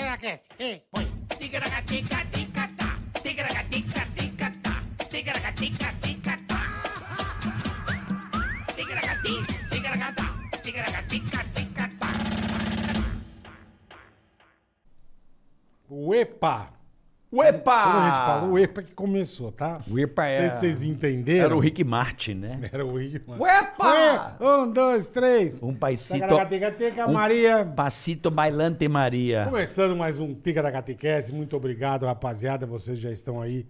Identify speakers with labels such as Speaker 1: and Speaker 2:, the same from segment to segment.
Speaker 1: Tigracast. Ei, põe.
Speaker 2: Tigragatica-tica-tá. Tigragatica-tica-tá. Tigragatica-tica-tá. Tigragati, tigragatá. Tigragatica-tica-tá.
Speaker 3: O EPA.
Speaker 4: Uepa!
Speaker 3: Quando a gente fala o EPA que começou, tá?
Speaker 4: O EPA é-
Speaker 3: Não sei se vocês entenderam.
Speaker 4: Era o Rick Martin, né?
Speaker 3: Era o Rick, mano.
Speaker 4: Uepa!
Speaker 3: Ué, Um, dois, três.
Speaker 4: Um paisito...
Speaker 3: Ticaracatecateca,
Speaker 4: um
Speaker 3: Maria.
Speaker 4: Passito bailante Maria.
Speaker 3: Começando mais um Ticaracatecast. Muito obrigado, rapaziada. Vocês já estão aí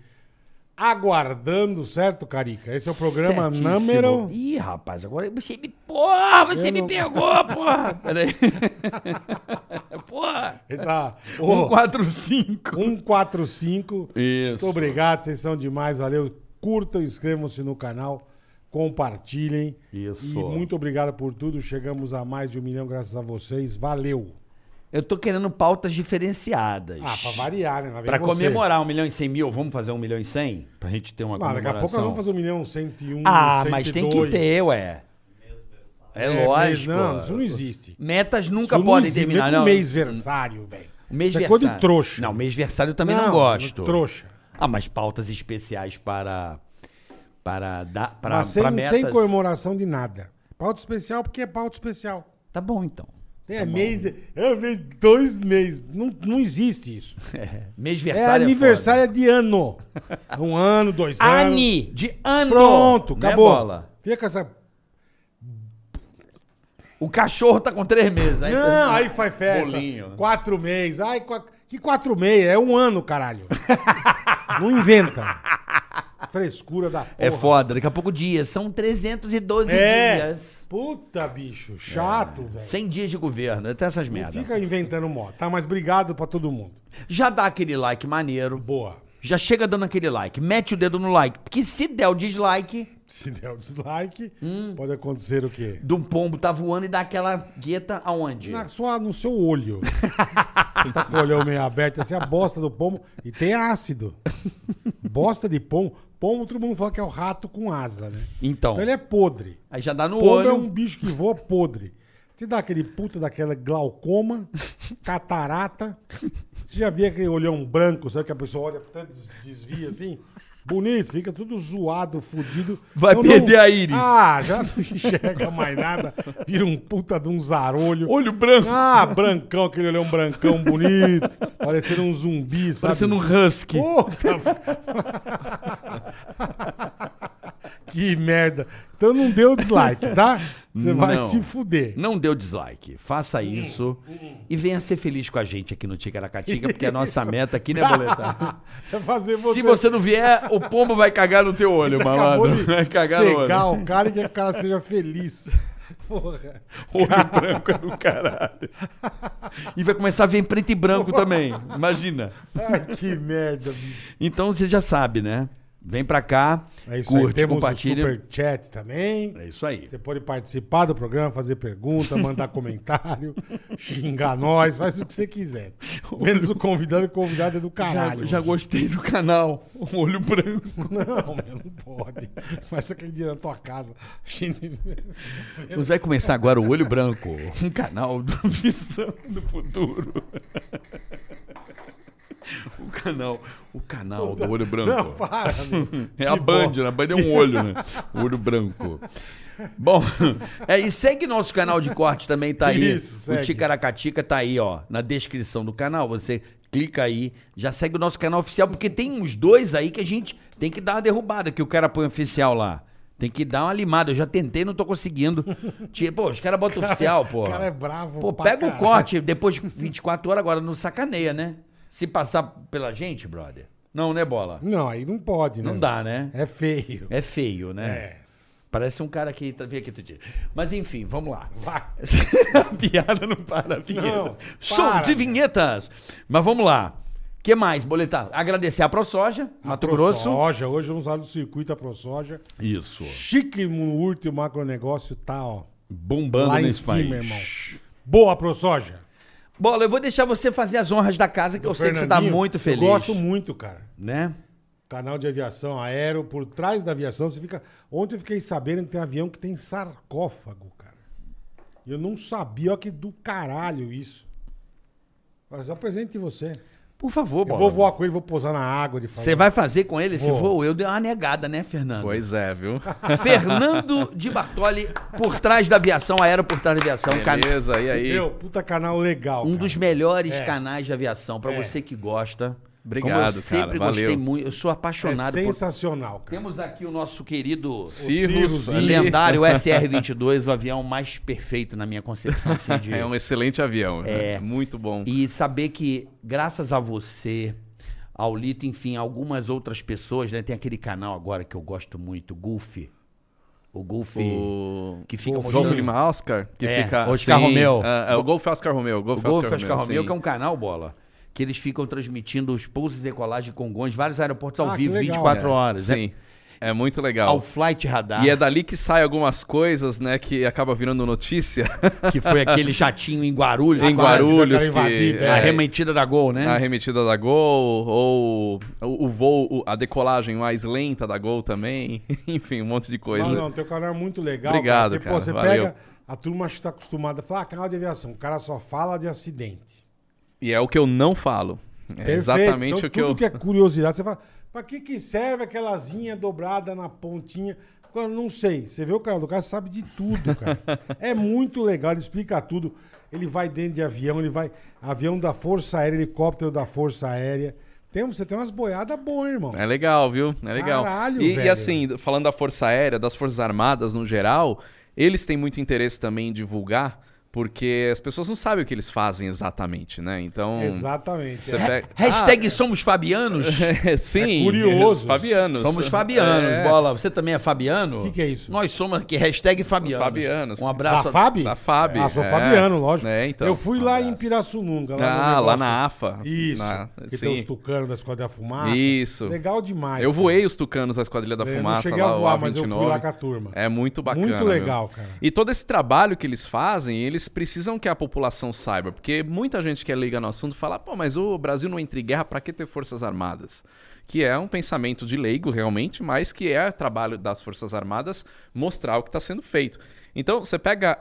Speaker 3: aguardando, certo, Carica? Esse é o programa
Speaker 4: Certíssimo.
Speaker 3: número...
Speaker 4: Ih, rapaz, agora você me... Porra, você
Speaker 3: Eu
Speaker 4: me
Speaker 3: não-
Speaker 4: pegou, porra! Peraí. porra!
Speaker 3: Ele Tá, Ô,
Speaker 4: 145.
Speaker 3: 145.
Speaker 4: Isso.
Speaker 3: Muito obrigado, vocês são demais, valeu. Curtam, inscrevam-se no canal, compartilhem.
Speaker 4: Isso.
Speaker 3: E muito obrigado por tudo. Chegamos a mais de um milhão graças a vocês. Valeu.
Speaker 4: Eu tô querendo pautas diferenciadas.
Speaker 3: Ah, pra variar, né? Lá vem
Speaker 4: Pra
Speaker 3: você.
Speaker 4: comemorar um milhão e cem mil, vamos fazer um milhão e cem? Pra gente ter uma
Speaker 3: Não, daqui a pouco nós
Speaker 4: comemoração.
Speaker 3: vamos fazer um milhão, 101,
Speaker 4: Ah, mas tem que
Speaker 3: 102.
Speaker 4: ter, ué. É,
Speaker 3: mas
Speaker 4: lógico.
Speaker 3: Não, isso não existe.
Speaker 4: Metas nunca
Speaker 3: Isso não
Speaker 4: podem
Speaker 3: existe.
Speaker 4: terminar,
Speaker 3: Vem com
Speaker 4: não.
Speaker 3: mês-versário, velho.
Speaker 4: Mês
Speaker 3: Isso é coisa de trouxa.
Speaker 4: Não, mês-versário eu também não, gosto.
Speaker 3: Trouxa.
Speaker 4: Ah, mas pautas especiais para para dar para,
Speaker 3: mas sem,
Speaker 4: para
Speaker 3: sem
Speaker 4: metas.
Speaker 3: comemoração de nada. Pauta especial porque é pauta especial.
Speaker 4: Tá bom então.
Speaker 3: É mês, é mês, dois meses. Não, não existe isso. É
Speaker 4: Mês-versário.
Speaker 3: aniversário de ano. Um ano, dois
Speaker 4: foda.
Speaker 3: anos.
Speaker 4: Ani de ano.
Speaker 3: Pronto,
Speaker 4: Né,
Speaker 3: acabou.
Speaker 4: bola?
Speaker 3: Fica com essa.
Speaker 4: O cachorro tá com três meses. Aí um
Speaker 3: Não, aí faz festa.
Speaker 4: Bolinho.
Speaker 3: Quatro meses. Ai, qua- que quatro meses? É um ano, caralho. não inventa. Frescura da porra.
Speaker 4: É foda. Daqui a pouco dias. São 312
Speaker 3: É.
Speaker 4: dias.
Speaker 3: Puta, bicho.
Speaker 4: É,
Speaker 3: Chato, velho.
Speaker 4: 100 dias de governo. Até essas
Speaker 3: Não
Speaker 4: merdas.
Speaker 3: fica inventando mó. Tá, mas obrigado pra todo mundo.
Speaker 4: Já dá aquele like maneiro.
Speaker 3: Boa.
Speaker 4: Já chega dando aquele like. Mete o dedo no like. Porque se der o dislike,
Speaker 3: Se der o dislike,
Speaker 4: Hum.
Speaker 3: pode acontecer o quê?
Speaker 4: do pombo tá voando e dá aquela gueta aonde?
Speaker 3: Na sua, Tá no seu olho. Ele tá com o olhão meio aberto, assim, a bosta do pombo. E tem ácido. Bosta de pombo. Pombo, todo mundo fala que é o rato com asa, né?
Speaker 4: Então.
Speaker 3: Então ele é podre.
Speaker 4: Aí já dá no
Speaker 3: Pombo
Speaker 4: olho.
Speaker 3: é um bicho que voa podre. Te dá aquele puta daquela glaucoma, catarata. Você já viu aquele olhão branco, sabe? Que a pessoa olha, tanto des- desvia assim. Bonito, fica tudo zoado, fudido. Então,
Speaker 4: Vai
Speaker 3: não-
Speaker 4: perder a íris.
Speaker 3: Ah, já não enxerga mais nada. Vira um puta de um zarolho.
Speaker 4: Olho branco.
Speaker 3: Ah, brancão, aquele olhão brancão bonito. Parecendo um zumbi, sabe?
Speaker 4: Parecendo um husky.
Speaker 3: Puta! que merda. Então não dê o dislike, tá? Você vai
Speaker 4: Não.
Speaker 3: se fuder.
Speaker 4: Não deu dislike. Faça
Speaker 3: Hum.
Speaker 4: isso e venha ser feliz com a gente aqui no Ticaracatica, porque é a nossa meta aqui, né, Boleta?
Speaker 3: É fazer você...
Speaker 4: Se você não vier, o pombo vai cagar no teu olho,
Speaker 3: Você acabou
Speaker 4: malandro.
Speaker 3: de
Speaker 4: Vai cagar no
Speaker 3: cegar
Speaker 4: olho.
Speaker 3: o cara e que o cara seja feliz. Porra.
Speaker 4: Olho branco é do caralho. E vai começar a vir em preto e branco também. Imagina.
Speaker 3: Ai, que merda, bicho.
Speaker 4: Então você já sabe, né? Vem pra cá,
Speaker 3: É isso aí.
Speaker 4: curte,
Speaker 3: Temos
Speaker 4: compartilha.
Speaker 3: o superchat também.
Speaker 4: É isso aí.
Speaker 3: Você pode participar do programa, fazer pergunta, mandar comentário, xingar nós, faz o que você quiser. Menos o convidado, o convidado é do caralho.
Speaker 4: já, já gostei do canal. O olho branco.
Speaker 3: Não, meu, não pode. Faz aquele dia na tua casa.
Speaker 4: Mas vai começar agora o Olho Branco, um canal do Visão do Futuro. O canal, o canal do Olho Branco.
Speaker 3: Não, para. meu.
Speaker 4: é a
Speaker 3: Que
Speaker 4: Band,
Speaker 3: bo-
Speaker 4: né? A Band é um olho, né? O olho branco. Bom, é, e segue nosso canal de corte também, tá aí.
Speaker 3: Isso,
Speaker 4: o
Speaker 3: segue.
Speaker 4: Ticaracatica tá aí, ó, na descrição do canal. Você clica aí, já segue o nosso canal oficial, porque tem uns dois aí que a gente tem que dar uma derrubada, que o cara põe oficial lá. Tem que dar uma limada. Eu já tentei, não tô conseguindo. Ti- Pô, os caras botam oficial, pô.
Speaker 3: O cara é bravo.
Speaker 4: Pô,
Speaker 3: pra
Speaker 4: pega o
Speaker 3: caralho.
Speaker 4: corte depois de 24 horas, agora não sacaneia, né? Se passar pela gente, brother. Não, né, bola?
Speaker 3: Não, aí não pode, né?
Speaker 4: Não dá, né?
Speaker 3: É feio.
Speaker 4: É feio, né?
Speaker 3: É.
Speaker 4: Parece um cara que tá- veio aqui outro dia. Mas enfim, vamos lá.
Speaker 3: Vai.
Speaker 4: a piada não para, a vinheta.
Speaker 3: Não,
Speaker 4: Show
Speaker 3: para. né?
Speaker 4: de vinhetas! Mas vamos lá. que mais, Boletar? Agradecer a ProSoja, Mato Grosso.
Speaker 3: ProSoja, hoje vamos falar do circuito da ProSoja.
Speaker 4: Isso.
Speaker 3: Chique no último macronegócio tá, ó.
Speaker 4: Bombando
Speaker 3: Lá em
Speaker 4: nesse
Speaker 3: cima,
Speaker 4: país.
Speaker 3: irmão. Boa, ProSoja.
Speaker 4: Bola, eu vou deixar você fazer as honras da casa, que eu sei que você tá
Speaker 3: Fernandinho,
Speaker 4: muito feliz.
Speaker 3: Eu gosto muito, cara.
Speaker 4: Né?
Speaker 3: Canal de aviação aero, por trás da aviação, você fica. Ontem eu fiquei sabendo que tem avião que tem sarcófago, cara. E Eu não sabia, olha que do caralho isso. Mas é eu apresente você.
Speaker 4: Por favor,
Speaker 3: Eu
Speaker 4: Bola.
Speaker 3: vou voar com ele, vou pousar na água de
Speaker 4: Você vai fazer com ele? Se
Speaker 3: Vou.
Speaker 4: for eu, dei uma negada, né, Fernando?
Speaker 5: Pois é, viu?
Speaker 4: Fernando de Bartoli, por trás da aviação, aero por trás da aviação.
Speaker 5: É
Speaker 4: cana-
Speaker 5: Beleza, e aí?
Speaker 3: Meu, puta canal legal.
Speaker 4: Um
Speaker 3: cara.
Speaker 4: dos melhores
Speaker 3: É.
Speaker 4: canais de aviação, pra
Speaker 3: É.
Speaker 4: você que gosta.
Speaker 5: Obrigado,
Speaker 4: Como eu
Speaker 5: cara,
Speaker 4: sempre
Speaker 5: valeu.
Speaker 4: gostei muito, eu sou
Speaker 3: É
Speaker 4: apaixonado por...
Speaker 3: sensacional, cara.
Speaker 4: Temos aqui o nosso querido
Speaker 5: Cirrus.
Speaker 3: Cirrus,
Speaker 5: ali.
Speaker 4: lendário SR-22, o avião mais perfeito na minha concepção. assim, de-
Speaker 5: É um excelente avião.
Speaker 4: É.
Speaker 5: É. Muito bom.
Speaker 4: E saber que, graças a você, ao Lito, enfim, algumas outras pessoas, né? Tem aquele canal agora que eu gosto muito, Goofy. O Goofy.
Speaker 5: O...
Speaker 4: Que fica
Speaker 5: o
Speaker 4: mostrando-
Speaker 5: Golf Lima Oscar, que
Speaker 4: É,
Speaker 5: fica...
Speaker 4: Oscar
Speaker 5: Sim,
Speaker 4: Romeo.
Speaker 5: é, é, o Golf Oscar Romeo. Golf
Speaker 4: O Golf Oscar, Romeo,
Speaker 5: sim.
Speaker 4: que é um canal, bola. Que eles ficam transmitindo os pousos de decolagem com gons, vários aeroportos ao
Speaker 3: Ah, que
Speaker 4: vivo,
Speaker 3: legal.
Speaker 4: 24
Speaker 5: É,
Speaker 4: horas. né?
Speaker 5: Sim. É muito legal.
Speaker 4: Ao Flight Radar,
Speaker 5: E é dali que sai algumas coisas, né, que acaba virando notícia.
Speaker 4: que foi aquele jatinho em Guarulhos.
Speaker 5: em
Speaker 4: quase,
Speaker 5: Guarulhos, que...
Speaker 3: aquela invadida,
Speaker 5: é,
Speaker 4: A remetida da Gol, né?
Speaker 5: A remetida da Gol, ou o, o voo, o- a decolagem mais lenta da Gol também. Enfim, um monte de coisa.
Speaker 3: Não, não, teu canal é muito legal.
Speaker 5: Obrigado,
Speaker 3: porque, pô,
Speaker 5: cara,
Speaker 3: você
Speaker 5: valeu.
Speaker 3: pega. A turma está acostumada a falar, ah, canal de aviação. O cara só fala de acidente.
Speaker 5: E é o que eu não falo. É exatamente
Speaker 3: Então,
Speaker 5: o que
Speaker 3: tudo
Speaker 5: eu.
Speaker 3: que é curiosidade, você fala, pra que, que serve aquela asinha dobrada na pontinha? Cara, não sei. Você vê o canal do cara, sabe de tudo, cara. é muito legal, ele explica tudo. Ele vai dentro de avião, ele vai. Avião da Força Aérea, helicóptero da Força Aérea. Tem, você tem umas boiadas boas, irmão.
Speaker 5: É legal, viu? É legal.
Speaker 3: Caralho,
Speaker 5: e, e
Speaker 3: velho.
Speaker 5: assim, falando da Força Aérea, das Forças Armadas no geral, eles têm muito interesse também em divulgar, porque as pessoas não sabem o que eles fazem exatamente, né? Então.
Speaker 3: Exatamente.
Speaker 5: Você
Speaker 3: é.
Speaker 5: pega...
Speaker 4: Hashtag somos Fabianos.
Speaker 5: Ah, Sim.
Speaker 3: É curioso.
Speaker 5: Fabianos.
Speaker 4: Somos Fabianos,
Speaker 5: É,
Speaker 4: bola. Você também é Fabiano?
Speaker 3: Que que é isso?
Speaker 4: Nós somos aqui, hashtag Fabianos.
Speaker 5: Fabianos.
Speaker 4: Um
Speaker 3: Da
Speaker 4: abraço. a-
Speaker 3: FAB?
Speaker 5: da FAB,
Speaker 3: Ah, sou
Speaker 5: é.
Speaker 3: fabiano, lógico.
Speaker 5: É, então.
Speaker 3: Eu fui
Speaker 5: Um
Speaker 3: lá
Speaker 5: abraço.
Speaker 3: em Pirassununga. Lá no
Speaker 5: Ah, lá
Speaker 3: negócio.
Speaker 5: na AFA.
Speaker 3: Isso.
Speaker 5: Na-
Speaker 3: que
Speaker 5: sim.
Speaker 3: tem os tucanos da Escola da Fumaça.
Speaker 5: Isso.
Speaker 3: Legal demais.
Speaker 5: Eu
Speaker 3: cara.
Speaker 5: voei os tucanos da Esquadrilha da
Speaker 3: Eu não
Speaker 5: Fumaça
Speaker 3: cheguei
Speaker 5: lá,
Speaker 3: a voar,
Speaker 5: o A29.
Speaker 3: mas eu fui lá com a turma.
Speaker 5: É muito bacana.
Speaker 3: Muito
Speaker 5: meu.
Speaker 3: legal, cara.
Speaker 5: E todo esse trabalho que eles fazem, eles precisam que a população saiba, porque muita gente que é liga no assunto fala, pô, mas o Brasil não entra em guerra, pra que ter forças armadas? Que é um pensamento de leigo, realmente, mas que é trabalho das forças armadas mostrar o que está sendo feito. Então, você pega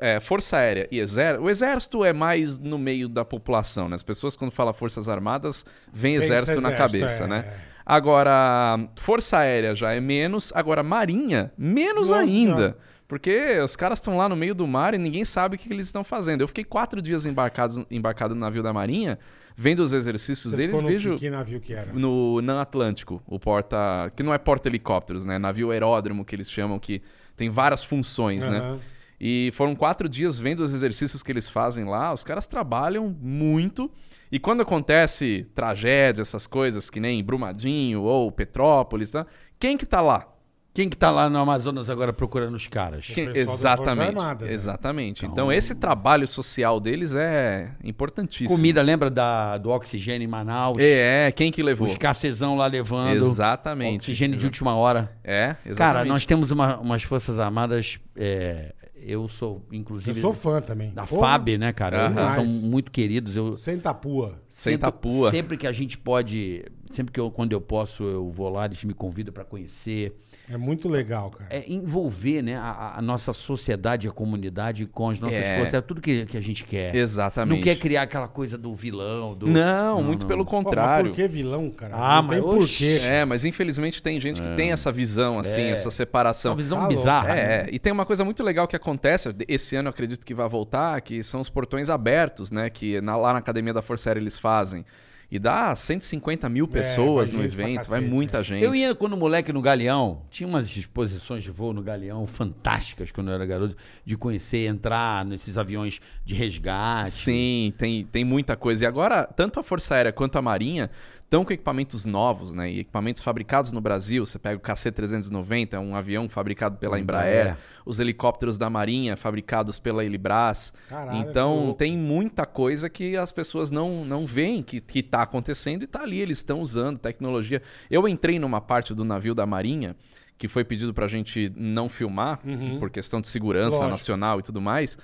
Speaker 5: é, Força Aérea e Exército. O Exército é mais no meio da população, né? As pessoas, quando falam Forças Armadas, vem
Speaker 3: Pensa
Speaker 5: Exército, na
Speaker 3: exército,
Speaker 5: cabeça,
Speaker 3: é.
Speaker 5: né? Agora, Força Aérea já é menos, agora Marinha, menos
Speaker 3: Nossa.
Speaker 5: ainda. Porque os caras estão lá no meio do mar e ninguém sabe o que que eles estão fazendo. Eu fiquei quatro dias embarcado, embarcado no navio da Marinha, vendo os exercícios
Speaker 3: Você
Speaker 5: deles,
Speaker 3: ficou no
Speaker 5: vejo Uhum.
Speaker 3: Que é? navio que era?
Speaker 5: no Nan Atlântico, o porta. que não é porta-helicópteros, né? Navio aeródromo que eles chamam, que tem várias funções, né?
Speaker 3: Aham.
Speaker 5: E foram quatro dias vendo os exercícios que eles fazem lá. Os caras trabalham muito. E quando acontece tragédia, essas coisas, que nem Brumadinho ou Petrópolis, tá? quem que tá lá?
Speaker 4: Quem que tá lá no Amazonas agora procurando os caras?
Speaker 5: Quem-
Speaker 3: pessoal das Forças
Speaker 5: Exatamente.
Speaker 3: Armadas, né?
Speaker 5: Exatamente. Então, esse trabalho social deles é importantíssimo.
Speaker 4: Comida, lembra da, do oxigênio em Manaus?
Speaker 5: É, é, quem que levou?
Speaker 4: Os carcesão lá levando.
Speaker 5: Exatamente.
Speaker 4: Oxigênio de última hora.
Speaker 5: É, exatamente.
Speaker 4: Cara, nós temos uma- umas Forças Armadas. é, eu sou,
Speaker 3: Eu
Speaker 4: inclusive,
Speaker 3: sou fã também.
Speaker 4: da
Speaker 3: Porra,
Speaker 4: FAB, né, cara?
Speaker 5: Aham.
Speaker 4: Eles são
Speaker 3: Demais.
Speaker 4: muito queridos. Eu,
Speaker 3: Sem tapua.
Speaker 5: Sem
Speaker 4: sempre,
Speaker 5: tapua.
Speaker 4: Sempre que a gente pode. Sempre que eu, quando eu posso, eu vou lá, eles me convidam pra conhecer.
Speaker 3: É muito legal, cara.
Speaker 4: É envolver né, a, a nossa sociedade, a comunidade com as nossas
Speaker 5: É.
Speaker 4: forças. É tudo que, que a gente quer.
Speaker 5: Exatamente.
Speaker 4: Não é quer criar aquela coisa do vilão, do.
Speaker 5: Não, muito pelo
Speaker 3: Pô, mas
Speaker 5: contrário.
Speaker 3: por que vilão, cara?
Speaker 4: Ah,
Speaker 3: Não
Speaker 4: mas
Speaker 3: tem
Speaker 4: oxe.
Speaker 3: porquê.
Speaker 5: É, mas infelizmente tem gente que
Speaker 4: É.
Speaker 5: tem essa visão, assim, essa
Speaker 4: Uma
Speaker 5: separação.
Speaker 4: visão
Speaker 3: Tá louco.
Speaker 4: bizarra. né?
Speaker 5: É, é. e tem uma coisa muito legal que acontece, esse ano eu acredito que vai voltar, que são os portões abertos, né? Que na- lá na Academia da Força Aérea eles fazem. E dá 150 mil pessoas
Speaker 3: É, vai
Speaker 5: no
Speaker 3: gente pra
Speaker 5: evento, vai
Speaker 3: cacete,
Speaker 5: muita
Speaker 3: é.
Speaker 5: gente.
Speaker 4: Eu ia quando moleque no Galeão, tinha umas exposições de voo no Galeão fantásticas quando eu era garoto, de conhecer, entrar nesses aviões de resgate.
Speaker 5: Sim, tem, tem muita coisa. E agora, tanto a Força Aérea quanto a Marinha estão com equipamentos novos, né? E equipamentos fabricados no Brasil. Você pega o KC-390, é um avião fabricado
Speaker 4: É.
Speaker 5: pela Embraer.
Speaker 3: é.
Speaker 4: Embraer.
Speaker 5: Os helicópteros da Marinha, fabricados pela Elibras.
Speaker 3: Caralho, que
Speaker 5: então,
Speaker 3: louco.
Speaker 5: tem muita coisa que as pessoas não, não veem que, que tá acontecendo e tá ali, eles estão usando tecnologia. Eu entrei numa parte do navio da Marinha que foi pedido pra gente não filmar, por questão de segurança
Speaker 3: Uhum. Lógico.
Speaker 5: nacional e tudo mais.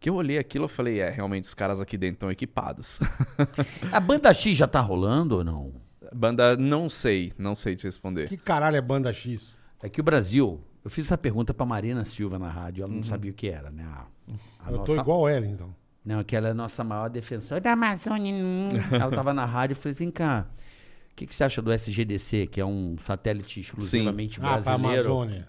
Speaker 5: Que eu olhei aquilo e falei, é, realmente os caras aqui dentro estão equipados.
Speaker 4: A banda X já tá rolando ou não?
Speaker 5: Banda, não sei, não sei te responder.
Speaker 3: Que caralho é banda X?
Speaker 4: É que o Brasil, eu fiz essa pergunta pra Marina Silva na rádio, ela não sabia o que era, né? A, a
Speaker 3: Uhum. eu
Speaker 4: nossa
Speaker 3: tô igual ela, então.
Speaker 4: Não, aquela é a nossa maior defensora da Amazônia. não. Ela tava na rádio e falei assim, cara, o que, que você acha do SGDC, que é um satélite exclusivamente
Speaker 3: Ah, pra
Speaker 4: brasileiro?
Speaker 3: Amazônia.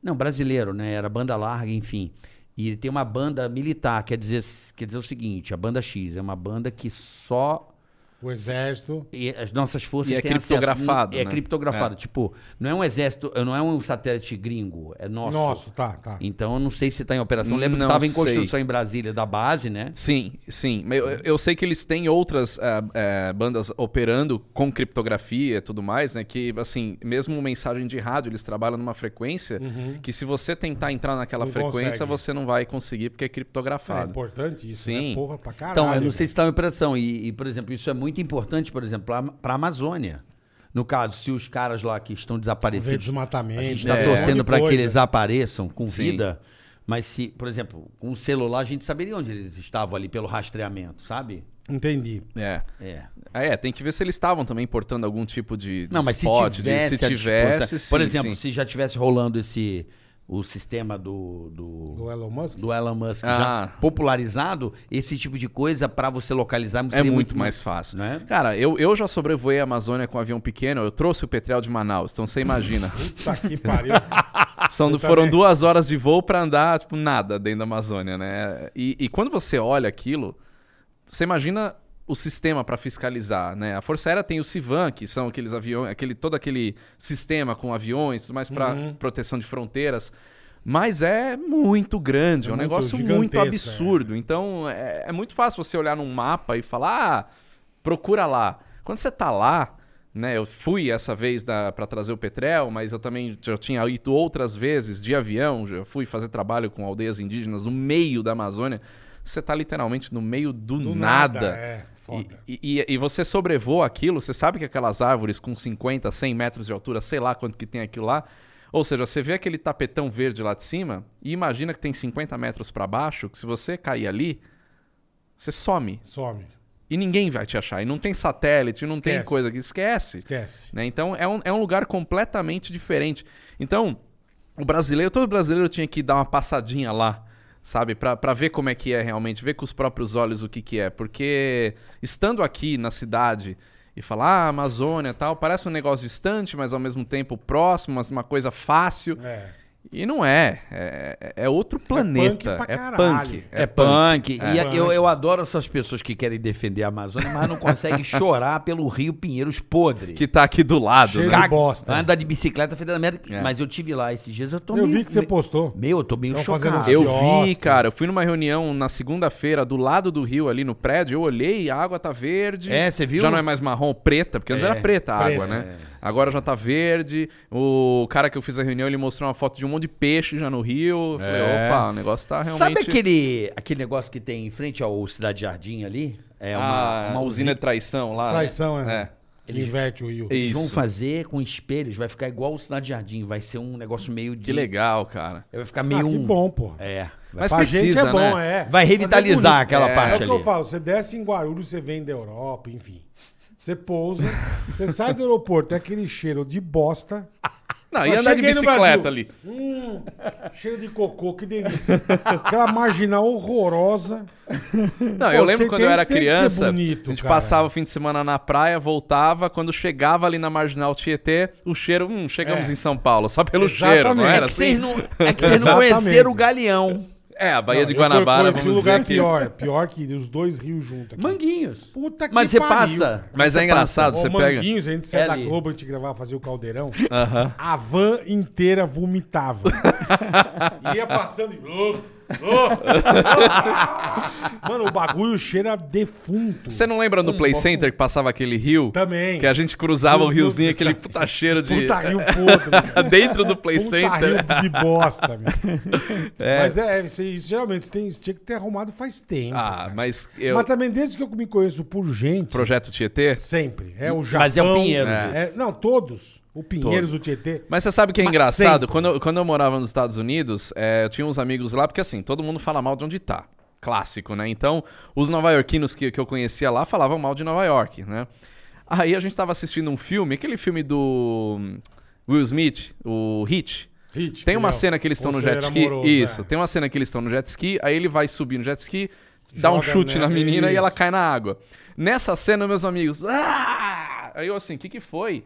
Speaker 4: Não, brasileiro, né? Era banda larga, enfim. E ele tem uma banda militar, quer dizer, quer dizer o seguinte, a banda X é uma banda que só
Speaker 3: O exército.
Speaker 4: e as nossas forças
Speaker 5: E é
Speaker 4: têm acesso.
Speaker 5: criptografado,
Speaker 4: É
Speaker 5: né?
Speaker 4: criptografado, tipo, não é um exército, não é um satélite gringo, é nosso.
Speaker 3: Nosso, tá, tá.
Speaker 4: Então eu não sei se tá em operação. Lembro
Speaker 5: Não
Speaker 4: que tava em
Speaker 5: sei.
Speaker 4: construção em Brasília da base, né?
Speaker 5: Sim, sim. Mas Eu, eu sei que eles têm outras ah, eh, bandas operando com criptografia e tudo mais, né? Que, assim, mesmo mensagem de rádio, eles trabalham numa frequência que se você tentar entrar naquela
Speaker 3: Uhum. Não
Speaker 5: frequência,
Speaker 3: consegue.
Speaker 5: você não vai conseguir porque é
Speaker 3: Cara, é
Speaker 5: criptografado.
Speaker 3: importante isso,
Speaker 5: Sim.
Speaker 3: né? Porra, pra caralho.
Speaker 4: Então, eu não sei se está em operação. E, e, por exemplo, isso é muito importante, por exemplo, para a Amazônia. No caso, se os caras lá que estão
Speaker 3: Ver
Speaker 4: desaparecidos,
Speaker 3: desmatamento. um
Speaker 4: a gente está
Speaker 5: É.
Speaker 4: torcendo para que eles
Speaker 3: Coisa.
Speaker 4: apareçam com
Speaker 5: Sim.
Speaker 4: vida. Mas se, por exemplo, com o celular, a gente saberia onde eles estavam ali pelo rastreamento, sabe?
Speaker 3: Entendi.
Speaker 5: É.
Speaker 4: É.
Speaker 5: Ah, é, tem que ver se eles estavam também portando algum tipo de, de
Speaker 4: Não, mas se
Speaker 5: spot, de-
Speaker 4: tivesse,
Speaker 5: se
Speaker 4: a disposição-
Speaker 5: tivesse
Speaker 4: por
Speaker 5: sim,
Speaker 4: exemplo,
Speaker 5: sim.
Speaker 4: se já tivesse rolando esse o sistema do do,
Speaker 3: Do Elon Musk?
Speaker 4: do Elon Musk
Speaker 5: Ah.
Speaker 4: já popularizado, esse tipo de coisa para você localizar
Speaker 5: É
Speaker 4: seria
Speaker 5: muito, mais fácil.
Speaker 4: né?
Speaker 5: Cara, eu, eu já sobrevoei a Amazônia com um avião pequeno, eu trouxe o Petrel de Manaus, então você imagina.
Speaker 3: Puta que pariu.
Speaker 5: São,
Speaker 3: Eu
Speaker 5: foram
Speaker 3: também.
Speaker 5: duas horas de voo pra andar, tipo, nada dentro da Amazônia, né? E, e quando você olha aquilo, você imagina o sistema pra fiscalizar, né? A Força Aérea tem o Civan, que são aqueles aviões, aquele, todo aquele sistema com aviões, tudo mais pra
Speaker 3: Uhum.
Speaker 5: proteção de fronteiras. Mas é muito grande,
Speaker 3: É
Speaker 5: é um
Speaker 3: muito
Speaker 5: negócio muito
Speaker 3: gigantesco,
Speaker 5: absurdo. Então é, é muito fácil você olhar num mapa e falar, ah, procura lá. Quando você tá lá, né? Eu fui essa vez para trazer o Petrel, mas eu também já tinha ido outras vezes de avião, já fui fazer trabalho com aldeias indígenas no meio da Amazônia. Você tá literalmente no meio do,
Speaker 3: Do
Speaker 5: nada.
Speaker 3: É, foda.
Speaker 5: E, e- e você sobrevoa aquilo, você sabe que aquelas árvores com 50, 100 metros de altura, sei lá quanto que tem aquilo lá. Ou seja, você vê aquele tapetão verde lá de cima e imagina que tem 50 metros pra baixo, que se você cair ali, você some.
Speaker 3: Some.
Speaker 5: E ninguém vai te achar. E não tem satélite, não tem
Speaker 3: Esquece.
Speaker 5: coisa que esquece.
Speaker 3: Esquece.
Speaker 5: né? Então é um, é um lugar completamente diferente. Então, o brasileiro, todo brasileiro tinha que dar uma passadinha lá, sabe? Pra pra ver como é que é realmente, ver com os próprios olhos o que, que é. Porque estando aqui na cidade e falar, ah, Amazônia tal, parece um negócio distante, mas ao mesmo tempo próximo, mas uma coisa fácil.
Speaker 3: É.
Speaker 5: E não é. É, é outro planeta.
Speaker 3: pra
Speaker 5: É
Speaker 3: caralho.
Speaker 5: punk.
Speaker 4: É, punk. E
Speaker 3: É.
Speaker 4: a- eu, eu adoro essas pessoas que querem defender a Amazônia, mas não conseguem chorar pelo Rio Pinheiros podre.
Speaker 5: Que tá aqui do lado.
Speaker 3: Cheio
Speaker 5: né?
Speaker 3: de bosta.
Speaker 4: Anda Tá? de bicicleta feita da América.
Speaker 5: É.
Speaker 4: Mas eu tive lá esses dias, eu tô
Speaker 3: Eu
Speaker 4: meio-
Speaker 3: vi que você
Speaker 4: me-
Speaker 3: postou.
Speaker 4: Meu, eu tô meio
Speaker 3: Tão fazendo
Speaker 4: chocado.
Speaker 3: uns
Speaker 5: Eu
Speaker 3: Quiosque.
Speaker 5: vi, cara. Eu fui numa reunião na segunda-feira do lado do rio, ali no prédio. Eu olhei, a água tá verde.
Speaker 4: É, você viu?
Speaker 5: Já não é mais marrom, preta, porque antes
Speaker 4: É,
Speaker 5: era preta a
Speaker 3: preta,
Speaker 5: água, né? Agora já tá verde. O cara que eu fiz a reunião, ele mostrou uma foto de um monte de peixe já no rio. Eu falei,
Speaker 4: É.
Speaker 5: opa, o negócio tá realmente.
Speaker 4: Sabe aquele, aquele negócio que tem em frente ao Cidade Jardim ali? É
Speaker 5: Ah, uma, usina de traição lá? né?
Speaker 3: Traição, é.
Speaker 5: É.
Speaker 3: Ele inverte o Will.
Speaker 4: Eles vão
Speaker 5: Isso.
Speaker 4: fazer com espelhos, vai ficar igual o Cidade Jardim. Vai ser um negócio meio de.
Speaker 5: Que legal, cara.
Speaker 4: Vai ficar
Speaker 3: Ah,
Speaker 4: meio
Speaker 3: que
Speaker 4: um.
Speaker 3: bom, pô.
Speaker 4: É.
Speaker 5: Mas
Speaker 3: pra gente
Speaker 5: precisa,
Speaker 3: é bom,
Speaker 5: né?
Speaker 3: é.
Speaker 4: Vai revitalizar
Speaker 3: Mas é bonito.
Speaker 4: aquela
Speaker 5: É.
Speaker 4: parte
Speaker 3: É o
Speaker 4: ali.
Speaker 3: que eu falo, você desce em Guarulhos, você vem da Europa, enfim. Você pousa, você sai do aeroporto, é aquele cheiro de bosta,
Speaker 5: Não,
Speaker 3: Eu
Speaker 5: ia andar de
Speaker 3: cheguei no
Speaker 5: bicicleta
Speaker 3: Brasil.
Speaker 5: ali.
Speaker 3: cheiro de cocô, que delícia. Aquela marginal horrorosa.
Speaker 5: Não,
Speaker 3: Pô,
Speaker 5: eu lembro
Speaker 3: tem-
Speaker 5: quando
Speaker 3: tem-
Speaker 5: eu era
Speaker 3: tem que ser
Speaker 5: criança,
Speaker 3: bonito,
Speaker 5: a gente
Speaker 3: cara.
Speaker 5: passava o fim de semana na praia, voltava, quando chegava ali na Marginal Tietê, o cheiro, hum, chegamos
Speaker 3: É.
Speaker 5: em São Paulo, só pelo
Speaker 3: Exatamente.
Speaker 5: cheiro, não era
Speaker 4: É que
Speaker 5: assim?
Speaker 4: vocês não, é que vocês não
Speaker 3: Exatamente.
Speaker 4: conheceram o Galeão.
Speaker 5: É, a Baía
Speaker 3: Não,
Speaker 5: de
Speaker 3: eu
Speaker 5: Guanabara,
Speaker 3: conheci um
Speaker 5: vamos
Speaker 3: lugar
Speaker 5: dizer que...
Speaker 3: pior, pior que os dois rios juntos. aqui.
Speaker 4: Manguinhos.
Speaker 3: Puta que
Speaker 4: Mas você
Speaker 3: pariu.
Speaker 4: passa.
Speaker 5: Mas é engraçado,
Speaker 3: Ô,
Speaker 5: você pega...
Speaker 3: Tá Manguinhos, a gente saia
Speaker 4: É
Speaker 3: da
Speaker 4: ali.
Speaker 3: Globo, a gente gravava, fazia o caldeirão.
Speaker 5: Aham.
Speaker 3: A van inteira vomitava. Ia passando e. "Ô, ô". Mano, o bagulho cheira defunto.
Speaker 5: Você não lembra do Play Center que passava aquele rio?
Speaker 3: Hum, Também.
Speaker 5: Que a gente cruzava o
Speaker 3: Meu
Speaker 5: riozinho,
Speaker 3: Deus,
Speaker 5: aquele
Speaker 3: cara.
Speaker 5: puta cheiro de...
Speaker 3: Puta rio podre. cara.
Speaker 5: Dentro do Play
Speaker 3: Puta
Speaker 5: Center.
Speaker 3: rio de bosta, meu. Mas é, isso, isso geralmente você, tem, você tinha que ter arrumado faz tempo.
Speaker 5: Ah, mas eu...
Speaker 3: Mas tá- também desde que eu me conheço por gente,
Speaker 5: Projeto Tietê...
Speaker 3: sempre. É o Japão.
Speaker 4: Mas é o Pinheiros,
Speaker 3: é- não, todos. O Pinheiros, o Tietê.
Speaker 5: Mas você sabe que é
Speaker 3: Mas
Speaker 5: engraçado?
Speaker 3: sempre.
Speaker 5: Quando eu, quando eu morava nos Estados Unidos, é, eu tinha uns amigos lá, porque assim, todo mundo fala mal de onde tá. Clássico, né? Então, os novaiorquinos que, que eu conhecia lá falavam mal de Nova York, né? Aí a gente tava assistindo um filme, aquele filme do hum, Will Smith, o Hit.
Speaker 3: Hit,
Speaker 5: Tem uma
Speaker 3: que é o
Speaker 5: cena que eles estão no jet
Speaker 3: conselheiro
Speaker 5: ski.
Speaker 3: amoroso,
Speaker 5: Isso,
Speaker 3: é.
Speaker 5: tem uma cena que eles estão no jet ski, aí ele vai subir no jet ski, dá um
Speaker 3: Joga,
Speaker 5: chute
Speaker 3: né?
Speaker 5: na menina e
Speaker 3: Isso.
Speaker 5: ela cai na água. Nessa cena, meus amigos. "Ah!" Aí eu assim, o que, que foi?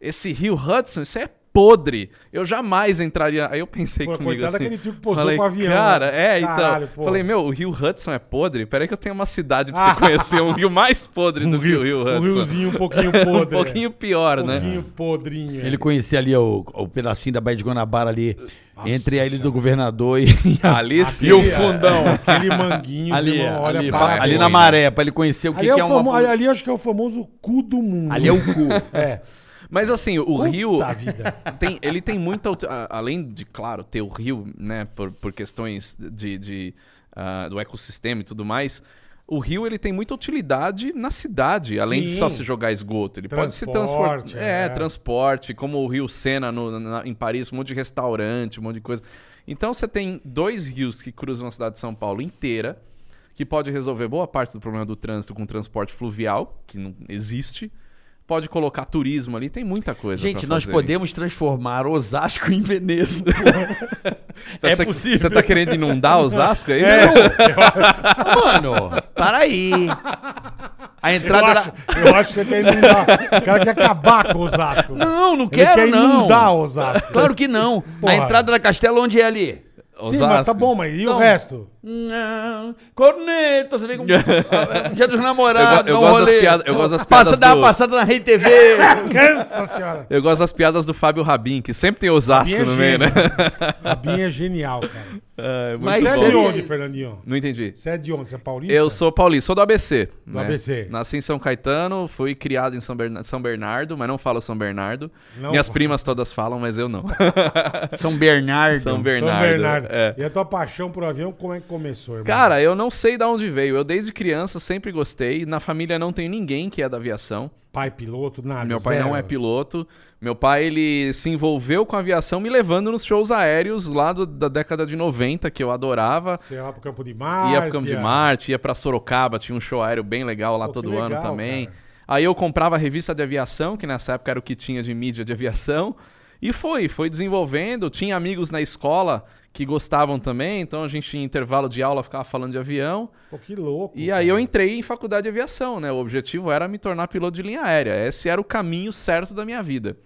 Speaker 5: Esse Rio Hudson, isso é podre. Eu jamais entraria. Aí eu pensei
Speaker 3: Pô,
Speaker 5: comigo
Speaker 3: coitado
Speaker 5: assim.
Speaker 3: daquele tio que posou
Speaker 5: falei,
Speaker 3: com o avião,
Speaker 5: Cara,
Speaker 3: né?
Speaker 5: é, então.
Speaker 3: Caralho, pô.
Speaker 5: falei, meu, o Rio Hudson é podre? Peraí que eu tenho uma cidade pra você conhecer, um rio mais podre do que o Rio
Speaker 3: Um
Speaker 5: Hudson.
Speaker 3: riozinho um pouquinho
Speaker 5: um
Speaker 3: podre.
Speaker 5: pouquinho pior,
Speaker 3: um
Speaker 5: né?
Speaker 3: pouquinho podrinho. é.
Speaker 6: Ele conhecia ali o, o pedacinho da Baía de Guanabara ali, entre a Ilha do Governador e,
Speaker 5: Ali
Speaker 3: Aquele-
Speaker 5: e o fundão.
Speaker 3: É, Aquele manguinho.
Speaker 6: ali, é,
Speaker 3: irmão, olha
Speaker 6: ali,
Speaker 3: pra
Speaker 5: vai-
Speaker 6: ali
Speaker 5: boi,
Speaker 6: na
Speaker 5: né?
Speaker 6: maré, pra ele conhecer o que,
Speaker 3: Ali,
Speaker 6: que é,
Speaker 3: é o famo-
Speaker 6: uma...
Speaker 3: ali acho que é o famoso cu do mundo.
Speaker 6: Ali é o cu.
Speaker 3: É.
Speaker 5: Mas assim, o Rio.
Speaker 3: Puta vida.
Speaker 5: Tem- ele tem muita. aut- a- Além de, claro, ter o rio, né, por, por questões de, de, ah, do ecossistema e tudo mais. O rio ele tem muita utilidade na cidade, além de
Speaker 3: Sim.
Speaker 5: só se jogar esgoto. Ele pode se transportar.
Speaker 3: Transporte,
Speaker 5: É,
Speaker 3: é.
Speaker 5: transporte, como o Rio Sena no- na- em Paris, um monte de restaurante, um monte de coisa. Então você tem dois rios que cruzam a cidade de São Paulo inteira, que pode resolver boa parte do problema do trânsito com transporte fluvial, que não existe. Pode colocar turismo ali, tem muita coisa.
Speaker 6: Gente,
Speaker 5: pra
Speaker 6: nós
Speaker 5: fazer.
Speaker 6: podemos transformar Osasco em Veneza.
Speaker 5: Então,
Speaker 6: É
Speaker 5: você-
Speaker 6: possível.
Speaker 5: Você tá querendo inundar Osasco? É isso?
Speaker 6: Mano, para aí. A
Speaker 3: Eu
Speaker 6: entrada
Speaker 3: acho,
Speaker 6: da...
Speaker 3: eu acho que você quer inundar. O cara quer acabar com Osasco.
Speaker 6: Não, não
Speaker 3: Ele
Speaker 6: quero,
Speaker 3: quer
Speaker 6: não.
Speaker 3: inundar Osasco.
Speaker 6: Claro que não.
Speaker 3: Porra.
Speaker 6: A entrada da Castela, onde é ali?
Speaker 3: Sim, mas tá bom, mas e o
Speaker 6: Não.
Speaker 3: resto?
Speaker 6: Não. Corneta, você vem com. Ah, Dia dos namorados,
Speaker 5: Eu go- eu
Speaker 6: dá um
Speaker 5: gosto das
Speaker 6: rolê.
Speaker 5: piadas- eu gosto das piadas
Speaker 6: Passa, Dá
Speaker 5: do-
Speaker 6: uma passada na Rei TV.
Speaker 3: Nossa senhora.
Speaker 5: Eu gosto das piadas do Fábio Rabin, que sempre tem Osasco
Speaker 3: Rabin é
Speaker 5: no meio, né?
Speaker 3: Rabinha é genial, cara.
Speaker 6: Mas
Speaker 3: Você
Speaker 6: isso
Speaker 3: é de
Speaker 6: é-
Speaker 3: onde, Fernandinho?
Speaker 5: Não entendi.
Speaker 3: Você é de onde? Você é paulista?
Speaker 5: Eu sou paulista, sou do ABC. Do
Speaker 3: ABC.
Speaker 5: né? Nasci em São Caetano, fui criado em São, Berna- São Bernardo, mas não falo São Bernardo.
Speaker 3: Não.
Speaker 5: Minhas primas todas falam, mas eu não.
Speaker 6: São Bernardo.
Speaker 5: São
Speaker 3: São
Speaker 5: Bernardo.
Speaker 3: Bernardo.
Speaker 5: é.
Speaker 3: E a tua paixão por avião, como é que começou, irmão?
Speaker 5: Cara, eu não sei de onde veio. Eu desde criança sempre gostei. Na família não tem ninguém que é da aviação.
Speaker 3: Pai piloto, nada.
Speaker 5: Meu pai
Speaker 3: zero.
Speaker 5: não é piloto. Meu pai, ele se envolveu com a aviação me levando nos shows aéreos lá do- da década de 90, que eu adorava.
Speaker 3: Você ia lá pro Campo de Marte.
Speaker 5: ia pro Campo de
Speaker 3: ia-
Speaker 5: Marte, ia pra Sorocaba, tinha um show aéreo bem legal lá
Speaker 3: Pô,
Speaker 5: todo
Speaker 3: que
Speaker 5: ano
Speaker 3: legal,
Speaker 5: também.
Speaker 3: cara.
Speaker 5: Aí eu comprava a revista de aviação, que nessa época era o que tinha de mídia de aviação, e foi, foi desenvolvendo. Tinha amigos na escola que gostavam também, então a gente em intervalo de aula ficava falando de avião.
Speaker 3: Pô, que louco.
Speaker 5: E aí eu
Speaker 3: cara.
Speaker 5: entrei em faculdade de aviação, né? O objetivo era me tornar piloto de linha aérea. Esse era o caminho certo da minha vida.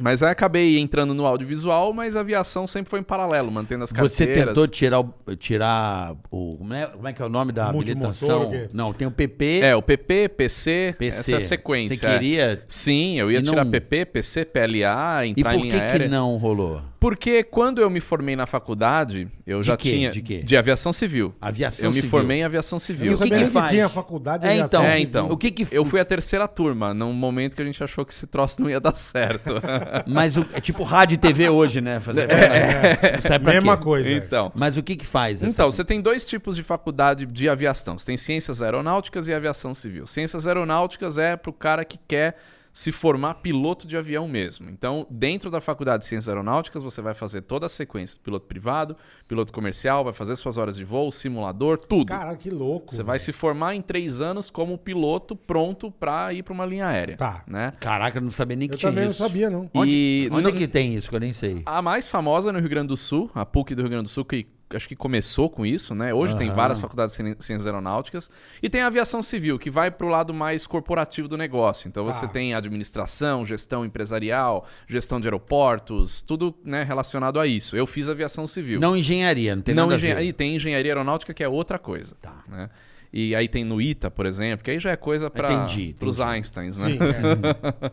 Speaker 5: Mas aí acabei entrando no audiovisual, mas a aviação sempre foi em paralelo, mantendo as carteiras.
Speaker 6: Você tentou tirar o. Tirar o como, é, como é que é o nome da
Speaker 3: Multimotor,
Speaker 6: habilitação?
Speaker 3: o quê?
Speaker 6: Não, tem o PP,
Speaker 5: É, o PP, PC,
Speaker 6: PC.
Speaker 5: essa é a sequência.
Speaker 6: Você
Speaker 5: é.
Speaker 6: queria.
Speaker 5: Sim, eu ia
Speaker 6: E não-
Speaker 5: tirar PP, PC, PLA,
Speaker 6: E
Speaker 5: entrar
Speaker 6: por
Speaker 5: em
Speaker 6: que,
Speaker 5: linha
Speaker 6: que
Speaker 5: aérea.
Speaker 6: não rolou?
Speaker 5: Porque quando eu me formei na faculdade, eu
Speaker 6: De
Speaker 5: já
Speaker 6: quê?
Speaker 5: tinha...
Speaker 6: De quê?
Speaker 5: aviação civil.
Speaker 6: Aviação
Speaker 5: eu me
Speaker 6: civil.
Speaker 5: formei em aviação
Speaker 6: E
Speaker 5: civil.
Speaker 6: o
Speaker 3: Eu
Speaker 6: que que
Speaker 3: sabia
Speaker 6: faz?
Speaker 3: tinha faculdade de
Speaker 6: É,
Speaker 3: aviação
Speaker 6: então.
Speaker 5: É,
Speaker 3: civil.
Speaker 5: então.
Speaker 6: O que que-
Speaker 5: Eu fui a terceira turma, num momento que a gente achou que esse troço não ia dar certo.
Speaker 6: Mas o- é tipo rádio e TV hoje, né? Fazer, é,
Speaker 3: Mesma coisa.
Speaker 5: então...
Speaker 6: Mas o que que faz? essa-
Speaker 5: Então, você tem dois tipos de faculdade de aviação. Você tem ciências aeronáuticas e aviação civil. Ciências aeronáuticas é pro cara que quer se formar piloto de avião mesmo. Então, dentro da faculdade de ciências aeronáuticas, você vai fazer toda a sequência. Piloto privado, piloto comercial, vai fazer suas horas de voo, simulador, tudo.
Speaker 3: Cara, que louco.
Speaker 5: você vai se formar em três anos como piloto pronto pra ir pra uma linha aérea.
Speaker 3: Tá.
Speaker 5: Né?
Speaker 6: Caraca, eu não sabia nem que
Speaker 3: Eu
Speaker 6: tinha
Speaker 3: também não
Speaker 6: isso.
Speaker 3: sabia, não.
Speaker 6: Onde,
Speaker 5: E
Speaker 6: onde
Speaker 5: não-
Speaker 6: é que tem isso que eu nem sei?
Speaker 5: A mais famosa no Rio Grande do Sul, a PUC do Rio Grande do Sul, que acho que começou com isso, né? Hoje tem
Speaker 6: Aham.
Speaker 5: várias faculdades de cien- ciências aeronáuticas. E tem a aviação civil, que vai pro lado mais corporativo do negócio. Então você
Speaker 3: Tá.
Speaker 5: tem administração, gestão empresarial, gestão de aeroportos, tudo né, relacionado a isso. Eu fiz aviação civil.
Speaker 6: Não engenharia, não tem
Speaker 5: Não
Speaker 6: nada
Speaker 5: engen-
Speaker 6: a ver.
Speaker 5: e tem engenharia aeronáutica, que é outra coisa.
Speaker 6: Tá.
Speaker 5: né? E aí tem no ITA, por exemplo, que aí já é coisa para
Speaker 6: Entendi,
Speaker 5: os
Speaker 6: entendi.
Speaker 5: Einsteins, né?
Speaker 3: Sim, é.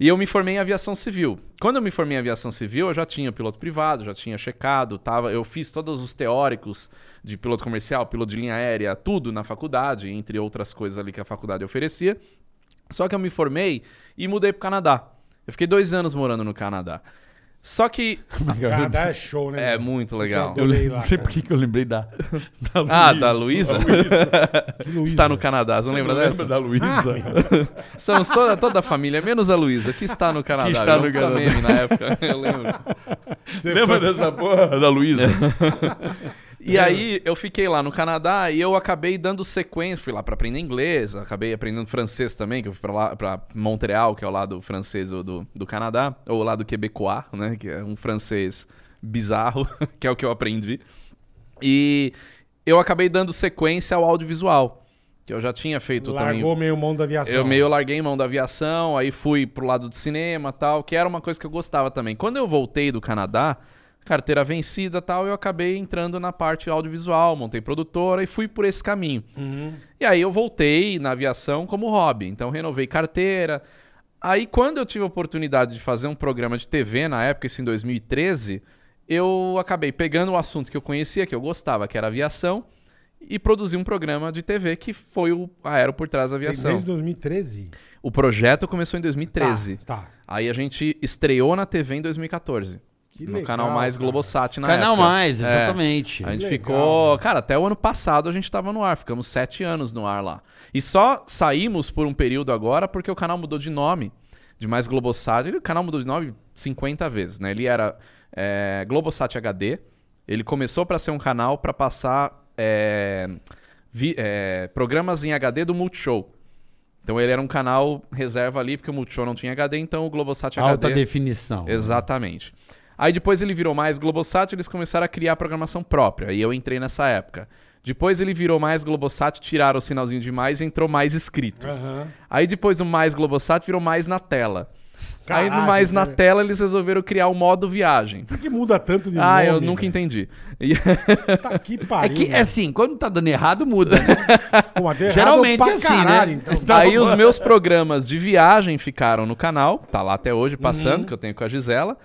Speaker 5: E eu me formei em aviação civil. Quando eu me formei em aviação civil, eu já tinha piloto privado, já tinha checado, tava, eu fiz todos os teóricos de piloto comercial, piloto de linha aérea, tudo na faculdade, entre outras coisas ali que a faculdade oferecia. Só que eu me formei e mudei pro Canadá. Eu fiquei dois anos morando no Canadá. Só que.
Speaker 3: Canadá é show, né?
Speaker 5: É
Speaker 3: meu?
Speaker 5: muito legal.
Speaker 3: Eu olhei lá, cara.
Speaker 6: que que eu lembrei da. da
Speaker 5: Ah, da Luísa?
Speaker 3: Que Luísa.
Speaker 5: Está no Canadá, você não lembra dessa?
Speaker 6: da Luísa?
Speaker 3: Ah,
Speaker 5: Estamos toda, toda a família, menos a Luísa, que está no Canadá.
Speaker 6: está
Speaker 5: Era um
Speaker 6: no Canadá.
Speaker 5: meme na época, eu lembro.
Speaker 3: Você
Speaker 6: Lembra dessa porra da Luísa?
Speaker 5: E aí eu fiquei lá no Canadá e eu acabei dando sequência, fui lá pra aprender inglês, acabei aprendendo francês também, que eu fui pra lá para Montreal, que é o lado francês do, do, do Canadá, ou o lado quebecois, né, que é um francês bizarro, que é o que eu aprendi. E eu acabei dando sequência ao audiovisual, que eu já tinha feito também.
Speaker 3: Largou meio mão da aviação.
Speaker 5: Eu meio larguei mão da aviação, aí fui pro lado do cinema tal, que era uma coisa que eu gostava também. Quando eu voltei do Canadá, carteira vencida tal, eu acabei entrando na parte audiovisual, montei produtora e fui por esse caminho.
Speaker 3: Uhum.
Speaker 5: E aí eu voltei na aviação como hobby, então renovei carteira. Aí quando eu tive a oportunidade de fazer um programa de TV na época, isso em 2013, eu acabei pegando o assunto que eu conhecia, que eu gostava, que era aviação, e produzi um programa de TV que foi o Aero por trás da aviação.
Speaker 3: Desde 2013.
Speaker 5: O projeto começou em 2013.
Speaker 3: Tá. tá.
Speaker 5: Aí a gente estreou na TV em 2014.
Speaker 3: Que
Speaker 5: no
Speaker 3: legal,
Speaker 5: canal Mais
Speaker 3: cara.
Speaker 5: Globosat na
Speaker 6: Canal
Speaker 5: época.
Speaker 6: Mais,
Speaker 5: É.
Speaker 6: exatamente.
Speaker 5: A gente
Speaker 3: Legal.
Speaker 5: ficou. Cara, até o ano passado a gente tava no ar, ficamos sete anos no ar lá. E só saímos por um período agora porque o canal mudou de nome. De mais Globosat. Ele- O canal mudou de nome 50 vezes, né? Ele era é, Globosat HD. Ele começou pra ser um canal pra passar é, vi- é, programas em HD do Multishow. Então ele era um canal reserva ali, porque o Multishow não tinha HD, então o Globosat HD.
Speaker 6: Alta definição.
Speaker 5: Exatamente. Aí depois ele virou mais Globosat, eles começaram a criar a programação própria, e eu entrei nessa época. Depois ele virou mais Globosat, tiraram o sinalzinho de mais e entrou mais escrito.
Speaker 3: Aham.
Speaker 5: Aí depois o mais Globosat virou mais na tela. Aí
Speaker 3: Caralho,
Speaker 5: no mais na
Speaker 3: cara.
Speaker 5: tela eles resolveram criar o modo viagem.
Speaker 3: Por que muda tanto de
Speaker 5: Ah,
Speaker 3: nome?
Speaker 5: eu nunca
Speaker 3: velho?
Speaker 5: entendi. E-
Speaker 3: Tá que
Speaker 6: É
Speaker 3: pariu.
Speaker 6: que é assim, quando tá dando errado, muda. né?
Speaker 3: Pô, mas deu errado
Speaker 6: geralmente
Speaker 3: pra
Speaker 6: é assim,
Speaker 3: caralho,
Speaker 6: né?
Speaker 3: então.
Speaker 6: Tá
Speaker 5: Aí
Speaker 6: bom.
Speaker 5: os meus programas de viagem ficaram no canal, tá lá até hoje passando, que eu tenho com a Gisela.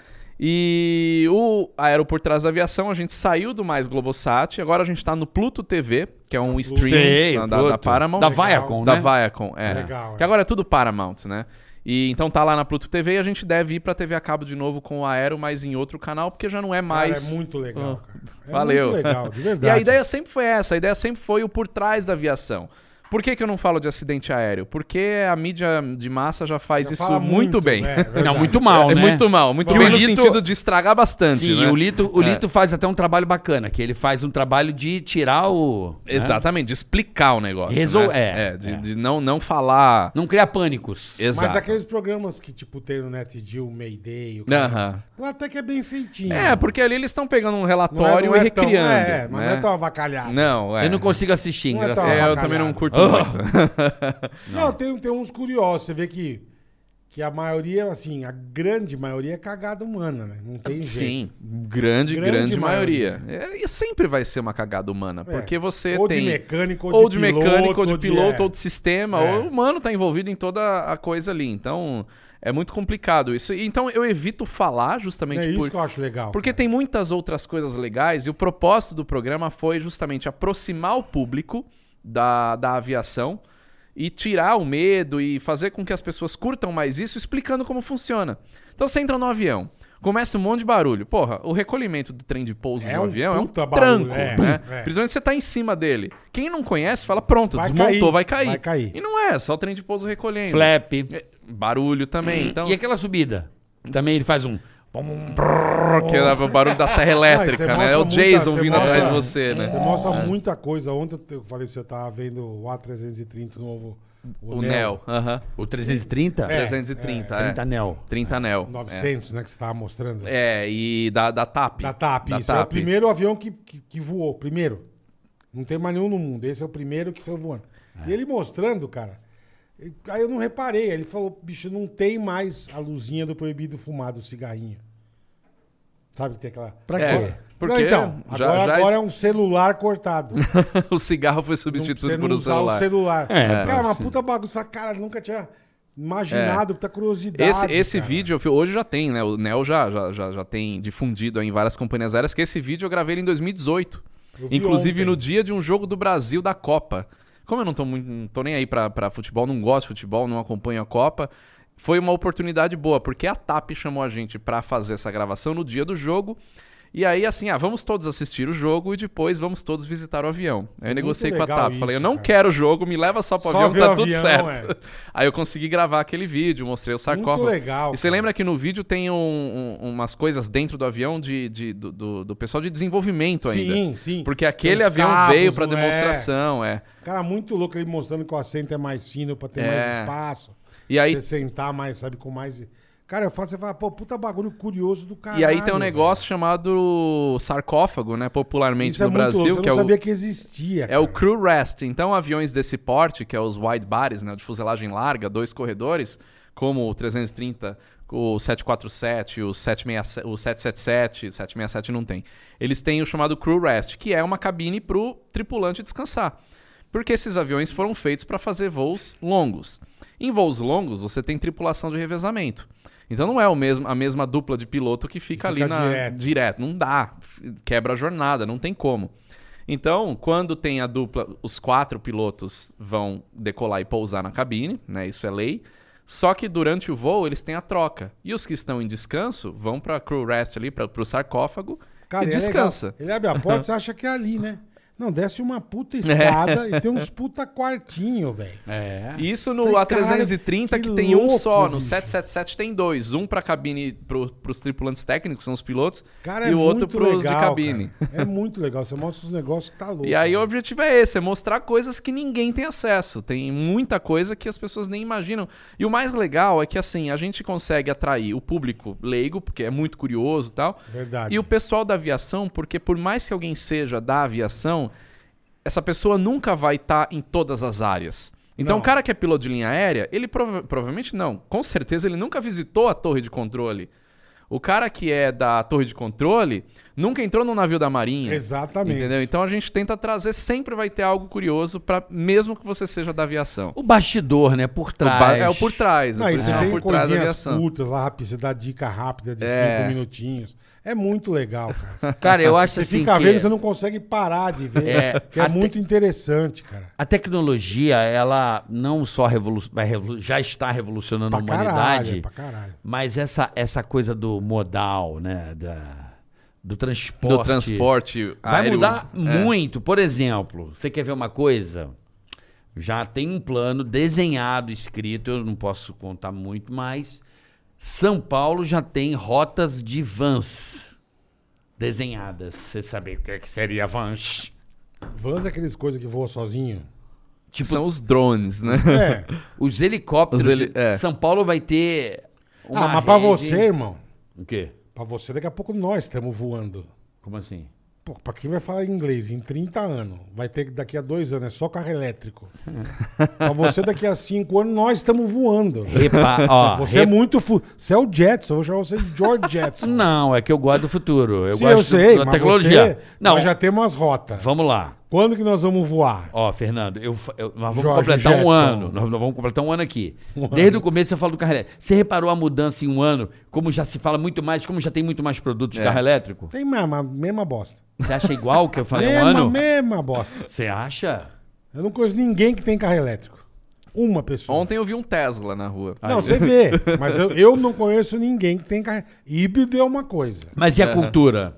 Speaker 5: E o Aero por trás da aviação, a gente saiu do mais Globosat, agora a gente tá no Pluto TV, que é um stream
Speaker 6: Sei,
Speaker 5: da, da- da
Speaker 6: outro.
Speaker 5: Paramount.
Speaker 6: Da
Speaker 5: Legal.
Speaker 6: Viacom,
Speaker 5: Da
Speaker 6: né?
Speaker 5: Viacom, é.
Speaker 3: Legal,
Speaker 5: Que
Speaker 3: é.
Speaker 5: agora é tudo Paramount, né? E então tá lá na Pluto TV e a gente deve ir pra TV a cabo de novo com o Aero, mas em outro canal, porque já não é
Speaker 3: Cara,
Speaker 5: mais.
Speaker 3: é muito legal, cara. É
Speaker 5: Valeu.
Speaker 3: muito legal, de verdade.
Speaker 5: E a ideia sempre foi essa, a ideia sempre foi o por trás da aviação. Por que, que eu não falo de acidente aéreo? Porque a mídia de massa já faz
Speaker 3: Já
Speaker 5: isso
Speaker 3: fala
Speaker 5: muito, bem.
Speaker 3: né?
Speaker 5: É,
Speaker 3: É verdade.
Speaker 6: Não, muito mal, né?
Speaker 5: muito mal, muito
Speaker 6: Que
Speaker 5: bem
Speaker 6: o
Speaker 5: no
Speaker 6: Lito-
Speaker 5: sentido de estragar bastante,
Speaker 6: Sim,
Speaker 5: né?
Speaker 6: o Lito, o
Speaker 5: É.
Speaker 6: Lito faz até um trabalho bacana, que ele faz um trabalho de tirar o... né?
Speaker 5: Exatamente, de explicar o negócio.
Speaker 6: Resol-
Speaker 5: né?
Speaker 6: é,
Speaker 5: de,
Speaker 6: é.
Speaker 5: de não, não falar...
Speaker 6: Não criar pânicos.
Speaker 5: Exato.
Speaker 3: Mas aqueles programas que, tipo, tem no Net Geo, Mayday, o
Speaker 5: Aham.
Speaker 3: até que é bem feitinho.
Speaker 5: É, porque ali eles estão pegando um
Speaker 3: Não é-
Speaker 5: relatório
Speaker 3: não é
Speaker 5: e recriando.
Speaker 3: Tão, é, mas não
Speaker 5: né?
Speaker 3: é tão avacalhado.
Speaker 5: Não, é.
Speaker 6: Eu não consigo assistir,
Speaker 3: Não é
Speaker 6: engraçado.
Speaker 3: tão-
Speaker 5: É, eu
Speaker 3: avacalhado.
Speaker 5: também não curto muito.
Speaker 6: Oh.
Speaker 3: Não, tem, um, tem uns curiosos. Você vê que, que a maioria, assim, a grande maioria é cagada humana, né? Não tem jeito.
Speaker 5: Sim, grande, grande,
Speaker 3: Grande
Speaker 5: maioria. É, e sempre vai ser uma cagada humana,
Speaker 3: É.
Speaker 5: porque você
Speaker 3: ou de
Speaker 5: tem...
Speaker 3: mecânico, ou,
Speaker 5: ou
Speaker 3: de,
Speaker 5: de,
Speaker 3: piloto,
Speaker 5: mecânico, ou de
Speaker 3: é.
Speaker 5: piloto, ou de sistema,
Speaker 3: É.
Speaker 5: ou o humano tá envolvido em toda a coisa ali. Então, é muito complicado isso. E, Então, eu evito falar justamente
Speaker 3: É
Speaker 5: por-
Speaker 3: isso que eu acho legal.
Speaker 5: porque tem muitas outras coisas legais e o propósito do programa foi justamente aproximar o público da, da aviação e tirar o medo e fazer com que as pessoas curtam mais isso, explicando como funciona. Então você entra no avião, começa um monte de barulho. Porra, o recolhimento do trem de pouso
Speaker 3: É
Speaker 5: de um
Speaker 3: um
Speaker 5: avião é um
Speaker 3: puta barulho,
Speaker 5: tranco,
Speaker 3: é,
Speaker 5: né?
Speaker 3: é.
Speaker 5: Principalmente você tá em cima dele. Quem não conhece fala, pronto,
Speaker 3: Vai
Speaker 5: desmontou,
Speaker 3: cair,
Speaker 5: vai cair.
Speaker 3: vai cair.
Speaker 5: E não é, só o trem de pouso recolhendo.
Speaker 6: Flap.
Speaker 5: É, Barulho também, então...
Speaker 4: é
Speaker 6: E aquela subida? Também ele faz um...
Speaker 5: Porque é o barulho da serra
Speaker 3: Ah, e você
Speaker 5: elétrica, né? É
Speaker 3: mostra
Speaker 5: o Jason
Speaker 3: muita-
Speaker 5: vindo
Speaker 3: você
Speaker 5: atrás de
Speaker 3: mostra-
Speaker 5: você, né?
Speaker 3: Você mostra muita coisa. Ontem eu falei que você tava vendo o A330 novo. Tipo,
Speaker 5: O Nel, aham.
Speaker 6: O 330?
Speaker 3: É,
Speaker 5: 330, é.
Speaker 6: 30 anel.
Speaker 5: 30 Nel.
Speaker 3: 900, né? Que você tava mostrando.
Speaker 5: É. É, e da, da TAP.
Speaker 3: Da TAP.
Speaker 5: Da
Speaker 3: isso é o
Speaker 5: TAP.
Speaker 3: primeiro avião que, que, que voou. Primeiro. Não tem mais nenhum no mundo. Esse é o primeiro que saiu voando.
Speaker 5: É.
Speaker 3: E ele mostrando, cara. ele- Aí eu não reparei. Ele falou, bicho, não tem mais a luzinha do proibido fumar do cigarrinho. Sabe que tem aquela.
Speaker 6: Pra
Speaker 5: É,
Speaker 6: quê?
Speaker 5: porque
Speaker 3: Não, então,
Speaker 5: já-
Speaker 3: agora,
Speaker 5: já-
Speaker 3: agora é um celular cortado.
Speaker 5: o cigarro foi
Speaker 3: Não- você
Speaker 5: substituído
Speaker 3: não
Speaker 5: por um
Speaker 3: usar
Speaker 5: celular.
Speaker 3: o celular.
Speaker 6: É,
Speaker 3: cara, uma
Speaker 6: sim.
Speaker 3: puta bagunça. Fala, Cara, nunca tinha imaginado, puta curiosidade.
Speaker 5: É. Esse, esse
Speaker 3: cara.
Speaker 5: vídeo, eu- hoje já tem, né? O Nel já, já, já, já tem difundido aí em várias companhias aéreas, que esse vídeo eu gravei ele em 2018.
Speaker 3: Eu vi
Speaker 5: Inclusive
Speaker 3: ontem.
Speaker 5: no dia de um jogo do Brasil da Copa. Como eu não tô, muito- não tô nem aí pra, pra futebol, não gosto de futebol, não acompanho a Copa, foi uma oportunidade boa, porque a TAP chamou a gente pra fazer essa gravação no dia do jogo. E aí, assim, ah, vamos todos assistir o jogo e depois vamos todos visitar o avião. Aí eu negociei com a
Speaker 3: legal
Speaker 5: TAP.
Speaker 3: isso,
Speaker 5: falei, eu não
Speaker 3: cara.
Speaker 5: quero o jogo, me leva só pro
Speaker 3: Só
Speaker 5: avião,
Speaker 3: ver
Speaker 5: tá
Speaker 3: o
Speaker 5: tudo
Speaker 3: avião,
Speaker 5: certo.
Speaker 3: é.
Speaker 5: Aí eu consegui gravar aquele vídeo, mostrei o sarcófago.
Speaker 3: legal,
Speaker 5: E você
Speaker 3: cara.
Speaker 5: lembra que no vídeo tem um- um- umas coisas dentro do avião de, de- do, do- do pessoal de desenvolvimento ainda.
Speaker 3: Sim, sim.
Speaker 5: Porque
Speaker 3: Tem
Speaker 5: aquele
Speaker 3: uns
Speaker 5: avião
Speaker 3: cabos,
Speaker 5: veio pra
Speaker 3: não é?
Speaker 5: demonstração, é.
Speaker 3: Cara, muito louco ele mostrando que o assento é mais fino pra ter
Speaker 5: É.
Speaker 3: mais espaço.
Speaker 5: E aí
Speaker 3: Você sentar mais, sabe, com mais Cara, eu faço, você fala, pô, puta bagulho curioso do caralho.
Speaker 5: E aí tem
Speaker 3: velho.
Speaker 5: um negócio chamado sarcófago, né? Popularmente
Speaker 3: Isso é
Speaker 5: no
Speaker 3: muito louco,
Speaker 5: Brasil,
Speaker 3: eu
Speaker 5: que é
Speaker 3: não
Speaker 5: o
Speaker 3: sabia que existia.
Speaker 5: É o
Speaker 3: cara.
Speaker 5: crew rest. Então, aviões desse porte, que é os wide bodies, né, de fuselagem larga, dois corredores, como o 330, o 747, o, 767, o 777, 767 não tem. Eles têm o chamado crew rest, que é uma cabine para o tripulante descansar. Porque esses aviões foram feitos para fazer voos longos. Em voos longos, você tem tripulação de revezamento. Então não é o mesmo, a mesma dupla de piloto que fica,
Speaker 3: Fica
Speaker 5: ali na,
Speaker 3: direto.
Speaker 5: direto. Não dá. Quebra a jornada, não tem como. Então, quando tem a dupla, os quatro pilotos vão decolar e pousar na cabine, né? Isso é lei. Só que durante o voo eles têm a troca. E os que estão em descanso vão para crew rest ali, para o sarcófago
Speaker 3: Cara,
Speaker 5: e
Speaker 3: é legal.
Speaker 5: descansa.
Speaker 3: Ele abre a porta, você acha que é ali, né? Não, desce uma puta escada
Speaker 5: É.
Speaker 3: e tem uns puta quartinho, velho.
Speaker 4: É.
Speaker 5: E Isso no
Speaker 3: Falei,
Speaker 5: A330
Speaker 3: caralho,
Speaker 5: que,
Speaker 3: que
Speaker 5: tem um
Speaker 3: louco,
Speaker 5: só, no
Speaker 3: bicho.
Speaker 5: 777 tem dois. Um para cabine, para os tripulantes técnicos, que são os pilotos,
Speaker 3: Cara,
Speaker 5: e
Speaker 3: é
Speaker 5: o outro
Speaker 3: muito
Speaker 5: para os de
Speaker 3: legal,
Speaker 5: cabine.
Speaker 3: cara. É muito legal. Você mostra os negócios que tá louco.
Speaker 5: E aí o
Speaker 3: eu...
Speaker 5: objetivo é esse, é mostrar coisas que ninguém tem acesso. Tem muita coisa que as pessoas nem imaginam. E o mais legal é que assim, a gente consegue atrair o público leigo, porque é muito curioso e tal,
Speaker 3: Verdade.
Speaker 5: e o pessoal da aviação, porque por mais que alguém seja da aviação, essa pessoa nunca vai estar em todas as áreas. Então,
Speaker 3: Não.
Speaker 5: o cara que é piloto de linha aérea, ele prova- provavelmente não. Com certeza ele nunca visitou a torre de controle. O cara que é da torre de controle nunca entrou num navio da marinha.
Speaker 3: Exatamente.
Speaker 5: Entendeu? Então a gente tenta trazer, sempre vai ter algo curioso para mesmo que você seja da aviação.
Speaker 4: O bastidor, né? Por
Speaker 5: O ba-
Speaker 4: trás.
Speaker 5: É o por trás,
Speaker 3: Não,
Speaker 5: o
Speaker 3: aí você
Speaker 5: principal
Speaker 3: tem
Speaker 5: por trás da
Speaker 3: coisinhas
Speaker 5: aviação.
Speaker 3: curtas lá, rápido, você dá dica rápida de
Speaker 5: É.
Speaker 3: cinco minutinhos. É muito legal, cara.
Speaker 4: Cara, eu acho
Speaker 3: Você
Speaker 4: assim.
Speaker 3: fica
Speaker 4: que
Speaker 3: vendo, você não consegue parar de ver.
Speaker 4: É,
Speaker 3: que é
Speaker 4: até-
Speaker 3: muito interessante, cara.
Speaker 4: A tecnologia, ela não só revolu... vai revolu- já está revolucionando a
Speaker 3: Pra caralho,
Speaker 4: humanidade,
Speaker 3: é pra caralho.
Speaker 4: mas essa, essa coisa do modal, né? Da... Do transporte.
Speaker 5: Do transporte
Speaker 4: Vai
Speaker 5: aéreo.
Speaker 4: mudar
Speaker 5: É.
Speaker 4: muito. Por exemplo, você quer ver uma coisa? Já tem um plano desenhado, escrito, eu não posso contar muito, mas São Paulo já tem rotas de vans desenhadas. Você sabia o que é que seria vans?
Speaker 3: Vans é aqueles coisas que voam sozinho.
Speaker 4: Tipo,
Speaker 5: São os drones, né?
Speaker 3: É.
Speaker 4: os helicópteros.
Speaker 5: Os heli- é.
Speaker 4: São Paulo vai ter.
Speaker 3: ah,
Speaker 4: Uma
Speaker 3: mas pra
Speaker 4: rede-
Speaker 3: você, irmão.
Speaker 4: O quê?
Speaker 3: Pra você, daqui a pouco nós estamos voando.
Speaker 4: Como assim?
Speaker 3: Pô, pra quem vai falar inglês em 30 anos, vai ter que daqui a dois anos, é só carro elétrico. pra você, daqui a cinco anos, nós estamos voando.
Speaker 4: Repa... ó,
Speaker 3: Você é
Speaker 4: rep-
Speaker 3: muito. Fu... Você é o Jetson, eu vou chamar você de George Jetson.
Speaker 4: Não, é que eu gosto do futuro. Eu
Speaker 3: Sim,
Speaker 4: gosto
Speaker 3: eu sei,
Speaker 4: da
Speaker 3: mas
Speaker 4: tecnologia.
Speaker 3: você-
Speaker 4: Não,
Speaker 3: Nós já temos as rotas.
Speaker 4: vamos lá.
Speaker 3: Quando que nós vamos voar?
Speaker 4: Ó, Fernando, eu, fa- eu- nós vamos
Speaker 3: Jorge
Speaker 4: completar um
Speaker 3: Jetson.
Speaker 4: ano. Nós, nós vamos completar um ano aqui. Desde o começo você fala do carro elétrico. Você reparou a mudança em um ano? Como já se fala muito mais, como já tem muito mais produtos de
Speaker 5: É.
Speaker 4: carro elétrico?
Speaker 3: Tem mesma, mesma bosta.
Speaker 4: Você acha igual que eu falei um
Speaker 3: mesma,
Speaker 4: ano?
Speaker 3: mesma bosta.
Speaker 4: Você acha?
Speaker 3: Eu não conheço ninguém que tem carro elétrico. Uma pessoa.
Speaker 5: Ontem eu vi um Tesla na rua.
Speaker 3: Não, você vê. Mas eu, eu não conheço ninguém que tem carro. Híbrido é uma coisa.
Speaker 4: Mas e a cultura?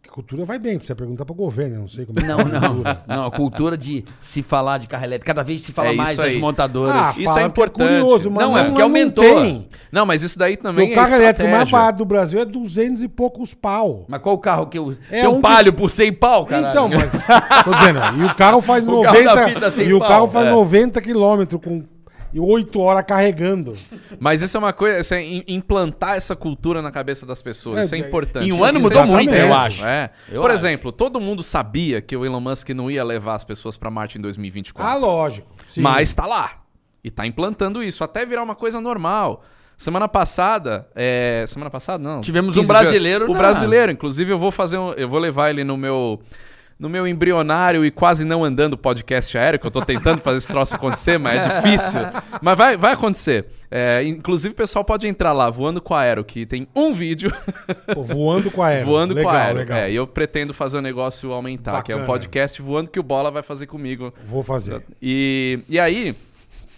Speaker 3: Que cultura vai bem, precisa perguntar pro governo, eu não sei como é que
Speaker 4: Não,
Speaker 3: é a
Speaker 4: não.
Speaker 3: cultura.
Speaker 4: Não, a cultura de se falar de carro elétrico. Cada vez se fala
Speaker 5: É
Speaker 4: mais
Speaker 5: isso
Speaker 4: das
Speaker 5: aí.
Speaker 4: montadoras.
Speaker 3: Ah,
Speaker 5: Isso é
Speaker 3: fala porque
Speaker 5: importante.
Speaker 3: curioso, mas
Speaker 4: Não, é porque
Speaker 3: mas
Speaker 4: aumentou.
Speaker 3: tem.
Speaker 5: Não, mas isso daí também
Speaker 3: O
Speaker 5: é
Speaker 3: carro elétrico mais
Speaker 5: estratégia.
Speaker 3: barato do Brasil é 200 e poucos pau.
Speaker 4: Mas qual o carro que eu.
Speaker 3: É
Speaker 4: tem um,
Speaker 3: um que-
Speaker 4: palho por 100 pau, cara?
Speaker 3: Então, mas. Tô dizendo, e o carro faz
Speaker 4: O carro da
Speaker 3: 90.
Speaker 4: vida sem
Speaker 3: e o
Speaker 4: pau,
Speaker 3: carro faz
Speaker 4: é.
Speaker 3: 90 quilômetros com 8 horas carregando.
Speaker 5: Mas isso é uma coisa, isso é im- implantar essa cultura na cabeça das pessoas.
Speaker 3: É,
Speaker 5: isso é
Speaker 3: é-
Speaker 5: importante.
Speaker 4: em um ano
Speaker 5: Isso é
Speaker 4: mudou muito,
Speaker 5: estratégia.
Speaker 4: eu acho.
Speaker 5: É.
Speaker 4: Eu
Speaker 5: Por
Speaker 4: acho.
Speaker 5: exemplo, todo mundo sabia que o Elon Musk não ia levar as pessoas pra Marte em 2024.
Speaker 3: Ah, lógico. sim.
Speaker 5: Mas tá lá. E tá implantando isso, até virar uma coisa normal. Semana passada, é, semana passada não.
Speaker 4: Tivemos um
Speaker 5: 15 dias-
Speaker 4: brasileiro
Speaker 5: O
Speaker 4: na-
Speaker 5: brasileiro, inclusive eu vou fazer um, eu vou levar ele no meu no meu embrionário e quase não andando podcast aéreo, que eu tô tentando fazer esse troço acontecer, mas é difícil. Mas vai, vai acontecer. É, inclusive o pessoal pode entrar lá, voando com a aero, que tem um vídeo
Speaker 3: Pô, voando com a aero.
Speaker 5: voando
Speaker 3: legal,
Speaker 5: com a aero.
Speaker 3: Legal.
Speaker 5: É, e eu pretendo fazer o negócio aumentar, que é um
Speaker 3: Bacana.
Speaker 5: podcast voando que o Bola vai fazer comigo
Speaker 3: Vou fazer.
Speaker 5: e, e aí,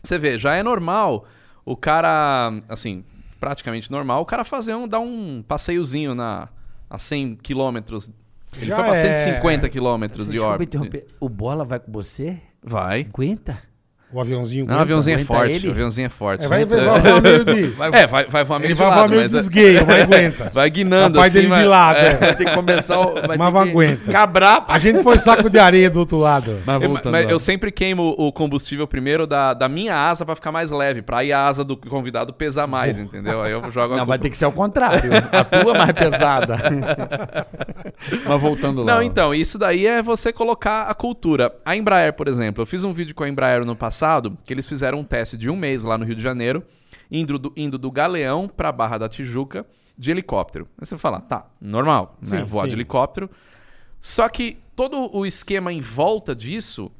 Speaker 5: você vê, já é normal o cara, assim, praticamente normal, o cara fazer um, dar um passeiozinho na, a 100 quilômetros. Ele
Speaker 3: Já
Speaker 5: foi pra
Speaker 3: é.
Speaker 5: 150 quilômetros de
Speaker 4: Desculpa
Speaker 5: órbita.
Speaker 4: interromper. O bola vai com você?
Speaker 5: Vai.
Speaker 4: Aguenta?
Speaker 3: O aviãozinho.
Speaker 5: Não, o
Speaker 3: aguenta?
Speaker 5: aviãozinho é
Speaker 4: aguenta
Speaker 5: forte,
Speaker 4: ele?
Speaker 5: o aviãozinho é forte.
Speaker 3: É, vai,
Speaker 5: Aguenta-
Speaker 3: vai, vai voar meio de.
Speaker 5: É, vai, vai voar meio
Speaker 3: Ele
Speaker 5: de
Speaker 3: vai voar
Speaker 5: lado,
Speaker 3: meio
Speaker 5: mas... é.
Speaker 3: desgueio, mas aguenta.
Speaker 5: Vai guinando
Speaker 3: Capaz dele
Speaker 5: mas-
Speaker 3: de lado, é.
Speaker 4: Vai ter que começar. o- Vai ter
Speaker 3: Mas não
Speaker 4: que
Speaker 3: aguenta.
Speaker 4: Cabrar. pra-
Speaker 3: A gente põe saco de areia do outro lado.
Speaker 4: Mas
Speaker 5: Eu,
Speaker 4: voltando
Speaker 5: É, mas
Speaker 3: né?
Speaker 4: lá.
Speaker 5: eu sempre queimo o combustível primeiro da, da minha asa pra ficar mais leve, pra aí a asa do convidado pesar mais, entendeu? Aí eu jogo a
Speaker 4: Não, vai
Speaker 5: culpa.
Speaker 4: ter que ser ao contrário. A tua é mais pesada. mas voltando lá.
Speaker 5: Não,
Speaker 4: ó.
Speaker 5: então, isso daí é você colocar a cultura. A Embraer, por exemplo, eu fiz um vídeo com a Embraer no passado, que eles fizeram um teste de um mês lá no Rio de Janeiro, indo do, indo do Galeão pra Barra da Tijuca de helicóptero. Aí você fala, tá, normal, né?
Speaker 3: Sim,
Speaker 5: Voar de
Speaker 3: sim.
Speaker 5: helicóptero. Só que todo o esquema em volta disso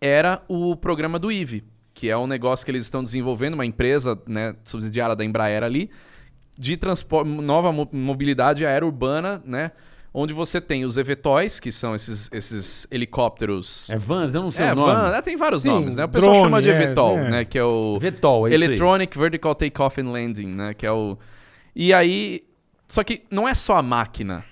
Speaker 5: era o programa do IVE, que é um negócio que eles estão desenvolvendo, uma empresa né, subsidiária da Embraer ali, de transpor- nova mo- mobilidade aérea urbana, né? Onde você tem os EVTOLs, que são esses, esses helicópteros.
Speaker 4: É Vans, eu não sei
Speaker 5: É,
Speaker 4: o nome.
Speaker 5: van, né, tem vários
Speaker 3: Sim,
Speaker 5: nomes, né? O pessoal
Speaker 3: drone,
Speaker 5: chama de
Speaker 3: é,
Speaker 5: EVTOL,
Speaker 3: é.
Speaker 5: né? Que é o.
Speaker 4: Vetol, é isso aí.
Speaker 5: Electronic Vertical Takeoff and Landing, né? Que é o. E aí. Só que não é só a máquina.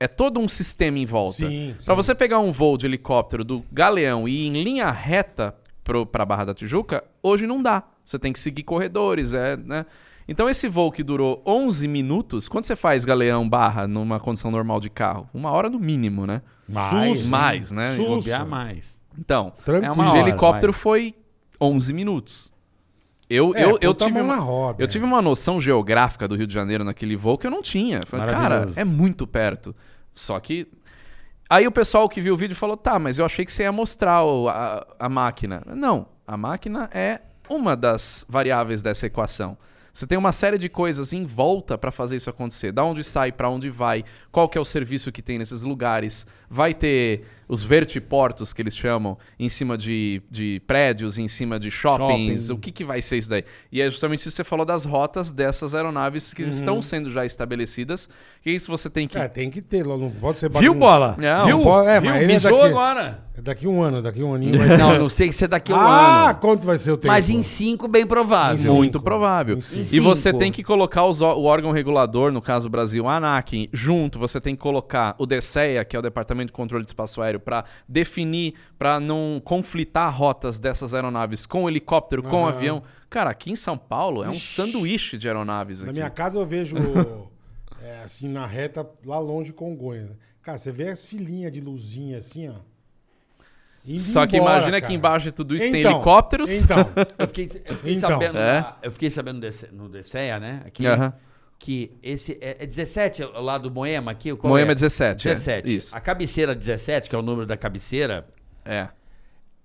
Speaker 5: É todo um sistema em volta.
Speaker 3: Sim,
Speaker 5: Pra
Speaker 3: sim.
Speaker 5: você pegar um voo de helicóptero do Galeão e ir em linha reta pro, pra Barra da Tijuca, hoje não dá. Você tem que seguir corredores, é, né? Então esse voo que durou 11 minutos, quando você faz Galeão Barra numa condição normal de carro? Uma hora no mínimo, né?
Speaker 4: Mais,
Speaker 3: Sussa.
Speaker 5: mais, né?
Speaker 3: Sussa.
Speaker 4: Bobear mais.
Speaker 5: Então,
Speaker 3: Tranquilo.
Speaker 4: É
Speaker 5: o
Speaker 4: uma
Speaker 5: de
Speaker 4: hora,
Speaker 5: helicóptero
Speaker 4: vai.
Speaker 5: foi 11 minutos. Eu,
Speaker 3: É,
Speaker 5: eu, eu
Speaker 3: puta
Speaker 5: tive
Speaker 3: mão
Speaker 5: uma,
Speaker 3: na roda,
Speaker 4: né?
Speaker 5: eu
Speaker 3: é.
Speaker 5: tive uma noção geográfica do Rio de Janeiro naquele voo que eu não tinha. Falei, cara,
Speaker 4: Maravilhoso.
Speaker 5: é muito perto. Só que. Aí o pessoal que viu o vídeo falou: tá, mas eu achei que você ia mostrar o- a, a máquina. Não, a máquina é uma das variáveis dessa equação. Você tem uma série de coisas em volta pra fazer isso acontecer. Da onde sai, pra onde vai, qual que é o serviço que tem nesses lugares. Vai ter os vertiportos, que eles chamam, em cima de, de prédios, em cima de shoppings.
Speaker 4: Shopping.
Speaker 5: O que, que vai ser isso daí? E é justamente isso que você falou das rotas dessas aeronaves que estão sendo já estabelecidas. E isso você tem que...
Speaker 3: Uhum. É, tem que ter, não pode ser
Speaker 4: Viu,
Speaker 3: bagunça.
Speaker 4: bola?
Speaker 5: Não,
Speaker 4: Viu?
Speaker 3: pode- é,
Speaker 4: Viu?
Speaker 3: mas ele é
Speaker 4: Misou
Speaker 3: daqui.
Speaker 4: agora.
Speaker 3: É Daqui um ano, daqui um aninho. vai-
Speaker 4: Não, não sei se é daqui a um
Speaker 3: ah,
Speaker 4: ano.
Speaker 3: quanto vai ser o tempo?
Speaker 4: Mas em cinco, bem provável.
Speaker 3: Em
Speaker 5: Muito
Speaker 3: cinco.
Speaker 5: provável.
Speaker 3: Em cinco.
Speaker 5: E você
Speaker 4: Cinco.
Speaker 5: tem que colocar os ó- o órgão regulador, no caso o Brasil, a ANAC, junto. Você tem que colocar o DSEA, que é o Departamento de Controle de Espaço Aéreo, para definir, para não conflitar rotas dessas aeronaves com helicóptero, com
Speaker 3: Aham.
Speaker 5: avião. Cara, aqui em São Paulo é um sanduíche de aeronaves
Speaker 3: Na
Speaker 5: aqui.
Speaker 3: minha casa eu vejo, é, assim, na reta, lá longe, Congonhas. Cara, você vê as filinhas de luzinha, assim, ó. Indo
Speaker 5: Só que
Speaker 3: embora,
Speaker 5: imagina
Speaker 3: cara.
Speaker 5: que embaixo de tudo isso tem
Speaker 3: Então,
Speaker 5: helicópteros.
Speaker 3: Então,
Speaker 4: Eu fiquei, eu fiquei
Speaker 3: Então.
Speaker 4: sabendo,
Speaker 5: É.
Speaker 4: na- eu fiquei sabendo desse- no DCEA, né? Aqui,
Speaker 5: Aham.
Speaker 4: Que esse é, é 17 lá do Moema aqui? qual
Speaker 5: Moema 17, é.
Speaker 4: 17.
Speaker 5: Isso.
Speaker 4: A cabeceira 17, que é o número da cabeceira,
Speaker 5: É.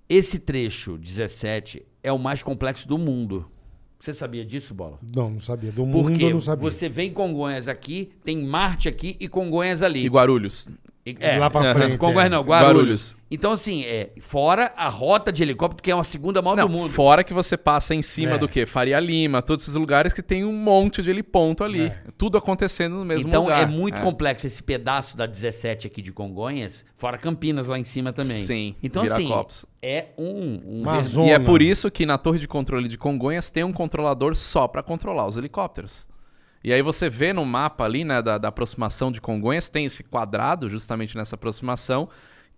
Speaker 4: esse trecho 17 é o mais complexo do mundo. Você sabia disso, Bola?
Speaker 3: não, não sabia. Do mundo
Speaker 4: Porque
Speaker 3: eu não sabia.
Speaker 4: você vem Congonhas aqui, tem Marte aqui e Congonhas ali.
Speaker 5: E Guarulhos.
Speaker 4: E-
Speaker 3: Lá pra
Speaker 4: Aham.
Speaker 3: frente, é.
Speaker 4: Congonhas não, Guarulhos.
Speaker 5: Guarulhos.
Speaker 4: Então, assim, é, fora a rota de helicóptero, que é uma segunda maior
Speaker 5: Não,
Speaker 4: do mundo.
Speaker 5: Fora que você passa em cima
Speaker 3: É.
Speaker 5: do que? Faria Lima, todos esses lugares que tem um monte de heliponto ali.
Speaker 3: É.
Speaker 5: Tudo acontecendo no mesmo
Speaker 4: então
Speaker 5: lugar.
Speaker 4: é muito complexo esse pedaço da 17 aqui de Congonhas, fora Campinas lá em cima também.
Speaker 5: Sim,
Speaker 4: Então assim,
Speaker 5: Viracopos.
Speaker 4: é um, um
Speaker 3: Uma
Speaker 4: ver-
Speaker 3: zona.
Speaker 5: E é por isso que na torre de controle de Congonhas tem um controlador só pra controlar os helicópteros. E aí você vê no mapa ali, né, da, da aproximação de Congonhas, tem esse quadrado justamente nessa aproximação,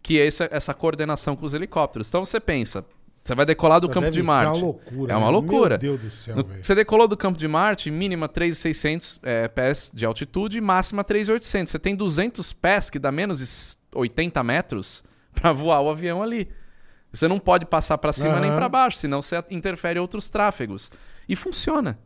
Speaker 5: que é essa, essa coordenação com os helicópteros. Então você pensa, você vai decolar é do
Speaker 3: Deve
Speaker 5: campo de
Speaker 3: ser
Speaker 5: Marte.
Speaker 3: uma loucura,
Speaker 5: é uma
Speaker 3: né?
Speaker 5: loucura.
Speaker 3: Meu Deus do céu,
Speaker 5: No-
Speaker 3: velho.
Speaker 5: Você decolou do campo de Marte, mínima 3,600 é, pés de altitude, máxima 3,800. Você tem 200 pés, que dá menos de s- 80 metros, pra voar o avião ali. Você não pode passar pra cima nem
Speaker 3: Aham.
Speaker 5: pra baixo, senão você a- interfere outros tráfegos. E funciona,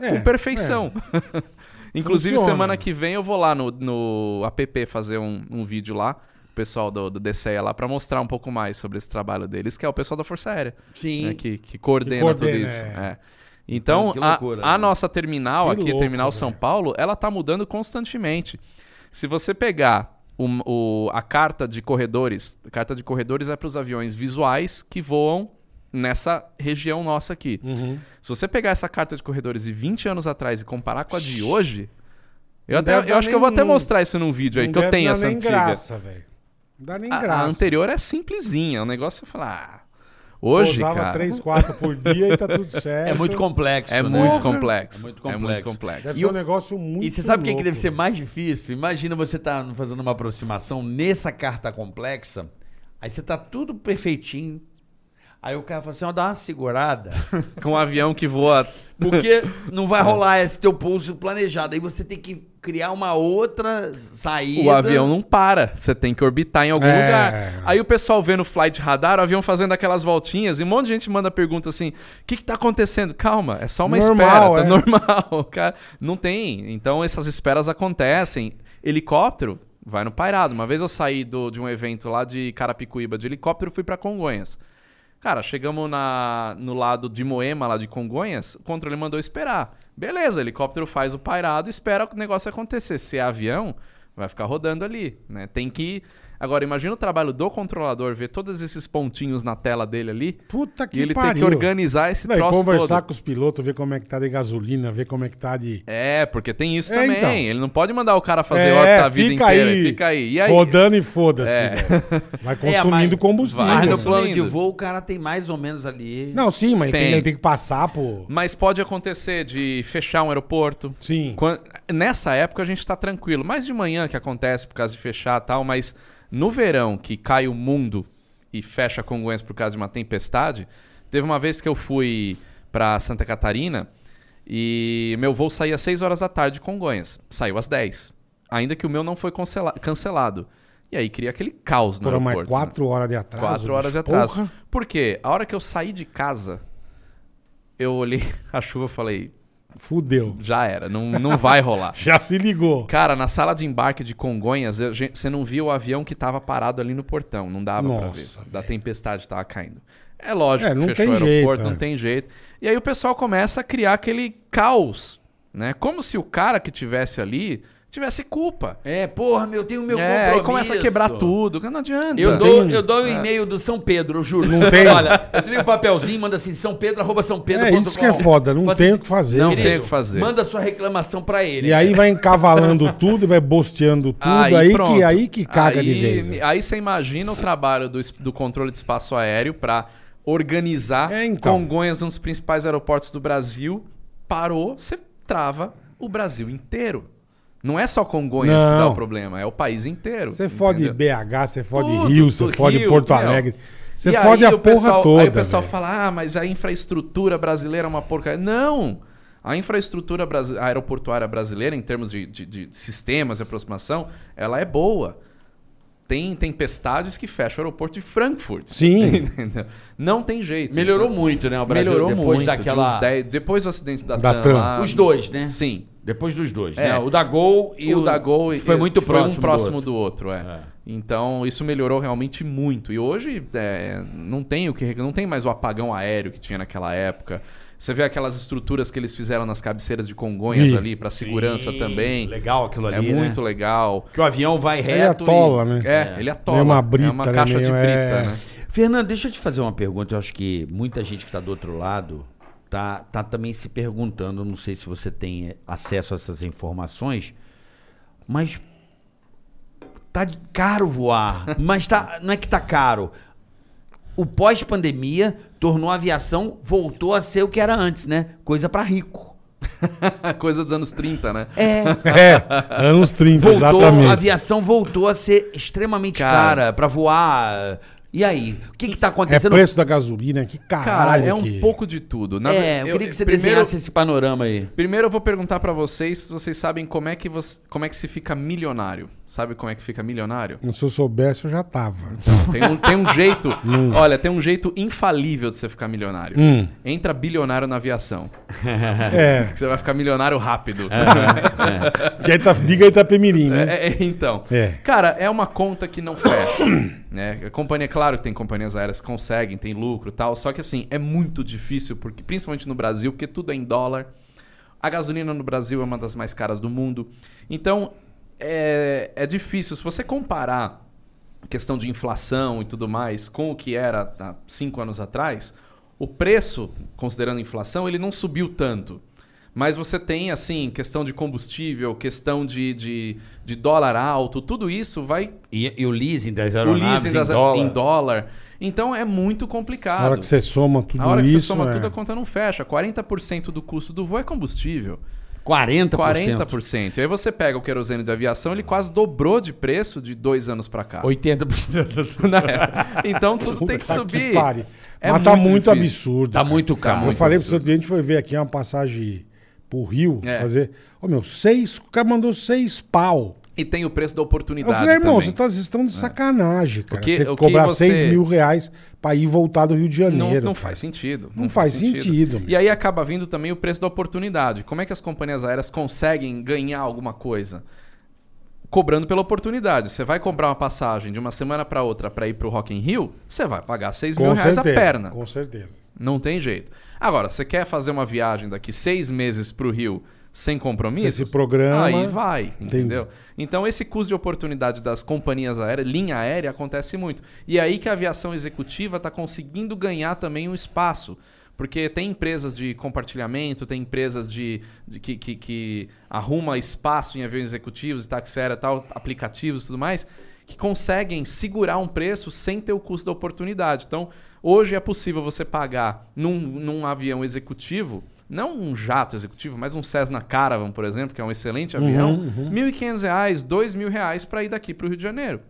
Speaker 3: É,
Speaker 5: com perfeição. Inclusive,
Speaker 3: Funciona.
Speaker 5: semana que vem eu vou lá no, no app fazer um, um vídeo lá, o pessoal do, do DCEA lá, pra mostrar um pouco mais sobre esse trabalho deles, que é o pessoal da Força Aérea né,
Speaker 4: um, Sim.
Speaker 5: que, que coordena,
Speaker 3: Que coordena,
Speaker 5: tudo isso.
Speaker 3: é.
Speaker 5: é. Então,
Speaker 4: Que
Speaker 5: a-
Speaker 4: loucura,
Speaker 5: a,
Speaker 4: né?
Speaker 5: nossa terminal
Speaker 3: Que
Speaker 5: aqui,
Speaker 3: louco,
Speaker 5: Terminal São
Speaker 3: velho.
Speaker 5: Paulo, ela tá mudando constantemente. Se você pegar o- o- a carta de corredores, a carta de corredores é para os aviões visuais que voam nessa região nossa aqui.
Speaker 3: é. Uhum.
Speaker 5: Se você pegar essa carta de corredores de 20 anos atrás e comparar com a de hoje, eu,
Speaker 3: Não
Speaker 5: até,
Speaker 3: deve
Speaker 5: eu
Speaker 3: dar
Speaker 5: acho que eu vou
Speaker 3: nem-
Speaker 5: até mostrar isso num vídeo aí,
Speaker 3: Não
Speaker 5: que eu
Speaker 3: deve
Speaker 5: tenho
Speaker 3: dar
Speaker 5: então essa
Speaker 3: nem
Speaker 5: antiga.
Speaker 3: graça, velho. Não dá nem
Speaker 5: A- a,
Speaker 3: graça.
Speaker 5: anterior é simplesinha, o negócio é falar. ah, Hoje,
Speaker 3: Pousava
Speaker 5: cara,
Speaker 3: três, quatro por dia e tá tudo certo.
Speaker 4: É muito complexo.
Speaker 5: É
Speaker 4: né?
Speaker 5: muito complexo.
Speaker 4: É muito
Speaker 5: É
Speaker 4: complexo.
Speaker 5: muito complexo.
Speaker 3: Deve
Speaker 4: E
Speaker 3: ser um
Speaker 4: o-
Speaker 3: negócio muito
Speaker 4: E você sabe o
Speaker 5: é
Speaker 4: que, que
Speaker 3: louco,
Speaker 4: deve ser
Speaker 3: velho.
Speaker 4: mais difícil? Imagina você tá fazendo uma aproximação nessa carta complexa, aí você tá tudo perfeitinho. Aí o cara falou assim, ó, dá uma segurada.
Speaker 5: Com um avião que voa. É.
Speaker 4: Porque não vai rolar esse teu pouso planejado. Aí você tem que criar uma outra saída.
Speaker 5: O avião não para, você tem que orbitar em algum
Speaker 3: É.
Speaker 5: lugar. Aí o pessoal vendo o flight radar, o avião fazendo aquelas voltinhas, e um monte de gente manda pergunta assim: o que, que tá acontecendo? Calma, é só uma espera,
Speaker 3: Normal,
Speaker 5: tá
Speaker 3: é.
Speaker 5: normal. Cara, não tem. Então essas esperas acontecem. Helicóptero vai no pairado. Uma vez eu saí do- de um evento lá de Carapicuíba de helicóptero, fui pra Congonhas. Cara, chegamos na, no lado de Moema, lá de Congonhas, o controle mandou esperar. Beleza, helicóptero faz o pairado, espera o negócio acontecer. Se é avião, vai ficar rodando ali, né? Tem que... Agora, imagina o trabalho do controlador, ver todos esses pontinhos na tela dele ali.
Speaker 3: Puta que
Speaker 5: e ele
Speaker 3: pariu.
Speaker 5: tem que organizar esse
Speaker 3: Não, e
Speaker 5: troço
Speaker 3: conversar
Speaker 5: todo.
Speaker 3: com os pilotos, ver como é que tá de gasolina, ver como é que tá de.
Speaker 5: É, porque tem isso
Speaker 3: É,
Speaker 5: também.
Speaker 3: então. É,
Speaker 5: Ele não pode mandar o cara fazer horta a vida inteira. Fica aí. E aí?
Speaker 3: Rodando e foda-se.
Speaker 5: É.
Speaker 3: velho. Vai
Speaker 4: mas-
Speaker 3: consumindo combustível.
Speaker 5: vai
Speaker 4: Mas no
Speaker 5: Sim,
Speaker 3: né?
Speaker 4: plano de
Speaker 5: lindo.
Speaker 4: voo o cara tem mais ou menos ali.
Speaker 3: Não, sim, mas ele
Speaker 5: Tem.
Speaker 3: tem, ele tem que passar por.
Speaker 5: Mas pode acontecer de fechar um aeroporto.
Speaker 3: Sim.
Speaker 5: Quan- Nessa época a gente tá tranquilo. Mais de manhã que acontece por causa de fechar e tal, mas no verão que cai o mundo e fecha Congonhas por causa de uma tempestade, teve uma vez que eu fui pra Santa Catarina e meu voo saía às 6 horas da tarde de Congonhas. Saiu às 10. Ainda que o meu não foi cancela- cancelado. E aí cria aquele caos no
Speaker 3: Por mais
Speaker 5: aeroporto. né?
Speaker 3: quatro horas de atraso.
Speaker 5: Quatro horas de
Speaker 3: bicho.
Speaker 5: atraso.
Speaker 3: Porra.
Speaker 5: Por quê? A hora que eu saí de casa, eu olhei a chuva e falei,
Speaker 3: Fudeu.
Speaker 5: já era, não, não vai rolar.
Speaker 3: Já se ligou.
Speaker 5: Cara, na sala de embarque de Congonhas, eu- gen- você não via o avião que tava parado ali no portão. Não dava pra ver.
Speaker 3: Nossa,
Speaker 5: Da tempestade que tava caindo. É lógico,
Speaker 3: É,
Speaker 5: que
Speaker 3: não
Speaker 5: fechou o
Speaker 3: tem
Speaker 5: aeroporto,
Speaker 3: jeito,
Speaker 5: não
Speaker 3: é.
Speaker 5: tem jeito. E aí o pessoal começa a criar aquele caos, né? Como se o cara que tivesse ali tivesse culpa.
Speaker 4: É, porra, meu, tem o meu
Speaker 5: é, aí
Speaker 4: compromisso.
Speaker 5: começa a quebrar tudo. um- É. Não adianta.
Speaker 4: Eu dou,
Speaker 3: tem-
Speaker 4: eu dou o e-mail do São Pedro, eu juro.
Speaker 3: Não tem.
Speaker 4: Olha, eu tenho um papelzinho, manda assim, São Pedro, arroba São Pedro.
Speaker 3: É, isso que é foda, não tem o que fazer,
Speaker 5: Não
Speaker 3: tem
Speaker 5: o que fazer.
Speaker 4: Manda sua reclamação pra ele.
Speaker 3: E aí vai encavalando tudo, vai bosteando tudo, aí, que,
Speaker 5: pronto.
Speaker 3: aí que caga de
Speaker 5: Aí-
Speaker 3: vez. né?
Speaker 5: Aí você imagina o trabalho do, es- do controle de espaço aéreo para organizar
Speaker 3: É, então.
Speaker 5: Congonhas, um dos principais aeroportos do Brasil, parou, você trava o Brasil inteiro. Não é só Congonhas que dá
Speaker 3: Não.
Speaker 5: o problema, é o país inteiro.
Speaker 3: Você fode
Speaker 5: entendeu?
Speaker 3: BH, você fode
Speaker 5: Tudo,
Speaker 3: Rio, você
Speaker 5: tudo,
Speaker 3: fode
Speaker 5: Rio,
Speaker 3: Porto
Speaker 5: meu.
Speaker 3: Alegre. Você
Speaker 5: E
Speaker 3: fode
Speaker 5: aí
Speaker 3: a
Speaker 5: o
Speaker 3: porra
Speaker 5: pessoal-
Speaker 3: toda.
Speaker 5: Aí o pessoal
Speaker 3: velho.
Speaker 5: fala, ah, mas a infraestrutura brasileira é uma porcaria. Não! A infraestrutura brasi- aeroportuária brasileira, em termos de, de- de sistemas de aproximação, ela é boa. Tem tempestades que fecham o aeroporto de Frankfurt.
Speaker 3: Sim.
Speaker 5: Entendeu? Não tem jeito.
Speaker 4: Melhorou muito, né, o
Speaker 5: Então,
Speaker 4: Brasil?
Speaker 5: melhorou
Speaker 4: depois
Speaker 5: muito. de
Speaker 4: daquela...
Speaker 5: uns 10 depois do acidente da,
Speaker 3: Da
Speaker 5: TAM.
Speaker 3: TAM.
Speaker 5: lá-
Speaker 4: Os dois, né?
Speaker 5: Sim.
Speaker 4: Depois dos dois,
Speaker 5: É.
Speaker 4: né? O da Gol e
Speaker 5: E o, da Gol e-
Speaker 4: Foi muito
Speaker 5: um
Speaker 4: próximo do
Speaker 5: próximo do outro, é.
Speaker 4: É.
Speaker 5: Então isso melhorou realmente muito. E hoje é, não tem o que não tem mais o apagão aéreo que tinha naquela época. Você vê aquelas estruturas que eles fizeram nas cabeceiras de Congonhas
Speaker 3: Vi.
Speaker 5: ali para segurança também.
Speaker 4: Legal aquilo
Speaker 5: é
Speaker 4: ali,
Speaker 5: muito
Speaker 4: né?
Speaker 5: legal.
Speaker 4: Que o avião vai
Speaker 3: Aí
Speaker 4: reto
Speaker 3: atola, né?
Speaker 5: É, ele atola.
Speaker 3: Meio uma
Speaker 5: é
Speaker 3: brita,
Speaker 5: uma
Speaker 3: né?
Speaker 5: caixa de
Speaker 3: Meio-
Speaker 5: brita,
Speaker 3: é.
Speaker 5: né?
Speaker 4: Fernando, deixa eu te fazer uma pergunta. Eu acho que muita gente que está do outro lado tá, tá também se perguntando. Não sei se você tem eh, acesso a essas informações, mas tá de- caro voar. Mas tá, não é que tá caro. O pós-pandemia tornou a aviação voltou a ser o que era antes, né? Coisa para rico.
Speaker 5: Coisa dos anos 30, né?
Speaker 4: É.
Speaker 3: É, anos 30,
Speaker 4: Voltou, a
Speaker 3: exatamente.
Speaker 4: aviação voltou a ser extremamente
Speaker 5: Cara.
Speaker 4: cara para voar. E aí, o que que tá
Speaker 3: É
Speaker 4: acontecendo?
Speaker 3: preço da gasolina, que
Speaker 5: Cara,
Speaker 3: caralho.
Speaker 5: é um
Speaker 3: que-
Speaker 5: pouco de tudo. Na
Speaker 4: é, eu,
Speaker 5: ver-
Speaker 4: queria que você
Speaker 5: primeiro-
Speaker 4: desenhasse esse panorama aí.
Speaker 5: Primeiro eu vou perguntar pra vocês se vocês sabem como é que você, como é que se fica milionário. Sabe como é que fica milionário?
Speaker 3: Se eu soubesse, eu já tava.
Speaker 5: Tem um, tem um jeito, olha, tem um jeito infalível de você ficar milionário.
Speaker 3: Hum.
Speaker 5: Entra bilionário na aviação.
Speaker 3: É,
Speaker 5: que Você vai ficar milionário rápido.
Speaker 3: que aí tá, diga aí Itapemirim, né?
Speaker 5: É, é, então.
Speaker 3: É.
Speaker 5: Cara, é uma conta que não fecha. né? A companhia, claro que tem companhias aéreas que conseguem, tem lucro e tal. Só que assim, é muito difícil, porque, principalmente no Brasil, porque tudo é em dólar. A gasolina no Brasil é uma das mais caras do mundo. Então, é, é difícil. Se você comparar questão de inflação e tudo mais com o que era há cinco anos atrás, o preço, considerando a inflação, ele não subiu tanto. Mas você tem, assim, questão de combustível, questão de, de, de dólar alto, tudo isso vai.
Speaker 4: E, e o leasing das
Speaker 5: O leasing
Speaker 4: em
Speaker 5: das-
Speaker 4: dólar.
Speaker 5: em dólar. Então é muito complicado.
Speaker 3: A hora que você soma tudo
Speaker 5: A hora que
Speaker 3: isso.
Speaker 5: você soma
Speaker 3: é.
Speaker 5: tudo, a conta não fecha. 40% do custo do voo é combustível.
Speaker 6: 40%.
Speaker 5: 40%. E aí você pega o querosene de aviação, ele quase dobrou de preço de dois anos pra cá.
Speaker 6: 80%.
Speaker 5: Na época. Então tudo tem que
Speaker 3: Puta
Speaker 5: subir.
Speaker 3: pare.
Speaker 5: É
Speaker 3: Mas tá
Speaker 5: muito
Speaker 3: muito
Speaker 5: difícil.
Speaker 3: absurdo.
Speaker 6: Tá muito caro.
Speaker 3: Eu
Speaker 5: muito
Speaker 3: falei pro
Speaker 5: absurdo.
Speaker 3: seu cliente, foi ver aqui uma passagem pro Rio,
Speaker 5: É.
Speaker 3: fazer. Ô meu, seis. O cara mandou seis pau.
Speaker 5: E tem o preço da
Speaker 3: Eu
Speaker 5: oportunidade
Speaker 3: falei, irmão,
Speaker 5: também.
Speaker 3: você tá, vocês estão de sacanagem, cara.
Speaker 5: O que-
Speaker 3: você
Speaker 5: o que
Speaker 3: cobrar
Speaker 5: você-
Speaker 3: seis mil reais pra ir e voltar do Rio de
Speaker 5: Não,
Speaker 3: Janeiro.
Speaker 5: não
Speaker 3: cara.
Speaker 5: faz sentido.
Speaker 3: Não faz sentido, meu.
Speaker 5: E aí acaba vindo também o preço da oportunidade. Como é que as companhias aéreas conseguem ganhar alguma coisa? Cobrando pela oportunidade. Você vai comprar uma passagem de uma semana para outra para ir para o Rock in Rio, você vai pagar 6 mil reais a perna.
Speaker 3: Com certeza.
Speaker 5: Não tem jeito. Agora, você quer fazer uma viagem daqui seis meses para o Rio sem compromisso?
Speaker 3: Você se programa.
Speaker 5: Aí vai, entendeu? Então, esse custo de oportunidade das companhias aéreas, linha aérea, acontece muito. E é aí que a aviação executiva está conseguindo ganhar também um espaço. Porque tem empresas de compartilhamento, tem empresas de, de que, que, que arruma espaço em aviões executivos, e táxi aéreo, e tal, aplicativos e tudo mais, que conseguem segurar um preço sem ter o custo da oportunidade. Então, hoje é possível você pagar num, num avião executivo, não um jato executivo, mas um Cessna Caravan, por exemplo, que é um excelente avião,
Speaker 3: Uhum,
Speaker 5: R$ 1.500, reais, R$ 2.000 reais para ir daqui para o Rio de Janeiro.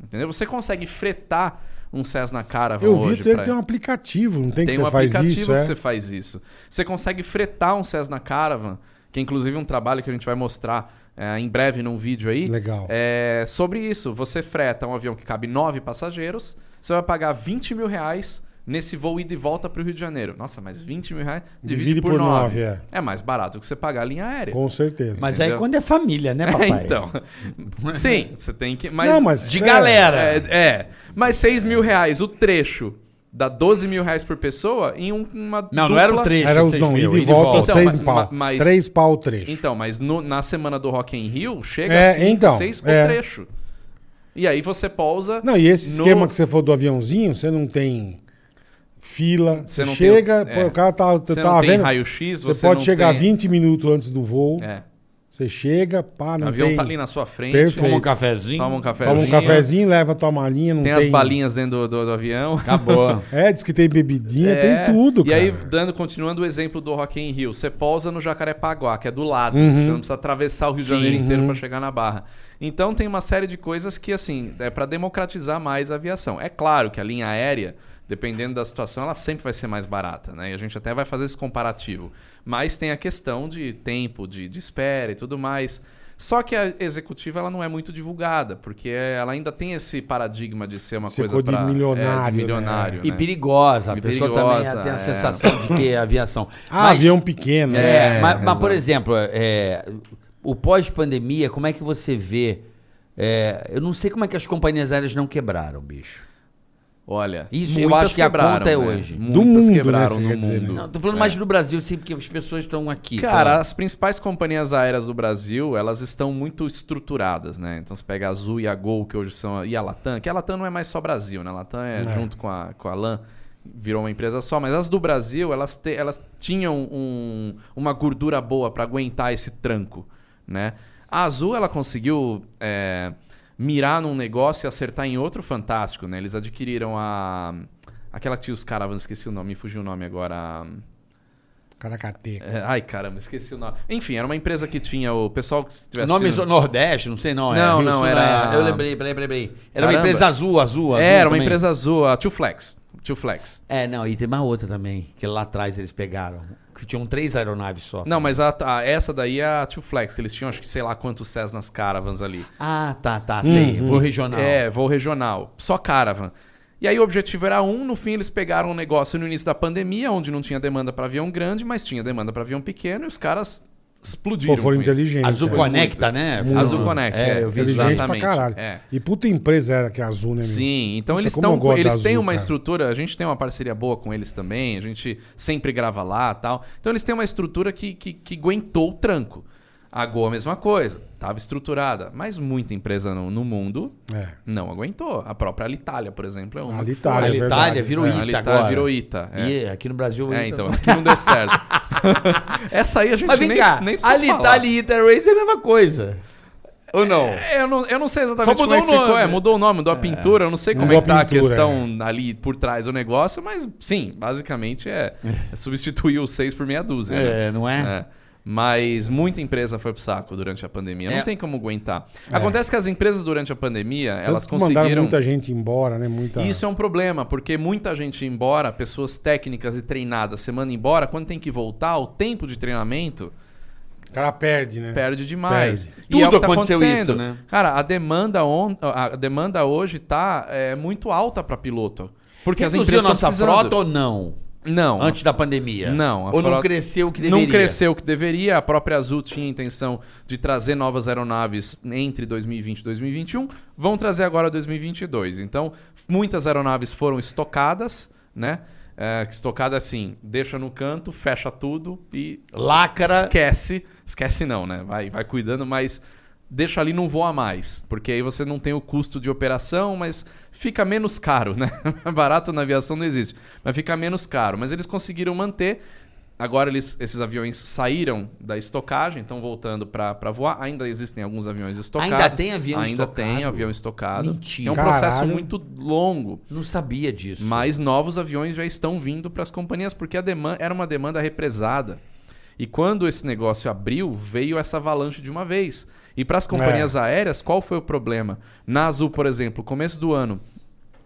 Speaker 5: Entendeu? Você consegue fretar um Cessna Caravan
Speaker 3: Eu
Speaker 5: hoje
Speaker 3: vi que
Speaker 5: pra-
Speaker 3: tem um aplicativo, não tem,
Speaker 5: tem
Speaker 3: que
Speaker 5: um
Speaker 3: você faz
Speaker 5: aplicativo
Speaker 3: isso,
Speaker 5: que
Speaker 3: é?
Speaker 5: você faz isso. Você consegue fretar um Cessna Caravan, que é inclusive um trabalho que a gente vai mostrar eh, em breve num vídeo aí.
Speaker 3: Legal.
Speaker 5: É, sobre isso, você freta um avião que cabe nove passageiros, você vai pagar 20 mil reais nesse voo ida e volta para o Rio de Janeiro. Nossa, mas 20 mil reais divide, por, nove.
Speaker 3: é.
Speaker 5: mais barato que você pagar a linha aérea.
Speaker 3: Com certeza.
Speaker 6: Mas aí
Speaker 5: Entendeu?
Speaker 6: quando é família, né,
Speaker 5: É,
Speaker 6: papai?
Speaker 5: então. Sim, você tem que. Mas,
Speaker 3: Não, mas-
Speaker 6: De
Speaker 3: É.
Speaker 6: galera.
Speaker 5: é, é, mas 6 mil reais o trecho dá 12 mil reais por pessoa em um- uma.
Speaker 6: Não, não
Speaker 5: dupla-
Speaker 6: era o trecho.
Speaker 3: Era o
Speaker 6: seis
Speaker 3: não,
Speaker 6: mil,
Speaker 3: ida e volta,
Speaker 5: volta.
Speaker 3: seis
Speaker 5: Então,
Speaker 3: pau.
Speaker 5: ma- mas-
Speaker 3: Três pau o trecho.
Speaker 5: Então, mas no- na semana do Rock in Rio chega
Speaker 3: É,
Speaker 5: a 5,
Speaker 3: então,
Speaker 5: 6
Speaker 3: é.
Speaker 5: o trecho. E aí você pousa.
Speaker 3: não, e esse
Speaker 5: no-
Speaker 3: esquema que você for do aviãozinho, você não tem fila. Você
Speaker 5: Você não
Speaker 3: chega,
Speaker 5: tem-
Speaker 3: pô,
Speaker 5: é.
Speaker 3: o cara tá,
Speaker 5: Você
Speaker 3: tá
Speaker 5: não tem
Speaker 3: vendo.
Speaker 5: raio-x, você,
Speaker 3: você pode
Speaker 5: não
Speaker 3: chegar
Speaker 5: tem...
Speaker 3: 20 minutos antes do voo.
Speaker 5: É,
Speaker 3: Você chega, pá,
Speaker 5: o
Speaker 3: não
Speaker 5: avião
Speaker 3: tem.
Speaker 5: tá ali na sua frente.
Speaker 3: Perfeito.
Speaker 6: Toma um cafezinho.
Speaker 5: Toma um
Speaker 3: Toma
Speaker 5: cafezinho.
Speaker 3: um cafezinho, leva tua malinha, não
Speaker 5: Tem
Speaker 3: tem.
Speaker 5: as balinhas dentro do, do- do avião.
Speaker 6: Acabou.
Speaker 3: É, diz que tem bebidinha,
Speaker 5: É,
Speaker 3: tem tudo,
Speaker 5: E
Speaker 3: cara.
Speaker 5: aí, dando, continuando o exemplo do Rock in Rio, você pousa no Jacarepaguá, que é do lado.
Speaker 3: Uhum.
Speaker 5: Você não precisa atravessar o Rio de Janeiro inteiro para chegar na Barra. Então tem uma série de coisas que, assim, é para democratizar mais a aviação. É claro que a linha aérea, dependendo da situação, ela sempre vai ser mais barata, né? E a gente até vai fazer esse comparativo. Mas tem a questão de tempo, de, de espera e tudo mais. Só que a executiva ela não é muito divulgada, porque ela ainda tem esse paradigma de ser uma
Speaker 3: Esse
Speaker 5: coisa
Speaker 3: coisa de
Speaker 5: pra- é,
Speaker 3: milionário, né?
Speaker 5: milionário
Speaker 6: E
Speaker 5: né?
Speaker 6: perigosa. A
Speaker 5: E
Speaker 6: pessoa
Speaker 5: perigosa,
Speaker 6: também tem a
Speaker 5: é.
Speaker 6: sensação de que é aviação.
Speaker 3: Ah,
Speaker 6: Mas-
Speaker 3: avião pequeno, né?
Speaker 6: É,
Speaker 5: É,
Speaker 6: mas, mas, por
Speaker 5: exato.
Speaker 6: exemplo, é, o pós-pandemia, como é que você vê? É, eu não sei como é que as companhias aéreas não quebraram, bicho.
Speaker 5: Olha,
Speaker 6: Isso eu
Speaker 5: muitas
Speaker 6: acho que a
Speaker 5: quebraram,
Speaker 6: conta é
Speaker 5: né?
Speaker 6: hoje.
Speaker 5: Muitas
Speaker 3: Do mundo, né,
Speaker 5: quebraram
Speaker 3: você
Speaker 5: no
Speaker 3: quer dizer,
Speaker 5: mundo. É.
Speaker 3: né?
Speaker 6: Não, é. tô falando mais do Brasil, sim, porque as pessoas estão aqui.
Speaker 5: Cara,
Speaker 6: sei
Speaker 5: as principais companhias aéreas do Brasil, elas estão muito estruturadas, né? Então você pega a Azul e a Gol, que hoje são... E a Latam, que a Latam não é mais só Brasil, né? A Latam é,
Speaker 3: É.
Speaker 5: junto com a, com a LAN, virou uma empresa só. Mas as do Brasil, elas, te- elas tinham um- uma gordura boa para aguentar esse tranco, né? A Azul, ela conseguiu... é, mirar num negócio e acertar em outro fantástico, né? Eles adquiriram a... Aquela que tinha os caravans, esqueci o nome, me fugiu o nome agora. a-
Speaker 3: Caracateca.
Speaker 5: é, ai, caramba, esqueci o nome. Enfim, era uma empresa que tinha o pessoal que
Speaker 6: lá.
Speaker 5: estivesse.
Speaker 6: Nome zo- Nordeste, não sei não. é
Speaker 5: Não,
Speaker 6: Rio
Speaker 5: não,
Speaker 6: Sul,
Speaker 5: era-
Speaker 6: né? Eu lembrei, lembrei, lembrei. Era uma
Speaker 5: Caramba.
Speaker 6: empresa azul, azul, azul.
Speaker 5: É, era uma
Speaker 6: também.
Speaker 5: empresa azul, a Two Flex. Two Flex.
Speaker 6: É, não, e tem uma outra também, que lá atrás eles pegaram. Que tinham três aeronaves só.
Speaker 5: Não, mas a- a- essa daí é a Two Flex, que eles tinham acho que sei lá quantos Cessnas Caravans ali.
Speaker 6: Ah, tá, tá, sei. Vou regional.
Speaker 5: Hum, É, voo regional. Só Caravan. E aí o objetivo era um, no fim eles pegaram um negócio no início da pandemia, onde não tinha demanda para avião grande, mas tinha demanda para avião pequeno, e os caras explodiram.
Speaker 3: Pô, foram
Speaker 5: com isso.
Speaker 3: inteligentes.
Speaker 6: Azul
Speaker 3: cara.
Speaker 6: Conecta, né?
Speaker 3: Muito.
Speaker 5: é. Azul Connect,
Speaker 6: É,
Speaker 5: é,
Speaker 6: eu vi isso.
Speaker 3: Inteligente pra
Speaker 5: exatamente,
Speaker 3: caralho.
Speaker 5: é.
Speaker 3: E puta empresa era que a Azul, né? meu?
Speaker 5: Sim, então
Speaker 3: Puta,
Speaker 5: eles,
Speaker 3: como eu
Speaker 5: tão,
Speaker 3: gosto da
Speaker 5: eles têm
Speaker 3: Azul,
Speaker 5: uma
Speaker 3: cara.
Speaker 5: estrutura, a gente tem uma parceria boa com eles também, a gente sempre grava lá tal. Então eles têm uma estrutura que, que, que aguentou o tranco. A Gol, a mesma coisa, estava estruturada, mas muita empresa no, no mundo
Speaker 3: É.
Speaker 5: não aguentou. A própria Alitalia, por exemplo, é uma.
Speaker 3: A
Speaker 5: que
Speaker 3: Alitalia,
Speaker 6: A
Speaker 3: é
Speaker 6: Alitalia
Speaker 3: verdade.
Speaker 6: virou
Speaker 5: foi-
Speaker 6: Ita
Speaker 5: a Alitalia
Speaker 6: agora.
Speaker 5: virou Ita. É.
Speaker 6: E aqui no Brasil... o
Speaker 5: É,
Speaker 6: Ita
Speaker 5: então,
Speaker 6: não.
Speaker 5: aqui não deu certo. Essa aí a gente
Speaker 6: Mas vem
Speaker 5: nem,
Speaker 6: cá,
Speaker 5: nem precisa
Speaker 6: Alitalia e Ita Airways é a mesma coisa. Ou não?
Speaker 5: falar. É, Eu não, eu não sei exatamente
Speaker 6: Só
Speaker 5: como
Speaker 6: mudou
Speaker 5: é que
Speaker 6: o nome.
Speaker 5: ficou. É, mudou o nome, mudou a pintura. Eu não sei como
Speaker 3: Mudou
Speaker 5: é que
Speaker 3: a
Speaker 5: tá
Speaker 3: pintura,
Speaker 5: a questão ali por trás do negócio, mas sim, basicamente é, é substituir o 6 por meia dúzia. né?
Speaker 6: É, não é?
Speaker 5: É. Mas muita empresa foi pro saco durante a pandemia.
Speaker 6: É.
Speaker 5: Não tem como aguentar. Acontece que as empresas durante a pandemia,
Speaker 3: É. Tanto
Speaker 5: elas
Speaker 3: que mandaram
Speaker 5: conseguiram.
Speaker 3: muita gente embora, né? Muita...
Speaker 5: E isso é um problema, porque muita gente ia embora, pessoas técnicas e treinadas, semana embora, quando tem que voltar, o tempo de treinamento
Speaker 3: O cara perde, né?
Speaker 5: perde demais.
Speaker 3: Perde.
Speaker 5: E é o
Speaker 6: Tudo
Speaker 5: que tá
Speaker 6: aconteceu
Speaker 5: acontecendo.
Speaker 6: isso, né?
Speaker 5: Cara, a demanda, on... a demanda hoje tá é, muito alta para piloto. Porque as
Speaker 6: Reduziu
Speaker 5: empresas
Speaker 6: nossa
Speaker 5: estão precisando.
Speaker 6: frota ou não?
Speaker 5: Não.
Speaker 6: Antes da pandemia?
Speaker 5: Não, a
Speaker 6: Ou não
Speaker 5: frota-
Speaker 6: cresceu o que deveria?
Speaker 5: Não cresceu o que deveria. A própria Azul tinha a intenção de trazer novas aeronaves entre 2020 e 2021. Vão trazer agora 2022. Então, muitas aeronaves foram estocadas, né? É, estocada assim, deixa no canto, fecha tudo e
Speaker 6: Lacra.
Speaker 5: esquece. Esquece não, né? Vai, vai cuidando, mas deixa ali não voa mais. Porque aí você não tem o custo de operação, mas fica menos caro, né? Barato na aviação não existe. Mas fica menos caro. Mas eles conseguiram manter. Agora eles, esses aviões saíram da estocagem, estão voltando para voar. Ainda existem alguns aviões estocados.
Speaker 6: Ainda tem avião
Speaker 5: Ainda
Speaker 6: estocado?
Speaker 5: tem avião estocado.
Speaker 6: Mentira.
Speaker 5: É um processo
Speaker 3: Caralho.
Speaker 5: muito longo.
Speaker 6: Não sabia disso.
Speaker 5: Mas novos aviões já estão vindo para as companhias, porque a demanda era uma demanda represada. E quando esse negócio abriu, veio essa avalanche de uma vez. E para as companhias aéreas, qual foi o problema? Na Azul, por exemplo, começo do ano,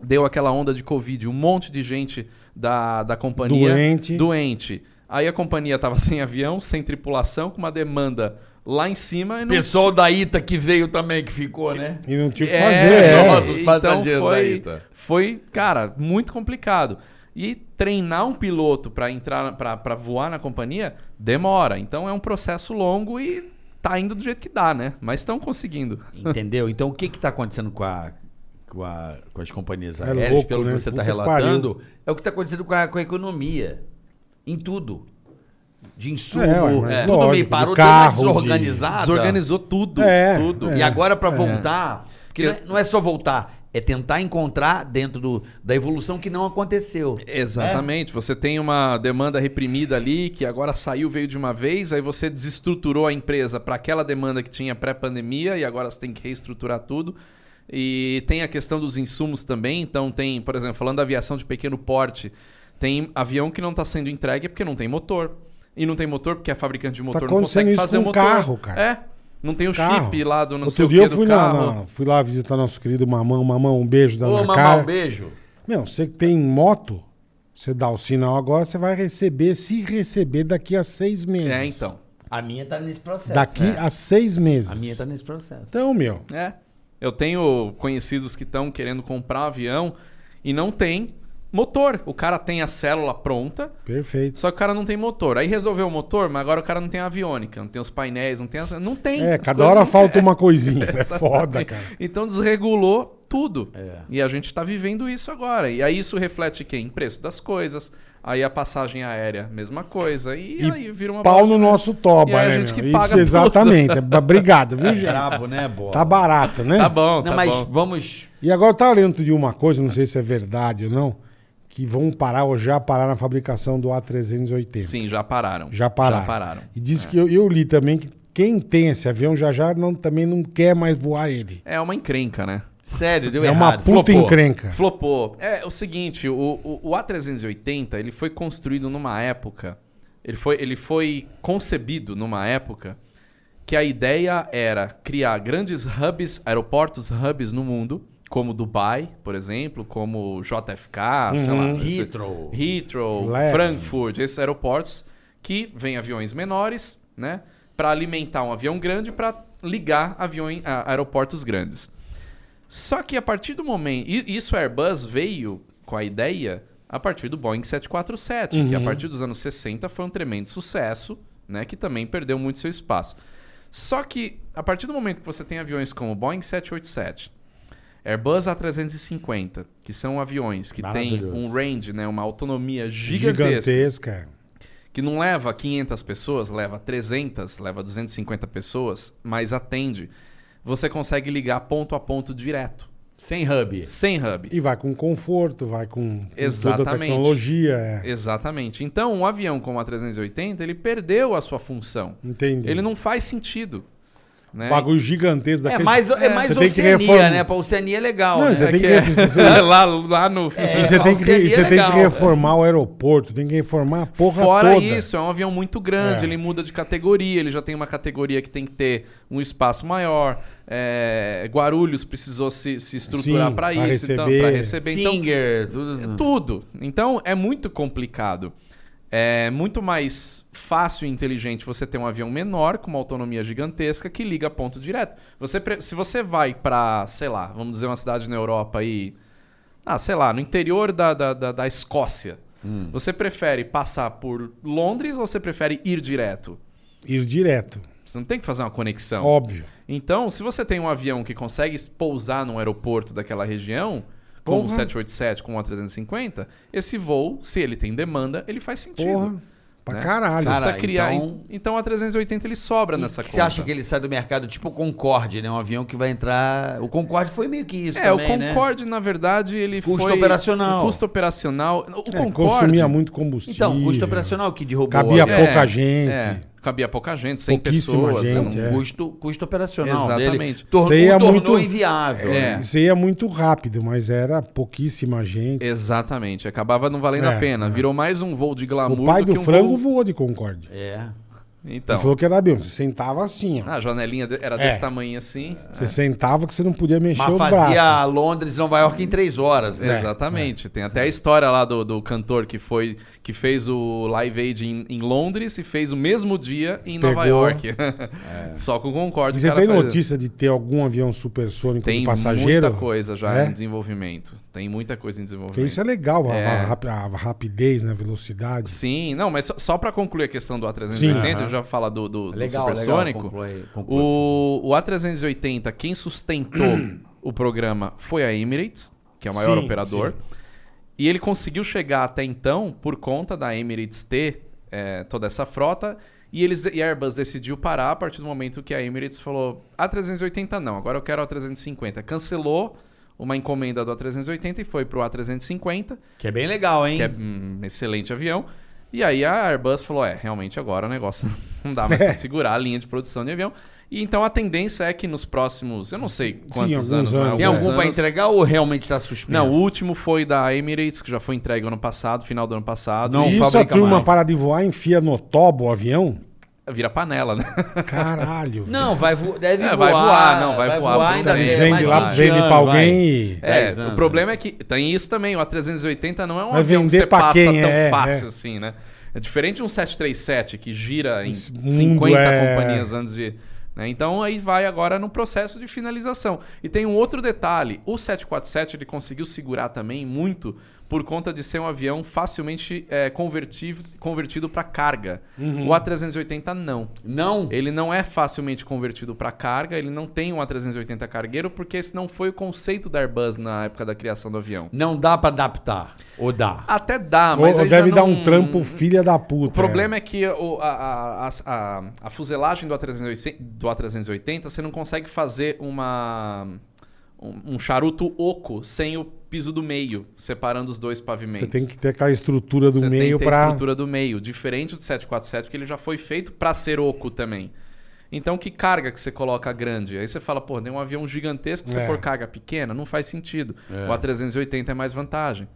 Speaker 5: deu aquela onda de Covid, um monte de gente da, da companhia
Speaker 3: Doente.
Speaker 5: doente. Aí a companhia estava sem avião, sem tripulação, com uma demanda lá em cima e
Speaker 6: O
Speaker 5: não
Speaker 6: pessoal da Ita que veio também, que ficou, né?
Speaker 3: E não tinha o que
Speaker 6: É,
Speaker 3: fazer,
Speaker 6: nossa.
Speaker 3: né?
Speaker 6: os passageiros
Speaker 5: então foi,
Speaker 6: daí, tá?
Speaker 5: foi, cara, muito complicado. E treinar um piloto pra entrar para voar na companhia demora. Então é um processo longo e tá indo do jeito que dá, né? Mas estão conseguindo.
Speaker 6: Entendeu? Então o que está acontecendo com, a- com a- com as companhias
Speaker 3: É
Speaker 6: aéreas,
Speaker 3: louco,
Speaker 6: pelo
Speaker 3: né?
Speaker 6: que você está
Speaker 3: Puta que
Speaker 6: relatando, é o que está acontecendo com a, com a economia. Em tudo. De insumo,
Speaker 3: É, ué, mas
Speaker 6: tudo meio
Speaker 3: lógico,
Speaker 6: parou,
Speaker 3: de
Speaker 6: deu uma
Speaker 3: carro, de-
Speaker 6: desorganizada.
Speaker 5: Desorganizou tudo,
Speaker 3: Ah, É,
Speaker 5: tudo.
Speaker 6: E
Speaker 5: E a-
Speaker 6: agora para voltar, que
Speaker 5: Eu-
Speaker 6: não é, não é só voltar, é tentar encontrar dentro do- da evolução que não aconteceu.
Speaker 5: Exatamente.
Speaker 3: Né?
Speaker 5: Você tem uma demanda reprimida ali que agora saiu, veio de uma vez, aí você desestruturou a empresa para aquela demanda que tinha pré-pandemia e agora você tem que reestruturar tudo. E tem a questão dos insumos também. Então tem, por exemplo, falando da aviação de pequeno porte, tem avião que não está sendo entregue porque não tem motor. E não tem motor porque a fabricante de motor não
Speaker 3: Tá acontecendo
Speaker 5: consegue
Speaker 3: isso
Speaker 5: fazer
Speaker 3: com
Speaker 5: o motor.
Speaker 3: carro, cara.
Speaker 5: É. Não tem o
Speaker 3: Carro.
Speaker 5: chip lá do não sei
Speaker 3: Outro
Speaker 5: o
Speaker 3: dia
Speaker 5: que
Speaker 3: eu
Speaker 5: do
Speaker 3: fui, lá,
Speaker 5: carro.
Speaker 3: na- fui lá visitar nosso querido Mamão. Mamão, um beijo da
Speaker 6: Ô,
Speaker 3: Ana
Speaker 6: mamar
Speaker 3: Carla.
Speaker 6: um beijo.
Speaker 3: Meu, você que tem moto, você dá o sinal agora, você vai receber, se receber daqui a seis meses.
Speaker 5: É, então.
Speaker 6: A minha tá nesse processo.
Speaker 3: Daqui
Speaker 6: né?
Speaker 3: a seis meses.
Speaker 6: a minha tá nesse processo.
Speaker 3: Então, meu,
Speaker 5: É. Eu tenho conhecidos que estão querendo comprar avião e não tem motor. O cara tem a célula pronta,
Speaker 3: perfeito.
Speaker 5: só que o cara não tem motor. Aí resolveu o motor, mas agora o cara não tem a aviônica, não tem os painéis, não tem as... Não tem.
Speaker 3: É,
Speaker 5: as
Speaker 3: cada
Speaker 5: coisas
Speaker 3: hora
Speaker 5: não-
Speaker 3: falta
Speaker 5: é,
Speaker 3: uma coisinha. É
Speaker 5: exatamente.
Speaker 3: foda, cara.
Speaker 5: Então desregulou tudo.
Speaker 6: É.
Speaker 5: E a gente está vivendo isso agora. E aí isso reflete quem? Preço das coisas. Aí a passagem aérea, mesma coisa. E,
Speaker 3: E
Speaker 5: aí vira uma
Speaker 3: Pau
Speaker 5: bola de
Speaker 3: no
Speaker 5: neve.
Speaker 3: nosso toba,
Speaker 5: E aí a
Speaker 3: né,
Speaker 5: gente
Speaker 3: meu?
Speaker 5: que
Speaker 3: Isso,
Speaker 5: paga tudo.
Speaker 3: exatamente. É, ba- Obrigado, viu, gente?
Speaker 6: Brabo, né, bola?
Speaker 3: Tá barato, né?
Speaker 5: Tá bom, tá
Speaker 6: Não, mas
Speaker 5: bom.
Speaker 6: vamos.
Speaker 3: E agora eu tava lendo de uma coisa, não sei se é verdade ou não, que vão parar ou já parar na fabricação do A380.
Speaker 5: Sim, já pararam.
Speaker 3: Já pararam.
Speaker 5: Já pararam.
Speaker 3: E diz que eu, eu li também que quem tem esse avião já já não, também não quer mais voar ele.
Speaker 5: É uma encrenca, né?
Speaker 6: Sério, deu
Speaker 3: é
Speaker 6: errado.
Speaker 3: uma puta
Speaker 6: flopou.
Speaker 3: encrenca.
Speaker 5: Flopou. É, o seguinte, o, o, o A380, ele foi construído numa época, ele foi, ele foi concebido numa época que a ideia era criar grandes hubs, aeroportos hubs no mundo, como Dubai, por exemplo, como JFK, sei lá.
Speaker 3: Uhum.
Speaker 5: esse-
Speaker 6: Heathrow.
Speaker 5: Heathrow,
Speaker 3: Lex.
Speaker 5: Frankfurt, esses aeroportos que vêm aviões menores, né, para alimentar um avião grande para ligar aviões, a- aeroportos grandes. Só que a partir do momento, e isso a Airbus veio com a ideia a partir do Boeing 747, que a partir dos anos 60 foi um tremendo sucesso, né, que também perdeu muito seu espaço. Só que a partir do momento que você tem aviões como o Boeing 787, Airbus A350, que são aviões que têm
Speaker 6: Maravilhoso.
Speaker 5: um range, né, uma autonomia gigantesca,
Speaker 3: Gigantesca.
Speaker 5: que não leva 500 pessoas, leva 300, leva 250 pessoas, mas atende. Você consegue ligar ponto a ponto direto,
Speaker 6: Sem hub.
Speaker 5: sem hub.
Speaker 3: E vai com conforto, vai com, com toda a
Speaker 5: Exatamente.
Speaker 3: tecnologia. é.
Speaker 5: Exatamente. Então, um avião como a 380, ele perdeu a sua função.
Speaker 3: Entendi.
Speaker 5: Ele não faz sentido. né?
Speaker 3: Um Bagulho gigantesco
Speaker 4: É
Speaker 3: daquele.
Speaker 4: mais, é mais
Speaker 3: Você tem que
Speaker 4: Oceania,
Speaker 3: reformar.
Speaker 4: né? Pra Oceania é legal,
Speaker 3: Não,
Speaker 4: né?
Speaker 3: isso é-
Speaker 5: É
Speaker 3: tem
Speaker 5: que
Speaker 3: que-
Speaker 5: é- lá, lá no.
Speaker 3: E você
Speaker 4: a
Speaker 3: tem que,
Speaker 4: Oceania
Speaker 3: e você
Speaker 4: é
Speaker 3: tem que
Speaker 4: legal, velho.
Speaker 3: reformar o aeroporto, tem que reformar a porra
Speaker 5: Fora
Speaker 3: toda.
Speaker 5: isso, é um avião muito grande,
Speaker 3: É.
Speaker 5: ele muda de categoria, ele já tem uma categoria que tem que ter um espaço maior. é, Guarulhos precisou se, se estruturar
Speaker 3: Sim,
Speaker 5: para
Speaker 3: pra
Speaker 5: isso, então,
Speaker 3: receber.
Speaker 5: para receber. Então,
Speaker 4: Finger, tudo.
Speaker 5: é tudo. Então é muito complicado. É muito mais fácil e inteligente você ter um avião menor com uma autonomia gigantesca que liga ponto direto. Você pre- se você vai pra, sei lá, vamos dizer uma cidade na Europa aí, ah, sei lá, no interior da, da, da, da Escócia, você prefere passar por Londres ou você prefere ir direto?
Speaker 3: Ir direto,
Speaker 5: Você não tem que fazer uma conexão.
Speaker 3: óbvio.
Speaker 5: Então, se você tem um avião que consegue pousar num aeroporto daquela região, como o
Speaker 3: Porra.
Speaker 5: 787, como o A350, esse voo, se ele tem demanda, ele faz sentido.
Speaker 3: Porra, pra
Speaker 5: né?
Speaker 3: caralho.
Speaker 5: Você precisa
Speaker 4: Cara,
Speaker 5: criar.
Speaker 4: então-
Speaker 5: Então, então a 380 ele sobra
Speaker 4: E
Speaker 5: nessa
Speaker 4: que
Speaker 5: conta.
Speaker 4: Você acha que ele sai do mercado tipo o Concorde, né? Um avião que vai entrar. O Concorde foi meio que isso
Speaker 5: É,
Speaker 4: também, né?
Speaker 5: o Concorde, na verdade, ele
Speaker 4: Custo
Speaker 5: foi...
Speaker 4: operacional.
Speaker 5: o Custo operacional... O
Speaker 3: É,
Speaker 5: Concorde...
Speaker 3: consumia muito
Speaker 4: né?
Speaker 3: combustível.
Speaker 4: Então, custo operacional que né? derrubou.
Speaker 3: Cabia
Speaker 4: o avião.
Speaker 3: pouca gente.
Speaker 5: é, cabia pouca gente, 100
Speaker 3: Pouquíssima
Speaker 5: pessoas. um
Speaker 3: gente,
Speaker 5: não-
Speaker 3: é.
Speaker 4: Custo, custo operacional
Speaker 5: Exatamente.
Speaker 4: dele. Tornou,
Speaker 3: Isso aí é
Speaker 4: tornou
Speaker 3: muito-
Speaker 4: inviável.
Speaker 5: É.
Speaker 4: né?
Speaker 3: Isso aí é muito rápido, mas era pouquíssima gente.
Speaker 5: Exatamente, acabava não valendo
Speaker 3: É,
Speaker 5: a pena.
Speaker 3: é.
Speaker 5: Virou mais um voo de glamour
Speaker 3: o pai
Speaker 5: do
Speaker 3: do
Speaker 5: que um
Speaker 3: frango
Speaker 5: voo...
Speaker 3: voou de Concorde.
Speaker 4: É.
Speaker 5: Então, Ah,
Speaker 3: Ele falou que era avião. Você sentava assim, ó.
Speaker 5: a janelinha de- era
Speaker 3: É.
Speaker 5: desse tamanho assim.
Speaker 3: Você sentava que você não podia mexer
Speaker 4: Mas
Speaker 3: o
Speaker 4: fazia
Speaker 3: braço.
Speaker 4: Londres, Nova York em três horas,
Speaker 5: É.
Speaker 3: É.
Speaker 4: né?
Speaker 5: Exatamente. Tem até a história lá do, do cantor que foi que fez o Live Aid em, em Londres e fez o mesmo dia em Nova
Speaker 3: Pegou.
Speaker 5: York. É. Só com o Concorde.
Speaker 3: E
Speaker 5: o
Speaker 3: você
Speaker 5: cara
Speaker 3: tem
Speaker 5: faz-
Speaker 3: notícia de ter algum avião supersônico
Speaker 5: Tem
Speaker 3: de passageiro?
Speaker 5: muita coisa já
Speaker 3: É?
Speaker 5: em desenvolvimento. Tem muita coisa em desenvolvimento.
Speaker 3: Porque isso é legal, a-
Speaker 5: É.
Speaker 3: A, rap- a rapidez, né? a velocidade.
Speaker 5: Sim, não, mas só, só para concluir a questão do A380,
Speaker 3: Sim.
Speaker 5: eu já falo do, do, do
Speaker 4: Legal,
Speaker 5: supersônico.
Speaker 4: legal. Conclui- conclui.
Speaker 5: O, o A380, quem sustentou o programa foi a Emirates, que é o maior
Speaker 3: Sim,
Speaker 5: operador. E ele conseguiu chegar até então por conta da Emirates ter eh, toda essa frota. E, eles, e a Airbus decidiu parar a partir do momento que a Emirates falou: A380 não, agora eu quero o A350. Cancelou uma encomenda do A380 e foi pro A350
Speaker 4: Que é bem legal, hein?
Speaker 5: que é um excelente avião. E aí a Airbus falou: é, realmente agora o negócio não dá
Speaker 3: É.
Speaker 5: mais pra segurar a linha de produção de avião. E então a tendência é que nos próximos, eu não sei quantos
Speaker 3: alguns
Speaker 5: anos, né,
Speaker 3: anos,
Speaker 5: alguns
Speaker 4: Tem algum pra
Speaker 5: anos.
Speaker 4: entregar ou realmente está suspenso?
Speaker 5: Não, o último foi da Emirates, que já foi entregue ano passado, final do ano passado.
Speaker 4: Não
Speaker 3: e isso a
Speaker 4: fabrica
Speaker 3: turma
Speaker 4: mais.
Speaker 3: para de voar, enfia no tobo o avião?
Speaker 5: E Vira panela, né?
Speaker 3: Caralho.
Speaker 4: Não, vai vo... deve
Speaker 5: É,
Speaker 4: voar.
Speaker 5: vai voar, não, vai voar
Speaker 4: ainda
Speaker 5: brutalmente.
Speaker 4: bem,
Speaker 3: Eles
Speaker 5: é,
Speaker 3: vendem
Speaker 4: mais
Speaker 3: lá,
Speaker 4: 20
Speaker 3: vendem pra
Speaker 4: anos, vai.
Speaker 3: alguém. e-
Speaker 5: É,
Speaker 4: Dez anos,
Speaker 5: o problema é que tem isso também. O A380 não é um
Speaker 3: né? Vai
Speaker 5: avião que
Speaker 3: vender
Speaker 5: você
Speaker 3: pra
Speaker 5: passa
Speaker 3: quem,
Speaker 5: tão
Speaker 3: é,
Speaker 5: fácil
Speaker 3: é.
Speaker 5: assim, né? É diferente de um 737 que gira em
Speaker 3: Esse mundo
Speaker 5: 50
Speaker 3: é-
Speaker 5: companhias antes de. né? Então aí vai agora no processo de finalização. E tem um outro detalhe: o 747 ele conseguiu segurar também muito por conta de ser um avião facilmente é, converti- convertido para carga.
Speaker 3: Uhum.
Speaker 5: O A380 não.
Speaker 4: Não.
Speaker 5: Ele não é facilmente convertido para carga, ele não tem um A380 cargueiro, porque esse não foi o conceito da Airbus na época da criação do avião.
Speaker 4: Não dá pra adaptar. Ou dá.
Speaker 5: Até dá, mas.
Speaker 3: Ou
Speaker 5: aí já
Speaker 3: deve dar
Speaker 5: não-
Speaker 3: um trampo filha da puta.
Speaker 5: O problema é que o- a, a- a- a- a fuselagem do A380, do A380, você não consegue fazer uma, um, um charuto oco sem o piso do meio, separando os dois pavimentos.
Speaker 3: Você tem que ter aquela estrutura do
Speaker 5: Você
Speaker 3: meio
Speaker 5: tem que ter a
Speaker 3: pra.
Speaker 5: estrutura do meio, diferente do 747, que ele já foi feito pra ser oco também. Então, que carga que você coloca grande? Aí você fala, pô, tem um avião gigantesco, você
Speaker 3: É.
Speaker 5: pôr carga pequena, não faz sentido. O A380 é mais vantagem.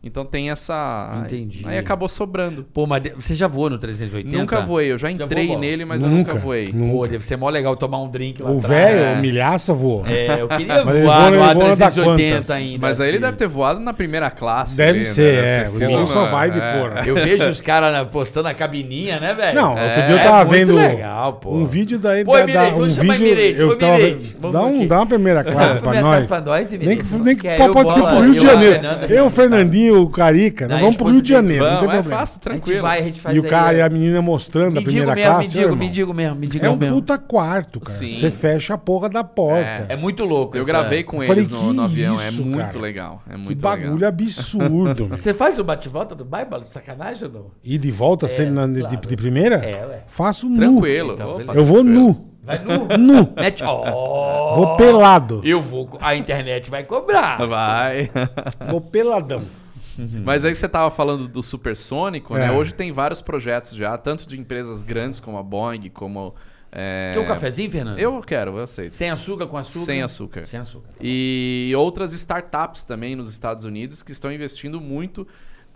Speaker 5: Então tem essa.
Speaker 4: Entendi.
Speaker 5: Aí acabou sobrando.
Speaker 4: Pô, mas de- você já voou no 380?
Speaker 5: Nunca voei, eu já
Speaker 4: voou
Speaker 5: entrei
Speaker 4: bola.
Speaker 5: nele, mas
Speaker 3: Nunca.
Speaker 5: eu nunca voei.
Speaker 3: Nunca.
Speaker 4: Pô, deve ser mó legal tomar um drink lá
Speaker 3: O
Speaker 4: atrás.
Speaker 3: velho, o milhaça, voou.
Speaker 4: É, eu queria
Speaker 3: Mas ele
Speaker 4: voar no
Speaker 3: voa- ele voa da quantas?
Speaker 4: A380 ainda.
Speaker 5: Mas aí ele
Speaker 4: assim.
Speaker 5: deve ter voado na primeira classe.
Speaker 3: Deve
Speaker 5: ali,
Speaker 3: ser,
Speaker 5: né?
Speaker 3: é.
Speaker 5: Deve
Speaker 3: O
Speaker 5: ser
Speaker 3: menino
Speaker 5: cima,
Speaker 3: só vai de
Speaker 5: é.
Speaker 3: porra.
Speaker 4: Eu vejo os caras postando a cabininha, né, velho?
Speaker 3: Não, outro dia eu
Speaker 4: É
Speaker 3: tava
Speaker 4: muito
Speaker 3: vendo
Speaker 4: legal, pô.
Speaker 3: um vídeo da
Speaker 4: Pô, Emirates,
Speaker 3: um
Speaker 4: vamos chamar
Speaker 3: vídeo,
Speaker 4: Emirates,
Speaker 3: eu
Speaker 4: ô,
Speaker 3: tava-
Speaker 4: Emirates, vamos
Speaker 3: dá, um,
Speaker 4: aqui.
Speaker 3: dá uma primeira classe pra
Speaker 4: Primeira classe
Speaker 3: nós.
Speaker 4: pra nós,
Speaker 3: nem
Speaker 4: Emirates.
Speaker 3: que, nem que
Speaker 4: Quer
Speaker 3: pô,
Speaker 4: eu,
Speaker 3: pode ser
Speaker 4: Bola,
Speaker 3: pro Rio de
Speaker 4: eu, a
Speaker 3: Janeiro.
Speaker 4: Fernanda,
Speaker 3: Eu, o Fernandinho, o Carica, nós
Speaker 4: Não,
Speaker 3: vamos
Speaker 4: a
Speaker 3: pro Rio
Speaker 4: esposa
Speaker 3: de
Speaker 4: dele.
Speaker 3: Janeiro, não
Speaker 5: Vamos,
Speaker 3: tem
Speaker 5: é
Speaker 3: problema.
Speaker 5: fácil,
Speaker 4: A gente
Speaker 5: tranquilo.
Speaker 4: vai, a gente faz
Speaker 3: E o cara
Speaker 4: aí,
Speaker 3: e
Speaker 4: ó.
Speaker 3: a menina mostrando a
Speaker 4: Me digo
Speaker 3: primeira
Speaker 4: mesmo, me
Speaker 3: classe.
Speaker 4: digo,
Speaker 3: irmão.
Speaker 4: me digo mesmo, me digo
Speaker 3: É um
Speaker 4: mesmo.
Speaker 3: puta quarto, cara.
Speaker 5: Sim.
Speaker 3: Você fecha a porra da porta.
Speaker 4: É muito louco.
Speaker 5: Eu
Speaker 4: essa-
Speaker 5: gravei com
Speaker 3: Eu falei,
Speaker 5: eles no,
Speaker 3: "Que
Speaker 5: no avião, é
Speaker 3: isso,
Speaker 5: muito
Speaker 3: cara?
Speaker 5: legal. É
Speaker 3: Que
Speaker 5: muito
Speaker 3: bagulho
Speaker 5: legal.
Speaker 3: absurdo. meu.
Speaker 4: Você faz o bate-volta do bairro? Sacanagem ou não?
Speaker 3: Ir de volta sendo na- de-
Speaker 4: É, claro.
Speaker 3: de, primeira?
Speaker 4: É, ué.
Speaker 3: Faço nu.
Speaker 5: Tranquilo.
Speaker 4: Então,
Speaker 5: opa,
Speaker 3: Eu vou
Speaker 5: tranquilo.
Speaker 3: nu.
Speaker 4: Vai nu.
Speaker 3: Nu.
Speaker 4: Mete. Ó.
Speaker 3: Vou pelado.
Speaker 4: Eu vou. co- A internet vai cobrar.
Speaker 5: Vai.
Speaker 3: Vou peladão.
Speaker 5: Mas aí você tava falando do supersônico,
Speaker 3: É.
Speaker 5: né? Hoje tem vários projetos já, tanto de empresas grandes como a Boeing, como É,
Speaker 6: Quer um cafezinho, Fernando?
Speaker 5: Eu quero, eu aceito.
Speaker 6: Sem açúcar, com açúcar?
Speaker 5: Sem açúcar.
Speaker 6: Sem açúcar.
Speaker 5: E outras startups também nos Estados Unidos que estão investindo muito.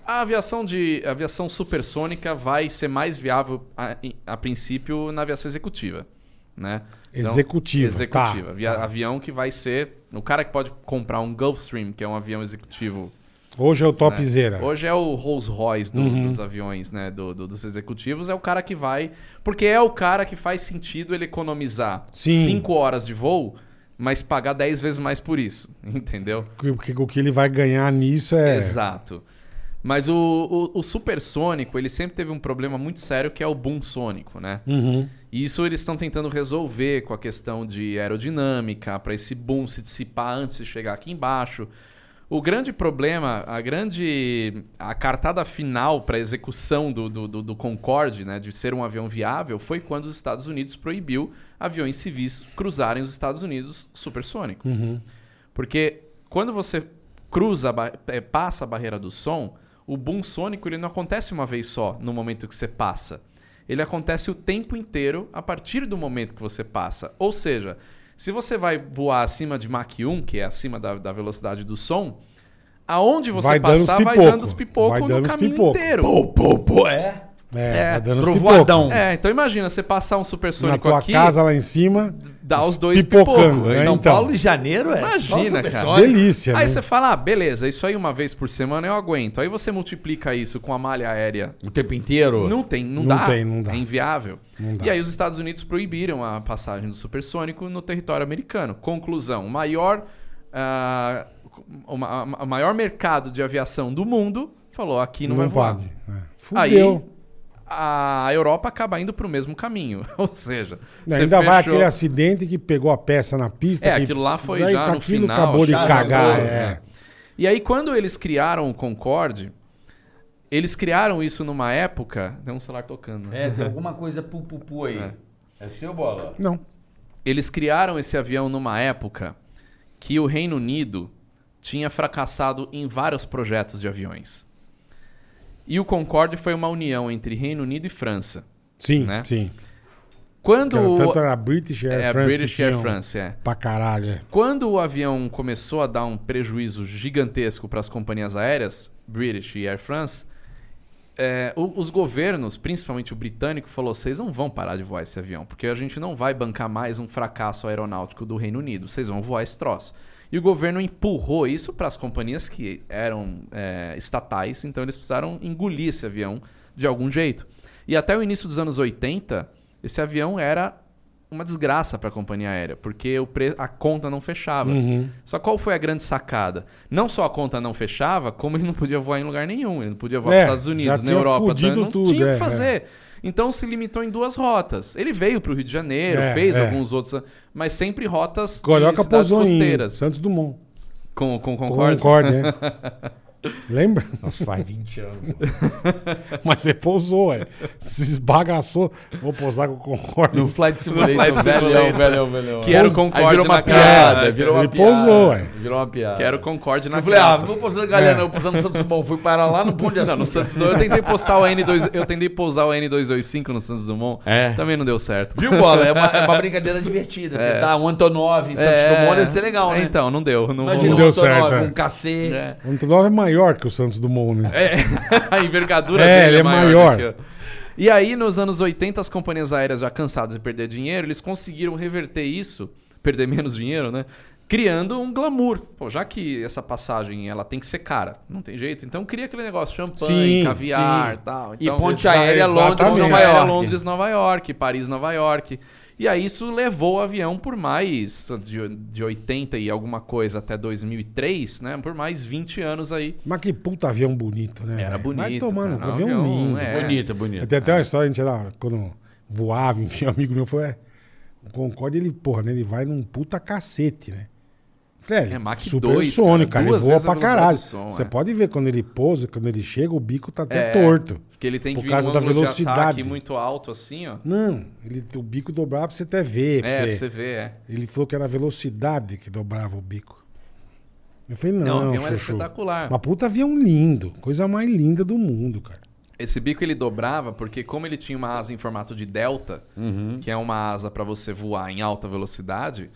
Speaker 5: A aviação de a aviação supersônica vai ser mais viável a, a princípio na aviação executiva, né?
Speaker 3: Executiva,
Speaker 5: Executiva.
Speaker 3: tá,
Speaker 5: Avia-
Speaker 3: tá.
Speaker 5: Avião que vai ser o cara que pode comprar um Gulfstream, que é um avião executivo.
Speaker 3: Hoje é Uhum. o topzera.
Speaker 5: Hoje é o Rolls Royce do- dos aviões, né? do- do- dos executivos. É o cara que vai. Porque é o cara que faz sentido ele economizar
Speaker 3: Sim.
Speaker 5: 5 horas de voo, mas pagar 10 vezes mais por isso. Entendeu?
Speaker 3: O que- O que ele vai ganhar nisso é.
Speaker 5: Exato. Mas o, o, o supersônico, ele sempre teve um problema muito sério que é o boom sônico, né?
Speaker 3: Uhum.
Speaker 5: E isso eles estão tentando resolver com a questão de aerodinâmica, para esse boom se dissipar antes de chegar aqui embaixo. O grande problema, a grande. a cartada final para a execução do, do, do- do Concorde, né, de ser um avião viável, foi quando os Estados Unidos proibiu aviões civis cruzarem os Estados Unidos supersônico.
Speaker 3: Uhum.
Speaker 5: Porque quando você cruza, a ba- eh, passa a barreira do som, o boom sônico ele não acontece uma vez só no momento que você passa. Ele acontece o tempo inteiro a partir do momento que você passa. Ou seja, se você vai voar acima de Mach 1, que é acima da, da velocidade do som, aonde você
Speaker 3: Vai dando os
Speaker 5: passar vai
Speaker 3: pipoco.
Speaker 5: dando os pipocos
Speaker 3: Vai
Speaker 5: no
Speaker 3: dando os
Speaker 5: caminho
Speaker 3: pipoco.
Speaker 5: inteiro.
Speaker 6: Pô, pô, pô, é?
Speaker 3: É,
Speaker 5: É,
Speaker 3: tá dando os
Speaker 6: trovoadão.
Speaker 3: pipocos.
Speaker 5: É, então imagina, você passar um
Speaker 3: Na
Speaker 5: supersônico
Speaker 3: tua
Speaker 5: aqui,
Speaker 3: casa lá em cima.
Speaker 5: dá os dois
Speaker 3: pipocando,
Speaker 5: pipocos.
Speaker 3: né?
Speaker 6: São
Speaker 3: Então.
Speaker 6: Paulo e janeiro é só
Speaker 5: Imagina, cara.
Speaker 6: supersônico.
Speaker 3: Delícia,
Speaker 5: Aí
Speaker 3: né?
Speaker 5: você fala, ah, beleza, isso aí uma vez por semana eu aguento. Aí você multiplica isso com a malha aérea.
Speaker 6: O tempo inteiro.
Speaker 5: Não tem, não,
Speaker 3: Não
Speaker 5: dá.
Speaker 3: tem, não dá.
Speaker 5: É inviável.
Speaker 3: Não dá.
Speaker 5: E aí os Estados Unidos proibiram a passagem do supersônico no território americano. Conclusão, o maior, ah, o ma- o maior mercado de aviação do mundo falou, aqui não,
Speaker 3: não
Speaker 5: vai voar.
Speaker 3: pode. É.
Speaker 5: Aí
Speaker 3: Fudeu.
Speaker 5: a Europa acaba indo para o mesmo caminho. Ou seja,
Speaker 3: Não,
Speaker 5: você
Speaker 3: ainda vai
Speaker 5: fechou-
Speaker 3: aquele acidente que pegou a peça na pista.
Speaker 5: É,
Speaker 3: que-
Speaker 5: aquilo lá foi
Speaker 3: Daí
Speaker 5: já no
Speaker 3: aquilo
Speaker 5: final,
Speaker 3: acabou de
Speaker 5: já
Speaker 3: cagar,
Speaker 5: jogou,
Speaker 3: é.
Speaker 5: né? E aí, quando eles criaram o Concorde, eles criaram isso numa época. Tem um celular tocando. né?
Speaker 6: É, tem alguma coisa pu, pu, pu aí. É. seu, Bola?
Speaker 3: Não.
Speaker 5: Eles criaram esse avião numa época que o Reino Unido tinha fracassado em vários projetos de aviões. E o Concorde foi uma união entre Reino Unido e França.
Speaker 3: Sim,
Speaker 5: Né?
Speaker 3: sim.
Speaker 5: Quando
Speaker 3: Era,
Speaker 5: o...
Speaker 3: tanto era a British Air
Speaker 5: é, a
Speaker 3: France. que
Speaker 5: British Air
Speaker 3: tinham
Speaker 5: France, é.
Speaker 3: Pra caralho. é.
Speaker 5: Quando o avião começou a dar um prejuízo gigantesco para as companhias aéreas, British e Air France, é, o- os governos, principalmente o britânico, falou: vocês não vão parar de voar esse avião, porque a gente não vai bancar mais um fracasso aeronáutico do Reino Unido. Vocês vão voar esse troço. E o governo empurrou isso para as companhias que eram é, estatais, então eles precisaram engolir esse avião de algum jeito. E até o início dos anos 80, esse avião era uma desgraça para a companhia aérea, porque o pre- a conta não fechava.
Speaker 3: Uhum.
Speaker 5: Só qual foi a grande sacada? Não só a conta não fechava, como ele não podia voar em lugar nenhum. Ele não podia voar
Speaker 3: É,
Speaker 5: para os Estados
Speaker 3: já
Speaker 5: Unidos, na
Speaker 3: tinha
Speaker 5: Europa. então
Speaker 3: fudido
Speaker 5: não
Speaker 3: tudo,
Speaker 5: tinha o
Speaker 3: é,
Speaker 5: que fazer. Então se limitou em duas rotas. Ele veio para o Rio de Janeiro,
Speaker 3: É,
Speaker 5: fez
Speaker 3: é.
Speaker 5: alguns outros, mas sempre rotas de
Speaker 3: Coloca
Speaker 5: cidades
Speaker 3: pousou em
Speaker 5: costeiras.
Speaker 3: Santos Dumont.
Speaker 5: Com, com Concorde.
Speaker 3: Concorde, né? Lembra?
Speaker 6: Nossa, faz 20 anos.
Speaker 3: Mas você pousou, é. Se esbagaçou. Vou pousar com o Concorde.
Speaker 6: No Flight Simulator, um
Speaker 5: Flight
Speaker 6: velhão,
Speaker 5: Simulator.
Speaker 6: velhão, velhão.
Speaker 5: Que era o
Speaker 6: Aí
Speaker 5: Concorde
Speaker 6: virou uma
Speaker 5: na
Speaker 6: piada,
Speaker 5: cara.
Speaker 6: virou uma
Speaker 3: Ele
Speaker 6: piada.
Speaker 3: pousou, ué.
Speaker 6: Virou uma piada.
Speaker 5: Que era o Concorde na
Speaker 6: Eu falei, ah,
Speaker 5: capa.
Speaker 6: não vou pousar na galera, não, vou pousar no Santos Dumont. Fui parar lá no Pão de Açúcar.
Speaker 5: Não, no Santos Dumont. Eu tentei postar o N2, eu tentei pousar o N225 no Santos Dumont.
Speaker 6: É.
Speaker 5: Também não deu certo.
Speaker 6: Viu, Bola? É uma, é uma brincadeira divertida. É. Tá, um Antonov em Santos Dumont ia ser legal, né?
Speaker 5: É. Então, não deu. Não rolou.
Speaker 6: Imagina um
Speaker 3: deu
Speaker 6: Antonov,
Speaker 3: certo, é.
Speaker 6: um KC.
Speaker 5: É.
Speaker 3: O Antonov é maior que o Santos Dumont, né?
Speaker 5: É, a envergadura
Speaker 3: É,
Speaker 5: dele
Speaker 3: ele
Speaker 5: é
Speaker 3: é
Speaker 5: maior. do
Speaker 3: maior.
Speaker 5: que eu. E aí, nos anos 80, as companhias aéreas já cansadas de perder dinheiro, eles conseguiram reverter isso, perder menos dinheiro, né? Criando um glamour. Pô, já que essa passagem ela tem que ser cara, não tem jeito. Então cria aquele negócio, champanhe,
Speaker 3: Sim,
Speaker 5: caviar
Speaker 3: sim.
Speaker 5: tal.
Speaker 6: E
Speaker 5: Então,
Speaker 6: ponte
Speaker 5: exa-
Speaker 6: aérea Londres,
Speaker 3: exatamente.
Speaker 6: Nova
Speaker 5: Era
Speaker 6: York.
Speaker 5: Londres, Nova York, Paris, Nova York. E aí isso levou o avião por mais de, de 80 e alguma coisa até 2003, né? Por mais 20 anos aí
Speaker 3: Mas que puta avião bonito, né?
Speaker 5: Era
Speaker 3: velho? Vai
Speaker 5: bonito,
Speaker 3: tomando,
Speaker 5: cara, um
Speaker 3: avião,
Speaker 5: avião,
Speaker 3: lindo.
Speaker 5: é.
Speaker 6: Bonita, bonita.
Speaker 3: Até até uma história, a gente era, quando voava, enfim, um amigo meu falou, é, o Concorde, ele, porra, né, ele vai num puta cacete, né? Falei, ele
Speaker 5: É, Mach dois,
Speaker 3: supersônico, cara,
Speaker 5: cara,
Speaker 3: ele
Speaker 5: duas
Speaker 3: voa
Speaker 5: vezes a
Speaker 3: pra caralho.
Speaker 5: velocidade do som,
Speaker 3: Você
Speaker 5: é.
Speaker 3: pode ver, quando ele pousa, quando ele chega, o bico tá até
Speaker 5: É.
Speaker 3: torto.
Speaker 5: Porque ele tem
Speaker 3: Por
Speaker 5: que
Speaker 3: causa
Speaker 5: vir
Speaker 3: da
Speaker 5: num ângulo de
Speaker 3: velocidade.
Speaker 5: ataque muito alto assim, ó.
Speaker 3: Não, ele, o bico dobrava pra você até ver. pra
Speaker 5: É,
Speaker 3: você-
Speaker 5: pra você ver, é.
Speaker 3: Ele falou que era a velocidade que dobrava o bico. Eu falei, não,
Speaker 5: Não, o
Speaker 3: não
Speaker 5: avião era
Speaker 3: chuchu.
Speaker 5: espetacular.
Speaker 3: Uma puta avião lindo, coisa mais linda do mundo, cara.
Speaker 5: Esse bico ele dobrava porque como ele tinha uma asa em formato de delta,
Speaker 3: Uhum.
Speaker 5: que é uma asa para você voar em alta velocidade,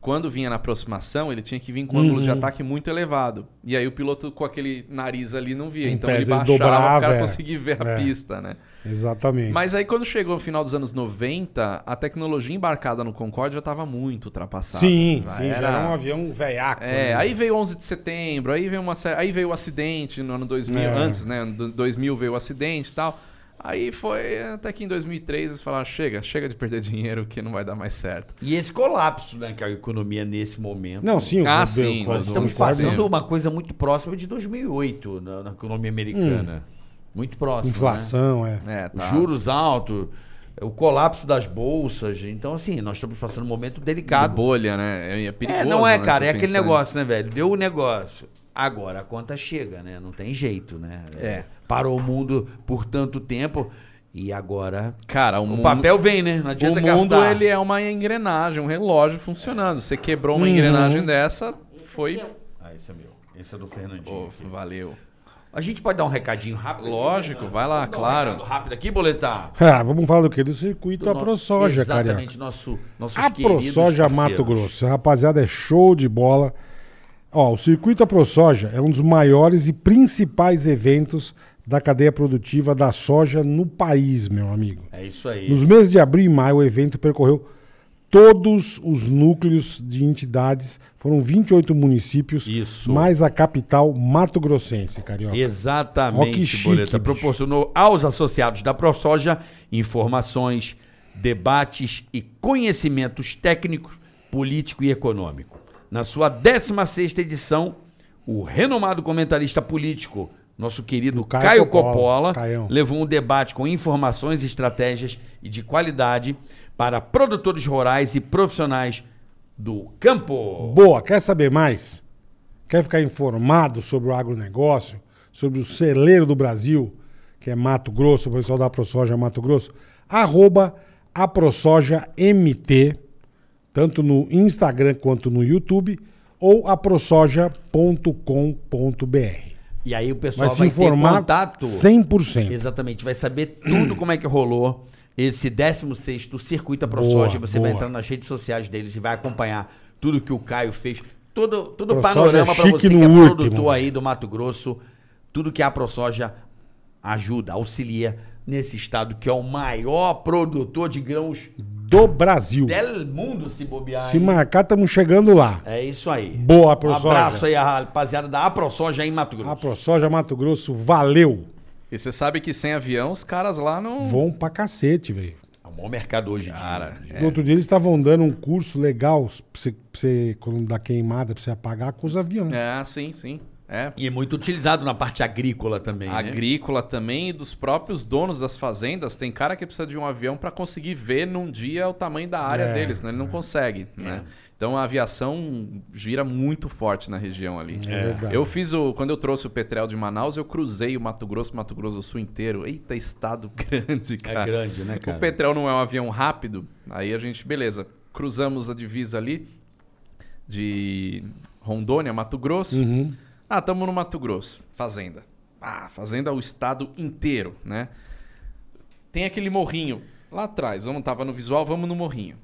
Speaker 5: quando vinha na aproximação, ele tinha que vir com um
Speaker 3: Uhum.
Speaker 5: ângulo de ataque muito elevado. E aí o piloto com aquele nariz ali não via,
Speaker 3: Em
Speaker 5: então ele
Speaker 3: tese, ele
Speaker 5: baixava
Speaker 3: dobrava,
Speaker 5: o cara
Speaker 3: é.
Speaker 5: conseguia ver a
Speaker 3: É.
Speaker 5: pista, né?
Speaker 3: Exatamente.
Speaker 5: Mas aí quando chegou no final dos anos 90, a tecnologia embarcada no Concorde já estava muito ultrapassada.
Speaker 3: sim,
Speaker 5: Já
Speaker 3: sim, já era um avião veiaco.
Speaker 5: é,
Speaker 3: né?
Speaker 5: aí veio 11 de setembro, aí veio, uma, sé- aí veio o acidente no ano 2000,
Speaker 3: É.
Speaker 5: antes, né? Do 2000 veio o acidente e tal. Aí foi até que em 2003 eles falaram, chega, chega de perder dinheiro que não vai dar mais certo.
Speaker 6: E esse colapso, né, que a economia nesse momento.
Speaker 3: Não, sim,
Speaker 5: Ah,
Speaker 3: o-
Speaker 5: sim,
Speaker 3: o- um
Speaker 5: nós
Speaker 3: o-
Speaker 6: Estamos
Speaker 5: Não
Speaker 3: Concorde-
Speaker 6: passando
Speaker 5: sabemos.
Speaker 6: uma coisa muito próxima de 2008 na, na economia americana. Muito próximo.
Speaker 3: Inflação, é.
Speaker 5: É,
Speaker 6: Né?
Speaker 5: tá.
Speaker 6: Juros altos, o colapso das bolsas. Então, assim, nós estamos passando um momento
Speaker 5: Tá De
Speaker 6: delicado.
Speaker 5: bolha, né? É, é perigoso.
Speaker 6: é, não é,
Speaker 5: né,
Speaker 6: cara.
Speaker 5: você
Speaker 6: É aquele
Speaker 5: pensar
Speaker 6: negócio, né, velho? Deu o negócio. Agora a conta chega, né? Não tem jeito, né?
Speaker 5: É.
Speaker 6: Parou o mundo por tanto tempo e agora.
Speaker 5: nisso. Cara, o,
Speaker 6: O
Speaker 5: mundo,
Speaker 6: papel vem, né? Não
Speaker 5: o
Speaker 6: adianta
Speaker 5: mundo
Speaker 6: gastar.
Speaker 5: ele é uma engrenagem, um relógio funcionando. Você quebrou uma
Speaker 3: Uhum.
Speaker 5: engrenagem dessa, foi...
Speaker 6: Ah, esse é meu. Esse é do Fernandinho.
Speaker 5: Pô,
Speaker 6: aqui.
Speaker 5: valeu.
Speaker 6: A gente pode dar um recadinho rápido? aqui,
Speaker 5: Lógico,
Speaker 6: Fernando?
Speaker 5: vai lá,
Speaker 6: Vamos dar um
Speaker 5: claro.
Speaker 6: recado rápido aqui, boletar.
Speaker 3: Ah, vamos falar do que? Do circuito da
Speaker 6: Do no-
Speaker 3: ProSoja, cara.
Speaker 6: Exatamente, nosso, nossos
Speaker 3: A
Speaker 6: queridos
Speaker 3: ProSoja
Speaker 6: parceiros.
Speaker 3: Mato Grosso. A rapaziada é show de bola. Ó, o Circuito da ProSoja é um dos maiores e principais eventos da cadeia produtiva da soja no país, meu amigo.
Speaker 6: É isso aí.
Speaker 3: Nos meses de abril e maio, o evento percorreu todos os núcleos de entidades. Foram 28 municípios,
Speaker 6: Isso.
Speaker 3: mais a capital mato-grossense, Carioca. Ó,
Speaker 6: Exatamente,
Speaker 3: que chique,
Speaker 6: Boleta.
Speaker 3: bicho.
Speaker 6: Proporcionou aos associados da ProSoja informações, debates e conhecimentos técnicos, político e econômico. Na sua 16ª edição, o renomado comentarista político, nosso querido
Speaker 3: Caio
Speaker 6: Caio,
Speaker 3: Coppola,
Speaker 6: Coppola,
Speaker 3: Caião.
Speaker 6: levou um debate com informações, estratégias e de qualidade para produtores rurais e profissionais do campo.
Speaker 3: Boa, quer saber mais? Quer ficar informado sobre o agronegócio, sobre o celeiro do Brasil, que é Mato Grosso, o pessoal da ProSoja Mato Grosso? Arroba a MT, tanto no Instagram quanto no YouTube, ou aprosoja.com.br.
Speaker 6: E aí o pessoal
Speaker 3: Vai
Speaker 6: vai,
Speaker 3: se informar
Speaker 6: ter contato
Speaker 3: 100%.
Speaker 6: Exatamente, vai saber tudo como é que rolou esse 16º Circuito da ProSoja.
Speaker 3: Boa,
Speaker 6: Você vai
Speaker 3: boa.
Speaker 6: entrar nas redes sociais deles e vai acompanhar tudo que o Caio fez, todo todo o
Speaker 3: ProSoja
Speaker 6: panorama
Speaker 3: é
Speaker 6: para você
Speaker 3: chique
Speaker 6: que
Speaker 3: no
Speaker 6: é
Speaker 3: último.
Speaker 6: produtor aí do Mato Grosso, tudo que a ProSoja ajuda, auxilia nesse estado que é o maior produtor de grãos
Speaker 3: Do Brasil.
Speaker 6: del mundo, se bobear.
Speaker 3: Se
Speaker 6: hein?
Speaker 3: marcar, estamos chegando lá.
Speaker 6: É isso aí.
Speaker 3: Boa,
Speaker 6: Um
Speaker 3: ProSoja.
Speaker 6: abraço aí, a rapaziada da AproSoja em Mato Grosso.
Speaker 3: A ProSoja Mato Grosso, valeu.
Speaker 5: E você sabe que sem avião, os caras lá não...
Speaker 3: Vão pra cacete, velho.
Speaker 6: É o maior mercado hoje,
Speaker 5: Cara,
Speaker 6: De...
Speaker 5: é.
Speaker 3: No outro dia eles estavam dando um curso legal pra você, pra você, quando dá queimada, pra você apagar com os aviões.
Speaker 5: É, sim, sim. É,
Speaker 6: E é muito utilizado na parte agrícola também. né?
Speaker 5: agrícola também e dos próprios donos das fazendas. Tem cara que precisa de um avião para conseguir ver num dia o tamanho da área
Speaker 3: É,
Speaker 5: deles, né? Ele não consegue, né? Então a aviação gira muito forte na região ali.
Speaker 3: É verdade.
Speaker 5: Eu fiz o quando eu trouxe o Petrel de Manaus, eu cruzei o Mato Grosso, Mato Grosso do Sul inteiro. Eita, estado grande, cara.
Speaker 6: É grande, né,
Speaker 5: O
Speaker 6: cara?
Speaker 5: Petrel não é um avião rápido, aí a gente, beleza, cruzamos a divisa ali de Rondônia, Mato Grosso.
Speaker 3: Uhum.
Speaker 5: Ah, estamos no Mato Grosso, fazenda. Ah, fazenda é o estado inteiro, né? Tem aquele morrinho lá atrás, vamos, tava no visual, vamos no morrinho.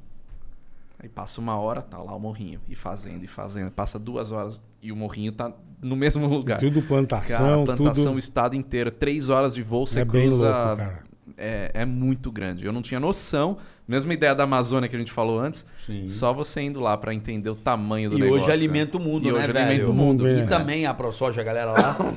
Speaker 5: Aí passa uma hora, tá lá o morrinho, e fazenda, e fazenda. Passa duas horas e o morrinho tá no mesmo lugar.
Speaker 3: Tudo
Speaker 5: Cara,
Speaker 3: plantação,
Speaker 5: plantação, o
Speaker 3: tudo.
Speaker 5: estado inteiro. Três horas de voo, você
Speaker 3: É bem
Speaker 5: cruza...
Speaker 3: louco, cara.
Speaker 5: É, é muito grande. Eu não tinha noção. Mesma ideia da Amazônia que a gente falou antes.
Speaker 6: Sim.
Speaker 5: Só você indo lá pra entender o tamanho do
Speaker 6: E
Speaker 5: negócio.
Speaker 6: hoje
Speaker 5: né?
Speaker 6: alimenta o mundo,
Speaker 5: E
Speaker 6: né,
Speaker 5: hoje
Speaker 6: velho?
Speaker 5: alimenta o
Speaker 3: mundo,
Speaker 5: mundo.
Speaker 3: é.
Speaker 6: E também a ProSoja, a galera lá,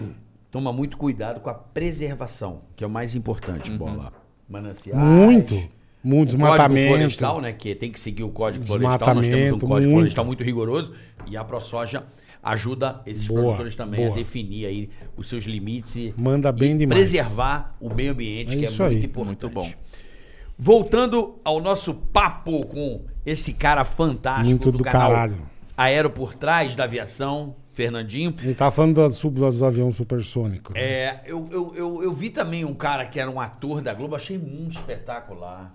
Speaker 6: toma muito cuidado com a preservação, que é o mais importante, bola. Mananciais.
Speaker 3: Muito.
Speaker 6: o
Speaker 3: Muito
Speaker 6: Código
Speaker 3: desmatamento.
Speaker 6: florestal, né? Que tem que seguir o código florestal. Nós temos
Speaker 3: Desmatamento,
Speaker 6: um código
Speaker 3: muito.
Speaker 6: florestal muito rigoroso. E a ProSoja ajuda esses
Speaker 3: Boa,
Speaker 6: produtores também
Speaker 3: boa.
Speaker 6: a definir aí os seus limites e,
Speaker 3: Manda bem
Speaker 6: e
Speaker 3: demais.
Speaker 6: preservar o meio ambiente,
Speaker 3: É
Speaker 6: que é
Speaker 3: isso
Speaker 6: muito
Speaker 3: aí.
Speaker 6: importante.
Speaker 5: Muito bom.
Speaker 6: Voltando ao nosso papo com esse cara fantástico
Speaker 3: Muito
Speaker 6: do,
Speaker 3: do
Speaker 6: canal
Speaker 3: caralho.
Speaker 6: Aero por trás da aviação, Fernandinho.
Speaker 3: Ele tava tá falando da sub- dos aviões supersônicos.
Speaker 6: É, eu, eu, eu, eu vi também um cara que era um ator da Globo, achei muito espetacular.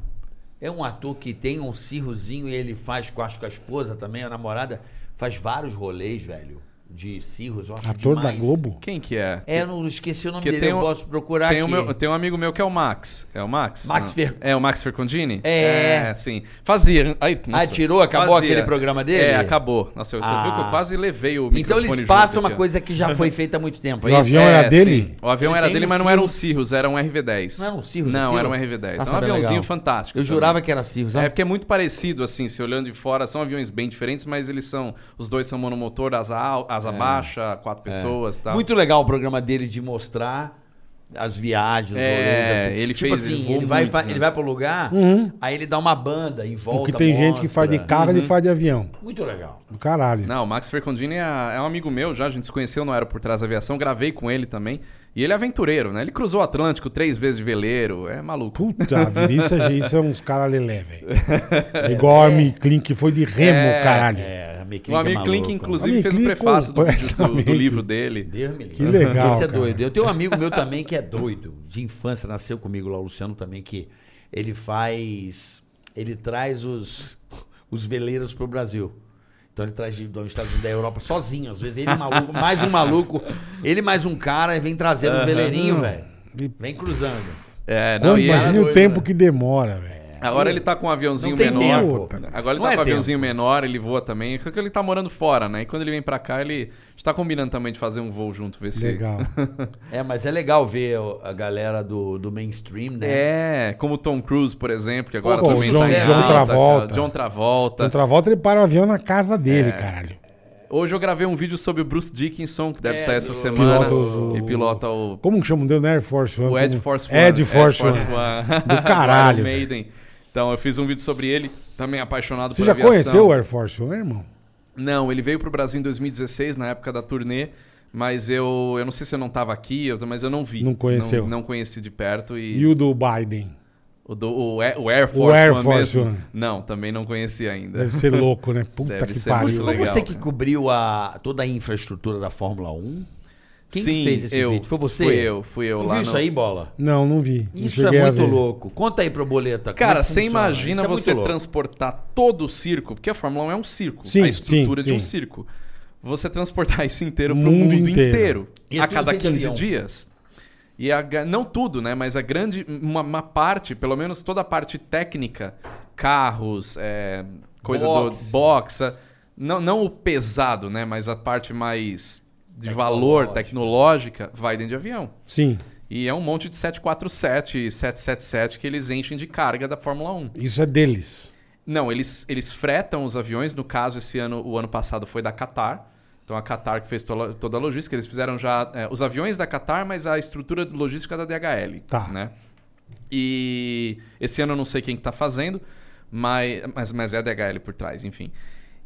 Speaker 6: É um ator que tem um cirrozinho e ele faz, com, acho que a esposa também, a namorada, faz vários rolês, velho. de Cirrus, eu acho
Speaker 3: Ator da
Speaker 6: demais.
Speaker 3: Globo?
Speaker 5: Quem que é?
Speaker 6: É, eu não esqueci o nome
Speaker 5: Que
Speaker 6: dele,
Speaker 5: tem
Speaker 6: eu
Speaker 5: um-
Speaker 6: posso procurar
Speaker 5: tem,
Speaker 6: aqui.
Speaker 5: um meu- tem um amigo meu que é o Max. É o Max?
Speaker 6: Max
Speaker 5: Não.
Speaker 6: Fer-
Speaker 5: É o Max Fercondini?
Speaker 6: É.
Speaker 5: sim. Fazia. Ai, nossa.
Speaker 6: Ah, tirou? Acabou
Speaker 5: Fazia.
Speaker 6: aquele programa dele?
Speaker 5: É, acabou. Nossa, você
Speaker 6: Ah.
Speaker 5: viu que eu quase levei o
Speaker 6: Então
Speaker 5: microfone
Speaker 6: eles
Speaker 5: junto
Speaker 6: passam uma
Speaker 5: aqui, ó.
Speaker 6: coisa que já foi feita há muito tempo, é
Speaker 3: No
Speaker 6: isso?
Speaker 3: avião era dele?
Speaker 5: O avião
Speaker 6: Ele
Speaker 5: era
Speaker 6: tem
Speaker 5: dele,
Speaker 6: um
Speaker 5: mas não era um
Speaker 6: Cirrus.
Speaker 5: Cirrus, era um R-V10.
Speaker 6: Não era um Cirrus
Speaker 5: Não,
Speaker 6: aquilo?
Speaker 5: era um R-V10.
Speaker 6: Nossa,
Speaker 5: é um
Speaker 6: era
Speaker 5: aviãozinho
Speaker 6: legal.
Speaker 5: fantástico.
Speaker 6: Eu
Speaker 5: também.
Speaker 6: jurava que era
Speaker 3: um
Speaker 6: Cirrus.
Speaker 5: É
Speaker 6: ah.
Speaker 5: porque é muito parecido, assim, se olhando de fora, são aviões bem diferentes, mas eles são. Os dois são monomotor, asa, al-
Speaker 3: É.
Speaker 5: asa baixa, quatro pessoas e tal.
Speaker 6: Muito legal o programa dele de mostrar as viagens,
Speaker 5: É,
Speaker 6: os rolês, as-
Speaker 5: ele
Speaker 6: tipo
Speaker 5: fez-
Speaker 6: assim,
Speaker 5: ele
Speaker 6: ele,
Speaker 5: voou
Speaker 6: vai,
Speaker 5: muito,
Speaker 6: vai-
Speaker 5: né?
Speaker 6: ele vai pro lugar,
Speaker 3: Uhum.
Speaker 6: aí ele dá uma banda em volta.
Speaker 3: Porque tem gente que faz de
Speaker 6: mostra.
Speaker 3: carro, ele faz de avião.
Speaker 6: Muito legal.
Speaker 3: Do caralho.
Speaker 5: Não, o Max Fercondini é, é um amigo meu já, a gente se conheceu no Aero Por Trás da Aviação, gravei com ele também. E ele é aventureiro, né? Ele cruzou o Atlântico três vezes de veleiro, é maluco.
Speaker 3: Puta vida, isso, é- isso é uns caras lelé, velho. Igual a Armin Klink, que foi de remo, caralho.
Speaker 6: É, né? a
Speaker 5: O amigo Klink, inclusive,
Speaker 3: né? Amigo
Speaker 5: fez o
Speaker 3: Klink
Speaker 5: prefácio do, vídeo- do- do
Speaker 3: completamente.
Speaker 5: livro dele.
Speaker 6: Deus me livre.
Speaker 3: Que legal,
Speaker 6: Esse é
Speaker 3: cara.
Speaker 6: doido. Eu tenho um amigo meu também que é doido. De infância, nasceu comigo lá, o Luciano também, que ele faz. Ele traz os, os veleiros pro Brasil. Então ele traz de dos Estados Unidos da Europa sozinho. Às vezes ele é maluco, mais um maluco, ele mais um cara, e vem trazendo um veleirinho, velho.
Speaker 3: E-
Speaker 6: Vem cruzando.
Speaker 5: É,
Speaker 3: Pô,
Speaker 5: não, e
Speaker 3: imagina
Speaker 5: ele-
Speaker 3: o
Speaker 6: doido,
Speaker 3: tempo
Speaker 6: né?
Speaker 3: que demora, velho.
Speaker 5: agora ele tá com um aviãozinho
Speaker 6: Hum. Não tem
Speaker 5: menor.
Speaker 6: tempo.
Speaker 3: Puta, né?
Speaker 5: Agora ele
Speaker 6: Não
Speaker 5: tá
Speaker 6: é
Speaker 5: com um
Speaker 6: tempo.
Speaker 5: aviãozinho menor, ele voa também. Só que ele tá morando fora, né? E quando ele vem pra cá, ele. A gente tá combinando também de fazer um voo junto, ver se.
Speaker 3: Legal.
Speaker 6: É, mas é legal ver o- a galera do, do mainstream, né?
Speaker 5: É, como o Tom Cruise, por exemplo, que agora
Speaker 3: Pô,
Speaker 5: também
Speaker 3: John-
Speaker 5: tá em
Speaker 3: John
Speaker 5: alta,
Speaker 3: Travolta.
Speaker 5: cara. John Travolta. É.
Speaker 3: Contra volta, ele para o avião na casa dele, caralho.
Speaker 5: Hoje eu gravei um vídeo sobre o Bruce Dickinson, que deve
Speaker 6: É,
Speaker 5: sair essa
Speaker 6: do-
Speaker 5: semana.
Speaker 3: Pilota os-
Speaker 5: E pilota o,
Speaker 3: Como que chama o dele? Não é Air Force One?
Speaker 5: o Ed
Speaker 3: como-
Speaker 5: Force One.
Speaker 3: Ed Force One. Do
Speaker 5: One.
Speaker 3: caralho,
Speaker 5: Iron Maiden. Então, eu fiz um vídeo sobre ele, também apaixonado
Speaker 3: Você
Speaker 5: por
Speaker 3: já
Speaker 5: aviação.
Speaker 3: conheceu o Air Force One, irmão?
Speaker 5: Não, ele veio pro Brasil em 2016, na época da turnê, mas eu, eu não sei se eu não tava aqui, eu, mas eu não vi.
Speaker 3: Não conheceu.
Speaker 5: Não, não conheci de perto e...
Speaker 3: E o do Biden?
Speaker 5: O, do- o Air- o Air Force
Speaker 3: Air
Speaker 5: One
Speaker 3: Force
Speaker 5: mesmo?
Speaker 3: One.
Speaker 5: Não, também não conheci ainda.
Speaker 3: Deve ser louco, né? Puta
Speaker 5: Deve
Speaker 3: que
Speaker 5: ser
Speaker 3: pariu.
Speaker 5: muito
Speaker 6: Você,
Speaker 5: legal.
Speaker 6: você que
Speaker 5: cara.
Speaker 6: cobriu a, toda a infraestrutura da Fórmula 1? Quem que
Speaker 5: Sim,
Speaker 6: fez esse
Speaker 5: eu.
Speaker 6: vídeo? Foi você?
Speaker 5: Fui eu, fui eu
Speaker 6: Tu
Speaker 5: lá
Speaker 6: viu
Speaker 5: no-
Speaker 6: isso aí, bola?
Speaker 3: Não, não vi. Não
Speaker 6: Isso é
Speaker 3: cheguei a
Speaker 6: muito
Speaker 3: ver.
Speaker 6: louco. Conta aí pro Boleta. como
Speaker 5: Cara,
Speaker 6: é que
Speaker 5: você
Speaker 6: funciona?
Speaker 5: imagina
Speaker 6: Isso é muito
Speaker 5: você
Speaker 6: louco.
Speaker 5: transportar todo o circo, porque a Fórmula 1 é um circo,
Speaker 3: Sim,
Speaker 5: a estrutura
Speaker 3: sim,
Speaker 5: de um
Speaker 3: sim.
Speaker 5: circo. Você transportar isso inteiro para o
Speaker 3: Mundo
Speaker 5: mundo
Speaker 3: inteiro.
Speaker 5: inteiro,
Speaker 6: E é
Speaker 5: a
Speaker 6: tudo
Speaker 5: cada
Speaker 6: feito de
Speaker 5: 15
Speaker 6: avião.
Speaker 5: dias. E a ga- não tudo, né? Mas a grande. Uma, uma parte, pelo menos toda a parte técnica, carros, é, coisa
Speaker 6: Box.
Speaker 5: do boxa. Não, não o pesado, né? Mas a parte mais de valor, tecnológica, vai dentro de avião.
Speaker 3: Sim.
Speaker 5: E é um monte de 747, 777 que eles enchem de carga da Fórmula 1.
Speaker 3: Isso é deles.
Speaker 5: Não, eles, eles fretam os aviões. No caso, esse ano, o ano passado foi da Qatar. Então a Qatar que fez to- toda a logística, eles fizeram já é, os aviões da Qatar, mas a estrutura logística da DHL.
Speaker 3: Tá.
Speaker 5: Né? E esse ano eu não sei quem que tá fazendo, mas, mas, mas é a DHL por trás, enfim.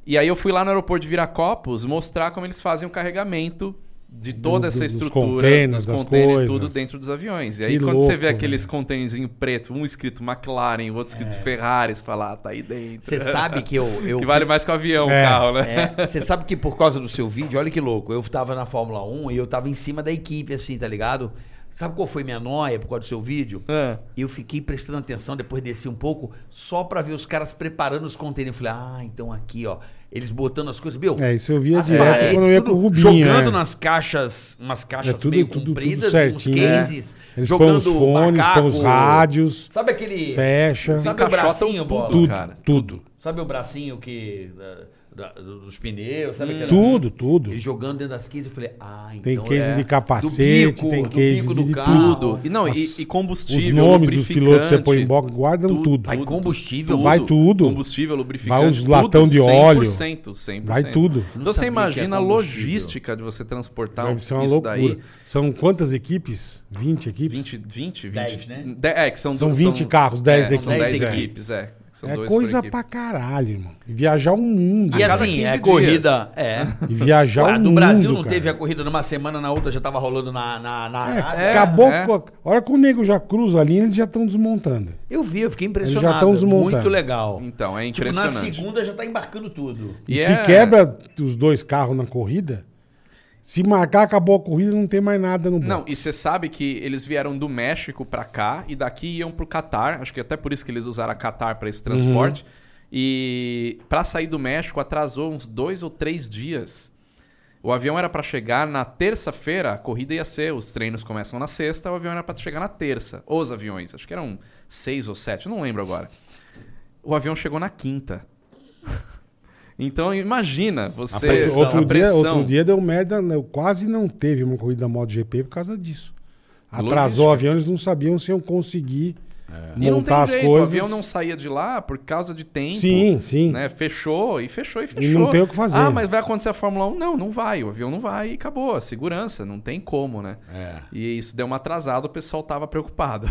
Speaker 5: E aí eu fui lá no aeroporto de Viracopos mostrar como eles fazem o carregamento de toda
Speaker 3: do-
Speaker 5: essa
Speaker 3: dos
Speaker 5: estrutura,
Speaker 3: containers, das
Speaker 5: containers, tudo
Speaker 3: coisas.
Speaker 5: dentro dos aviões. E
Speaker 3: Que
Speaker 5: aí quando você
Speaker 3: louco, né?
Speaker 5: vê aqueles
Speaker 3: velho.
Speaker 5: containerzinho preto, um escrito McLaren, o outro escrito
Speaker 3: É.
Speaker 5: Ferrari, você fala, ah, tá aí dentro.
Speaker 6: Você sabe que eu. eu
Speaker 5: que vale mais que o avião,
Speaker 3: É.
Speaker 5: o carro, né?
Speaker 6: É, você sabe que por causa do seu vídeo, olha que louco. Eu tava na Fórmula 1 e eu tava em cima da equipe, assim, tá ligado? Sabe qual foi minha noia por causa do seu vídeo?
Speaker 5: Ah.
Speaker 6: Eu fiquei prestando atenção, depois desci um pouco, só pra ver os caras preparando os contêineres. Eu falei, ah, então aqui, ó. Eles botando as coisas. Meu,
Speaker 3: É, isso eu via
Speaker 6: as
Speaker 3: direto
Speaker 6: paredes,
Speaker 3: quando eu ia
Speaker 6: Ah, tudo
Speaker 3: com o Rubinho.
Speaker 6: Jogando
Speaker 3: é.
Speaker 6: nas caixas, umas caixas
Speaker 3: tudo-
Speaker 6: meio
Speaker 3: tudo- tudo
Speaker 6: compridas, uns
Speaker 3: certinho, né?
Speaker 6: cases.
Speaker 3: Eles põem os fones, põem os rádios,
Speaker 6: Sabe aquele.
Speaker 3: fecha.
Speaker 6: Sabe o
Speaker 5: Encaixotam
Speaker 6: bracinho,
Speaker 5: um tudo,
Speaker 6: bola?
Speaker 3: Tudo,
Speaker 5: cara.
Speaker 3: tudo.
Speaker 6: Sabe o bracinho que. da- da- dos pneus,
Speaker 5: Hum.
Speaker 6: sabe aquela-
Speaker 3: Tudo, tudo.
Speaker 6: Ele jogando dentro das 15, eu falei, ah, então.
Speaker 3: Tem case
Speaker 6: é.
Speaker 3: de
Speaker 6: Do
Speaker 3: capacete,
Speaker 6: bico,
Speaker 3: tem
Speaker 6: do
Speaker 3: case
Speaker 6: bico
Speaker 3: de,
Speaker 6: do
Speaker 3: de
Speaker 6: carro.
Speaker 5: Tudo.
Speaker 3: tudo.
Speaker 5: E não, e-
Speaker 3: As-
Speaker 5: e combustível,
Speaker 3: Os nomes dos
Speaker 5: lubrificante,
Speaker 3: pilotos que você põe em box, guardam tudo.
Speaker 5: tudo,
Speaker 6: Vai
Speaker 5: tudo,
Speaker 6: combustível,
Speaker 5: tudo.
Speaker 3: vai tudo.
Speaker 5: Combustível, lubrificante,
Speaker 3: Vai os latão de óleo.
Speaker 5: 100%, 100%.
Speaker 3: Vai tudo.
Speaker 6: Não
Speaker 5: Então você
Speaker 6: sabia que era
Speaker 5: imagina a
Speaker 6: combustível.
Speaker 5: logística de você transportar um-
Speaker 3: Deve ser uma
Speaker 5: isso
Speaker 3: loucura.
Speaker 5: daí.
Speaker 3: São quantas equipes? 20 equipes?
Speaker 5: 20, 20, 20.
Speaker 6: 10, né?
Speaker 5: De- é, que são,
Speaker 3: São
Speaker 5: do-
Speaker 3: 20 carros, 10
Speaker 5: é, São
Speaker 6: equipes.
Speaker 5: 10 equipes, é. São
Speaker 3: é
Speaker 5: dois por
Speaker 3: coisa
Speaker 5: equipe.
Speaker 3: pra caralho, irmão. E viajar o mundo.
Speaker 6: E
Speaker 5: A cada
Speaker 6: assim,
Speaker 5: 15
Speaker 6: é
Speaker 5: dias.
Speaker 6: corrida. É.
Speaker 3: E viajar
Speaker 6: Ué,
Speaker 3: o mundo.
Speaker 6: do Brasil não
Speaker 3: cara.
Speaker 6: teve a corrida numa semana, na outra já tava rolando na. na, na Arábia.
Speaker 5: É,
Speaker 3: Acabou.
Speaker 5: é.
Speaker 3: com a hora que o nego já cruza a linha, eles já estão desmontando.
Speaker 6: Eu vi, eu fiquei
Speaker 3: já
Speaker 6: impressionado.
Speaker 3: tão desmontando.
Speaker 6: Muito legal.
Speaker 5: Então, é
Speaker 6: Tipo, na
Speaker 5: impressionante.
Speaker 6: segunda já tá embarcando tudo.
Speaker 3: E
Speaker 5: E
Speaker 3: se
Speaker 5: é-
Speaker 3: quebra os dois carros na corrida, se marcar, acabou a corrida, não tem mais nada no
Speaker 5: Não,
Speaker 3: banco.
Speaker 5: e você sabe que eles vieram do México pra cá e daqui iam pro Catar. Acho que até por isso que eles usaram a Catar pra esse
Speaker 3: Uhum.
Speaker 5: transporte. E pra sair do México atrasou uns dois ou três dias. O O avião era pra chegar na terça-feira, a corrida ia ser, os treinos começam na sexta, o avião era pra chegar na terça. Os aviões, acho que eram seis ou sete, eu não lembro agora. O avião chegou na quinta. Então imagina você
Speaker 6: A pressão.
Speaker 5: a
Speaker 6: Outra
Speaker 3: Outro dia,
Speaker 5: pressão.
Speaker 3: outro dia deu merda, né? eu quase não teve uma corrida da MotoGP por causa disso. Atrasou o avião, eles não sabiam se iam conseguir
Speaker 5: E não tem
Speaker 3: montar as
Speaker 5: jeito,
Speaker 3: coisas.
Speaker 5: O avião não saía de lá por causa de tempo.
Speaker 3: Sim, sim.
Speaker 5: né? Fechou e fechou e fechou.
Speaker 3: não tem o que fazer.
Speaker 5: Ah, mas vai acontecer a Fórmula 1? Não, não vai. O avião não vai e acabou. A segurança, não tem como, né?
Speaker 6: É.
Speaker 5: E isso deu uma atrasada, o pessoal tava preocupado.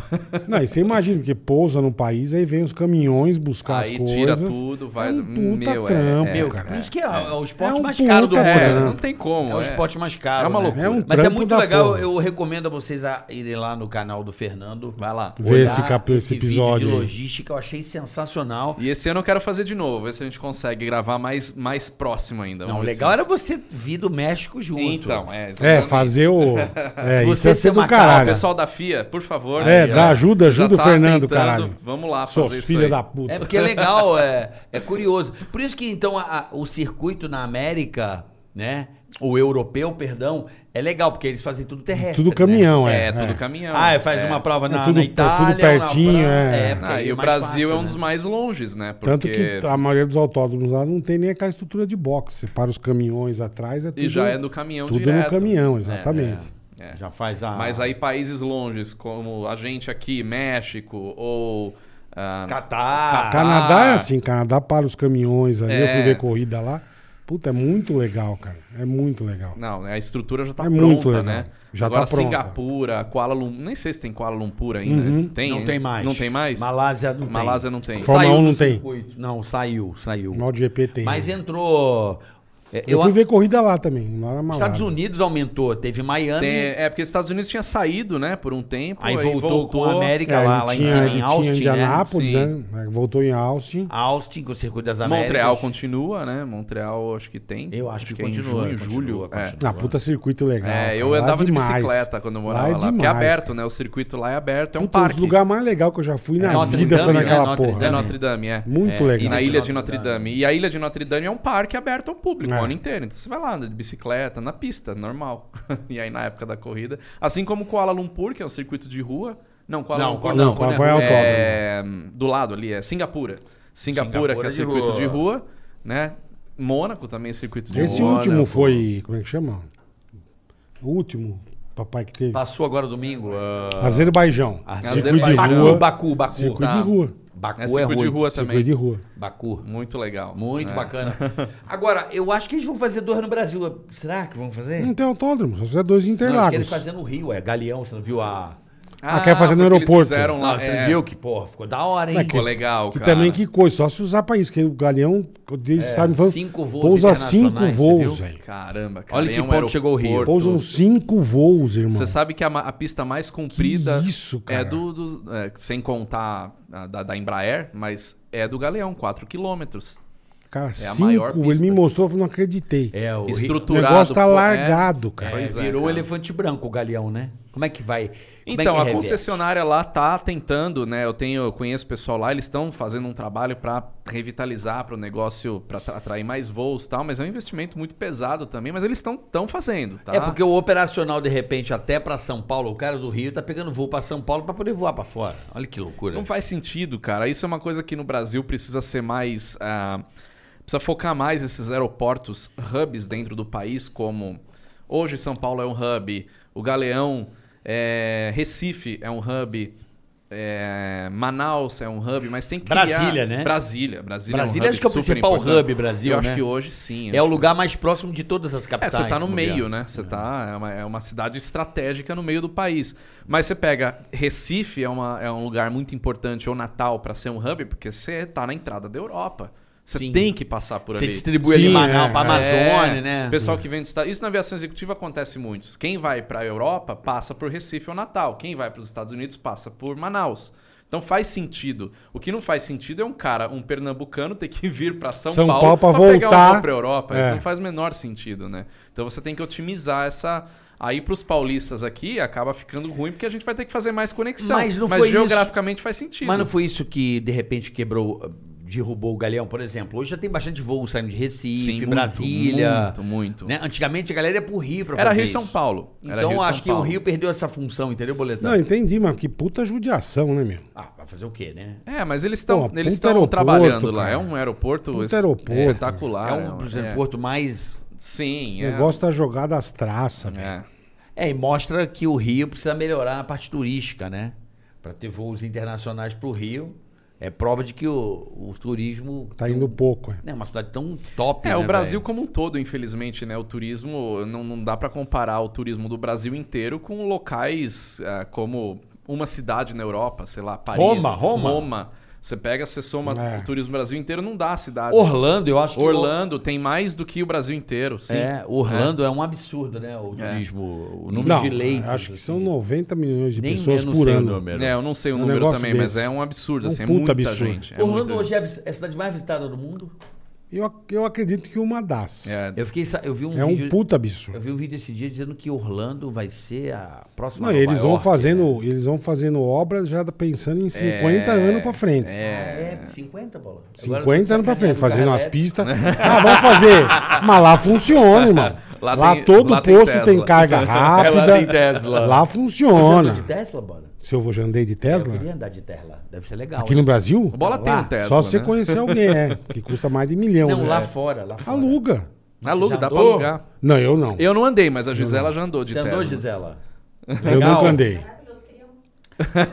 Speaker 3: Não, e você imagina, porque pousa no país, aí vem os caminhões buscar
Speaker 5: Aí
Speaker 3: as coisas.
Speaker 5: tira tudo, vai.
Speaker 3: É um puta
Speaker 5: Meu, é-
Speaker 3: trampo,
Speaker 5: é.
Speaker 6: Meu,
Speaker 3: cara,
Speaker 6: por
Speaker 3: é.
Speaker 6: isso que é, é o esporte
Speaker 3: É um
Speaker 6: mais caro do mundo.
Speaker 3: puta
Speaker 5: É,
Speaker 3: trampo.
Speaker 5: não tem como.
Speaker 6: É o esporte mais caro.
Speaker 5: É uma
Speaker 6: né?
Speaker 5: loucura.
Speaker 3: É um
Speaker 6: Mas é
Speaker 3: trampo
Speaker 6: muito
Speaker 3: da
Speaker 6: legal.
Speaker 3: porra.
Speaker 6: Eu recomendo a vocês a irem lá no canal do Fernando.
Speaker 5: Vai lá.
Speaker 3: Vê
Speaker 6: olhar
Speaker 3: esse cap- esse
Speaker 6: vídeo
Speaker 3: episódio
Speaker 6: de
Speaker 3: aí.
Speaker 6: logística. Eu achei sensacional.
Speaker 5: E esse ano eu quero fazer de novo, ver se a gente consegue gravar mais, mais próximo ainda.
Speaker 6: Não,
Speaker 5: Vamos ver
Speaker 6: legal
Speaker 5: se-
Speaker 6: era você vir do México junto.
Speaker 5: Então, é.
Speaker 3: É,
Speaker 5: exatamente.
Speaker 3: fazer o. É,
Speaker 6: Se
Speaker 3: isso
Speaker 6: você
Speaker 3: é ser
Speaker 6: ser
Speaker 3: do
Speaker 6: macaco,
Speaker 5: Ah, o
Speaker 3: caralho.
Speaker 5: pessoal da FIA, por favor.
Speaker 3: É,
Speaker 5: aí,
Speaker 3: dá
Speaker 5: ó.
Speaker 3: ajuda,
Speaker 5: Já tá
Speaker 3: ajuda o Fernando, caralho.
Speaker 5: Vamos lá fazer
Speaker 3: Seus
Speaker 5: isso
Speaker 3: filhos
Speaker 5: aí.
Speaker 3: da puta.
Speaker 6: É porque é legal, é, é curioso. Por isso que então a- a- o circuito na América, né? O europeu, perdão, é legal, porque eles fazem tudo terrestre.
Speaker 3: Tudo
Speaker 6: né?
Speaker 3: caminhão, é.
Speaker 5: É, tudo caminhão.
Speaker 6: Ah, faz
Speaker 5: É.
Speaker 6: uma prova na,
Speaker 3: tudo-
Speaker 6: na
Speaker 3: é tudo
Speaker 6: Itália.
Speaker 3: pertinho,
Speaker 6: na França.
Speaker 3: é.
Speaker 6: porque
Speaker 5: Ah, e
Speaker 6: é
Speaker 5: o
Speaker 6: mais
Speaker 5: Brasil
Speaker 6: fácil,
Speaker 5: é um
Speaker 6: né? tá
Speaker 5: dos mais longes, né? Porque...
Speaker 3: Tanto que a maioria dos autódromos lá não tem nem aquela estrutura de boxe. Você para os caminhões atrás, é tudo.
Speaker 5: E já é no caminhão
Speaker 3: tudo no
Speaker 5: direto. né?
Speaker 3: caminhão, exatamente.
Speaker 5: É, é.
Speaker 6: Já faz a.
Speaker 5: Mas aí países longes, como a gente aqui, México, ou... ah,
Speaker 6: Catar.
Speaker 5: Catar.
Speaker 3: Canadá é
Speaker 5: Ah.
Speaker 3: assim, Canadá para os caminhões ali. Eu fui
Speaker 5: É.
Speaker 3: ver corrida lá. Puta, é muito legal, cara. É muito legal.
Speaker 5: Não, a estrutura já tá
Speaker 3: É
Speaker 5: pronta,
Speaker 3: muito legal.
Speaker 5: né?
Speaker 3: Já
Speaker 5: Agora,
Speaker 3: tá pronta.
Speaker 5: Singapura, Kuala Lumpur... Nem sei se tem Kuala Lumpur ainda. Tem?
Speaker 6: Uhum. Não tem mais.
Speaker 5: Não tem mais?
Speaker 6: Malásia não tem.
Speaker 5: Malásia não tem.
Speaker 3: Fórmula 1
Speaker 6: do
Speaker 3: não tem.
Speaker 6: circuito. Não, saiu, saiu.
Speaker 3: O GP tem. né?
Speaker 6: Mas entrou. é,
Speaker 3: eu,
Speaker 6: Eu,
Speaker 3: fui ver corrida lá também, lá na Malásia.
Speaker 6: Estados Unidos aumentou, teve Miami,
Speaker 5: Tem- é, porque os Estados Unidos tinha saído, né? Por um tempo.
Speaker 6: aí voltou, com a América
Speaker 3: É,
Speaker 6: lá,
Speaker 3: ele
Speaker 6: lá em
Speaker 3: tinha,
Speaker 6: cima,
Speaker 3: ele
Speaker 6: em
Speaker 3: tinha
Speaker 6: Austin, né?
Speaker 3: Indianápolis,
Speaker 5: Sim.
Speaker 3: né? Aí Voltou em Austin.
Speaker 6: Austin, com o Circuito das Américas.
Speaker 5: Montreal continua, né? Montreal acho que tem.
Speaker 6: Eu acho que
Speaker 5: é
Speaker 6: continua,
Speaker 5: em junho,
Speaker 6: continua,
Speaker 5: julho.
Speaker 6: continua.
Speaker 5: é.
Speaker 3: Ah, puta circuito legal.
Speaker 5: É, eu
Speaker 3: cara. Lá
Speaker 5: andava de
Speaker 3: demais.
Speaker 5: bicicleta quando eu morava
Speaker 3: é
Speaker 5: lá. porque é
Speaker 3: demais,
Speaker 5: aberto,
Speaker 3: cara.
Speaker 5: né? O circuito lá é aberto, é um
Speaker 3: Puta,
Speaker 5: parque.
Speaker 3: o lugar mais legal que eu já fui na
Speaker 6: Notre
Speaker 3: vida foi
Speaker 6: Dame, né?
Speaker 3: naquela
Speaker 6: Notre
Speaker 3: porra.
Speaker 5: É
Speaker 6: Dame.
Speaker 5: Notre Dame, é.
Speaker 3: Muito
Speaker 6: É,
Speaker 5: E
Speaker 3: legal.
Speaker 5: na ilha de
Speaker 6: Notre
Speaker 5: Notre
Speaker 6: Dame.
Speaker 5: Dame. E a ilha de Notre Dame é um parque aberto ao público
Speaker 3: É.
Speaker 5: o ano inteiro. Então você vai lá, anda de bicicleta, na pista, normal. e aí na época da corrida. Assim como Kuala Lumpur, que é um circuito de rua. Não, Kuala
Speaker 6: Não,
Speaker 5: Lumpur
Speaker 6: Kuala
Speaker 5: não.
Speaker 3: Não, qual foi o autódromo?
Speaker 5: É, do lado ali, é Singapura. Singapura,
Speaker 6: né? Singapura
Speaker 5: que é
Speaker 6: de
Speaker 5: circuito
Speaker 6: rua.
Speaker 5: de rua, né? Mônaco também é circuito de
Speaker 3: Esse
Speaker 5: rua.
Speaker 3: último
Speaker 6: pô.
Speaker 3: foi, como é que chama? O último papai que teve.
Speaker 6: Passou agora domingo. ah,
Speaker 3: Azerbaijão.
Speaker 5: Azerbaijão.
Speaker 3: Circuito de
Speaker 5: Azerbaijão.
Speaker 3: rua.
Speaker 6: Baku, Baku,
Speaker 3: Circuito
Speaker 6: Baku.
Speaker 5: Tá.
Speaker 3: de rua.
Speaker 6: Baku
Speaker 5: É
Speaker 6: é,
Speaker 5: circuito de
Speaker 6: ruim.
Speaker 5: rua também.
Speaker 3: Circuito de rua.
Speaker 6: Baku.
Speaker 5: Muito legal.
Speaker 6: Muito
Speaker 5: É.
Speaker 6: bacana. Agora, eu acho que eles vão fazer dois no Brasil. Será que vão fazer?
Speaker 5: Hum,
Speaker 3: Não tem autódromo, só fizer dois em
Speaker 6: Não, eles querem
Speaker 3: Interlagos.
Speaker 6: fazer no Rio, é Galeão, você não viu a.
Speaker 3: Ah, quer fazer no
Speaker 5: porque eles
Speaker 3: aeroporto.
Speaker 5: Fizeram lá,
Speaker 6: Não, você
Speaker 5: é,
Speaker 6: viu que, porra, ficou da hora, hein?
Speaker 3: É
Speaker 5: Ficou legal,
Speaker 3: Que
Speaker 5: um cara. É,
Speaker 3: também que coisa, só se usar pra isso, que o Galeão, eles estavam falando,
Speaker 6: cinco voos
Speaker 3: pousa
Speaker 6: internacionais,
Speaker 3: cinco
Speaker 6: você
Speaker 3: voos,
Speaker 6: viu?
Speaker 3: velho.
Speaker 5: Caramba, cara.
Speaker 6: Olha
Speaker 5: é
Speaker 6: que
Speaker 5: um
Speaker 6: ponto chegou o Rio.
Speaker 5: aeroporto.
Speaker 3: Pousam cinco voos, irmão.
Speaker 5: Você sabe que a, ma- a pista mais comprida
Speaker 3: Que isso, cara.
Speaker 5: é do. do- é, sem contar a da, da Embraer, mas é do Galeão, 4 quilômetros.
Speaker 3: Cara,
Speaker 5: É a
Speaker 3: cinco,
Speaker 5: maior
Speaker 3: ele
Speaker 5: pista.
Speaker 3: me mostrou, eu falei, não acreditei.
Speaker 6: É, o Rio.
Speaker 3: o
Speaker 5: Estruturado.
Speaker 3: negócio tá
Speaker 5: pô, é.
Speaker 3: largado, cara.
Speaker 5: Pois é,
Speaker 6: virou
Speaker 5: cara.
Speaker 6: elefante branco o Galeão, né? Como é que vai? Como
Speaker 5: Então,
Speaker 6: é que
Speaker 5: a
Speaker 6: reverte?
Speaker 5: concessionária lá tá tentando, né? Eu tenho, eu conheço pessoal lá, eles estão fazendo um trabalho para revitalizar para o negócio, para atrair mais voos e tal, mas é um investimento muito pesado também, mas eles estão tão fazendo, tá?
Speaker 6: É porque o operacional, de repente, até pra São Paulo, o cara do Rio tá pegando voo pra São Paulo pra poder voar pra fora. Olha que loucura.
Speaker 5: Não faz sentido, cara. Isso é uma coisa que no Brasil precisa ser mais. ah, precisa focar mais esses aeroportos hubs dentro do país, como hoje São Paulo é um hub, o Galeão, é, Recife é um hub. é, Manaus é um hub, mas tem que criar-
Speaker 6: Brasília, né?
Speaker 5: Brasília, Brasília.
Speaker 6: Brasília
Speaker 5: é um hub
Speaker 6: acho que é o
Speaker 5: super
Speaker 6: principal
Speaker 5: importante.
Speaker 6: hub Brasil,
Speaker 5: Eu acho
Speaker 6: né?
Speaker 5: que hoje sim.
Speaker 6: É o
Speaker 5: acho
Speaker 6: lugar mais próximo de todas as
Speaker 5: é,
Speaker 6: capitais.
Speaker 5: você tá no
Speaker 6: bobear.
Speaker 5: meio, né? Você tá. É uma, é uma cidade estratégica no meio do país. Mas você pega Recife, é, uma, é um lugar muito importante, ou Natal, pra ser um hub, porque você tá na entrada da Europa. Você
Speaker 6: Sim.
Speaker 5: tem que passar por
Speaker 6: Você
Speaker 5: ali.
Speaker 6: distribui
Speaker 3: Sim,
Speaker 6: ali Manaus
Speaker 3: é,
Speaker 6: pra
Speaker 3: é.
Speaker 6: Amazônia,
Speaker 5: É,
Speaker 6: né?
Speaker 5: O pessoal que vem do estado. Isso na aviação executiva acontece muito. Quem vai pra Europa passa por Recife ou Natal. Quem vai pros Estados Unidos passa por Manaus. Então faz sentido. O que não faz sentido é um cara, um pernambucano, ter que vir pra São,
Speaker 3: São Paulo
Speaker 5: Paulo
Speaker 3: pra
Speaker 5: pegar
Speaker 3: voltar.
Speaker 5: um voo pra Europa.
Speaker 3: É.
Speaker 5: Isso não faz o menor sentido, né? Então você tem que otimizar essa. Aí pros paulistas aqui acaba ficando ruim porque a gente vai ter que fazer mais conexão.
Speaker 6: Mas não foi isso.
Speaker 5: geograficamente faz sentido.
Speaker 6: Mas não foi isso que, de repente, quebrou, derrubou o Galeão, por exemplo. Hoje já tem bastante voo saindo de Recife,
Speaker 5: Sim, muito,
Speaker 6: Brasília.
Speaker 5: muito, muito.
Speaker 6: né? Antigamente a galera ia pro Rio pra
Speaker 5: Era
Speaker 6: fazer
Speaker 5: Rio e São
Speaker 6: isso.
Speaker 5: Paulo. Era
Speaker 6: Então
Speaker 5: Rio e São
Speaker 6: acho que
Speaker 5: Paulo.
Speaker 6: o Rio perdeu essa função, entendeu, Boletão?
Speaker 3: Não, entendi, mas que puta judiação, né, meu?
Speaker 6: Ah, vai fazer o quê, né?
Speaker 5: É, mas eles estão
Speaker 3: Pô,
Speaker 5: eles
Speaker 3: puta
Speaker 5: estão
Speaker 3: aeroporto,
Speaker 5: trabalhando lá.
Speaker 3: cara.
Speaker 5: É um aeroporto,
Speaker 3: Puta
Speaker 5: es-
Speaker 3: aeroporto.
Speaker 5: espetacular.
Speaker 6: é um dos
Speaker 5: é-
Speaker 6: aeroportos mais.
Speaker 5: Sim,
Speaker 3: O
Speaker 5: é.
Speaker 3: negócio tá jogado às traças, velho.
Speaker 5: é.
Speaker 6: É, e mostra que o Rio precisa melhorar a parte turística, né? Pra ter voos internacionais pro Rio. É prova de que o, o turismo.
Speaker 3: Tá indo pouco, é.
Speaker 6: É uma cidade tão top.
Speaker 5: É,
Speaker 6: né,
Speaker 5: o Brasil
Speaker 6: velho?
Speaker 5: como um todo, infelizmente, né? O turismo, não, não dá pra comparar o turismo do Brasil inteiro com locais ah, como uma cidade na Europa, sei lá, Paris.
Speaker 6: Roma, Roma.
Speaker 5: Você pega, você soma
Speaker 3: É.
Speaker 5: o turismo do Brasil inteiro, não dá a cidade.
Speaker 6: Orlando, eu acho que.
Speaker 5: Orlando tem mais do que o Brasil inteiro, sim. É.
Speaker 6: É, Orlando é. um absurdo, né? O turismo, o número
Speaker 3: Não,
Speaker 6: de leitos.
Speaker 3: acho que são
Speaker 6: assim.
Speaker 3: 90 milhões de
Speaker 6: Nem
Speaker 3: pessoas
Speaker 6: eu não
Speaker 3: por
Speaker 6: sei o
Speaker 3: ano.
Speaker 6: número.
Speaker 5: É, eu não sei o
Speaker 3: Um
Speaker 5: número
Speaker 3: negócio
Speaker 5: também,
Speaker 3: desse.
Speaker 5: mas é um absurdo,
Speaker 3: Um
Speaker 5: assim, é
Speaker 3: puta
Speaker 5: muita
Speaker 3: absurdo.
Speaker 5: gente. É
Speaker 6: Orlando
Speaker 5: muita...
Speaker 6: hoje é a cidade mais visitada do mundo?
Speaker 3: Eu, eu acredito que uma das. É,
Speaker 5: É,
Speaker 6: Eu fiquei, sa- eu vi um
Speaker 3: um
Speaker 6: vídeo,
Speaker 3: puta
Speaker 6: eu
Speaker 3: absurdo.
Speaker 6: vi um vídeo esse dia dizendo que Orlando vai ser a próxima.
Speaker 3: Não, e
Speaker 6: Nova
Speaker 3: eles vão
Speaker 6: York, né?
Speaker 3: fazendo, eles vão fazendo obras já pensando em 50 anos pra frente.
Speaker 6: É, 50 bola. Agora eu tô
Speaker 3: 50 anos pra
Speaker 6: sacaneando
Speaker 3: frente,
Speaker 6: o
Speaker 3: fazendo
Speaker 6: cara,
Speaker 3: as
Speaker 6: é.
Speaker 3: pistas. Ah, vamos fazer. Mas lá funciona, irmão. Lá,
Speaker 5: Lá tem-
Speaker 3: todo
Speaker 5: lá tem
Speaker 3: posto tem,
Speaker 5: Tesla.
Speaker 3: carga rápida.
Speaker 6: Lá tem Tesla.
Speaker 3: Lá
Speaker 6: Você andou de
Speaker 3: funciona.
Speaker 6: Tesla, bola?
Speaker 3: Se eu vou já andei de
Speaker 6: Eu queria
Speaker 3: Tesla?
Speaker 6: andar de Tesla. Deve ser legal.
Speaker 3: Aqui
Speaker 6: né?
Speaker 3: no Brasil?
Speaker 5: O Bola tem
Speaker 6: Lá,
Speaker 5: um Tesla,
Speaker 3: Só se você
Speaker 5: né?
Speaker 3: conhecer alguém, é. Que custa mais de milhão.
Speaker 6: Não,
Speaker 3: né?
Speaker 6: lá fora, lá fora.
Speaker 3: Aluga.
Speaker 6: Você já
Speaker 5: Aluga, Tá dá pra
Speaker 6: andou?
Speaker 5: alugar.
Speaker 3: Não, eu não.
Speaker 5: Eu não andei, mas a Gisela já andou de
Speaker 6: Você andou,
Speaker 5: Tesla.
Speaker 6: Gisela?
Speaker 3: Eu
Speaker 6: Legal.
Speaker 3: nunca andei.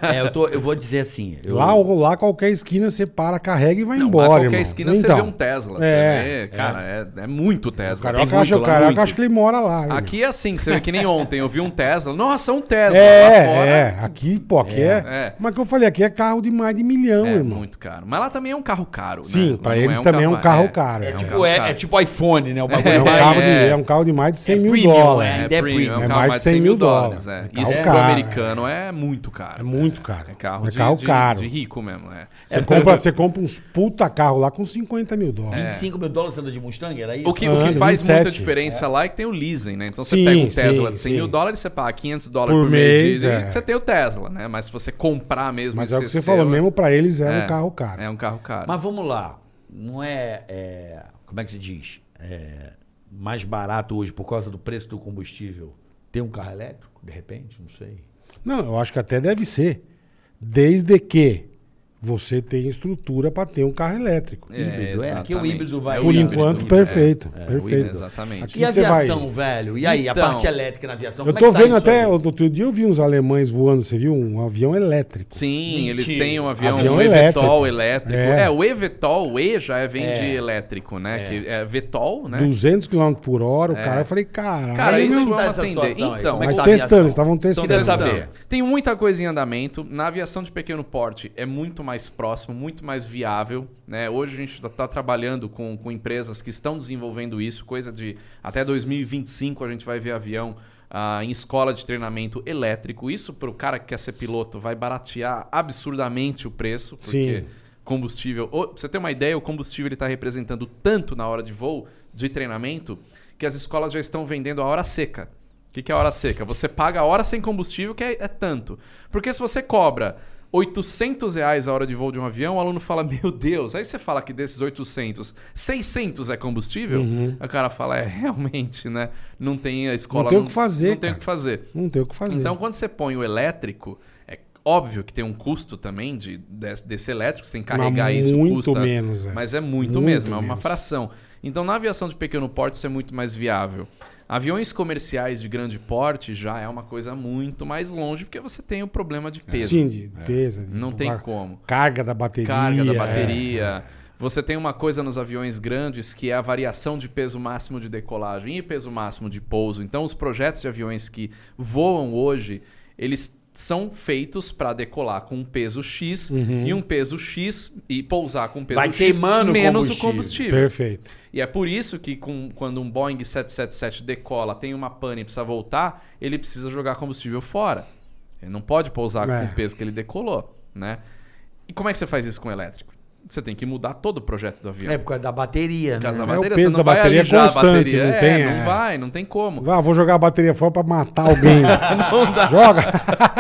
Speaker 6: É, eu, tô, eu vou dizer assim. Eu,
Speaker 3: Lá, ou- lá qualquer esquina você para, carrega e vai
Speaker 5: Não,
Speaker 3: embora.
Speaker 5: a qualquer
Speaker 3: irmão. Então,
Speaker 5: esquina você vê um Tesla. você
Speaker 3: É,
Speaker 5: vê, cara, é. É, muito Tesla.
Speaker 3: O
Speaker 5: tem
Speaker 3: carioca
Speaker 5: muito
Speaker 3: acha, o
Speaker 5: lá,
Speaker 3: carioca
Speaker 5: muito.
Speaker 3: acha que ele mora lá. né?
Speaker 5: Aqui é assim, você vê que nem ontem eu vi um Tesla. Nossa, um Tesla.
Speaker 3: É,
Speaker 5: lá fora,
Speaker 3: é. Aqui, pô, aqui é.
Speaker 5: É.
Speaker 3: Mas que eu falei, aqui é carro de mais de milhão,
Speaker 5: é
Speaker 3: irmão.
Speaker 5: muito caro. Mas lá também é um carro caro.
Speaker 3: Sim,
Speaker 5: né?
Speaker 3: pra
Speaker 5: Não
Speaker 3: eles também é um carro caro, é.
Speaker 5: um
Speaker 3: Tipo,
Speaker 5: carro
Speaker 6: é,
Speaker 5: caro.
Speaker 6: é tipo iPhone, né? O bagulho
Speaker 3: É um,
Speaker 6: mais-
Speaker 3: carro de,
Speaker 5: é.
Speaker 3: é um carro de mais de 100 mil
Speaker 6: premium,
Speaker 3: dólares.
Speaker 6: é.
Speaker 5: É,
Speaker 6: Ainda é
Speaker 5: premium, é um
Speaker 3: premium.
Speaker 5: carro mais de 100 mil dólares.
Speaker 3: dólares,
Speaker 5: É.
Speaker 3: é.
Speaker 5: Isso
Speaker 3: Carro
Speaker 5: pro
Speaker 3: caro,
Speaker 5: americano é muito caro.
Speaker 3: É muito caro.
Speaker 5: É carro,
Speaker 3: É
Speaker 5: de,
Speaker 3: carro
Speaker 5: de-
Speaker 3: caro.
Speaker 5: de rico mesmo. É.
Speaker 3: Você, compra, você compra uns puta carro lá com 50 mil dólares.
Speaker 6: 25 mil dólares você anda de Mustang, era isso?
Speaker 5: É.
Speaker 6: É.
Speaker 5: O que, o que
Speaker 3: Ando,
Speaker 5: faz
Speaker 3: 27.
Speaker 5: muita diferença lá é que tem o leasing, né? Então você
Speaker 3: Sim,
Speaker 5: pega um Tesla
Speaker 3: sim,
Speaker 5: de 100
Speaker 3: sim.
Speaker 5: mil dólares, você paga 500 dólares
Speaker 3: Por
Speaker 5: por,
Speaker 3: mês,
Speaker 5: mês, e
Speaker 3: é.
Speaker 5: você tem o Tesla, né? Mas se você comprar mesmo
Speaker 3: Mas
Speaker 5: e
Speaker 3: é o que
Speaker 5: ser
Speaker 3: você falou,
Speaker 5: seu,
Speaker 3: mesmo pra eles era
Speaker 5: é.
Speaker 3: um carro caro.
Speaker 5: É um carro caro.
Speaker 6: Mas vamos lá. Não é, é, Como é que se diz? É, mais barato hoje por causa do preço do combustível ter um carro elétrico, de repente? Não sei.
Speaker 3: Não, eu acho que até deve ser. Desde que você tenha estrutura pra ter um carro elétrico.
Speaker 5: É,
Speaker 6: híbrido, é. Aqui o
Speaker 5: exatamente.
Speaker 6: híbrido vai-
Speaker 5: É o
Speaker 3: Por
Speaker 5: híbrido,
Speaker 3: enquanto,
Speaker 5: híbrido,
Speaker 3: perfeito.
Speaker 5: é. É, o
Speaker 3: perfeito.
Speaker 5: híbrido, exatamente.
Speaker 3: Aqui é
Speaker 6: e a
Speaker 3: você vai-
Speaker 6: aviação, velho? E aí, a
Speaker 5: Então,
Speaker 6: parte elétrica na aviação?
Speaker 3: Eu
Speaker 6: como é
Speaker 3: tô
Speaker 6: que tá
Speaker 3: vendo
Speaker 6: isso
Speaker 3: até.
Speaker 6: aí?
Speaker 3: Outro dia eu vi uns alemães voando, você viu? Um avião elétrico.
Speaker 5: Sim,
Speaker 6: Mentira.
Speaker 5: eles têm um avião,
Speaker 3: Avião
Speaker 5: um
Speaker 3: elétrico.
Speaker 5: Evetol elétrico.
Speaker 3: É.
Speaker 5: É. o Evetol, o E já é- vem
Speaker 6: É.
Speaker 5: de elétrico, né? Que é Vetol, né? É.
Speaker 3: 200 km por hora, o cara. Eu falei, caralho.
Speaker 5: Cara,
Speaker 6: Aí
Speaker 5: isso
Speaker 6: como
Speaker 5: é
Speaker 6: tá
Speaker 5: uma
Speaker 6: essa
Speaker 5: tendência.
Speaker 6: situação aí?
Speaker 5: Então,
Speaker 6: Como é que
Speaker 3: Mas
Speaker 6: tá a
Speaker 3: testando, eles
Speaker 6: aviação?
Speaker 3: estavam
Speaker 5: Então,
Speaker 3: testando.
Speaker 6: Quero
Speaker 5: questão.
Speaker 6: saber.
Speaker 5: Tem muita coisa em andamento. Na aviação de pequeno porte é muito mais próximo, muito mais viável. Né? Hoje a gente está trabalhando com, com empresas que estão desenvolvendo isso, coisa de até 2025 a gente vai ver avião. ah, em escola de treinamento elétrico. Isso para o cara que quer ser piloto vai baratear absurdamente o preço, porque
Speaker 3: Sim.
Speaker 5: combustível. Ô, pra você ter uma ideia, o combustível está representando tanto na hora de voo, de treinamento, que as escolas já estão vendendo a hora seca. O que, que é a hora seca? Você paga a hora sem combustível, que é, é tanto. Porque se você cobra 800 reais a hora de voo de um avião, o aluno fala, meu Deus. Aí você fala que desses 800, 600 é combustível?
Speaker 3: Uhum.
Speaker 5: Aí O cara fala, é, realmente, né? Não tem a escola...
Speaker 3: Não tem o que fazer,
Speaker 5: Não tem o
Speaker 3: cara.
Speaker 5: que fazer.
Speaker 3: Não tem o que fazer.
Speaker 5: Então, quando você põe o elétrico, é óbvio que tem um custo também de, desse, desse elétrico, você tem que
Speaker 3: Mas
Speaker 5: carregar isso,
Speaker 3: muito
Speaker 5: custa.
Speaker 3: menos, é.
Speaker 5: Mas é muito,
Speaker 3: Muito
Speaker 5: mesmo, é uma
Speaker 3: menos.
Speaker 5: fração. Então, na aviação de pequeno porte, isso é muito mais viável. Aviões comerciais de grande porte já é uma coisa muito mais longe, porque você tem o problema de peso.
Speaker 3: É.
Speaker 5: É.
Speaker 3: Sim, de peso. de-
Speaker 5: Não
Speaker 3: de-
Speaker 5: tem como.
Speaker 3: Carga da bateria.
Speaker 5: Carga da
Speaker 3: é.
Speaker 5: bateria. Você tem uma coisa nos aviões grandes que é a variação de peso máximo de decolagem e peso máximo de pouso. Então, os projetos de aviões que voam hoje, eles são feitos para decolar com um peso X e um peso X e pousar com um peso
Speaker 6: Uhum. Vai
Speaker 5: X
Speaker 6: queimando o
Speaker 5: menos
Speaker 6: combustível.
Speaker 5: o combustível.
Speaker 3: Perfeito.
Speaker 5: E é por isso que com- quando um Boeing 777 decola, tem uma pane e precisa voltar, ele precisa jogar combustível fora. Ele não pode pousar
Speaker 3: É.
Speaker 5: com o peso que ele decolou, né? E como é que você faz isso com o elétrico? Você tem que mudar todo o projeto do avião.
Speaker 6: É por causa da bateria,
Speaker 5: Por causa
Speaker 6: né?
Speaker 5: da
Speaker 3: É, o
Speaker 5: bateria,
Speaker 3: peso
Speaker 5: você
Speaker 3: da
Speaker 5: não vai
Speaker 3: bateria é
Speaker 5: alijar a
Speaker 3: constante,
Speaker 5: bateria.
Speaker 3: não
Speaker 5: é,
Speaker 3: tem, é.
Speaker 5: não vai, não tem como.
Speaker 3: Ah, vou jogar a bateria fora pra matar alguém.
Speaker 5: Não dá.
Speaker 3: Joga!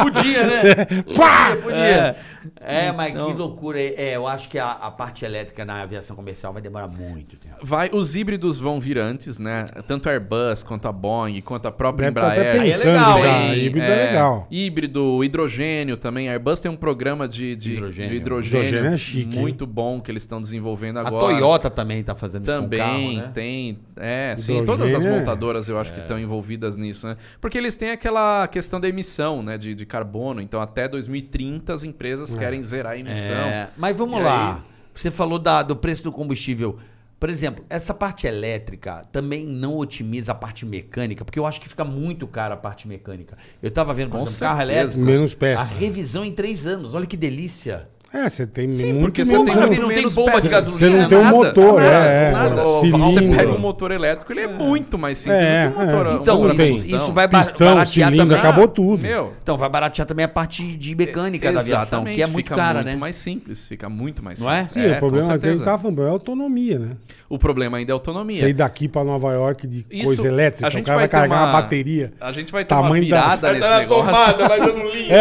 Speaker 6: Podia, né?
Speaker 3: É. Pá!
Speaker 6: Podia. É, mas
Speaker 5: Então.
Speaker 6: que loucura. É, eu acho que a, a parte elétrica na aviação comercial vai demorar muito tempo.
Speaker 5: Vai, os híbridos vão vir antes, né? Tanto a Airbus, quanto a Boeing, quanto a própria
Speaker 3: Deve tá até
Speaker 5: Embraer.
Speaker 6: pensando já,
Speaker 3: híbrido é legal.
Speaker 5: Híbrido, hidrogênio também. A Airbus tem um programa de, de de
Speaker 6: Hidrogênio.
Speaker 5: hidrogênio,
Speaker 3: Hidrogênio é chique,
Speaker 5: muito bom que eles estão desenvolvendo
Speaker 6: A
Speaker 5: agora.
Speaker 6: Toyota também tá fazendo
Speaker 5: Também
Speaker 6: isso com o carro, né?
Speaker 5: tem. É, sim,
Speaker 3: Hidrogênio
Speaker 5: todas as
Speaker 3: é-
Speaker 5: montadoras eu acho que estão envolvidas nisso, né? Porque eles têm aquela questão da emissão, né? De, de carbono. Então, até 2030 as
Speaker 3: É.
Speaker 5: empresas querem zerar a emissão.
Speaker 6: É, mas vamos
Speaker 5: Então, E
Speaker 6: lá. Você falou da- do preço do combustível. Por exemplo, essa parte elétrica também não otimiza a parte mecânica, porque eu acho que fica muito cara a parte mecânica. Eu tava vendo, por
Speaker 5: Com
Speaker 6: exemplo, carro
Speaker 5: certeza.
Speaker 6: elétrico,
Speaker 3: Menos
Speaker 6: a
Speaker 3: peça.
Speaker 6: revisão em três anos. Olha que delícia.
Speaker 3: É, você tem
Speaker 5: Sim,
Speaker 3: muito
Speaker 5: porque você
Speaker 3: menos
Speaker 5: tem
Speaker 6: Não,
Speaker 3: anos.
Speaker 5: muito
Speaker 6: não tem
Speaker 5: menos
Speaker 6: bomba de
Speaker 5: peças.
Speaker 6: gasolina,
Speaker 5: Você não
Speaker 3: tem um
Speaker 5: nada,
Speaker 3: motor,
Speaker 5: nada,
Speaker 3: é,
Speaker 5: nada.
Speaker 3: é,
Speaker 5: Você
Speaker 3: cilindro.
Speaker 5: pega um motor elétrico, ele é muito mais simples
Speaker 3: É,
Speaker 5: do que um motor.
Speaker 3: é.
Speaker 5: um
Speaker 6: Então,
Speaker 5: motor a
Speaker 3: tem.
Speaker 6: isso,
Speaker 5: combustão.
Speaker 6: isso vai bar-
Speaker 3: Pistão, cilindro,
Speaker 6: também.
Speaker 3: acabou tudo.
Speaker 5: Ah, Meu,
Speaker 6: Então, vai baratear também a parte de mecânica da aviação,
Speaker 5: exatamente,
Speaker 6: que é muito
Speaker 5: fica
Speaker 6: cara,
Speaker 5: muito
Speaker 6: né?
Speaker 5: mais simples, fica muito mais
Speaker 6: Não é?
Speaker 5: simples.
Speaker 3: Sim, o
Speaker 5: com
Speaker 3: problema é que a gente
Speaker 5: certeza.
Speaker 3: tava falando, é a autonomia, né?
Speaker 5: O problema ainda é a autonomia.
Speaker 3: Sair daqui pra Nova York de
Speaker 5: Isso,
Speaker 3: coisa elétrica,
Speaker 5: a
Speaker 3: o
Speaker 5: gente
Speaker 3: cara vai,
Speaker 5: vai ter
Speaker 3: carregar uma...
Speaker 5: uma-
Speaker 3: bateria.
Speaker 5: A gente vai ter uma
Speaker 3: Tamanho da-
Speaker 5: virada nesse negócio.
Speaker 4: vai dando linha.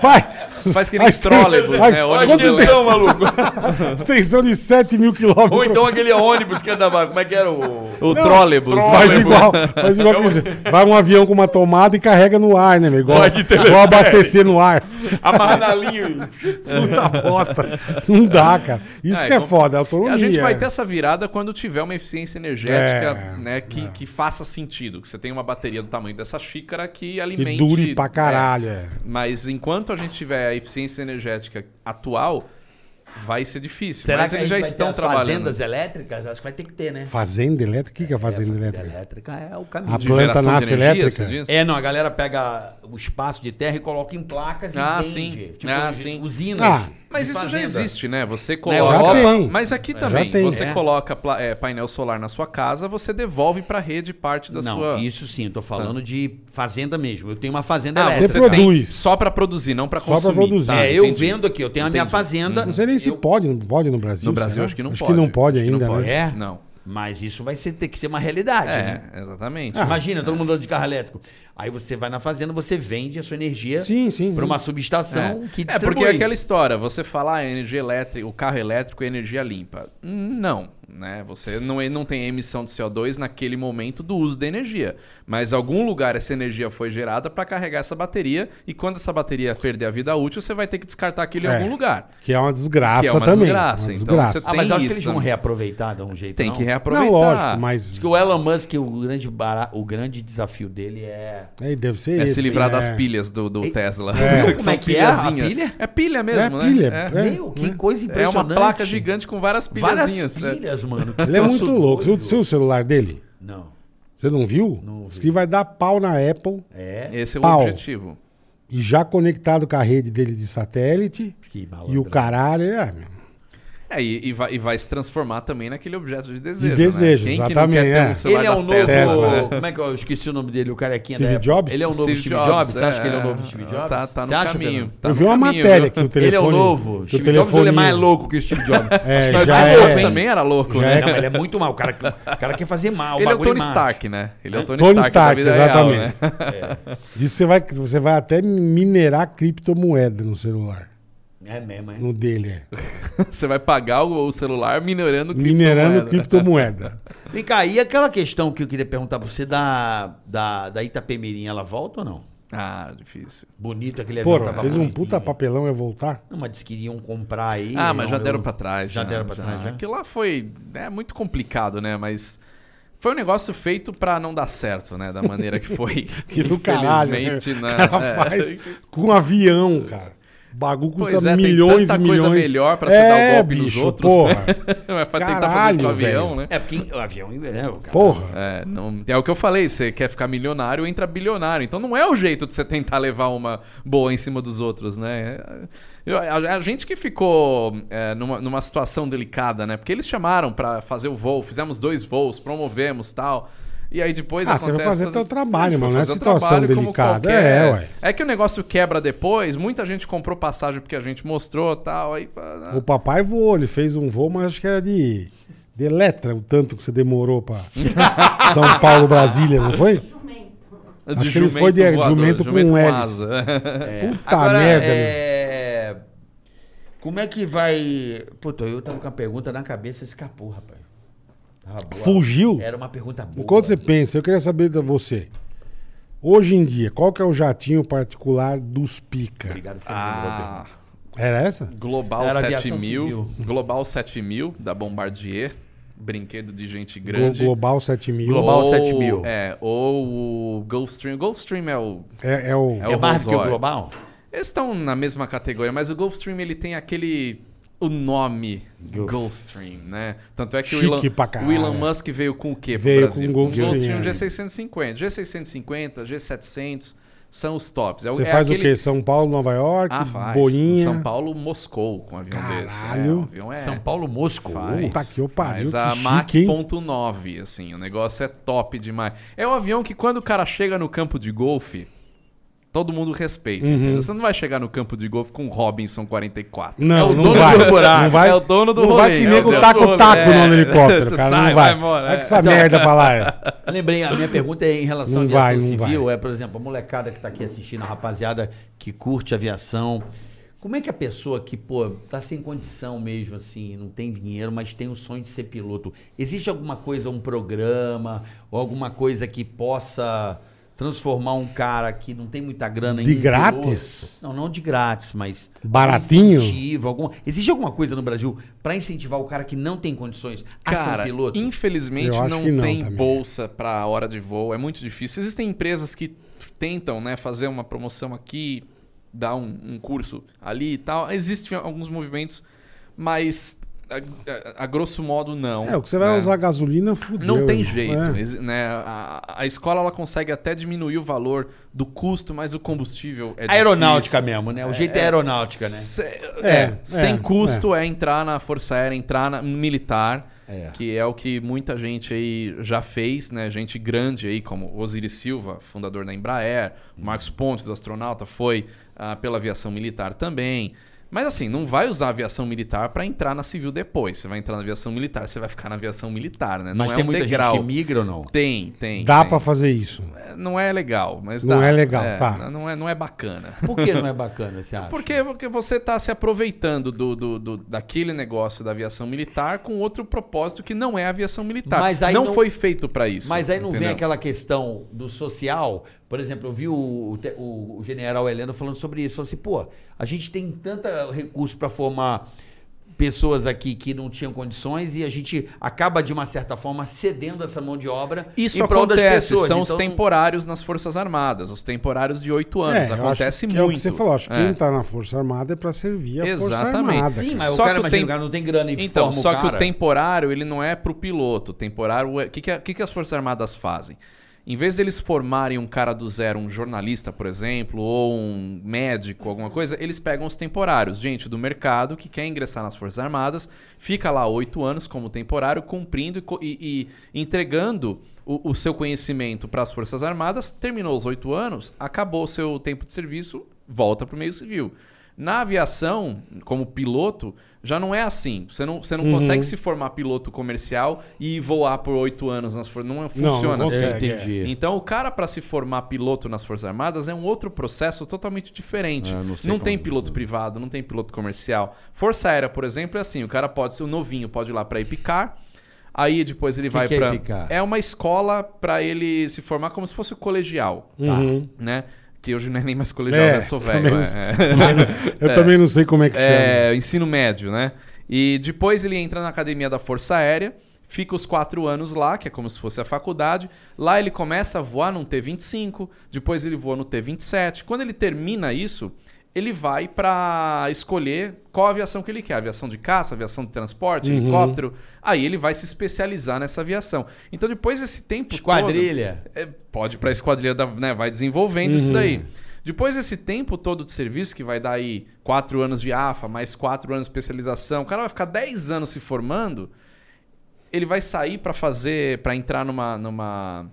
Speaker 3: Vai!
Speaker 5: Faz que nem
Speaker 3: Mas tem-
Speaker 5: trolleybus,
Speaker 3: Ai,
Speaker 5: né?
Speaker 4: Olha a
Speaker 5: Ônibus
Speaker 3: quanto
Speaker 5: elétrico.
Speaker 4: extensão, maluco.
Speaker 3: Extensão de 7 mil quilômetros.
Speaker 4: Ou então aquele ônibus que andava. Como é que era o.
Speaker 5: O trolleybus.
Speaker 3: Faz
Speaker 5: né?
Speaker 3: igual, faz igual que eles- Vai um avião com uma tomada e carrega no ar, né, meu? Igual,
Speaker 4: Pode ter-
Speaker 5: É.
Speaker 3: igual abastecer no ar.
Speaker 4: Amarrar na linha.
Speaker 3: Puta bosta. Não dá, cara. Isso
Speaker 5: Ah,
Speaker 3: que é
Speaker 5: então-
Speaker 3: foda, é
Speaker 5: E
Speaker 3: autonomia.
Speaker 5: A gente vai
Speaker 3: é.
Speaker 5: ter essa virada quando tiver uma eficiência energética,
Speaker 3: É,
Speaker 5: né, que, que faça sentido. Que você tem uma bateria do tamanho dessa xícara que
Speaker 3: Que
Speaker 5: alimente.
Speaker 3: dure pra caralho.
Speaker 5: é.
Speaker 3: é.
Speaker 5: Mas enquanto a gente tiver a eficiência energética atual, vai ser difícil.
Speaker 6: Será
Speaker 5: Mas
Speaker 6: que
Speaker 5: eles
Speaker 6: a
Speaker 5: já
Speaker 6: gente vai
Speaker 5: estão
Speaker 6: ter as
Speaker 5: trabalhando.
Speaker 6: fazendas elétricas? Acho que vai ter que ter, né?
Speaker 3: Fazenda elétrica? O que, que é fazenda
Speaker 6: É,
Speaker 3: elétrica?
Speaker 6: é o
Speaker 3: A
Speaker 6: caminho.
Speaker 5: de
Speaker 3: planta
Speaker 5: geração de
Speaker 3: nasce
Speaker 5: energia, você
Speaker 3: elétrica?
Speaker 5: diz?
Speaker 6: É, não, a galera pega o espaço de terra e coloca em placas e
Speaker 5: Ah,
Speaker 6: vende. Tipo,
Speaker 5: sim. Ah,
Speaker 6: us-
Speaker 5: sim.
Speaker 6: usinas.
Speaker 3: Ah,
Speaker 5: Mas
Speaker 6: de
Speaker 5: isso já
Speaker 6: fazenda.
Speaker 5: existe, né? Você
Speaker 6: Já
Speaker 5: coloca.
Speaker 3: tem.
Speaker 5: Mas aqui
Speaker 3: Já
Speaker 5: também.
Speaker 3: tem.
Speaker 5: Você
Speaker 6: É.
Speaker 5: coloca pla- é, painel solar na sua casa, você devolve pra rede parte da
Speaker 6: não,
Speaker 5: é sua.
Speaker 6: isso sim, eu tô falando de fazenda mesmo. Eu tenho uma fazenda
Speaker 5: Ah,
Speaker 6: elétrica.
Speaker 5: você
Speaker 3: produz.
Speaker 5: tem só pra produzir, não pra
Speaker 3: Só pra
Speaker 5: consumir.
Speaker 3: produzir.
Speaker 5: Tá,
Speaker 6: É, eu
Speaker 5: entendi.
Speaker 6: vendo aqui, eu tenho a minha fazenda.
Speaker 3: Não sei nem se
Speaker 6: eu-
Speaker 3: pode, não pode no Brasil.
Speaker 5: No Brasil
Speaker 3: será?
Speaker 5: acho que não
Speaker 3: acho
Speaker 5: pode.
Speaker 3: que não pode
Speaker 5: Acho que
Speaker 3: ainda,
Speaker 5: não
Speaker 3: né?
Speaker 5: pode.
Speaker 6: É?
Speaker 5: Não.
Speaker 6: Mas isso vai ser- ter que ser uma realidade, né?
Speaker 5: É, exatamente.
Speaker 3: Ah.
Speaker 6: Imagina, todo mundo andando de carro elétrico. Aí você vai na fazenda, você vende a sua energia
Speaker 3: Sim, sim,
Speaker 6: para
Speaker 3: sim.
Speaker 6: uma subestação
Speaker 5: É.
Speaker 6: que
Speaker 5: É,
Speaker 6: distribui.
Speaker 5: porque é aquela história, você fala ah, energia elétrica, o carro elétrico é energia limpa. Não, né? Você não, não tem emissão de CO2 naquele momento do uso da energia. Mas em algum lugar essa energia foi gerada para carregar essa bateria e quando essa bateria perder a vida útil, você vai ter que descartar aquilo
Speaker 3: É.
Speaker 5: em algum lugar.
Speaker 3: Que é uma desgraça
Speaker 5: Que é uma
Speaker 3: também.
Speaker 5: desgraça, então
Speaker 3: desgraça.
Speaker 5: você
Speaker 6: Ah, mas
Speaker 5: Tem
Speaker 6: eu acho que
Speaker 5: isso
Speaker 6: eles vão
Speaker 5: também.
Speaker 6: reaproveitar de um jeito.
Speaker 5: Tem
Speaker 6: não?
Speaker 5: que reaproveitar.
Speaker 3: Não, lógico, mas
Speaker 6: Acho que o Elon Musk, o grande, bara- o grande desafio dele é.
Speaker 3: aí deve ser
Speaker 5: É
Speaker 3: esse.
Speaker 5: se livrar das
Speaker 3: é.
Speaker 5: pilhas do, do Tesla.
Speaker 6: Como é que é a
Speaker 5: pilhazinhas.
Speaker 6: pilha?
Speaker 5: É pilha mesmo,
Speaker 3: É
Speaker 5: né?
Speaker 3: pilha,
Speaker 5: É.
Speaker 3: É,
Speaker 6: Meu, que coisa
Speaker 5: É uma
Speaker 6: impressionante.
Speaker 5: placa gigante com várias
Speaker 6: Várias
Speaker 5: pilhazinhas. é.
Speaker 6: pilhas, mano.
Speaker 3: Ele é
Speaker 6: Eu
Speaker 3: muito
Speaker 6: sou
Speaker 3: louco. Você
Speaker 6: doido.
Speaker 3: viu o celular dele?
Speaker 6: Não.
Speaker 3: Você não viu?
Speaker 6: Não
Speaker 3: Diz
Speaker 6: vi.
Speaker 3: que vai dar pau na Apple
Speaker 6: É.
Speaker 5: Esse é o
Speaker 3: Pau.
Speaker 5: objetivo.
Speaker 3: e já conectado com a rede dele de satélite.
Speaker 6: Que malandro.
Speaker 3: E o caralho, é, meu.
Speaker 5: É, e, e vai, e vai se transformar também naquele objeto de desejo.
Speaker 3: De desejo,
Speaker 5: né? Quem
Speaker 3: exatamente,
Speaker 5: Que não quer ter
Speaker 3: é.
Speaker 5: um celular
Speaker 6: Ele é o
Speaker 5: da
Speaker 6: novo.
Speaker 5: Tesla, né?
Speaker 6: Como é que eu esqueci o nome dele, o carequinha
Speaker 3: Steve
Speaker 6: da Apple.
Speaker 3: Jobs?
Speaker 6: Ele é o novo Steve, Jobs? Você acha que ele é o novo Steve Jobs?
Speaker 5: Tá, tá no
Speaker 6: Você acha,
Speaker 5: caminho.
Speaker 6: Fernando?
Speaker 5: tá
Speaker 3: eu
Speaker 5: no
Speaker 3: vi uma
Speaker 5: caminho,
Speaker 3: matéria
Speaker 5: viu?
Speaker 3: que o telefone.
Speaker 6: Ele é o novo. O
Speaker 3: que
Speaker 6: Steve
Speaker 3: o
Speaker 6: Jobs ele é
Speaker 3: telefoninho-
Speaker 6: mais louco que o Steve Jobs.
Speaker 3: É,
Speaker 5: Mas
Speaker 3: já
Speaker 5: o
Speaker 3: é,
Speaker 5: Jobs também era louco,
Speaker 3: Já
Speaker 5: né?
Speaker 3: é. um
Speaker 6: Não, ele é muito mal. O cara, o cara quer fazer mal.
Speaker 5: Ele é o
Speaker 6: bagulho
Speaker 5: Tony
Speaker 6: mata.
Speaker 5: Stark, né? Ele é o Tony,
Speaker 3: Tony
Speaker 5: Stark,
Speaker 3: Stark,
Speaker 5: da vida real,
Speaker 3: exatamente.
Speaker 5: né?
Speaker 3: Diz que você vai, você vai até minerar criptomoeda no celular.
Speaker 6: É mesmo, é.
Speaker 3: No dele, é.
Speaker 5: Você vai pagar o, o celular minerando
Speaker 3: Minerando
Speaker 5: criptomoeda.
Speaker 3: criptomoeda.
Speaker 6: Vem cá, e aquela questão que eu queria perguntar pra você da, da, da Itapemirim, ela volta ou não?
Speaker 5: Ah, difícil.
Speaker 6: Bonito aquele
Speaker 3: Porra, fez um
Speaker 6: bonitinho.
Speaker 3: puta papelão é voltar.
Speaker 6: Não, mas disse que iriam comprar aí.
Speaker 5: Ah, mas
Speaker 6: não,
Speaker 5: já
Speaker 6: eu-
Speaker 5: deram pra trás.
Speaker 6: Já deram pra trás, já?
Speaker 5: Aquilo lá foi é, muito complicado, né? Mas foi um negócio feito pra não dar certo, né? Da maneira que foi.
Speaker 3: Que do caralho, né?
Speaker 5: Infelizmente, né?
Speaker 3: O cara
Speaker 5: É.
Speaker 3: faz com um avião, cara. O bagulho custa
Speaker 5: Pois é, tem
Speaker 3: milhões e
Speaker 5: tanta
Speaker 3: milhões. É,
Speaker 5: coisa melhor pra você dar o golpe nos outros, né? Vai tentar fazer isso
Speaker 3: Caralho,
Speaker 5: com avião, né?
Speaker 6: É, porque o avião né, o cara.
Speaker 3: Porra.
Speaker 5: É, não- é o que eu falei, você quer ficar milionário, entra bilionário. Então não é o jeito de você tentar levar uma boa em cima dos outros, né? Eu- a, a gente que ficou é, numa, numa situação delicada, né? Porque eles chamaram pra fazer o voo, fizemos dois voos, promovemos tal. E aí depois
Speaker 3: Ah,
Speaker 5: acontece...
Speaker 3: você vai fazer teu trabalho, mano, não é
Speaker 5: fazer o
Speaker 3: situação
Speaker 5: trabalho como
Speaker 3: delicada.
Speaker 5: qualquer.
Speaker 3: É, ué.
Speaker 5: É que o negócio quebra depois, muita gente comprou passagem porque a gente mostrou e tal, aí...
Speaker 3: O papai voou, ele fez um voo, mas acho que era de, de Eletra, o tanto que você demorou pra São Paulo, Brasília, não foi? acho que ele foi de é, jumento com hélice.
Speaker 5: asa.
Speaker 3: Puta merda, meu.
Speaker 6: é... Como é que vai... Puta, eu tava com a pergunta na cabeça e escapou, rapaz. Tava boa.
Speaker 3: Fugiu?
Speaker 6: Era uma pergunta boa. tá
Speaker 3: Enquanto você pensa, eu queria saber de você. Hoje em dia, qual que é o jatinho particular dos pica?
Speaker 6: Obrigado, você lembrou a pergunta.
Speaker 5: Ah,
Speaker 3: Era essa?
Speaker 5: Global
Speaker 6: Era aviação
Speaker 5: 7000, Global 7000 da Bombardier, brinquedo de gente grande.
Speaker 3: Glo- Global 7000.
Speaker 6: Glo- Global 7000.
Speaker 5: É, ou o Gulfstream. O Gulfstream é o...
Speaker 3: É, é o...
Speaker 5: É
Speaker 6: É mais do que o
Speaker 5: Rolls-Royce.
Speaker 6: global?
Speaker 5: Eles estão na mesma categoria, mas o Gulfstream ele tem aquele o nome Gulfstream, né? Tanto é que o
Speaker 3: Chique
Speaker 5: Elon,
Speaker 3: pra caralho.
Speaker 5: o Elon Musk veio com o quê pro
Speaker 3: Veio com
Speaker 5: Brasil?
Speaker 3: o Gulfstream, né?
Speaker 5: G650. G650, G700 são os tops. É, o-
Speaker 3: Você
Speaker 5: é
Speaker 3: faz
Speaker 5: aquele...
Speaker 3: o quê? São Paulo, Nova York,
Speaker 5: Ah, faz.
Speaker 3: Boinha.
Speaker 5: São Paulo, Moscou com um avião desse. É,
Speaker 3: Caralho.
Speaker 5: o avião é...
Speaker 6: São Paulo Moscou.
Speaker 5: Faz.
Speaker 3: Puta que eu pariu,
Speaker 5: Mas
Speaker 3: que
Speaker 5: a
Speaker 3: chique,
Speaker 5: Mach
Speaker 3: hein?
Speaker 5: 9, assim, o negócio é top demais. É um avião que quando o cara chega no campo de golfe, todo mundo respeita.
Speaker 3: Uhum.
Speaker 5: entendeu? Você não vai chegar no campo de golfe com Robinson 44.
Speaker 3: Não,
Speaker 6: É o
Speaker 3: não
Speaker 6: dono
Speaker 3: vai.
Speaker 6: do buraco.
Speaker 3: Não vai.
Speaker 5: É o dono do
Speaker 3: Não vai
Speaker 5: rolê,
Speaker 3: que
Speaker 5: é o
Speaker 3: nego
Speaker 5: dono
Speaker 3: taca
Speaker 5: do
Speaker 3: o
Speaker 5: rolê.
Speaker 3: taco
Speaker 5: É.
Speaker 3: no helicóptero,
Speaker 5: Tu
Speaker 3: cara.
Speaker 5: sai,
Speaker 3: não vai.
Speaker 5: vai embora,
Speaker 3: Vai
Speaker 5: é.
Speaker 3: com essa merda pra lá. é.
Speaker 6: Lembrei, a minha pergunta é em relação à
Speaker 3: Não vai,
Speaker 6: aviação
Speaker 3: não
Speaker 6: civil. É, por exemplo, a molecada que tá aqui assistindo, a rapaziada que curte aviação. Como é que a pessoa que, pô, tá sem condição mesmo, assim, não tem dinheiro, mas tem o sonho de ser piloto. Existe alguma coisa, um programa, ou alguma coisa que possa transformar um cara que não tem muita grana
Speaker 3: De
Speaker 6: um
Speaker 3: grátis?
Speaker 6: piloto? Não, não de grátis, mas...
Speaker 3: Baratinho?
Speaker 6: Incentivo, alguma... Existe alguma coisa no Brasil pra incentivar o cara que não tem condições a ser um
Speaker 5: Cara,
Speaker 6: piloto?
Speaker 5: infelizmente
Speaker 3: Eu acho
Speaker 5: não,
Speaker 3: que não
Speaker 5: tem
Speaker 3: também.
Speaker 5: bolsa pra hora de voo, é muito difícil. Existem empresas que tentam né, fazer uma promoção aqui, dar um, um curso ali e tal. Existem alguns movimentos, mas a, a- a grosso modo não.
Speaker 3: É, o que você vai
Speaker 5: né?
Speaker 3: usar gasolina, fudeu.
Speaker 5: Não tem
Speaker 3: irmão.
Speaker 5: jeito.
Speaker 3: É.
Speaker 5: Ex- Né? A, a escola ela consegue até diminuir o valor do custo, mas o combustível é
Speaker 6: aeronáutica mesmo, né? O jeito é, aeronáutica, né?
Speaker 5: difícil. Se-
Speaker 3: É,
Speaker 5: é,
Speaker 3: é,
Speaker 5: sem custo é. entrar na Força Aérea, entrar na- no militar,
Speaker 6: É.
Speaker 5: que é o que muita gente aí já fez, né? Gente grande aí, como Osiris Silva, fundador da Embraer,
Speaker 6: Uhum.
Speaker 5: Marcos Pontes, do astronauta, foi ah, pela aviação militar também. Mas assim, não vai usar a aviação militar pra entrar na civil depois. Você vai entrar na aviação militar, você vai ficar na aviação militar, né? Não
Speaker 6: Mas
Speaker 5: é
Speaker 6: tem
Speaker 5: um
Speaker 6: muita
Speaker 5: degrau.
Speaker 6: gente que migra ou não?
Speaker 5: Tem, tem.
Speaker 3: Dá
Speaker 5: tem.
Speaker 3: pra fazer isso.
Speaker 5: É, Não é legal, mas
Speaker 3: Não
Speaker 5: dá.
Speaker 3: é legal, tá.
Speaker 5: Não é, não é bacana.
Speaker 6: Por que não é bacana esse acha?
Speaker 5: Porque, porque você tá se aproveitando do, do, do- daquele negócio da aviação militar com outro propósito que não é a aviação militar.
Speaker 6: Mas aí
Speaker 5: não,
Speaker 6: não-
Speaker 5: foi feito para isso.
Speaker 6: Mas aí não vem
Speaker 5: entendeu?
Speaker 6: aquela questão do social. Por exemplo, eu vi o, o te- o- o general Heleno falando sobre isso. Falou assim, pô, a gente tem tanta recurso para formar pessoas aqui que não tinham condições e a gente acaba, de uma certa forma, cedendo essa mão de obra
Speaker 5: Isso
Speaker 6: em prol das
Speaker 5: acontece,
Speaker 6: pessoas.
Speaker 5: são os
Speaker 6: Então,
Speaker 5: temporários nas Forças Armadas, os temporários de oito anos.
Speaker 3: eu acho
Speaker 5: acontece
Speaker 3: que
Speaker 5: muito.
Speaker 3: É o que você falou, acho que
Speaker 5: É.
Speaker 3: quem tá na Força Armada é pra servir a Força
Speaker 5: Exatamente.
Speaker 3: Armada.
Speaker 6: Sim,
Speaker 3: cara.
Speaker 6: mas
Speaker 5: Só
Speaker 6: o cara
Speaker 5: que o
Speaker 6: imagina,
Speaker 5: tem-
Speaker 6: o cara não tem grana e
Speaker 5: Então,
Speaker 6: forma o
Speaker 5: só que
Speaker 6: cara.
Speaker 5: o temporário, ele não é pro piloto. O temporário, é- o que, que, a- o que que as Forças Armadas fazem? Em vez deles formarem um cara do zero, um jornalista, por exemplo, ou um médico, alguma coisa, eles pegam os temporários, gente do mercado que quer ingressar nas Forças Armadas, fica lá oito anos como temporário, cumprindo e co- e, e entregando o, o seu conhecimento para as Forças Armadas. Terminou os oito anos, acabou o seu tempo de serviço, volta para o meio civil. Na aviação, como piloto, já não é assim. Você não, você não consegue se formar piloto comercial e voar por oito anos nas Forças Não
Speaker 3: não
Speaker 5: funciona assim.
Speaker 3: consegue,
Speaker 6: é. Entendi.
Speaker 5: Então, o cara, para se formar piloto nas Forças Armadas, é um outro processo totalmente diferente.
Speaker 6: Ah,
Speaker 5: não
Speaker 6: não sei como-
Speaker 5: tem piloto privado, não tem piloto comercial. Força Aérea, por exemplo, é assim: o cara pode ser o novinho, pode ir lá para Epicar. Aí depois ele
Speaker 6: Que
Speaker 5: vai
Speaker 6: que é
Speaker 5: pra.
Speaker 6: Epicar?
Speaker 5: é uma escola para ele se formar como se fosse o colegial,
Speaker 6: tá.
Speaker 3: Uhum.
Speaker 5: né? Que hoje não é nem mais colegial,
Speaker 3: É,
Speaker 5: né? Sou velho.
Speaker 3: também
Speaker 5: é.
Speaker 3: não- Eu também não sei como é que chama.
Speaker 5: É, ensino médio, né? E depois ele entra na academia da Força Aérea, fica os quatro anos lá, que é como se fosse a faculdade. Lá ele começa a voar num T-25, depois ele voa no T-27. Quando ele termina isso, ele vai pra escolher qual aviação que ele quer: aviação de caça, aviação de transporte,
Speaker 3: Uhum.
Speaker 5: helicóptero. Aí ele vai se especializar nessa aviação. Então depois desse tempo. todo-
Speaker 6: Esquadrilha.
Speaker 5: é, pode ir pra esquadrilha, da, né? Vai desenvolvendo isso daí. Depois desse tempo todo de serviço, que vai dar aí 4 anos de AFA, mais 4 anos de especialização, o cara vai ficar 10 anos se formando, ele vai sair pra fazer, para entrar numa, numa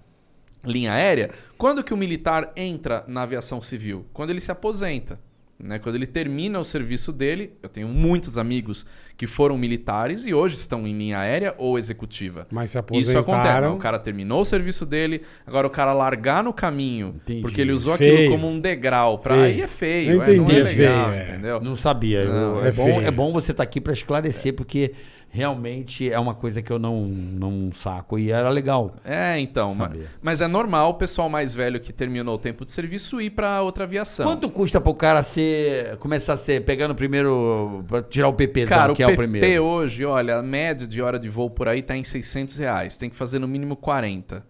Speaker 5: linha aérea. Quando que o militar entra na aviação civil? Quando ele se aposenta. Né? Quando ele termina o serviço dele, eu tenho muitos amigos que foram militares e hoje estão em linha aérea ou executiva.
Speaker 3: Mas se
Speaker 5: Isso acontece. né?
Speaker 3: aposentaram.
Speaker 5: O cara terminou o serviço dele, agora o cara largar no caminho,
Speaker 6: Entendi.
Speaker 5: porque ele usou
Speaker 3: Feio.
Speaker 5: aquilo como um degrau. Pra...
Speaker 3: Feio.
Speaker 5: Aí é feio,
Speaker 3: Eu
Speaker 5: é, não é
Speaker 3: entendi, é
Speaker 5: legal,
Speaker 3: feio, é.
Speaker 5: entendeu?
Speaker 6: Não sabia.
Speaker 5: Não,
Speaker 6: eu-
Speaker 3: é
Speaker 6: é,
Speaker 3: feio.
Speaker 6: bom, é bom você estar aqui para esclarecer, porque realmente é uma coisa que eu não, não saco. E era legal.
Speaker 5: É, então. ma-
Speaker 6: Sabia.
Speaker 5: Mas, é normal o pessoal mais velho que terminou o tempo de serviço ir pra outra aviação.
Speaker 6: Quanto custa pro cara ser. começar a ser. pegando o primeiro. pra tirar o PPzão,
Speaker 5: Cara, o
Speaker 6: que
Speaker 5: PP
Speaker 6: é o primeiro?
Speaker 5: hoje, olha, a média de hora de voo por aí tá em 600 reais. Tem que fazer no mínimo 40.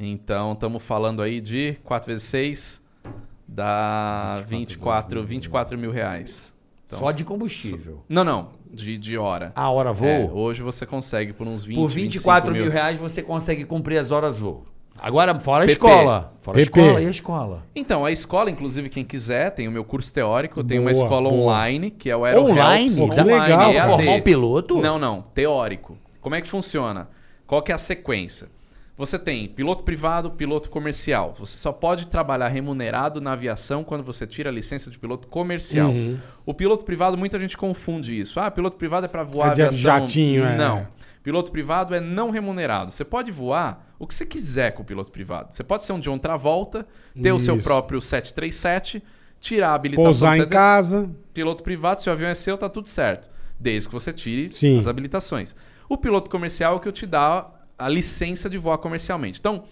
Speaker 5: Então, estamos falando aí de 4 vezes 6 dá 24, 24 mil reais. Então,
Speaker 6: Só de combustível.
Speaker 5: Não, não, de, de hora.
Speaker 6: A hora voo?
Speaker 5: É, hoje você consegue por uns 20,
Speaker 6: por 24 mil
Speaker 5: reais.
Speaker 6: reais você consegue cumprir as horas voo. Agora, fora a
Speaker 5: PP.
Speaker 6: escola. Fora a
Speaker 3: PP.
Speaker 6: escola e a escola.
Speaker 5: Então, a escola, inclusive, quem quiser, tem o meu curso teórico, tem uma
Speaker 3: Boa,
Speaker 5: escola
Speaker 3: boa.
Speaker 5: online, que é o Aero
Speaker 6: Online?
Speaker 5: Helps,
Speaker 6: Pô,
Speaker 3: que legal,
Speaker 5: EAD.
Speaker 6: formar um piloto?
Speaker 5: Não, não, teórico. Como é que funciona? Qual que é a sequência? Você tem piloto privado, piloto comercial. Você só pode trabalhar remunerado na aviação quando você tira a licença de piloto comercial.
Speaker 6: Uhum.
Speaker 3: uhum.
Speaker 5: O piloto privado, muita gente confunde isso. Ah, piloto privado é para voar
Speaker 3: É de
Speaker 5: aviação.
Speaker 3: jatinho, é.
Speaker 5: Não. Piloto privado é não remunerado. Você pode voar o que você quiser com o piloto privado. Você pode ser um John Travolta, ter o seu
Speaker 3: Isso.
Speaker 5: próprio 737, tirar a habilitação.
Speaker 3: Pousar
Speaker 5: do
Speaker 3: em
Speaker 5: 737.
Speaker 3: casa.
Speaker 5: Piloto privado, se o avião é seu, tá tudo certo. Desde que você tire
Speaker 3: Sim.
Speaker 5: as habilitações. O piloto comercial é o que eu te dá a licença de voar comercialmente. Então,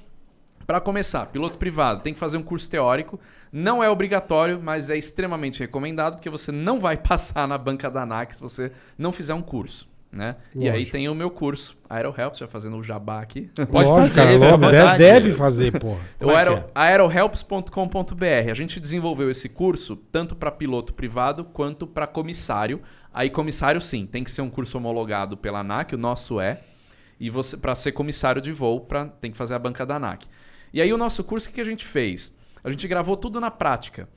Speaker 5: para começar, piloto privado tem que fazer um curso teórico. Não é obrigatório, mas é extremamente recomendado, porque você não vai passar na banca da ANAC se você não fizer um curso. Né? E aí
Speaker 3: Lógico.
Speaker 5: tem o meu curso, AeroHelp, já fazendo o jabá aqui.
Speaker 6: Pode
Speaker 3: Lógico,
Speaker 6: fazer,
Speaker 3: cara,
Speaker 6: fica à
Speaker 3: logo, deve,
Speaker 6: vontade.
Speaker 3: deve fazer, porra.
Speaker 5: O
Speaker 6: é que
Speaker 5: aero,
Speaker 6: é?
Speaker 5: aerohelps.com.br. A gente desenvolveu esse curso tanto para piloto privado quanto para comissário. Aí comissário sim, tem que ser um curso homologado pela ANAC, o nosso é. E você para ser comissário de voo, pra, tem que fazer a banca da ANAC. E aí o nosso curso o que que a gente fez? A gente gravou tudo na prática.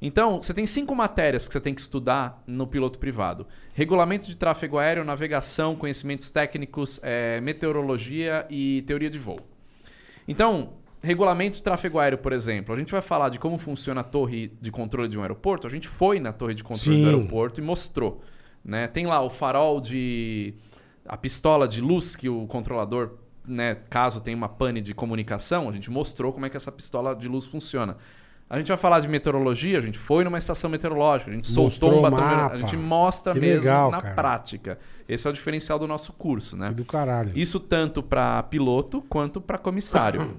Speaker 5: Então, você tem cinco matérias que você tem que estudar no piloto privado: regulamento de tráfego aéreo, navegação, conhecimentos técnicos, eh, meteorologia e teoria de voo. Então, regulamento de tráfego aéreo, por exemplo, a gente vai falar de como funciona a torre de controle de um aeroporto. A gente foi na torre de controle
Speaker 3: Sim.
Speaker 5: do aeroporto e mostrou. né? Tem lá o farol de. a pistola de luz que o controlador. né, caso tenha uma pane de comunicação, a gente mostrou como é que essa pistola de luz funciona. A gente vai falar de meteorologia, a gente foi numa estação meteorológica, a gente soltou
Speaker 3: Mostrou
Speaker 5: um
Speaker 3: o
Speaker 5: batom,
Speaker 3: mapa.
Speaker 5: a gente mostra
Speaker 3: Que
Speaker 5: mesmo
Speaker 3: legal,
Speaker 5: na
Speaker 3: cara.
Speaker 5: prática. Esse é o diferencial do nosso curso, né?
Speaker 3: Que do caralho.
Speaker 5: Isso tanto para piloto quanto para comissário.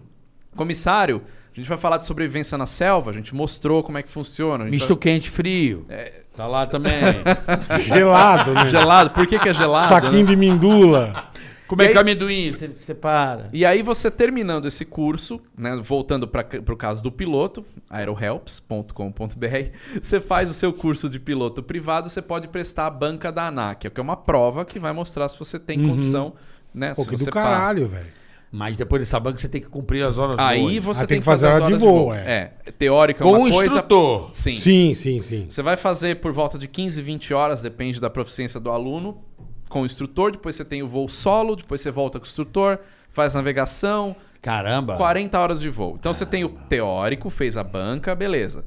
Speaker 5: comissário, a gente vai falar de sobrevivência na selva, a gente mostrou como é que funciona. a gente
Speaker 6: Misto quente, frio.
Speaker 5: É.
Speaker 6: Tá lá também.
Speaker 3: Gelado, né?
Speaker 5: vai- tá gelado. Por que, que é gelado?
Speaker 3: Saquinho
Speaker 5: né?
Speaker 3: de mindula.
Speaker 6: Como é
Speaker 5: E
Speaker 6: que é
Speaker 5: aí-
Speaker 6: amendoim? Você separa.
Speaker 5: E aí você terminando esse curso, né, voltando para o caso do piloto, aerohelps.com.br, você faz o seu curso de piloto privado, você pode prestar a banca da ANAC, que é uma prova que vai mostrar se você tem condição, né,
Speaker 3: Pô,
Speaker 5: se
Speaker 3: que
Speaker 5: você
Speaker 3: do
Speaker 5: passa.
Speaker 3: caralho, velho.
Speaker 6: Mas depois dessa banca você tem que cumprir as horas
Speaker 5: Aí
Speaker 6: boas.
Speaker 5: você
Speaker 3: Ah,
Speaker 5: tem que fazer,
Speaker 3: hora
Speaker 5: as
Speaker 3: de
Speaker 5: horas
Speaker 3: voo, é.
Speaker 5: É, teórico é
Speaker 6: Com
Speaker 5: uma
Speaker 6: um
Speaker 5: coisa...
Speaker 6: instrutor.
Speaker 5: Sim.
Speaker 3: Sim, sim, sim.
Speaker 5: Você vai fazer por volta de 15, 20 horas, depende da proficiência do aluno, com o instrutor, depois você tem o voo solo, depois você volta com o instrutor, faz navegação.
Speaker 6: Caramba.
Speaker 5: 40 horas de voo. Então você tem o teórico, fez a banca, beleza.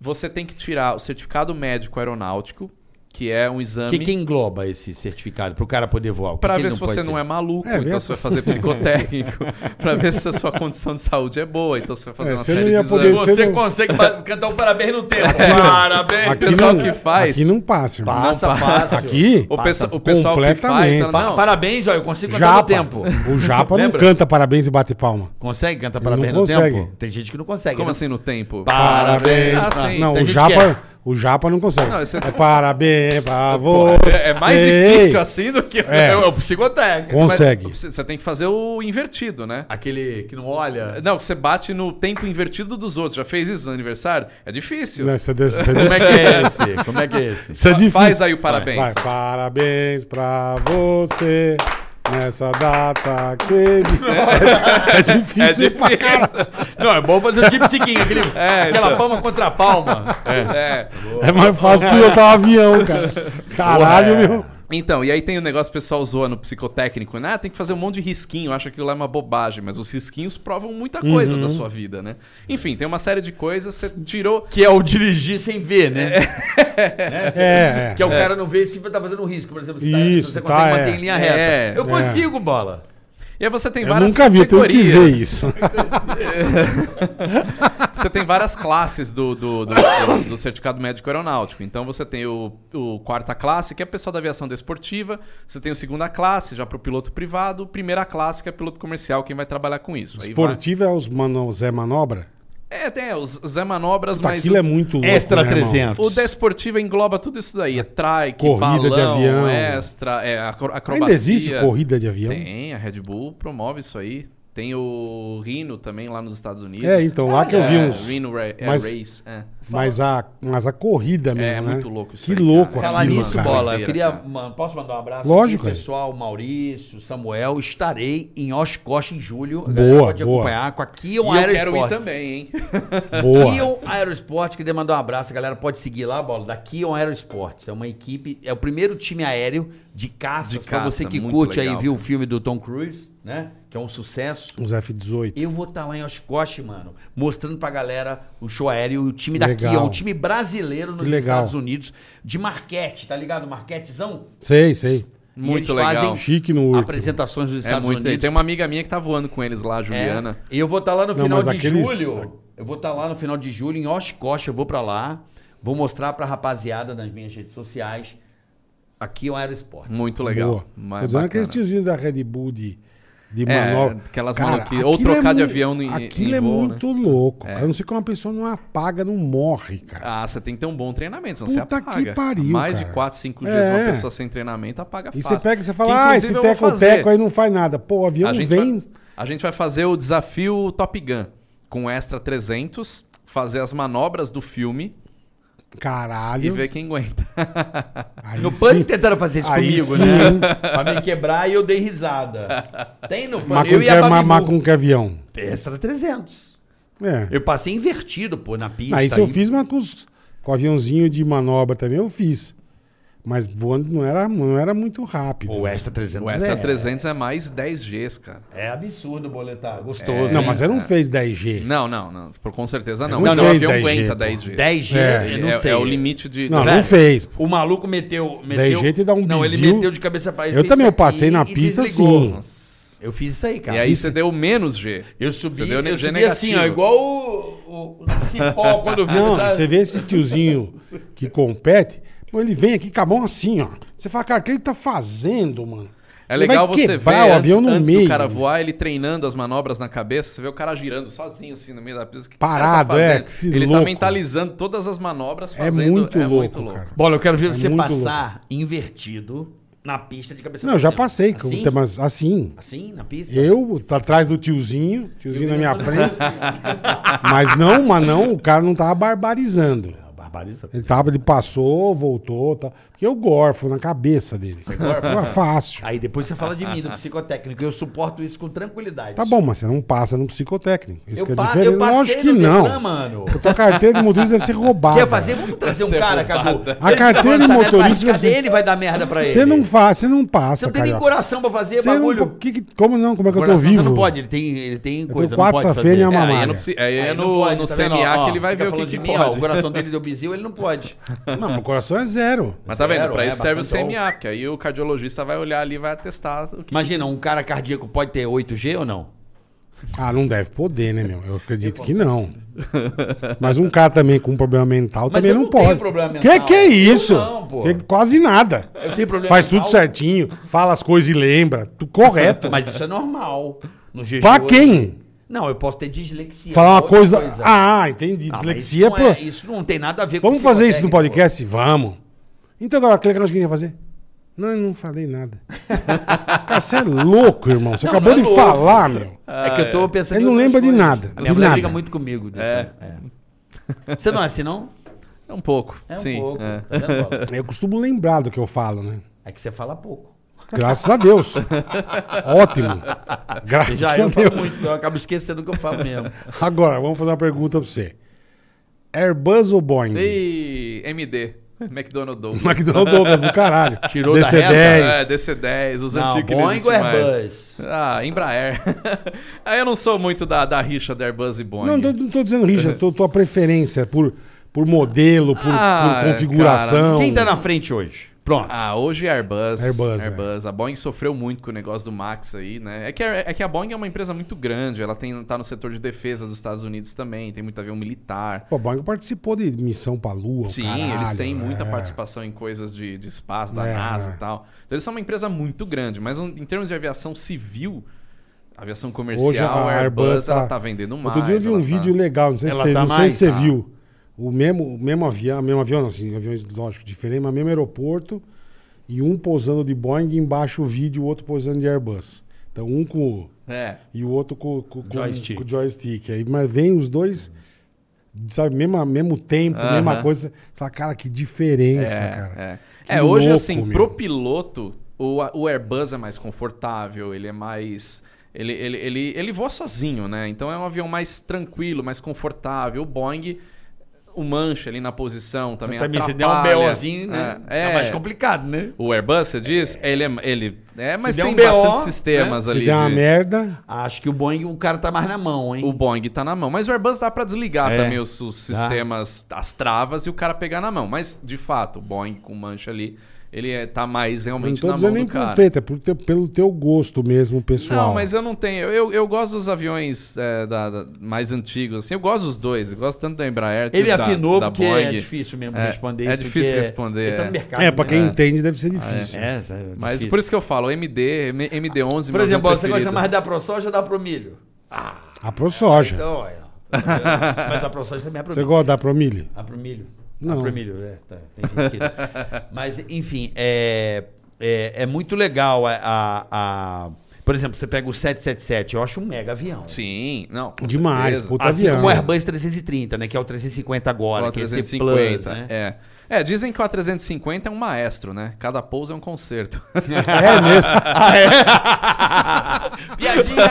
Speaker 5: Você tem que tirar o certificado médico aeronáutico, que é um
Speaker 6: O
Speaker 5: exame
Speaker 6: que, que engloba esse certificado pro cara poder voar? O que
Speaker 5: Pra
Speaker 6: que
Speaker 5: ver
Speaker 6: ele
Speaker 5: se você
Speaker 6: pode
Speaker 5: não
Speaker 6: ter?
Speaker 5: é maluco,
Speaker 3: É, vê
Speaker 5: então
Speaker 3: se-
Speaker 5: você vai fazer psicotécnico, Pra ver se a sua condição de saúde é boa, então você vai fazer
Speaker 3: É,
Speaker 5: uma
Speaker 3: você não
Speaker 5: série de
Speaker 3: ia
Speaker 5: exames.
Speaker 3: poder-
Speaker 4: Você
Speaker 3: Você não-
Speaker 4: consegue ba- cantar um parabéns no tempo. Parabéns.
Speaker 5: O pessoal que faz-
Speaker 3: Aqui não passa, irmão.
Speaker 6: Passa,
Speaker 5: Não,
Speaker 6: fácil.
Speaker 3: Aqui?
Speaker 5: O, pesso- o
Speaker 3: Passa
Speaker 5: pessoal que faz,
Speaker 3: completamente.
Speaker 5: ela,
Speaker 6: Pa-
Speaker 5: não,
Speaker 6: Parabéns, ó, eu consigo cantar no
Speaker 3: Japa.
Speaker 6: tempo.
Speaker 3: O Japa não
Speaker 6: Lembra?
Speaker 3: canta parabéns e bate palma.
Speaker 6: Consegue cantar
Speaker 3: Ele
Speaker 6: parabéns
Speaker 3: não
Speaker 6: no
Speaker 3: consegue.
Speaker 6: tempo? Tem gente que não consegue.
Speaker 5: como
Speaker 6: né?
Speaker 5: assim no tempo?
Speaker 6: Parabéns.
Speaker 5: Ah, sim.
Speaker 3: Não,
Speaker 6: Tem
Speaker 3: o
Speaker 6: gente
Speaker 3: Japa,
Speaker 6: que é.
Speaker 3: o Japa não consegue.
Speaker 5: Não, esse é-
Speaker 3: é... parabéns pra você.
Speaker 5: É é mais difícil assim do que.
Speaker 3: É.
Speaker 6: É o psicotécnico.
Speaker 5: Mas
Speaker 3: Consegue.
Speaker 5: você- Você tem que fazer o invertido, né?
Speaker 6: Aquele que não olha.
Speaker 5: Não, você bate no tempo invertido dos outros. Já fez isso no aniversário? É difícil.
Speaker 3: Não, isso é, isso é-
Speaker 6: Como é que é esse? Como é que é esse?
Speaker 3: isso é
Speaker 5: Fa-
Speaker 3: difícil.
Speaker 5: Faz aí o parabéns.
Speaker 3: Vai, parabéns pra você nessa data que... É, difícil,
Speaker 5: É difícil.
Speaker 3: pra caralho.
Speaker 6: Não, é bom fazer o tipo psiquinho, aquele,
Speaker 5: É,
Speaker 6: aquela
Speaker 5: então.
Speaker 6: palma contra a palma.
Speaker 5: É.
Speaker 3: É mais fácil pilotar um avião, cara. Caralho,
Speaker 6: Porra, é.
Speaker 3: meu.
Speaker 5: Então, e aí tem o negócio que o pessoal zoando psicotécnico, né? Ah, tem que fazer um monte de risquinho, acha que aquilo lá é uma bobagem, mas os risquinhos provam muita coisa
Speaker 3: Uhum.
Speaker 5: da sua vida, né? Enfim, tem uma série de coisas, você tirou.
Speaker 6: Que é o dirigir sem ver, né?
Speaker 3: É, é.
Speaker 4: Que é o cara não vê se tá fazendo risco, por exemplo. Se, tá-
Speaker 3: Isso,
Speaker 4: se você
Speaker 3: tá,
Speaker 4: consegue manter
Speaker 3: é.
Speaker 4: em linha
Speaker 5: É.
Speaker 4: reta. Eu
Speaker 3: É.
Speaker 4: consigo, bola.
Speaker 5: E aí você tem
Speaker 3: Eu
Speaker 5: várias
Speaker 3: nunca vi, eu tenho que ver
Speaker 5: categorias.
Speaker 3: isso.
Speaker 5: Você tem várias classes do, do, do- do- do certificado médico aeronáutico. Então você tem o, o quarta classe, que é pessoal da aviação desportiva. Você tem o segunda classe, já para o piloto privado. Primeira classe, que é piloto comercial, quem vai trabalhar com isso. Aí vai-
Speaker 3: Esportivo é os mano, Zé Manobra?
Speaker 5: É, tem os Zé Manobras,
Speaker 3: Puta,
Speaker 5: mas...
Speaker 3: aquilo é
Speaker 5: os-
Speaker 3: muito louco,
Speaker 6: Extra
Speaker 3: né, irmão?
Speaker 6: 300.
Speaker 5: O desportivo engloba tudo isso daí. É trike,
Speaker 3: Corrida de
Speaker 5: balão,
Speaker 3: avião.
Speaker 5: extra, é, acro- acrobacia.
Speaker 3: Ainda existe corrida de avião?
Speaker 5: Tem, a Red Bull promove isso aí. Tem o Rino também lá nos Estados Unidos.
Speaker 3: É, então, lá que eu vi
Speaker 5: É,
Speaker 3: uns...
Speaker 5: Rhino Ra- é,
Speaker 3: mas-
Speaker 5: Race, é.
Speaker 3: Mas a, mas a corrida mesmo,
Speaker 5: É, é
Speaker 3: né?
Speaker 5: muito louco isso
Speaker 3: Que
Speaker 5: aí, cara.
Speaker 3: louco
Speaker 5: Falar
Speaker 6: Falar
Speaker 5: Aquilo,
Speaker 6: nisso,
Speaker 5: cara.
Speaker 6: bola. Eu
Speaker 5: Doideira,
Speaker 6: queria.
Speaker 5: cara.
Speaker 6: man- posso mandar um abraço
Speaker 3: Lógico,
Speaker 6: aqui,
Speaker 3: é.
Speaker 6: pessoal? Maurício, Samuel. Estarei em Oshkosh em julho. A
Speaker 3: Boa,
Speaker 6: galera pode
Speaker 3: boa.
Speaker 6: acompanhar com a Kion
Speaker 5: E eu quero ir
Speaker 6: Então, Aerosports.
Speaker 5: também, hein?
Speaker 3: Boa.
Speaker 6: Kion Aerosports, queria mandar um abraço, a galera pode seguir lá, bola, da Kion Aerosports. É uma equipe, é o primeiro time aéreo de caças,
Speaker 5: De
Speaker 6: pra
Speaker 5: caça,
Speaker 6: você que
Speaker 5: muito
Speaker 6: curte aí,
Speaker 5: legal,
Speaker 6: viu o
Speaker 5: cara.
Speaker 6: filme do Tom Cruise, né? Que é um sucesso.
Speaker 3: Os F-18.
Speaker 6: Eu vou estar lá em Oshkosh, mano, mostrando pra galera o show aéreo, o time daqui,
Speaker 3: Legal.
Speaker 6: ó, o time brasileiro nos
Speaker 3: Que legal.
Speaker 6: Estados Unidos, de Marquete, tá ligado? Marquetezão?
Speaker 3: Sei, sei.
Speaker 6: E
Speaker 5: Muito
Speaker 6: eles
Speaker 5: legal.
Speaker 6: fazem
Speaker 3: Chique no último.
Speaker 6: apresentações nos
Speaker 5: É
Speaker 6: Estados
Speaker 5: muito.
Speaker 6: Unidos.
Speaker 5: Tem uma amiga minha que tá voando com eles lá, a Juliana.
Speaker 6: É, e eu vou estar lá no
Speaker 3: Não,
Speaker 6: final
Speaker 3: mas
Speaker 6: de
Speaker 3: aqueles-
Speaker 6: julho. Eu vou estar lá no final de julho em Oshkosh, eu vou pra lá, vou mostrar pra rapaziada nas minhas redes sociais. Aqui é o Aerosport.
Speaker 5: Muito legal.
Speaker 3: Boa.
Speaker 5: Mas
Speaker 3: Tô dizendo aqueles
Speaker 5: bacana.
Speaker 3: tiozinhos da Red Bull de, de
Speaker 5: É,
Speaker 3: manobra.
Speaker 5: aquelas
Speaker 3: Cara,
Speaker 5: maluquices. Ou
Speaker 3: aquilo é
Speaker 5: trocar de
Speaker 3: mu-
Speaker 5: avião em- em
Speaker 3: Aquilo é
Speaker 5: voo, né?
Speaker 3: muito louco. Cara. Eu não sei como uma pessoa não apaga, não morre, cara.
Speaker 5: Ah, você tem que ter um bom treinamento, senão você
Speaker 3: Puta que
Speaker 5: apaga.
Speaker 3: pariu,
Speaker 5: Mais
Speaker 3: cara.
Speaker 5: de 4, 5 dias
Speaker 3: É.
Speaker 5: uma pessoa sem treinamento apaga
Speaker 3: e
Speaker 5: é fácil.
Speaker 3: você pega e você
Speaker 5: Que,
Speaker 3: fala, ah, esse
Speaker 5: inclusive, eu vou
Speaker 3: teco-teco
Speaker 5: fazer.
Speaker 3: aí não faz nada. Pô, o avião
Speaker 5: a gente,
Speaker 3: vem...
Speaker 5: vai, a gente vai fazer o desafio Top Gun com extra 300, fazer as manobras do filme e
Speaker 3: Caralho.
Speaker 5: ver quem aguenta.
Speaker 3: Aí
Speaker 6: No
Speaker 3: sim.
Speaker 6: Pânico tentaram fazer isso
Speaker 3: Aí
Speaker 6: comigo,
Speaker 3: sim,
Speaker 6: né?
Speaker 3: hein?
Speaker 6: pra me quebrar e eu dei risada. Tem no
Speaker 3: Mas
Speaker 6: Pânico.
Speaker 3: com
Speaker 6: Eu
Speaker 3: que, é
Speaker 6: e a
Speaker 3: ma-
Speaker 6: Babilu.
Speaker 3: mas com que avião?
Speaker 6: Extra 300.
Speaker 3: É.
Speaker 6: Eu passei invertido, pô, na pista.
Speaker 3: Aí isso eu
Speaker 6: hein?
Speaker 3: fiz, mas com, os- com o aviãozinho de manobra também eu fiz. Mas voando não era, não era muito rápido.
Speaker 6: Pô, O Extra 300
Speaker 5: O extra
Speaker 6: é,
Speaker 5: 300 é mais 10 Gs, cara.
Speaker 6: é absurdo, boletar. Tá, Gostoso.
Speaker 3: não,
Speaker 4: né?
Speaker 6: hein?
Speaker 3: mas você não fez 10G.
Speaker 5: Não, não, não. Por- Com certeza não.
Speaker 3: não
Speaker 5: Mas o
Speaker 3: fez
Speaker 5: avião
Speaker 3: 10G,
Speaker 5: aguenta
Speaker 3: pô.
Speaker 5: 10 Gs.
Speaker 6: 10G,
Speaker 3: É,
Speaker 6: eu não
Speaker 5: é,
Speaker 6: sei.
Speaker 5: é o limite de.
Speaker 3: Não,
Speaker 6: Velho.
Speaker 3: não fez.
Speaker 6: O maluco meteu. meteu
Speaker 3: jeito e dá um
Speaker 6: Não, ele
Speaker 3: bizil.
Speaker 6: meteu de cabeça pra ele.
Speaker 3: Eu
Speaker 6: fez
Speaker 3: também, eu
Speaker 6: isso
Speaker 3: passei
Speaker 6: aqui
Speaker 3: na
Speaker 6: e
Speaker 3: pista,
Speaker 6: desligou.
Speaker 3: sim.
Speaker 5: Nossa.
Speaker 6: Eu fiz isso aí, cara.
Speaker 5: E aí
Speaker 3: isso-
Speaker 5: você deu menos G.
Speaker 6: Eu subi,
Speaker 5: Você deu
Speaker 6: eu
Speaker 5: G
Speaker 6: subi
Speaker 5: negativo.
Speaker 6: assim, ó, igual o, o, o cipó quando
Speaker 4: Ah,
Speaker 6: viu,
Speaker 3: Não,
Speaker 6: sabe?
Speaker 3: você vê esses tiozinho que compete, pô, ele vem aqui com a mão assim, ó. Você fala, cara, o que ele tá fazendo, mano?
Speaker 5: É
Speaker 3: Ele
Speaker 5: legal
Speaker 3: vai
Speaker 5: você ver
Speaker 3: quebrar o avião no
Speaker 5: antes
Speaker 3: meio.
Speaker 5: do cara voar, ele treinando as manobras na cabeça, você vê o cara girando sozinho assim no meio da pista. O que o
Speaker 3: Parado,
Speaker 5: cara
Speaker 3: é,
Speaker 5: fazendo?
Speaker 3: que se
Speaker 5: ele
Speaker 3: louco.
Speaker 5: tá mentalizando todas as manobras
Speaker 3: É
Speaker 5: fazendo.
Speaker 3: muito louco, cara.
Speaker 6: Bola, eu quero ver
Speaker 3: É
Speaker 6: você
Speaker 3: muito
Speaker 6: passar Ah, invertido na pista de cabeça
Speaker 3: Não, eu
Speaker 6: pra
Speaker 3: já
Speaker 6: cima.
Speaker 3: passei, com
Speaker 6: Assim,
Speaker 3: mas assim.
Speaker 6: assim na pista?
Speaker 3: Eu, tá atrás do tiozinho, tiozinho na minha frente.
Speaker 6: frente.
Speaker 3: Mas não, mas não, o cara não tava barbarizando.
Speaker 6: Barbarista.
Speaker 3: Ele tava, ele passou, voltou, tá. Porque eu gorfo na cabeça dele. Não é fácil.
Speaker 6: Aí depois você fala de mim, do psicotécnico. Eu suporto isso com tranquilidade.
Speaker 3: Tá bom, mas você não passa no psicotécnico. Isso
Speaker 6: Eu,
Speaker 3: que é
Speaker 6: pa-
Speaker 3: diferente.
Speaker 6: eu passei
Speaker 3: Lógico que
Speaker 6: no
Speaker 3: não.
Speaker 6: Detran, mano.
Speaker 3: A tua carteira de motorista deve ser roubada.
Speaker 6: Quer fazer? Vamos trazer um
Speaker 5: Essa é
Speaker 6: cara, Cadu.
Speaker 5: roubada.
Speaker 3: A
Speaker 6: Ele tá
Speaker 3: carteira de
Speaker 6: falando essa merda pra
Speaker 3: motorista
Speaker 6: riscar
Speaker 3: você-
Speaker 6: dele, vai dar merda pra ele.
Speaker 3: Você não faz, você não
Speaker 6: Você
Speaker 3: passa,
Speaker 6: não tem nem
Speaker 3: Carioca.
Speaker 6: coração pra fazer
Speaker 3: Você não-
Speaker 6: bagulho.
Speaker 3: que- que- como não? Como é que eu tô
Speaker 6: Coração,
Speaker 3: vivo?
Speaker 6: Você não pode, ele tem, ele tem
Speaker 3: tenho
Speaker 6: coisa,
Speaker 3: quatro
Speaker 6: não pode
Speaker 3: safena e
Speaker 6: fazer.
Speaker 3: uma
Speaker 5: É, aí é
Speaker 3: Mamalha.
Speaker 5: no, psi- aí é
Speaker 6: Aí
Speaker 5: no-
Speaker 6: não pode,
Speaker 5: no
Speaker 6: tá vendo?
Speaker 5: CNA
Speaker 6: Ó,
Speaker 5: que ele vai
Speaker 6: fica
Speaker 5: ver o que,
Speaker 6: falando
Speaker 5: que
Speaker 6: de mim, ó,
Speaker 5: pode.
Speaker 6: o coração dele deu bizil, ele não pode.
Speaker 3: Não, meu coração é zero.
Speaker 5: Mas tá vendo?
Speaker 6: Zero,
Speaker 5: Pra
Speaker 6: é
Speaker 5: isso serve o
Speaker 6: bastante
Speaker 5: CMA, porque aí o cardiologista vai olhar ali e vai atestar o que.
Speaker 6: Imagina, um cara cardíaco pode ter 8G ou não?
Speaker 3: Ah, não deve poder, né, meu? Eu acredito que não. Mas um cara também com um problema mental
Speaker 6: Mas
Speaker 3: também
Speaker 6: eu
Speaker 3: não
Speaker 6: não tenho
Speaker 3: pode.
Speaker 6: problema
Speaker 3: que
Speaker 6: mental.
Speaker 3: que é
Speaker 6: Eu
Speaker 3: isso?
Speaker 6: não, pô.
Speaker 3: Que- Quase nada.
Speaker 6: Eu tenho problema
Speaker 3: Faz
Speaker 6: mental?
Speaker 3: tudo certinho, fala as coisas e lembra. Tu- Correto.
Speaker 6: Mas isso é normal. No jejum.
Speaker 3: pra quem?
Speaker 6: Não, eu posso ter dislexia.
Speaker 3: Falar uma
Speaker 6: outra
Speaker 3: coisa... Ah, entendi.
Speaker 6: Ah, mas
Speaker 3: Dislexia,
Speaker 6: isso
Speaker 3: pô.
Speaker 6: não é- isso não tem nada a ver
Speaker 3: Vamos fazer isso no
Speaker 6: psicotécnico.
Speaker 3: podcast? Vamos. Então agora, clica no que eu ia fazer. Não, eu não falei nada. Cara, você é louco, irmão. Você
Speaker 6: Não,
Speaker 3: acabou
Speaker 6: não é
Speaker 3: de
Speaker 6: louco.
Speaker 3: falar, meu.
Speaker 6: É que eu tô pensando
Speaker 3: Ele não
Speaker 6: outras
Speaker 3: lembra de
Speaker 6: coisas.
Speaker 3: nada,
Speaker 6: A minha
Speaker 3: de
Speaker 6: mulher
Speaker 3: nada.
Speaker 6: briga muito comigo. disso. É. Você não é assim, não?
Speaker 5: É um pouco.
Speaker 6: É um
Speaker 5: sim.
Speaker 6: pouco.
Speaker 5: é.
Speaker 6: Tá vendo, Bola?
Speaker 3: Eu costumo lembrar do que eu falo, né?
Speaker 6: É que você fala pouco.
Speaker 3: Graças a Deus. Ótimo. Graças
Speaker 6: Já
Speaker 3: a
Speaker 6: eu falo
Speaker 3: Deus.
Speaker 6: muito, então eu acabo esquecendo o que eu falo mesmo.
Speaker 3: Agora, vamos fazer uma pergunta pra você. Airbus ou Boeing?
Speaker 5: E MD. McDonald Douglas.
Speaker 3: McDonald Douglas do caralho.
Speaker 6: Tirou da
Speaker 3: DC-10.
Speaker 6: reta,
Speaker 5: É, DC-10, os
Speaker 6: Não,
Speaker 5: antigos. que
Speaker 6: Boeing
Speaker 5: existem
Speaker 6: ou
Speaker 5: mais.
Speaker 6: Airbus?
Speaker 5: Ah, Embraer. Aí eu não sou muito da, da rixa da Airbus e Boeing.
Speaker 3: Não, não tô, não tô dizendo rixa, tô, tua preferência por, por modelo, por,
Speaker 5: Ah,
Speaker 3: por configuração.
Speaker 6: Quem tá na frente hoje? Pronto.
Speaker 5: Ah, hoje é Airbus.
Speaker 3: Airbus, é.
Speaker 5: Airbus. A Boeing sofreu muito com o negócio do Max aí, né? É que a, é que a Boeing é uma empresa muito grande, ela tem, tá no setor de defesa dos Estados Unidos também, tem muito avião militar.
Speaker 3: Pô, a Boeing participou de missão pra lua. o
Speaker 5: Sim,
Speaker 3: caralho,
Speaker 5: eles têm muita
Speaker 3: é.
Speaker 5: participação em coisas de, de espaço, da
Speaker 3: É.
Speaker 5: NASA e tal. Então eles são uma empresa muito grande, mas um- em termos de aviação civil, aviação comercial,
Speaker 3: Hoje a
Speaker 5: Airbus,
Speaker 3: Airbus tá-
Speaker 5: ela tá vendendo mais.
Speaker 3: Outro dia eu vi
Speaker 5: ela
Speaker 3: um
Speaker 5: tá-
Speaker 3: vídeo legal, não sei se
Speaker 6: Ela
Speaker 3: você,
Speaker 6: tá
Speaker 3: não sei
Speaker 6: mais?
Speaker 3: se você
Speaker 6: Tá.
Speaker 3: viu. O mesmo, o mesmo avião, mesmo avião, não, assim, aviões, lógico, diferente, mas mesmo aeroporto, e um pousando de Boeing, e embaixo o vídeo, o outro pousando de Airbus. Então, um com. o-
Speaker 5: É.
Speaker 3: E o outro com, com, com-
Speaker 6: Joystick.
Speaker 3: com o joystick. Aí, mas vem os dois, sabe, mesmo, mesmo tempo,
Speaker 5: Aham.
Speaker 3: mesma coisa. Fala, cara, que diferença,
Speaker 6: né,
Speaker 5: É,
Speaker 3: cara.
Speaker 5: é.
Speaker 3: Que
Speaker 5: É, hoje,
Speaker 3: louco,
Speaker 5: assim,
Speaker 3: meu.
Speaker 5: pro piloto, o, o Airbus é mais confortável, ele é mais. Ele, ele, ele, ele voa sozinho, né? Então é um avião mais tranquilo, mais confortável. O Boeing, o mancha ali na posição também.
Speaker 6: Também se der um
Speaker 5: atrapalha.
Speaker 6: BOzinho, né?
Speaker 5: É, é.
Speaker 6: Tá mais complicado, né?
Speaker 5: O Airbus, você diz? Ele, é, ele é, mas
Speaker 6: der
Speaker 5: tem
Speaker 6: um BO,
Speaker 5: bastante
Speaker 6: né?
Speaker 5: sistemas
Speaker 3: Se
Speaker 5: é, ali.
Speaker 3: der uma
Speaker 5: de-
Speaker 3: merda,
Speaker 6: Acho que o Boeing, o cara tá mais na mão, hein?
Speaker 5: O Boeing tá na mão. Mas o Airbus dá pra desligar
Speaker 6: É.
Speaker 5: também os, os sistemas, as travas e o cara pegar na mão. Mas, de fato, o Boeing com mancha ali, ele é, tá mais
Speaker 3: eu não
Speaker 5: realmente
Speaker 3: tô
Speaker 5: na mão
Speaker 3: dizendo
Speaker 5: do
Speaker 3: nem por
Speaker 5: cara.
Speaker 3: treta, é por teu- pelo teu gosto mesmo, pessoal.
Speaker 5: Não, mas eu não tenho. Eu, eu gosto dos aviões é, da- da- mais antigos, assim. Eu gosto dos dois. Eu gosto tanto da Embraer que
Speaker 6: Ele
Speaker 5: da,
Speaker 6: afinou
Speaker 5: da
Speaker 6: porque
Speaker 5: Boeing.
Speaker 6: é difícil mesmo
Speaker 5: É,
Speaker 6: responder
Speaker 5: é
Speaker 6: isso.
Speaker 5: difícil
Speaker 6: porque
Speaker 5: responder,
Speaker 6: ele tá
Speaker 5: é.
Speaker 6: no mercado,
Speaker 3: É, pra
Speaker 6: né?
Speaker 3: quem entende deve ser difícil.
Speaker 6: É, é
Speaker 5: Mas
Speaker 6: difícil.
Speaker 5: por isso que eu falo, MD, M- MD-11,
Speaker 6: Por
Speaker 5: meu avião
Speaker 6: exemplo, você gosta
Speaker 5: preferido.
Speaker 6: mais da ProSoja ou da Promilho?
Speaker 3: A ProSoja.
Speaker 6: Então, olha. Mas a ProSoja também é
Speaker 3: Você
Speaker 6: Promilho.
Speaker 3: gosta da Promilho?
Speaker 6: A Promilho.
Speaker 3: Não.
Speaker 6: A Promilho, é, tá. Tem gente que... Mas, enfim, é, é, é muito legal a, a- a- Por exemplo, você pega o 777, eu acho um mega avião.
Speaker 5: Sim, não. com
Speaker 3: Demais,
Speaker 5: certeza. Ah,
Speaker 3: puta
Speaker 6: Assim
Speaker 3: avião.
Speaker 6: como o Airbus 330, né? Que é o 350 agora,
Speaker 5: O
Speaker 6: que é esse Plus,
Speaker 5: 350,
Speaker 6: né?
Speaker 5: é. É, dizem que o A350 é um maestro, né? Cada pouso é um concerto.
Speaker 3: É mesmo.
Speaker 6: Ah, é? Piadinha!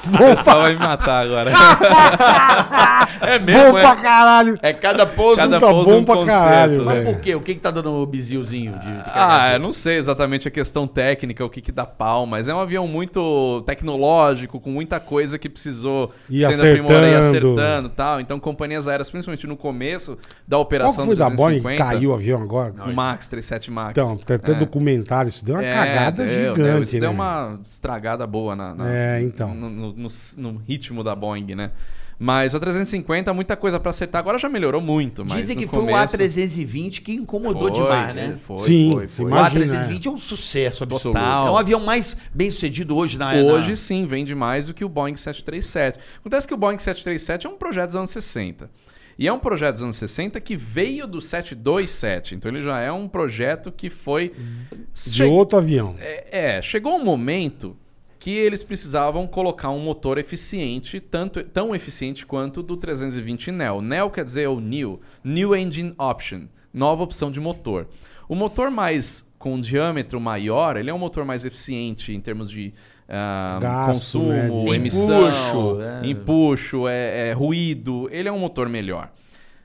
Speaker 5: o pessoal vai me matar agora.
Speaker 3: Ah,
Speaker 6: é
Speaker 3: Bom
Speaker 6: mesmo, é,
Speaker 3: pra caralho.
Speaker 6: é cada pouso.
Speaker 5: Cada
Speaker 3: tá
Speaker 5: pouso é um
Speaker 3: bom pra
Speaker 5: concerto,
Speaker 3: caralho,
Speaker 5: velho.
Speaker 6: Mas por quê? O que que tá dando o bizilzinho de... de
Speaker 5: Ah,
Speaker 6: cagar?
Speaker 5: eu não sei exatamente a questão técnica, o que que dá pau, mas é um avião muito tecnológico, com muita coisa que precisou
Speaker 3: E
Speaker 5: e
Speaker 3: acertando.
Speaker 5: acertando e tal. Então, companhias aéreas, principalmente no começo da
Speaker 3: Qual que
Speaker 5: operação
Speaker 3: foi da Boeing?
Speaker 5: 250,
Speaker 3: Caiu o avião agora?
Speaker 5: o Max 37 Max. É,
Speaker 3: Então, tem até documentário, isso deu uma cagada
Speaker 5: deu,
Speaker 3: gigante,
Speaker 5: deu. Isso
Speaker 3: né?
Speaker 5: deu uma estragada boa na, na-
Speaker 3: É, então.
Speaker 5: no, no- no- no ritmo da Boeing, né? Mas o 350, muita coisa pra acertar. Agora já melhorou muito, mas
Speaker 6: Dizem
Speaker 5: no
Speaker 6: que
Speaker 5: começo-
Speaker 6: foi o A320 que incomodou
Speaker 5: Foi,
Speaker 6: demais, né?
Speaker 5: Foi,
Speaker 3: Sim,
Speaker 5: foi,
Speaker 3: sim,
Speaker 5: foi.
Speaker 6: O
Speaker 3: Imagina,
Speaker 6: A320 é. um sucesso absoluto.
Speaker 5: Total.
Speaker 6: É o avião mais bem sucedido hoje na
Speaker 5: Hoje
Speaker 6: na-
Speaker 5: sim, vende mais do que o Boeing 737. Acontece que o Boeing 737 é um projeto dos anos 60. E é um projeto dos anos 60 que veio do 727. Então ele já é um projeto que foi.
Speaker 3: De
Speaker 5: Che-
Speaker 3: outro avião.
Speaker 5: É, é, chegou um momento que eles precisavam colocar um motor eficiente, tanto, tão eficiente quanto o do 320 NEO. NEO quer dizer é o New, New Engine Option, nova opção de motor. O motor mais com um diâmetro maior, ele é um motor mais eficiente em termos de ah,
Speaker 3: Gasto, né,
Speaker 5: consumo,
Speaker 3: de-
Speaker 5: emissão,
Speaker 6: Empuxo, é.
Speaker 5: empuxo, é- é ruído. Ele é um motor melhor.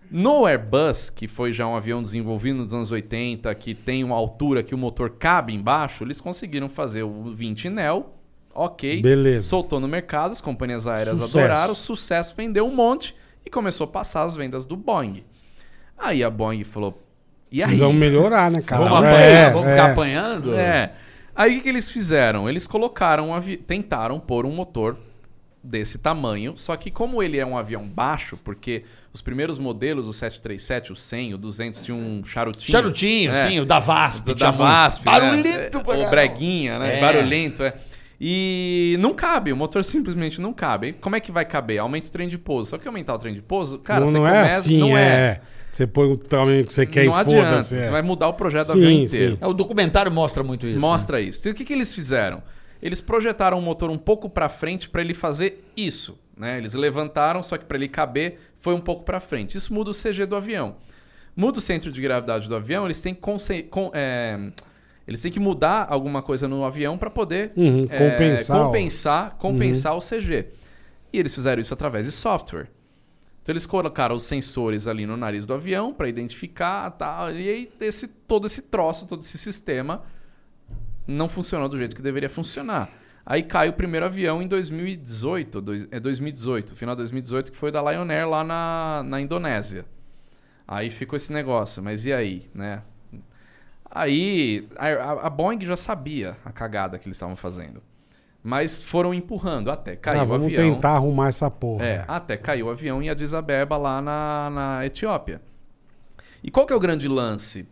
Speaker 5: No Airbus, que foi já um avião desenvolvido nos anos 80, que tem uma altura que o motor cabe embaixo, eles conseguiram fazer o 20 NEL, ok.
Speaker 3: Beleza.
Speaker 5: Soltou no mercado, as companhias aéreas
Speaker 3: Sucesso.
Speaker 5: adoraram, sucesso, vendeu um monte e começou a passar as vendas do Boeing. Aí a Boeing falou, e aí?
Speaker 3: Precisamos melhorar, né, cara?
Speaker 6: Vamos, apanhar,
Speaker 3: é,
Speaker 6: vamos
Speaker 3: é.
Speaker 6: ficar apanhando?
Speaker 5: É. Aí o que, que eles fizeram? Eles colocaram, um avi- tentaram pôr um motor desse tamanho, só que como ele é um avião baixo, porque os primeiros modelos, o 737, o 100, o 200, tinha um charutinho.
Speaker 6: Charutinho,
Speaker 5: É.
Speaker 6: sim, o da VASP.
Speaker 5: Do,
Speaker 6: tinha
Speaker 5: da
Speaker 3: um
Speaker 6: muito.
Speaker 5: VASP. né?
Speaker 6: Barulhento,
Speaker 5: É,
Speaker 6: pra
Speaker 5: O
Speaker 6: caralho.
Speaker 5: breguinha, né?
Speaker 6: É.
Speaker 5: Barulhento, é. E não cabe, o motor simplesmente não cabe. Como é que vai caber? Aumenta o trem de pouso. Só que aumentar o trem de pouso, cara,
Speaker 3: não,
Speaker 5: você
Speaker 3: não é
Speaker 5: começa-
Speaker 3: assim,
Speaker 5: não
Speaker 3: é. Você põe o tamanho que você quer
Speaker 5: não
Speaker 3: e
Speaker 5: adianta,
Speaker 3: foda-se.
Speaker 5: você
Speaker 3: é.
Speaker 5: vai mudar o projeto do
Speaker 3: Sim,
Speaker 5: avião
Speaker 3: sim.
Speaker 5: inteiro.
Speaker 6: É, o documentário mostra muito isso.
Speaker 5: Mostra isso. E o que, que eles fizeram? Eles projetaram o motor um pouco para frente para ele fazer isso. Né? Eles levantaram, só que para ele caber foi um pouco para frente. Isso muda o CG do avião. Muda o centro de gravidade do avião, eles têm que, conce- con- é, eles têm que mudar alguma coisa no avião para poder
Speaker 3: Uhum,
Speaker 5: é,
Speaker 3: compensar, ó.
Speaker 5: compensar, compensar o CG. E eles fizeram isso através de software. Então eles colocaram os sensores ali no nariz do avião para identificar tal. E aí esse, todo esse troço, todo esse sistema não funcionou do jeito que deveria funcionar. Aí cai o primeiro avião em 2018, dois- é 2018, final de 2018, que foi da Lion Air lá na, na Indonésia. Aí ficou esse negócio, mas e aí, né? Aí a, a- a Boeing já sabia a cagada que eles estavam fazendo. Mas foram empurrando até caiu
Speaker 3: Ah,
Speaker 5: o
Speaker 3: vamos
Speaker 5: avião.
Speaker 3: tentar arrumar essa porra.
Speaker 5: É, até caiu o avião em Addis Abeba lá na, na Etiópia. E qual que é o grande lance?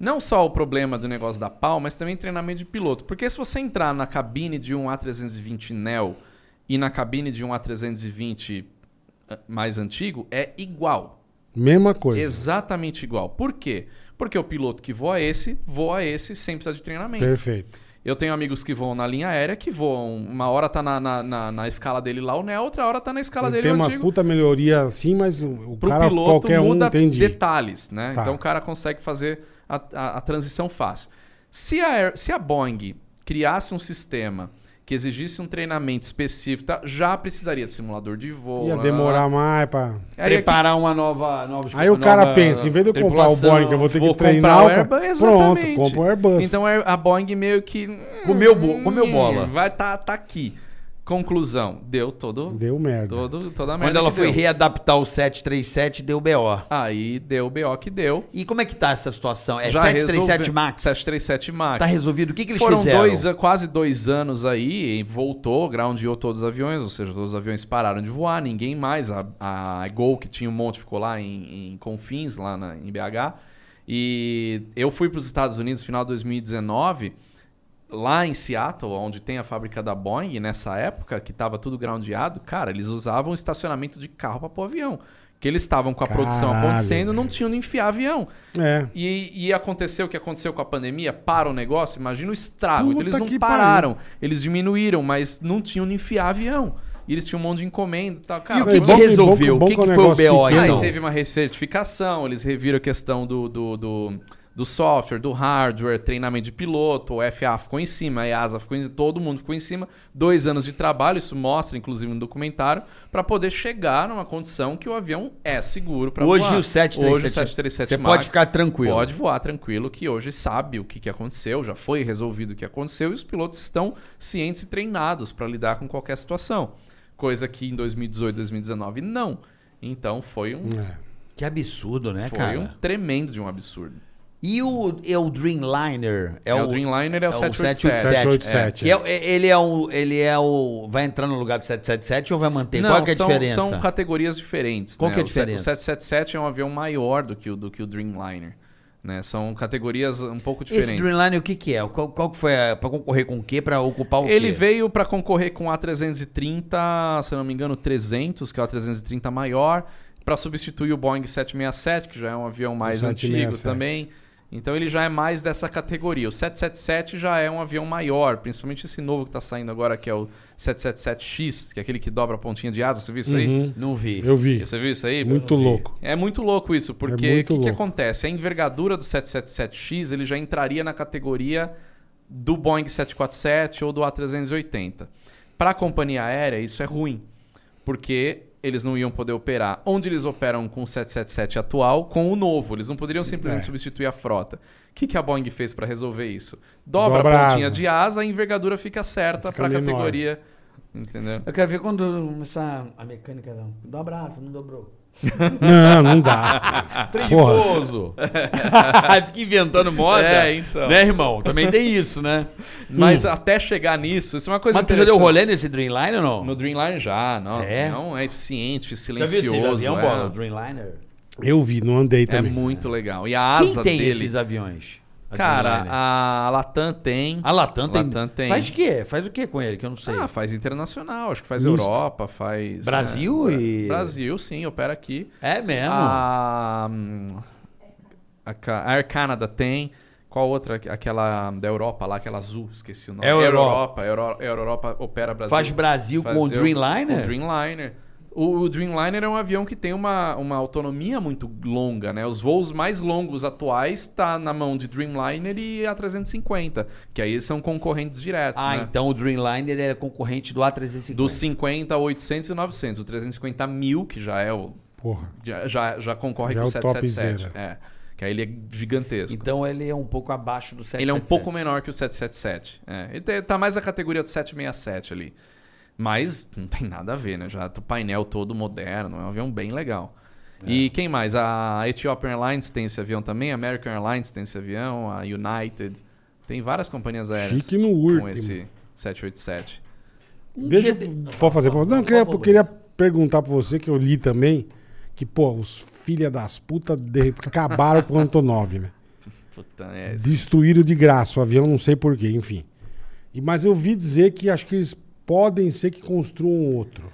Speaker 5: Não só o problema do negócio da pau, mas também treinamento de piloto. Porque se você entrar na cabine de um A320 Neo e na cabine de um A320 eh, mais antigo, é igual.
Speaker 3: Mesma coisa.
Speaker 5: Exatamente igual. Por quê? Porque o piloto que voa esse, voa esse sem precisar de treinamento.
Speaker 3: Perfeito.
Speaker 5: Eu tenho amigos que voam na linha aérea que voam. Uma hora tá na, na, na- na escala dele lá o Neo, outra hora tá na escala
Speaker 3: Ele
Speaker 5: dele
Speaker 3: tem
Speaker 5: o
Speaker 3: umas
Speaker 5: antigo
Speaker 3: puta melhoria assim, mas o o
Speaker 5: pro
Speaker 3: cara,
Speaker 5: piloto
Speaker 3: qualquer um,
Speaker 5: muda
Speaker 3: entende.
Speaker 5: detalhes, né?
Speaker 3: Tá.
Speaker 5: Então o cara consegue fazer a, a- a transição fácil. Se a, Air- se a Boeing criasse um sistema que exigisse um treinamento específico, tá? já precisaria de simulador de voo.
Speaker 3: Ia
Speaker 5: lá,
Speaker 3: demorar
Speaker 5: lá, lá.
Speaker 3: mais pra...
Speaker 5: Aí é que-
Speaker 6: né? Preparar uma nova. Nova
Speaker 3: Tipo, Aí o cara
Speaker 6: nova
Speaker 3: pensa, em vez de eu comprar o
Speaker 6: tripulação,
Speaker 3: Boeing, que eu vou ter
Speaker 5: vou
Speaker 3: que treinar...
Speaker 5: comprar o
Speaker 3: ca-
Speaker 5: Airbus,
Speaker 3: Pronto,
Speaker 5: exatamente.
Speaker 3: compra o Airbus.
Speaker 5: Então a- a Boeing meio que...
Speaker 6: Comeu bo- comeu bola.
Speaker 5: Vai, tá, tá aqui. Conclusão, deu todo...
Speaker 3: Deu merda.
Speaker 5: todo toda a merda
Speaker 6: Quando ela
Speaker 5: que
Speaker 6: foi
Speaker 5: deu.
Speaker 6: readaptar o 737, deu BO.
Speaker 5: Aí deu o BO que deu.
Speaker 6: E como é que tá essa situação? É
Speaker 5: Já
Speaker 6: 737
Speaker 5: resolve-
Speaker 6: Max?
Speaker 5: 737 Max.
Speaker 6: Tá resolvido? O que, que eles
Speaker 5: Foram
Speaker 6: fizeram?
Speaker 5: dois, an- quase dois anos aí, e voltou, groundou todos os aviões, ou seja, todos os aviões pararam de voar, ninguém mais. A, a Gol, que tinha um monte, ficou lá em, em Confins, lá na- em BH. E eu fui para os Estados Unidos no final de 2019, lá em Seattle, onde tem a fábrica da Boeing, nessa época, que estava tudo groundeado, cara, eles usavam estacionamento de carro para pôr avião. Que eles estavam com a produção
Speaker 3: Caralho,
Speaker 5: acontecendo,
Speaker 3: velho.
Speaker 5: não tinham nem enfiar avião.
Speaker 3: É.
Speaker 5: E, e aconteceu o que aconteceu com a pandemia, para o negócio, imagina o estrago. Então,
Speaker 3: Puta
Speaker 5: eles
Speaker 3: que
Speaker 5: não pararam, eles diminuíram, mas não tinham onde enfiar avião. E eles tinham um monte de encomenda e tal. Cara,
Speaker 6: E o que,
Speaker 3: é bom
Speaker 6: que
Speaker 3: que-
Speaker 6: resolveu?
Speaker 3: bom
Speaker 6: o
Speaker 3: que
Speaker 6: que,
Speaker 3: é um
Speaker 6: que foi o
Speaker 3: negócio
Speaker 6: BO,
Speaker 5: aí
Speaker 3: pequeno.
Speaker 6: então?
Speaker 5: teve uma recertificação, eles reviram a questão do, do, do, do software, do hardware, treinamento de piloto, o FA ficou em cima, a EASA ficou em todo mundo ficou em cima. Dois anos de trabalho, isso mostra, inclusive, no documentário, para poder chegar numa condição que o avião é seguro para
Speaker 6: Hoje
Speaker 5: voar.
Speaker 6: o 737
Speaker 5: Hoje o 737
Speaker 6: Você
Speaker 5: Max
Speaker 6: pode ficar tranquilo.
Speaker 5: Pode voar tranquilo, que hoje sabe o que, que aconteceu, já foi resolvido o que aconteceu e os pilotos estão cientes e treinados para lidar com qualquer situação. Coisa que em 2018, 2019 não. Então foi um,
Speaker 3: É.
Speaker 6: Que absurdo, Hum, né,
Speaker 5: foi
Speaker 6: cara?
Speaker 5: um tremendo de um absurdo.
Speaker 6: E o, é o Dreamliner?
Speaker 5: É, o Dreamliner, é o,
Speaker 6: é o
Speaker 5: 787.
Speaker 3: 787.
Speaker 6: Que é o- é- ele é o. Ele é o. Vai entrar no lugar do 777 ou vai manter?
Speaker 5: Não,
Speaker 6: Qual que é a
Speaker 5: são,
Speaker 6: diferença?
Speaker 5: são um categorias diferentes.
Speaker 6: Qual
Speaker 5: né?
Speaker 6: que é a
Speaker 5: O set-
Speaker 6: diferença?
Speaker 5: O 777 é um avião maior do que o, do que o Dreamliner. Né? São categorias um pouco diferentes.
Speaker 6: Esse Dreamliner o que que é? Qual, qual que foi a, pra concorrer com o quê? Pra ocupar o
Speaker 5: Ele
Speaker 6: quê?
Speaker 5: veio para concorrer com o A330, se eu não me engano, 300, que é o A330 maior, para substituir o Boeing 767, que já é um avião mais antigo
Speaker 3: 767.
Speaker 5: também. Então ele já é mais dessa categoria. O 777 já é um avião maior, principalmente esse novo que está saindo agora, que é o 777X, que é aquele que dobra a pontinha de asa. Você viu isso aí?
Speaker 3: Uhum.
Speaker 6: Não vi.
Speaker 3: Eu vi.
Speaker 5: Você viu isso aí?
Speaker 3: Muito louco.
Speaker 5: É muito louco isso, porque o
Speaker 3: muito
Speaker 5: que, que
Speaker 3: louco.
Speaker 5: acontece? A envergadura do 777X ele já entraria na categoria do Boeing 747 ou do A380. Para a companhia aérea, isso é ruim, porque eles não iam poder operar onde eles operam com o 777 atual, com o novo. Eles não poderiam simplesmente
Speaker 3: É.
Speaker 5: substituir a frota. O que, que a Boeing fez para resolver isso? Dobra,
Speaker 3: Dobra a
Speaker 5: a pontinha
Speaker 3: asa.
Speaker 5: de asa, a envergadura fica
Speaker 3: Fica
Speaker 5: certa para a
Speaker 3: menor.
Speaker 5: categoria. Entendeu?
Speaker 6: Eu quero ver quando essa a mecânica dá um dá um abraço, não dobrou.
Speaker 5: é um-
Speaker 3: Não, não dá. Porra.
Speaker 6: Perigoso. Fica inventando moda.
Speaker 5: É, então.
Speaker 6: Né, irmão? Também tem isso, né?
Speaker 3: Hum.
Speaker 5: Mas até chegar nisso, isso é uma coisa
Speaker 6: Mas tu já deu
Speaker 5: interessante.
Speaker 6: rolê nesse Dreamliner ou não?
Speaker 5: No Dreamliner já, não.
Speaker 6: É?
Speaker 5: Não é eficiente,
Speaker 6: Já viu esse
Speaker 5: silencioso. é.
Speaker 6: avião, um bola? Dreamliner?
Speaker 3: Eu vi, não andei
Speaker 5: É
Speaker 3: também.
Speaker 5: muito legal. E a asa
Speaker 6: Quem tem
Speaker 5: dele.
Speaker 6: esses aviões? A
Speaker 5: Cara,
Speaker 6: Dreamliner.
Speaker 5: a Latam tem.
Speaker 6: a Latam tem.
Speaker 5: Latam tem.
Speaker 6: Faz o quê? Faz o quê com ele? Que eu não sei.
Speaker 5: Ah, faz internacional, acho que faz
Speaker 3: Misto.
Speaker 5: Europa, faz.
Speaker 6: Brasil
Speaker 5: né,
Speaker 6: e-
Speaker 5: Brasil, sim, opera aqui.
Speaker 6: é mesmo?
Speaker 5: Ah, A. hum, A Ca- a Air Canada tem. Qual outra? Aquela da Europa lá, aquela azul, esqueci o nome.
Speaker 6: Aero
Speaker 5: Europa.
Speaker 6: Europa.
Speaker 5: Euro- Aero Europa opera Brasil.
Speaker 6: É Faz Brasil com o
Speaker 5: fazer
Speaker 6: Dreamliner?
Speaker 5: com o Dreamliner. O, o Dreamliner é um avião que tem uma, uma autonomia muito longa, né? Os voos mais longos atuais tá na mão de Dreamliner e A350, que aí são concorrentes diretos,
Speaker 6: Ah,
Speaker 5: né?
Speaker 6: então o Dreamliner é concorrente do A350.
Speaker 5: Dos 50 a 800 e 900. O 350 mil, que já é o
Speaker 3: Porra.
Speaker 5: Já, já, já concorre
Speaker 3: Já
Speaker 5: com o
Speaker 3: é o top
Speaker 5: 777. É. Que aí ele é gigantesco.
Speaker 6: Então ele é um pouco abaixo do 777.
Speaker 5: Ele é um pouco menor que o 777. É, ele te- tá mais na categoria do 767 ali. Mas não tem nada a ver, né? Já o painel todo moderno, é um avião bem legal.
Speaker 3: É.
Speaker 5: E quem mais? A Ethiopian Airlines tem esse avião também, a American Airlines tem esse avião, a United. Tem várias companhias aéreas
Speaker 3: Chique no
Speaker 5: com
Speaker 3: último.
Speaker 5: esse 787.
Speaker 3: Deixa eu-
Speaker 6: dia de-
Speaker 3: Pode fazer? Pode... Não, eu
Speaker 6: Por
Speaker 3: queria, eu
Speaker 6: favor,
Speaker 3: queria perguntar pra você, que eu li também, que, pô, os filha das putas de- acabaram com o Antonov, né?
Speaker 5: Puta, é esse.
Speaker 3: Destruíram de graça o avião, não sei porquê, enfim. E, mas eu vi dizer que acho que eles podem ser que construam outro.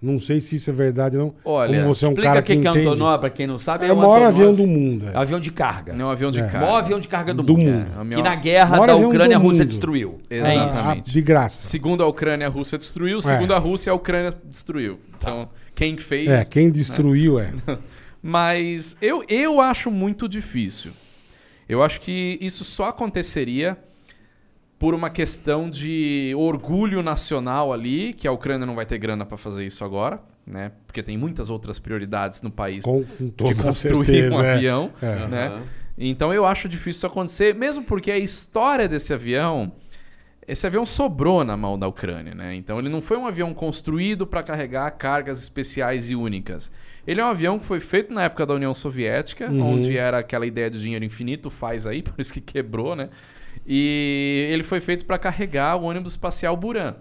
Speaker 3: Não sei se isso é verdade não.
Speaker 5: Olha,
Speaker 3: Como você é um
Speaker 6: Explica
Speaker 3: cara
Speaker 6: o
Speaker 3: que
Speaker 6: que, que é
Speaker 3: entende.
Speaker 6: Antonov, pra quem não sabe.
Speaker 3: É o
Speaker 6: um
Speaker 3: maior
Speaker 6: Antonov-
Speaker 3: avião do mundo. é.
Speaker 6: Avião de carga.
Speaker 5: É um avião de
Speaker 3: É.
Speaker 5: carga.
Speaker 6: O maior avião de carga do,
Speaker 3: Do
Speaker 6: mundo.
Speaker 3: mundo.
Speaker 5: É, o
Speaker 6: Que
Speaker 5: maior-
Speaker 6: na guerra
Speaker 3: Maior
Speaker 6: da
Speaker 3: avião do
Speaker 6: Ucrânia a Rússia
Speaker 3: mundo.
Speaker 6: destruiu.
Speaker 3: Ah,
Speaker 5: Exato. é, Exatamente.
Speaker 3: ah, de graça.
Speaker 5: Segundo a Ucrânia, a Rússia destruiu. Segundo a Rússia, a Ucrânia destruiu. Então, quem fez...
Speaker 3: É. É, quem destruiu é.
Speaker 5: Mas eu, eu acho muito difícil. Eu acho que isso só aconteceria por uma questão de orgulho nacional ali, que a Ucrânia não vai ter grana para fazer isso agora, né? Porque tem muitas outras prioridades no país
Speaker 3: Com, com toda
Speaker 5: de
Speaker 3: a
Speaker 5: construir
Speaker 3: certeza.
Speaker 5: um
Speaker 3: é.
Speaker 5: avião,
Speaker 3: É.
Speaker 5: né? Então eu acho difícil isso acontecer, mesmo porque a história desse avião, esse avião sobrou na mão da Ucrânia, né? Então ele não foi um avião construído para carregar cargas especiais e únicas. Ele é um avião que foi feito na época da União Soviética,
Speaker 3: Uhum.
Speaker 5: onde era aquela ideia de dinheiro infinito, faz aí, por isso que quebrou, né? E ele foi feito para carregar o ônibus espacial Buran,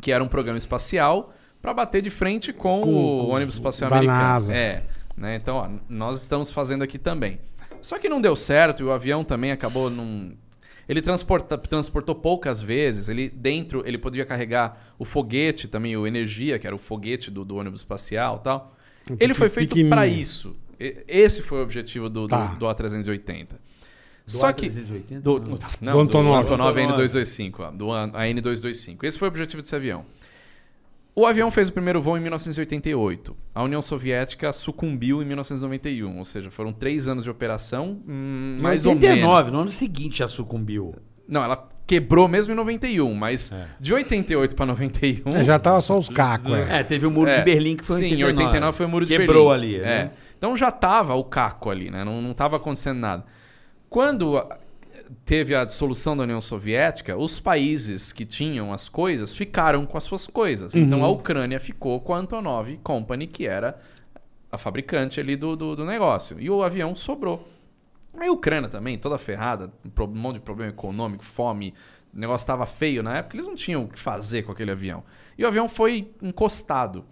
Speaker 5: que era um programa espacial para bater de frente com,
Speaker 3: Com-
Speaker 5: o
Speaker 3: com-
Speaker 5: ônibus espacial
Speaker 3: da
Speaker 5: americano.
Speaker 3: NASA.
Speaker 5: É, né? Então, ó, nós estamos fazendo aqui também. Só que não deu certo e o avião também acabou num. Ele transporta, transportou poucas vezes. Ele dentro ele podia carregar o foguete também, o energia que era o foguete do, do ônibus espacial, e tal. Ele foi feito
Speaker 3: pequenininho.
Speaker 5: para isso. E- Esse foi o objetivo do, do-
Speaker 3: Tá.
Speaker 5: do A380. Só que do, do, não,
Speaker 3: Do
Speaker 5: do
Speaker 3: Antonov.
Speaker 5: Antonov. N225, ó, do An- a N225. Esse foi o objetivo desse avião. O avião fez o primeiro voo em 1988. A União Soviética sucumbiu em 1991, ou seja, foram três anos de operação, hum, mais ou menos.
Speaker 6: no ano seguinte já sucumbiu.
Speaker 5: Não, ela quebrou mesmo em 91, mas de 88 para 91.
Speaker 3: É, já tava só os cacos. É.
Speaker 6: É, teve o Muro de
Speaker 5: É.
Speaker 6: Berlim que foi
Speaker 5: Sim, em 89 foi o Muro de
Speaker 6: Quebrou
Speaker 5: Berlim.
Speaker 6: ali,
Speaker 5: É.
Speaker 6: né?
Speaker 5: Então já tava o caco ali, né? Não, não tava acontecendo nada. Quando a- teve a dissolução da União Soviética, os países que tinham as coisas ficaram com as suas coisas.
Speaker 6: Uhum.
Speaker 5: Então a Ucrânia ficou com a Antonov Company, que era a fabricante ali do, do, do negócio. E o avião sobrou. Aí a Ucrânia também, toda ferrada, um pro- um monte de problema econômico, fome, o negócio estava feio na época, eles não tinham o que fazer com aquele avião. E o avião foi encostado.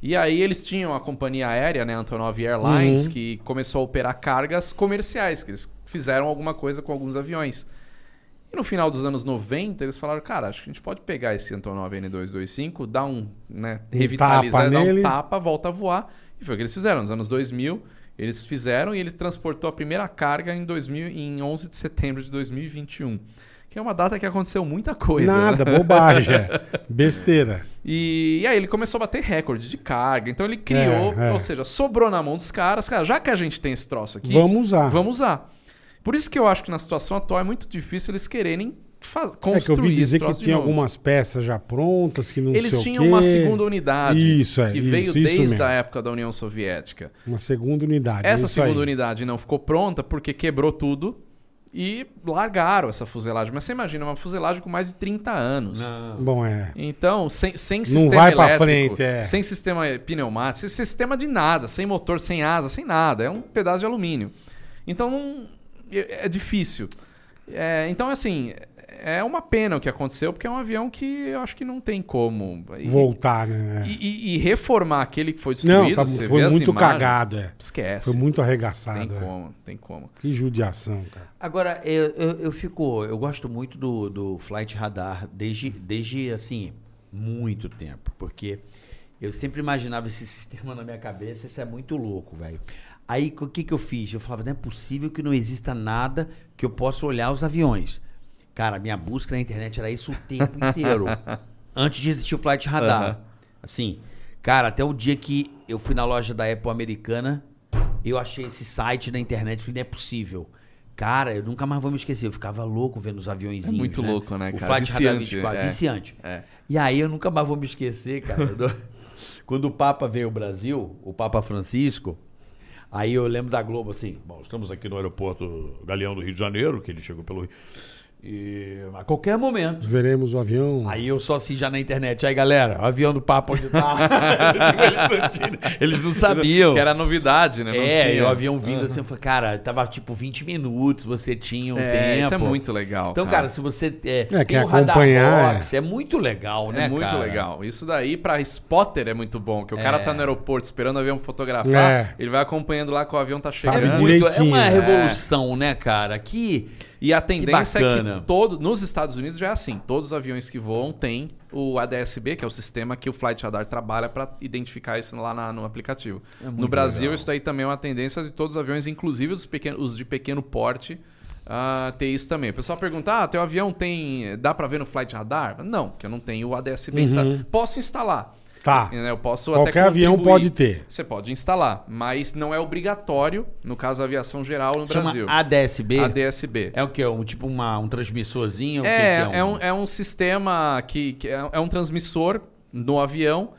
Speaker 5: E aí eles tinham a companhia aérea, né, Antonov Airlines,
Speaker 3: Uhum.
Speaker 5: que começou a operar cargas comerciais, que eles fizeram alguma coisa com alguns aviões. E no final dos anos 90, eles falaram, cara, acho que a gente pode pegar esse Antonov N225, dar um, né,
Speaker 3: Um
Speaker 5: revitalizar,
Speaker 3: tapa
Speaker 5: dar
Speaker 3: nele.
Speaker 5: um tapa, volta a voar. E foi o que eles fizeram. Nos anos 2000, eles fizeram e ele transportou a primeira carga em, 2000, em 11 de setembro de 2021. Que é uma data que aconteceu muita coisa. né?
Speaker 3: Nada, bobagem. é. Besteira.
Speaker 5: E, e aí ele começou a bater recorde de carga. Então ele criou,
Speaker 3: É, é.
Speaker 5: ou seja, sobrou na mão dos caras. Cara, já que a gente tem esse troço aqui,
Speaker 3: Vamos usar.
Speaker 5: vamos usar. Por isso que eu acho que na situação atual é muito difícil eles quererem fa- construir
Speaker 3: É que eu ouvi dizer
Speaker 5: esse
Speaker 3: que
Speaker 5: troço de
Speaker 3: tinha
Speaker 5: novo.
Speaker 3: algumas peças já prontas, que não sei
Speaker 5: Eles
Speaker 3: o
Speaker 5: tinham
Speaker 3: quê.
Speaker 5: uma segunda unidade
Speaker 3: Isso, é,
Speaker 5: que
Speaker 3: isso,
Speaker 5: veio
Speaker 3: isso
Speaker 5: desde
Speaker 3: mesmo.
Speaker 5: a época da União Soviética.
Speaker 3: Uma segunda unidade. é
Speaker 5: Essa
Speaker 3: isso aí.
Speaker 5: segunda unidade não ficou pronta porque quebrou tudo e largaram essa fuselagem. Mas você imagina, uma fuselagem com mais de 30 anos.
Speaker 3: Bom, é.
Speaker 5: Então, sem, sem
Speaker 3: Não
Speaker 5: sistema
Speaker 3: vai pra
Speaker 5: elétrico,
Speaker 3: frente, é.
Speaker 5: sem sistema pneumático, sem sistema de nada, sem motor, sem asa, sem nada. É um pedaço de alumínio. Então, não- é é difícil. É, então, assim, é uma pena o que aconteceu, porque é um avião que eu acho que não tem como. E-
Speaker 3: Voltar, né?
Speaker 5: E, e- e reformar aquele que foi destruído,
Speaker 3: Não, tá-
Speaker 5: você vê
Speaker 3: foi
Speaker 5: as
Speaker 3: muito
Speaker 5: imagens,
Speaker 3: cagado, é.
Speaker 5: Esquece.
Speaker 3: Foi muito
Speaker 5: Tem
Speaker 3: arregaçado. é.
Speaker 5: como, tem como.
Speaker 3: Que judiação, cara.
Speaker 6: Agora, eu, eu, eu fico. Eu gosto muito do, do Flight Radar desde, desde, assim, muito tempo. Porque eu sempre imaginava esse sistema na minha cabeça, isso é muito louco, velho. Aí o que, que eu fiz? Eu falava, não é possível que não exista nada que eu possa olhar os aviões. Cara, minha busca na internet era isso o tempo inteiro. antes de existir o Flight Radar.
Speaker 5: Aham.
Speaker 6: Assim, cara, até o dia que eu fui na loja da Apple americana, eu achei esse site na internet, falei, não é possível. Cara, eu nunca mais vou me esquecer. Eu ficava louco vendo os aviõezinhos.
Speaker 5: É muito louco, né,
Speaker 6: O
Speaker 5: cara?
Speaker 6: Flight Radar
Speaker 5: Viciante,
Speaker 6: 24,
Speaker 5: é.
Speaker 6: viciante.
Speaker 5: É.
Speaker 6: E aí eu nunca mais vou me esquecer, cara, do- Quando o Papa veio ao Brasil, o Papa Francisco, aí eu lembro da Globo assim,
Speaker 7: Bom, estamos aqui no aeroporto Galeão do Rio de Janeiro, que ele chegou pelo Rio.
Speaker 6: e a qualquer momento.
Speaker 3: Veremos o avião.
Speaker 6: Aí eu só assim já na internet, aí galera, o avião do Papa onde tá? Tipo, eles, não tinham- eles não sabiam.
Speaker 5: Que era novidade, né? Não
Speaker 6: é,
Speaker 5: tinha.
Speaker 6: e o avião vindo assim, eu falei, cara, tava tipo 20 minutos, você tinha um
Speaker 5: É,
Speaker 6: tempo.
Speaker 5: isso é muito legal.
Speaker 6: Então, cara, se você é,
Speaker 3: É,
Speaker 6: tem
Speaker 3: quer
Speaker 6: um radar
Speaker 3: acompanhar,
Speaker 6: box, é muito legal, né,
Speaker 5: É muito
Speaker 6: cara?
Speaker 5: legal. Isso daí pra spotter é muito bom, que o cara tá no aeroporto esperando o avião fotografar,
Speaker 3: É.
Speaker 5: ele vai acompanhando lá que o avião tá
Speaker 6: É
Speaker 3: Sabe
Speaker 5: chegando.
Speaker 6: muito, é
Speaker 3: Direitinho.
Speaker 6: uma
Speaker 3: É.
Speaker 6: revolução, né, cara? Que
Speaker 5: E a tendência é
Speaker 6: bacana.
Speaker 5: que todo, nos Estados Unidos já é assim, todos os aviões que voam têm o ADS-B, que é o sistema que o Flight Radar trabalha pra identificar isso lá na- no aplicativo.
Speaker 6: É
Speaker 5: no Brasil isso daí também é uma tendência de todos os aviões, inclusive os, pequeno- os de pequeno porte, ah, ter isso também. O pessoal pergunta: "Ah, teu avião tem dá pra ver no Flight Radar?" Não, porque eu não tenho o ADS-B
Speaker 3: Uhum.
Speaker 5: instalado. Posso instalar.
Speaker 3: Tá.
Speaker 5: Né, Eu posso
Speaker 3: Qualquer
Speaker 5: até
Speaker 3: avião
Speaker 5: contribuir.
Speaker 3: pode ter.
Speaker 5: Você pode instalar, mas não é obrigatório, no caso da aviação geral no
Speaker 6: chama
Speaker 5: Brasil.
Speaker 6: ADSB.
Speaker 5: ADSB.
Speaker 6: É o que? Um, tipo uma, um transmissorzinho? O que
Speaker 5: É,
Speaker 6: que
Speaker 5: é, um, é um sistema que, que é, é um transmissor no avião.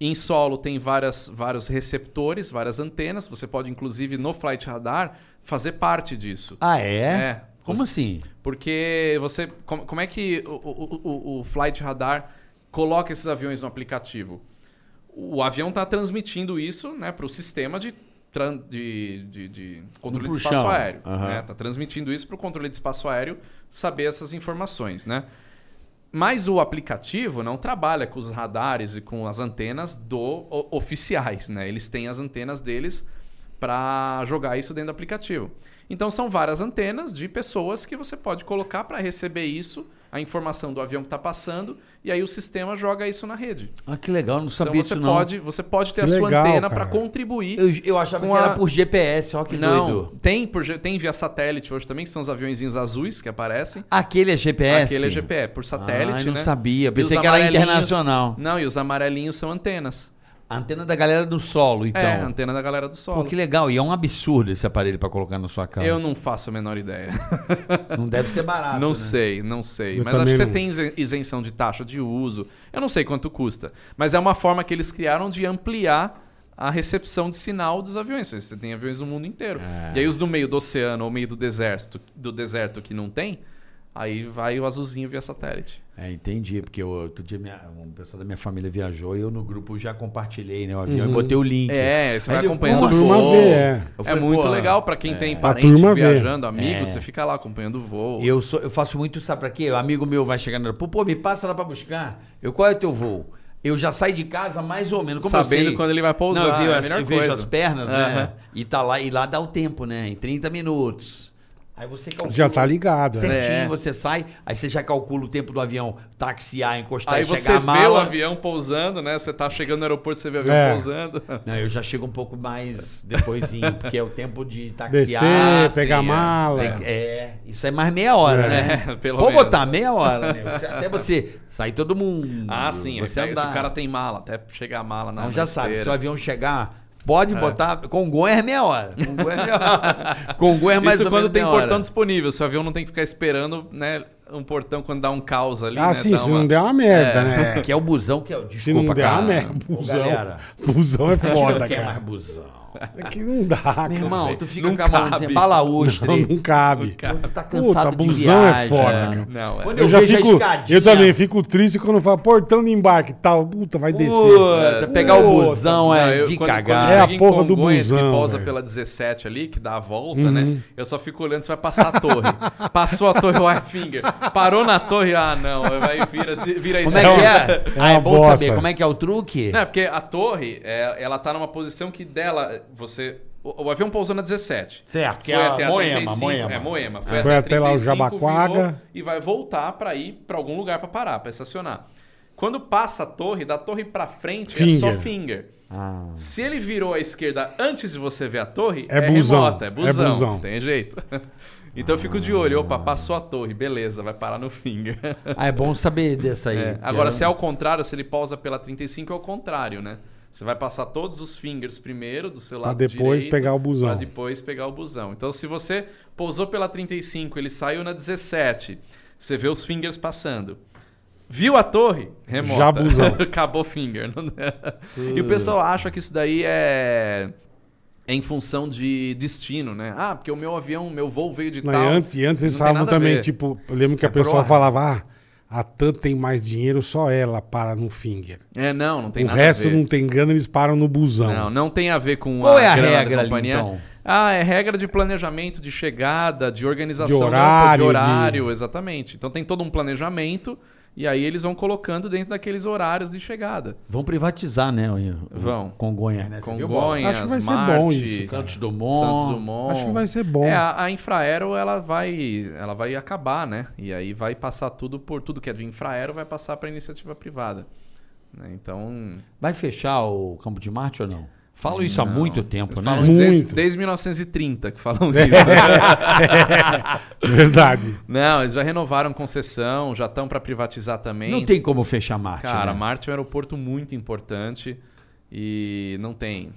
Speaker 5: Em solo tem várias, vários receptores, várias antenas. Você pode, inclusive, no flight radar, fazer parte disso.
Speaker 6: Ah, é?
Speaker 5: É.
Speaker 6: Como assim?
Speaker 5: Porque você. Como, como é que o, o- o- o Flight Radar coloca esses aviões no aplicativo? O avião está transmitindo isso né, para o sistema de, tran- de, de- de controle de
Speaker 6: Pro
Speaker 5: espaço
Speaker 6: chão.
Speaker 5: aéreo. Está
Speaker 6: Aham.
Speaker 5: transmitindo isso para o controle de espaço aéreo saber essas informações. Né? Mas o aplicativo não trabalha com os radares e com as antenas do o- oficiais, né? Eles têm as antenas deles para jogar isso dentro do aplicativo. Então são várias antenas de pessoas que você pode colocar para receber isso, a informação do avião que está passando, e aí o sistema joga isso na rede.
Speaker 6: Ah, que legal, não
Speaker 5: Então
Speaker 6: sabia
Speaker 5: você
Speaker 6: disso não.
Speaker 5: pode, você pode ter
Speaker 3: Que
Speaker 5: a sua
Speaker 3: legal,
Speaker 5: antena para
Speaker 3: cara.
Speaker 5: contribuir
Speaker 6: Eu, eu achava
Speaker 5: Com
Speaker 6: que era
Speaker 5: a-
Speaker 6: por GPS, ó que
Speaker 5: não,
Speaker 6: doido.
Speaker 5: tem, por ge- tem via satélite hoje também, que são os aviõezinhos azuis que aparecem.
Speaker 6: Aquele é GPS?
Speaker 5: Aquele é GPE, por satélite,
Speaker 6: Ah, eu não
Speaker 5: né?
Speaker 6: sabia,
Speaker 5: E
Speaker 6: pensei
Speaker 5: os
Speaker 6: que era
Speaker 5: amarelinhos-
Speaker 6: internacional.
Speaker 5: Não, e os amarelinhos são antenas.
Speaker 6: A Antena da galera do solo, então.
Speaker 5: É, antena da galera do solo.
Speaker 6: Pô, que legal. E é um absurdo esse aparelho pra colocar na sua casa.
Speaker 5: Eu não faço a menor ideia.
Speaker 6: Não deve ser barato,
Speaker 5: não
Speaker 6: né?
Speaker 5: sei, não sei.
Speaker 3: Eu
Speaker 5: Mas acho que
Speaker 3: também
Speaker 5: você
Speaker 3: não.
Speaker 5: tem isen- isenção de taxa de uso. Eu não sei quanto custa. Mas é uma forma que eles criaram de ampliar a recepção de sinal dos aviões. Você tem aviões no mundo inteiro.
Speaker 6: É.
Speaker 5: E aí os do meio do oceano ou meio do deserto, do deserto que não tem, aí vai o azulzinho via satélite.
Speaker 6: É, entendi, porque eu, outro dia minha, um pessoal da minha família viajou e eu no grupo já compartilhei, né, o avião, e botei o link.
Speaker 5: É, você vai
Speaker 6: Aí ele,
Speaker 5: acompanhando
Speaker 6: "Pô,
Speaker 5: a
Speaker 3: turma
Speaker 5: voo."
Speaker 3: vê, é.
Speaker 6: Eu
Speaker 5: É
Speaker 6: falei,
Speaker 5: muito
Speaker 6: "Pô, é."
Speaker 5: legal pra quem tem
Speaker 3: turma
Speaker 5: parente
Speaker 3: vê.
Speaker 5: viajando, amigo, você fica lá acompanhando o voo.
Speaker 6: Eu, sou- eu faço muito, sabe pra quê? O amigo meu vai chegando no aeroporto, pô, me passa lá pra buscar. Eu, qual é o teu voo? Eu já saio de casa mais ou menos. Como
Speaker 5: Sabendo
Speaker 6: eu sei.
Speaker 5: quando ele vai pousar,
Speaker 6: Não, eu, vi
Speaker 5: é a
Speaker 6: as-
Speaker 5: melhor
Speaker 6: eu vejo
Speaker 5: coisa.
Speaker 6: as pernas,
Speaker 5: Aham.
Speaker 6: né? E, tá lá, e lá dá o tempo, né? Em 30 minutos. Aí você calcula.
Speaker 3: Já tá ligado, né?
Speaker 6: Certinho,
Speaker 5: É.
Speaker 6: você sai, aí você já calcula o tempo do avião taxiar, encostar
Speaker 5: Aí
Speaker 6: e chegar
Speaker 5: você
Speaker 6: a mala.
Speaker 5: vê o avião pousando, né? Você tá chegando no aeroporto, você vê o avião
Speaker 3: É.
Speaker 5: pousando.
Speaker 6: Não, eu já chego um pouco mais depoisinho, porque é o tempo de
Speaker 3: Descer,
Speaker 6: taxiar.
Speaker 3: pegar
Speaker 5: é.
Speaker 3: mala.
Speaker 6: Tem que- É, isso é mais meia hora,
Speaker 3: É.
Speaker 5: É,
Speaker 6: né?
Speaker 5: pelo
Speaker 6: Vou
Speaker 5: menos.
Speaker 6: botar meia hora, né? Você- até você sair todo mundo.
Speaker 5: Ah, sim.
Speaker 6: Você
Speaker 5: aí, se
Speaker 6: andar.
Speaker 5: o cara tem mala, até chegar a mala na
Speaker 6: Não,
Speaker 5: na
Speaker 6: já sabe,
Speaker 5: esteira.
Speaker 6: se o avião chegar, pode botar. Congonha é meia hora. Congonha é meia hora. Congonha é mais
Speaker 5: Isso
Speaker 6: ou menos
Speaker 5: quando tem
Speaker 6: meia hora.
Speaker 5: portão disponível. Se o avião não tem que ficar esperando, né? Um portão quando dá um caos ali,
Speaker 3: Ah,
Speaker 5: né?
Speaker 3: sim,
Speaker 5: dá
Speaker 3: se
Speaker 5: uma-
Speaker 3: não der uma merda, né?
Speaker 6: É, que é o busão que é o.
Speaker 3: Se
Speaker 6: Desculpa,
Speaker 3: não der
Speaker 6: cara.
Speaker 3: uma merda,
Speaker 6: Ô,
Speaker 3: busão.
Speaker 6: galera,
Speaker 3: Busão é foda,
Speaker 6: que é mais
Speaker 3: cara.
Speaker 6: busão.
Speaker 3: É que não dá, cara.
Speaker 6: Meu irmão, tu fica
Speaker 5: Não
Speaker 6: com a mãozinha
Speaker 5: cabe.
Speaker 6: balaústre.
Speaker 3: Não, não cabe.
Speaker 6: Tu tá
Speaker 3: Puta,
Speaker 6: cansado de
Speaker 3: busão é
Speaker 6: viagem.
Speaker 3: foda, cara.
Speaker 5: Não, é.
Speaker 6: Quando
Speaker 3: Eu,
Speaker 6: Eu
Speaker 3: já
Speaker 6: vejo a
Speaker 3: fico.
Speaker 6: escadinha.
Speaker 3: Eu também fico triste quando fala portão de embarque e tal. Puta, vai descer.
Speaker 6: Puta, pegar o busão
Speaker 5: Não,
Speaker 6: é
Speaker 5: eu-
Speaker 6: de
Speaker 5: quando- quando
Speaker 6: cagar.
Speaker 3: É a
Speaker 5: chega em
Speaker 3: porra do
Speaker 5: Congonhas,
Speaker 3: busão,
Speaker 5: Que pausa
Speaker 3: velho. Uhum.
Speaker 5: pela 17 ali, que dá a volta, né? Eu só fico olhando se vai passar a torre. Passou a torre, o finger. Parou na torre, ah, não. Vai, vira, de- vira
Speaker 6: Como é
Speaker 5: esquerda.
Speaker 6: que é?
Speaker 3: É
Speaker 6: Ah, é
Speaker 3: uma
Speaker 6: bom
Speaker 3: bosta.
Speaker 6: saber. Como é que é o truque?
Speaker 5: Não, é porque a torre, é, ela tá numa posição que dela, você... O, o avião pousou na 17.
Speaker 6: Certo,
Speaker 5: Foi até a 35, É, Moema. Foi,
Speaker 3: Foi até lá o
Speaker 5: 35,
Speaker 3: Jabaquara.
Speaker 5: virou E vai voltar pra ir pra algum lugar pra parar, pra estacionar. Quando passa a torre, da torre pra frente é só
Speaker 3: Finger.
Speaker 5: finger. Se ele virou à esquerda antes de você ver a torre,
Speaker 3: É busão,
Speaker 5: remota, é
Speaker 3: é
Speaker 5: busão.
Speaker 3: busão.
Speaker 5: não Tem jeito. Então eu fico de olho. Opa, passou a torre, beleza, vai parar no finger.
Speaker 6: Ah, é bom saber dessa aí.
Speaker 5: É, Agora, se é ao contrário, se ele pausa pela 35, é o contrário, né? Você vai passar todos os fingers primeiro do seu lado
Speaker 3: depois
Speaker 5: direito,
Speaker 3: pegar o busão.
Speaker 5: Pra depois pegar o busão. Então, se você pousou pela 35, ele saiu na 17, você vê os fingers passando. Viu a torre? Remota.
Speaker 3: Jabuzão.
Speaker 5: Acabou o finger. Não- e o
Speaker 3: Hum.
Speaker 5: pessoal acha que isso daí é... é em função de destino, né? Ah, porque o meu avião, meu voo veio de
Speaker 3: Não,
Speaker 5: tal.
Speaker 3: e antes, e antes eles
Speaker 5: Não tem
Speaker 3: falavam
Speaker 5: nada a
Speaker 3: também,
Speaker 5: ver.
Speaker 3: tipo, eu lembro que a
Speaker 5: É
Speaker 3: pessoa
Speaker 5: proa.
Speaker 3: falava, ah, a TAM tem mais dinheiro, só ela para no finger.
Speaker 5: É, não, não tem
Speaker 3: o
Speaker 5: nada
Speaker 3: resto
Speaker 5: a ver.
Speaker 3: não tem grana, eles param no busão.
Speaker 5: Não, não tem a ver com
Speaker 6: Qual é a
Speaker 5: grana da
Speaker 6: regra ali,
Speaker 5: companhia.
Speaker 6: então?
Speaker 5: Ah, é regra de planejamento, de chegada, de organização,
Speaker 3: De
Speaker 5: não,
Speaker 3: horário,
Speaker 5: de
Speaker 3: de-
Speaker 5: horário, exatamente. Então tem todo um planejamento e aí eles vão colocando dentro daqueles horários de chegada.
Speaker 6: Vão privatizar, né? o-
Speaker 3: Uhum.
Speaker 6: o
Speaker 5: Vão.
Speaker 6: Congonhas,
Speaker 3: É,
Speaker 6: né? Você viu, Bola?
Speaker 5: Congonhas,
Speaker 3: Acho que vai ser
Speaker 5: Marte,
Speaker 3: bom isso, cara.
Speaker 6: Santos Dumont.
Speaker 5: Santos Dumont.
Speaker 3: Acho que vai ser bom.
Speaker 5: É, a, a Infraero ela vai, ela vai acabar, né? E aí vai passar tudo por tudo que é de Infraero vai passar para iniciativa privada. né? Então
Speaker 6: Vai fechar o Campo de Marte ou não? Falam isso há muito tempo,
Speaker 5: eles
Speaker 6: né?
Speaker 5: falam isso desde-
Speaker 3: Muito.
Speaker 5: desde 1930 que falam isso. né?
Speaker 3: Verdade.
Speaker 5: Não, eles já renovaram concessão, já estão para privatizar também.
Speaker 6: Não tem como fechar Marte.
Speaker 5: Cara,
Speaker 6: né?
Speaker 5: Marte é um aeroporto muito importante e não tem.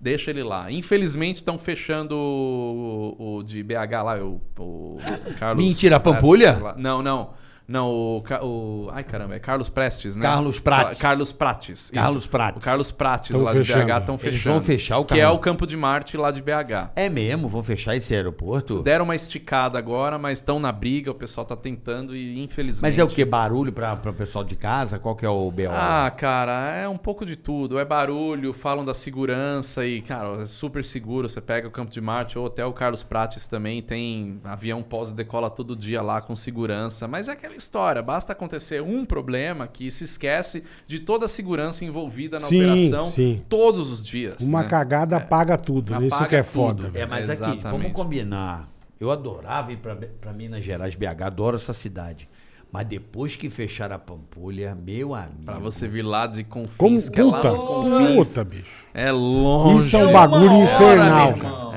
Speaker 5: Deixa ele lá. Infelizmente estão fechando o, o de BH lá, o, o Carlos.
Speaker 6: Mentira, Pampulha?
Speaker 5: Prestes lá. Não, não. Não, o, Ca- o- Ai, caramba, é Carlos Prestes, né?
Speaker 6: Carlos Prates.
Speaker 5: Ca- Carlos Prates. isso.
Speaker 6: Carlos Prates.
Speaker 5: O Carlos Prates
Speaker 3: Tão
Speaker 5: lá de BH
Speaker 3: fechando.
Speaker 5: estão fechando.
Speaker 6: Eles vão fechar tá. o
Speaker 5: Que é
Speaker 6: Carlos-
Speaker 5: o campo de Marte lá de BH.
Speaker 6: É mesmo? Vão fechar esse aeroporto?
Speaker 5: Deram uma esticada agora, mas estão na briga, o pessoal tá tentando e infelizmente.
Speaker 6: Mas é o que? Barulho para o pessoal de casa? Qual que é o B.O.?
Speaker 5: Ah, cara, é um pouco de tudo. É barulho, falam da segurança e, cara, é super seguro. Você pega o Campo de Marte ou até o Carlos Prates também, tem avião pós e decola todo dia lá com segurança. Mas é aquela história, basta acontecer um problema que se esquece de toda a segurança envolvida na
Speaker 3: Sim,
Speaker 5: operação
Speaker 3: sim.
Speaker 5: todos os dias.
Speaker 3: Uma
Speaker 5: né?
Speaker 3: cagada apaga tudo. né? Isso
Speaker 5: Apaga
Speaker 3: que é
Speaker 5: tudo.
Speaker 3: foda.
Speaker 6: É,
Speaker 3: velho.
Speaker 6: mas aqui, vamos
Speaker 5: Exatamente.
Speaker 6: combinar. Eu adorava ir para Minas Gerais, BH, adoro essa cidade. Mas depois que fecharam a Pampulha, meu amigo.
Speaker 5: Pra você vir lá de confins,
Speaker 3: Como
Speaker 5: que é lá
Speaker 3: puta,
Speaker 5: nos confins.
Speaker 3: puta, bicho.
Speaker 5: É longe.
Speaker 3: Isso é um
Speaker 6: uma
Speaker 3: bagulho
Speaker 6: hora,
Speaker 3: infernal,
Speaker 6: meu
Speaker 3: cara.
Speaker 6: irmão.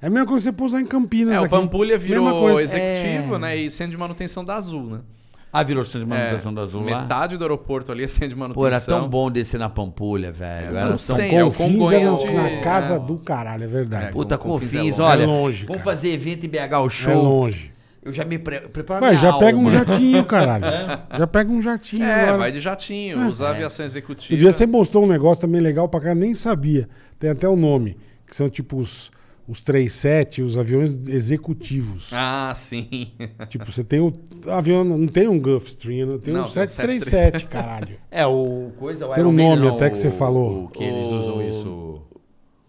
Speaker 3: É a mesma coisa que você pousar em Campinas
Speaker 5: É, o
Speaker 3: aqui.
Speaker 5: Pampulha
Speaker 3: Mesma
Speaker 5: virou
Speaker 3: coisa. É.
Speaker 5: executivo, né? E centro de manutenção da Azul, né?
Speaker 6: Ah, virou centro de manutenção
Speaker 5: É,
Speaker 6: da Azul lá?
Speaker 5: Metade do aeroporto ali é centro de manutenção.
Speaker 6: Pô, era tão bom descer na Pampulha, velho.
Speaker 5: É,
Speaker 6: era
Speaker 5: não
Speaker 6: tão
Speaker 5: sei,
Speaker 6: bom.
Speaker 5: é o
Speaker 3: Confins é
Speaker 5: Congonhas
Speaker 3: na,
Speaker 5: de-
Speaker 3: na casa
Speaker 5: é.
Speaker 3: do caralho, é verdade.
Speaker 5: É,
Speaker 3: É,
Speaker 6: Puta,
Speaker 5: Confins é
Speaker 6: Confins,
Speaker 5: longe.
Speaker 6: olha.
Speaker 3: É longe,
Speaker 6: vamos
Speaker 3: cara. É
Speaker 6: fazer evento em BH, o show. é
Speaker 3: longe.
Speaker 6: Eu já me pre preparo
Speaker 3: Vai,
Speaker 6: minha
Speaker 3: já pega um
Speaker 6: alma.
Speaker 3: jatinho, caralho. Já pega um jatinho.
Speaker 5: É,
Speaker 3: agora. Ah, é.
Speaker 5: vai de jatinho, usa a aviação executiva.
Speaker 3: Outro dia você mostrou um negócio também legal pra cá, nem sabia. Tem até o nome, que são tipo os, os 37, os aviões executivos.
Speaker 5: Ah, sim.
Speaker 3: Tipo, você tem o avião, não tem um Gulfstream, não tem
Speaker 5: Não,
Speaker 3: um
Speaker 5: tem um
Speaker 3: 737, caralho.
Speaker 6: É, o coisa, o
Speaker 3: Tem um
Speaker 6: Iron Maiden,
Speaker 3: nome
Speaker 6: não,
Speaker 3: até que você
Speaker 6: o-
Speaker 3: falou.
Speaker 6: O que eles
Speaker 5: O-
Speaker 6: usam isso.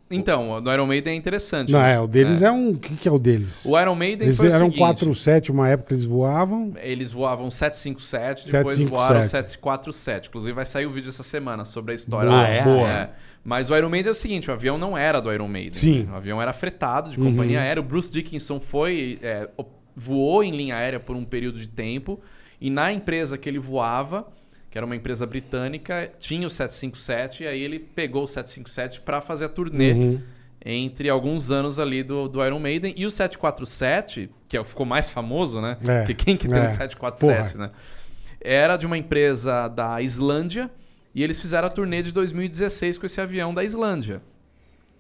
Speaker 5: Então, o do Iron Maiden é interessante.
Speaker 3: Não,
Speaker 5: né?
Speaker 3: é, o deles é, um, o que que é o deles?
Speaker 5: O Iron Maiden
Speaker 3: eles
Speaker 5: foi o
Speaker 3: eram
Speaker 5: seguinte,
Speaker 3: 47, uma época eles voavam.
Speaker 5: Eles voavam 757, depois voaram
Speaker 3: 757.
Speaker 5: 747. Inclusive vai sair o vídeo essa semana sobre a história.
Speaker 6: Boa, Ah, é? boa.
Speaker 5: Mas o Iron Maiden é o seguinte, o avião não era do Iron Maiden.
Speaker 3: Sim.
Speaker 5: né? O avião era fretado de companhia aérea. O Bruce Dickinson foi é, o- voou em linha aérea por um período de tempo e na empresa que ele voava, que era uma empresa britânica, tinha o 757 e aí ele pegou o 757 para fazer a turnê
Speaker 3: Uhum.
Speaker 5: entre alguns anos ali do, do Iron Maiden e o 747, que é o- ficou mais famoso, né?
Speaker 3: É,
Speaker 5: Porque quem que tem
Speaker 3: é.
Speaker 5: um 747, né? Era de uma empresa da Islândia e eles fizeram a turnê de 2016 com esse avião da Islândia.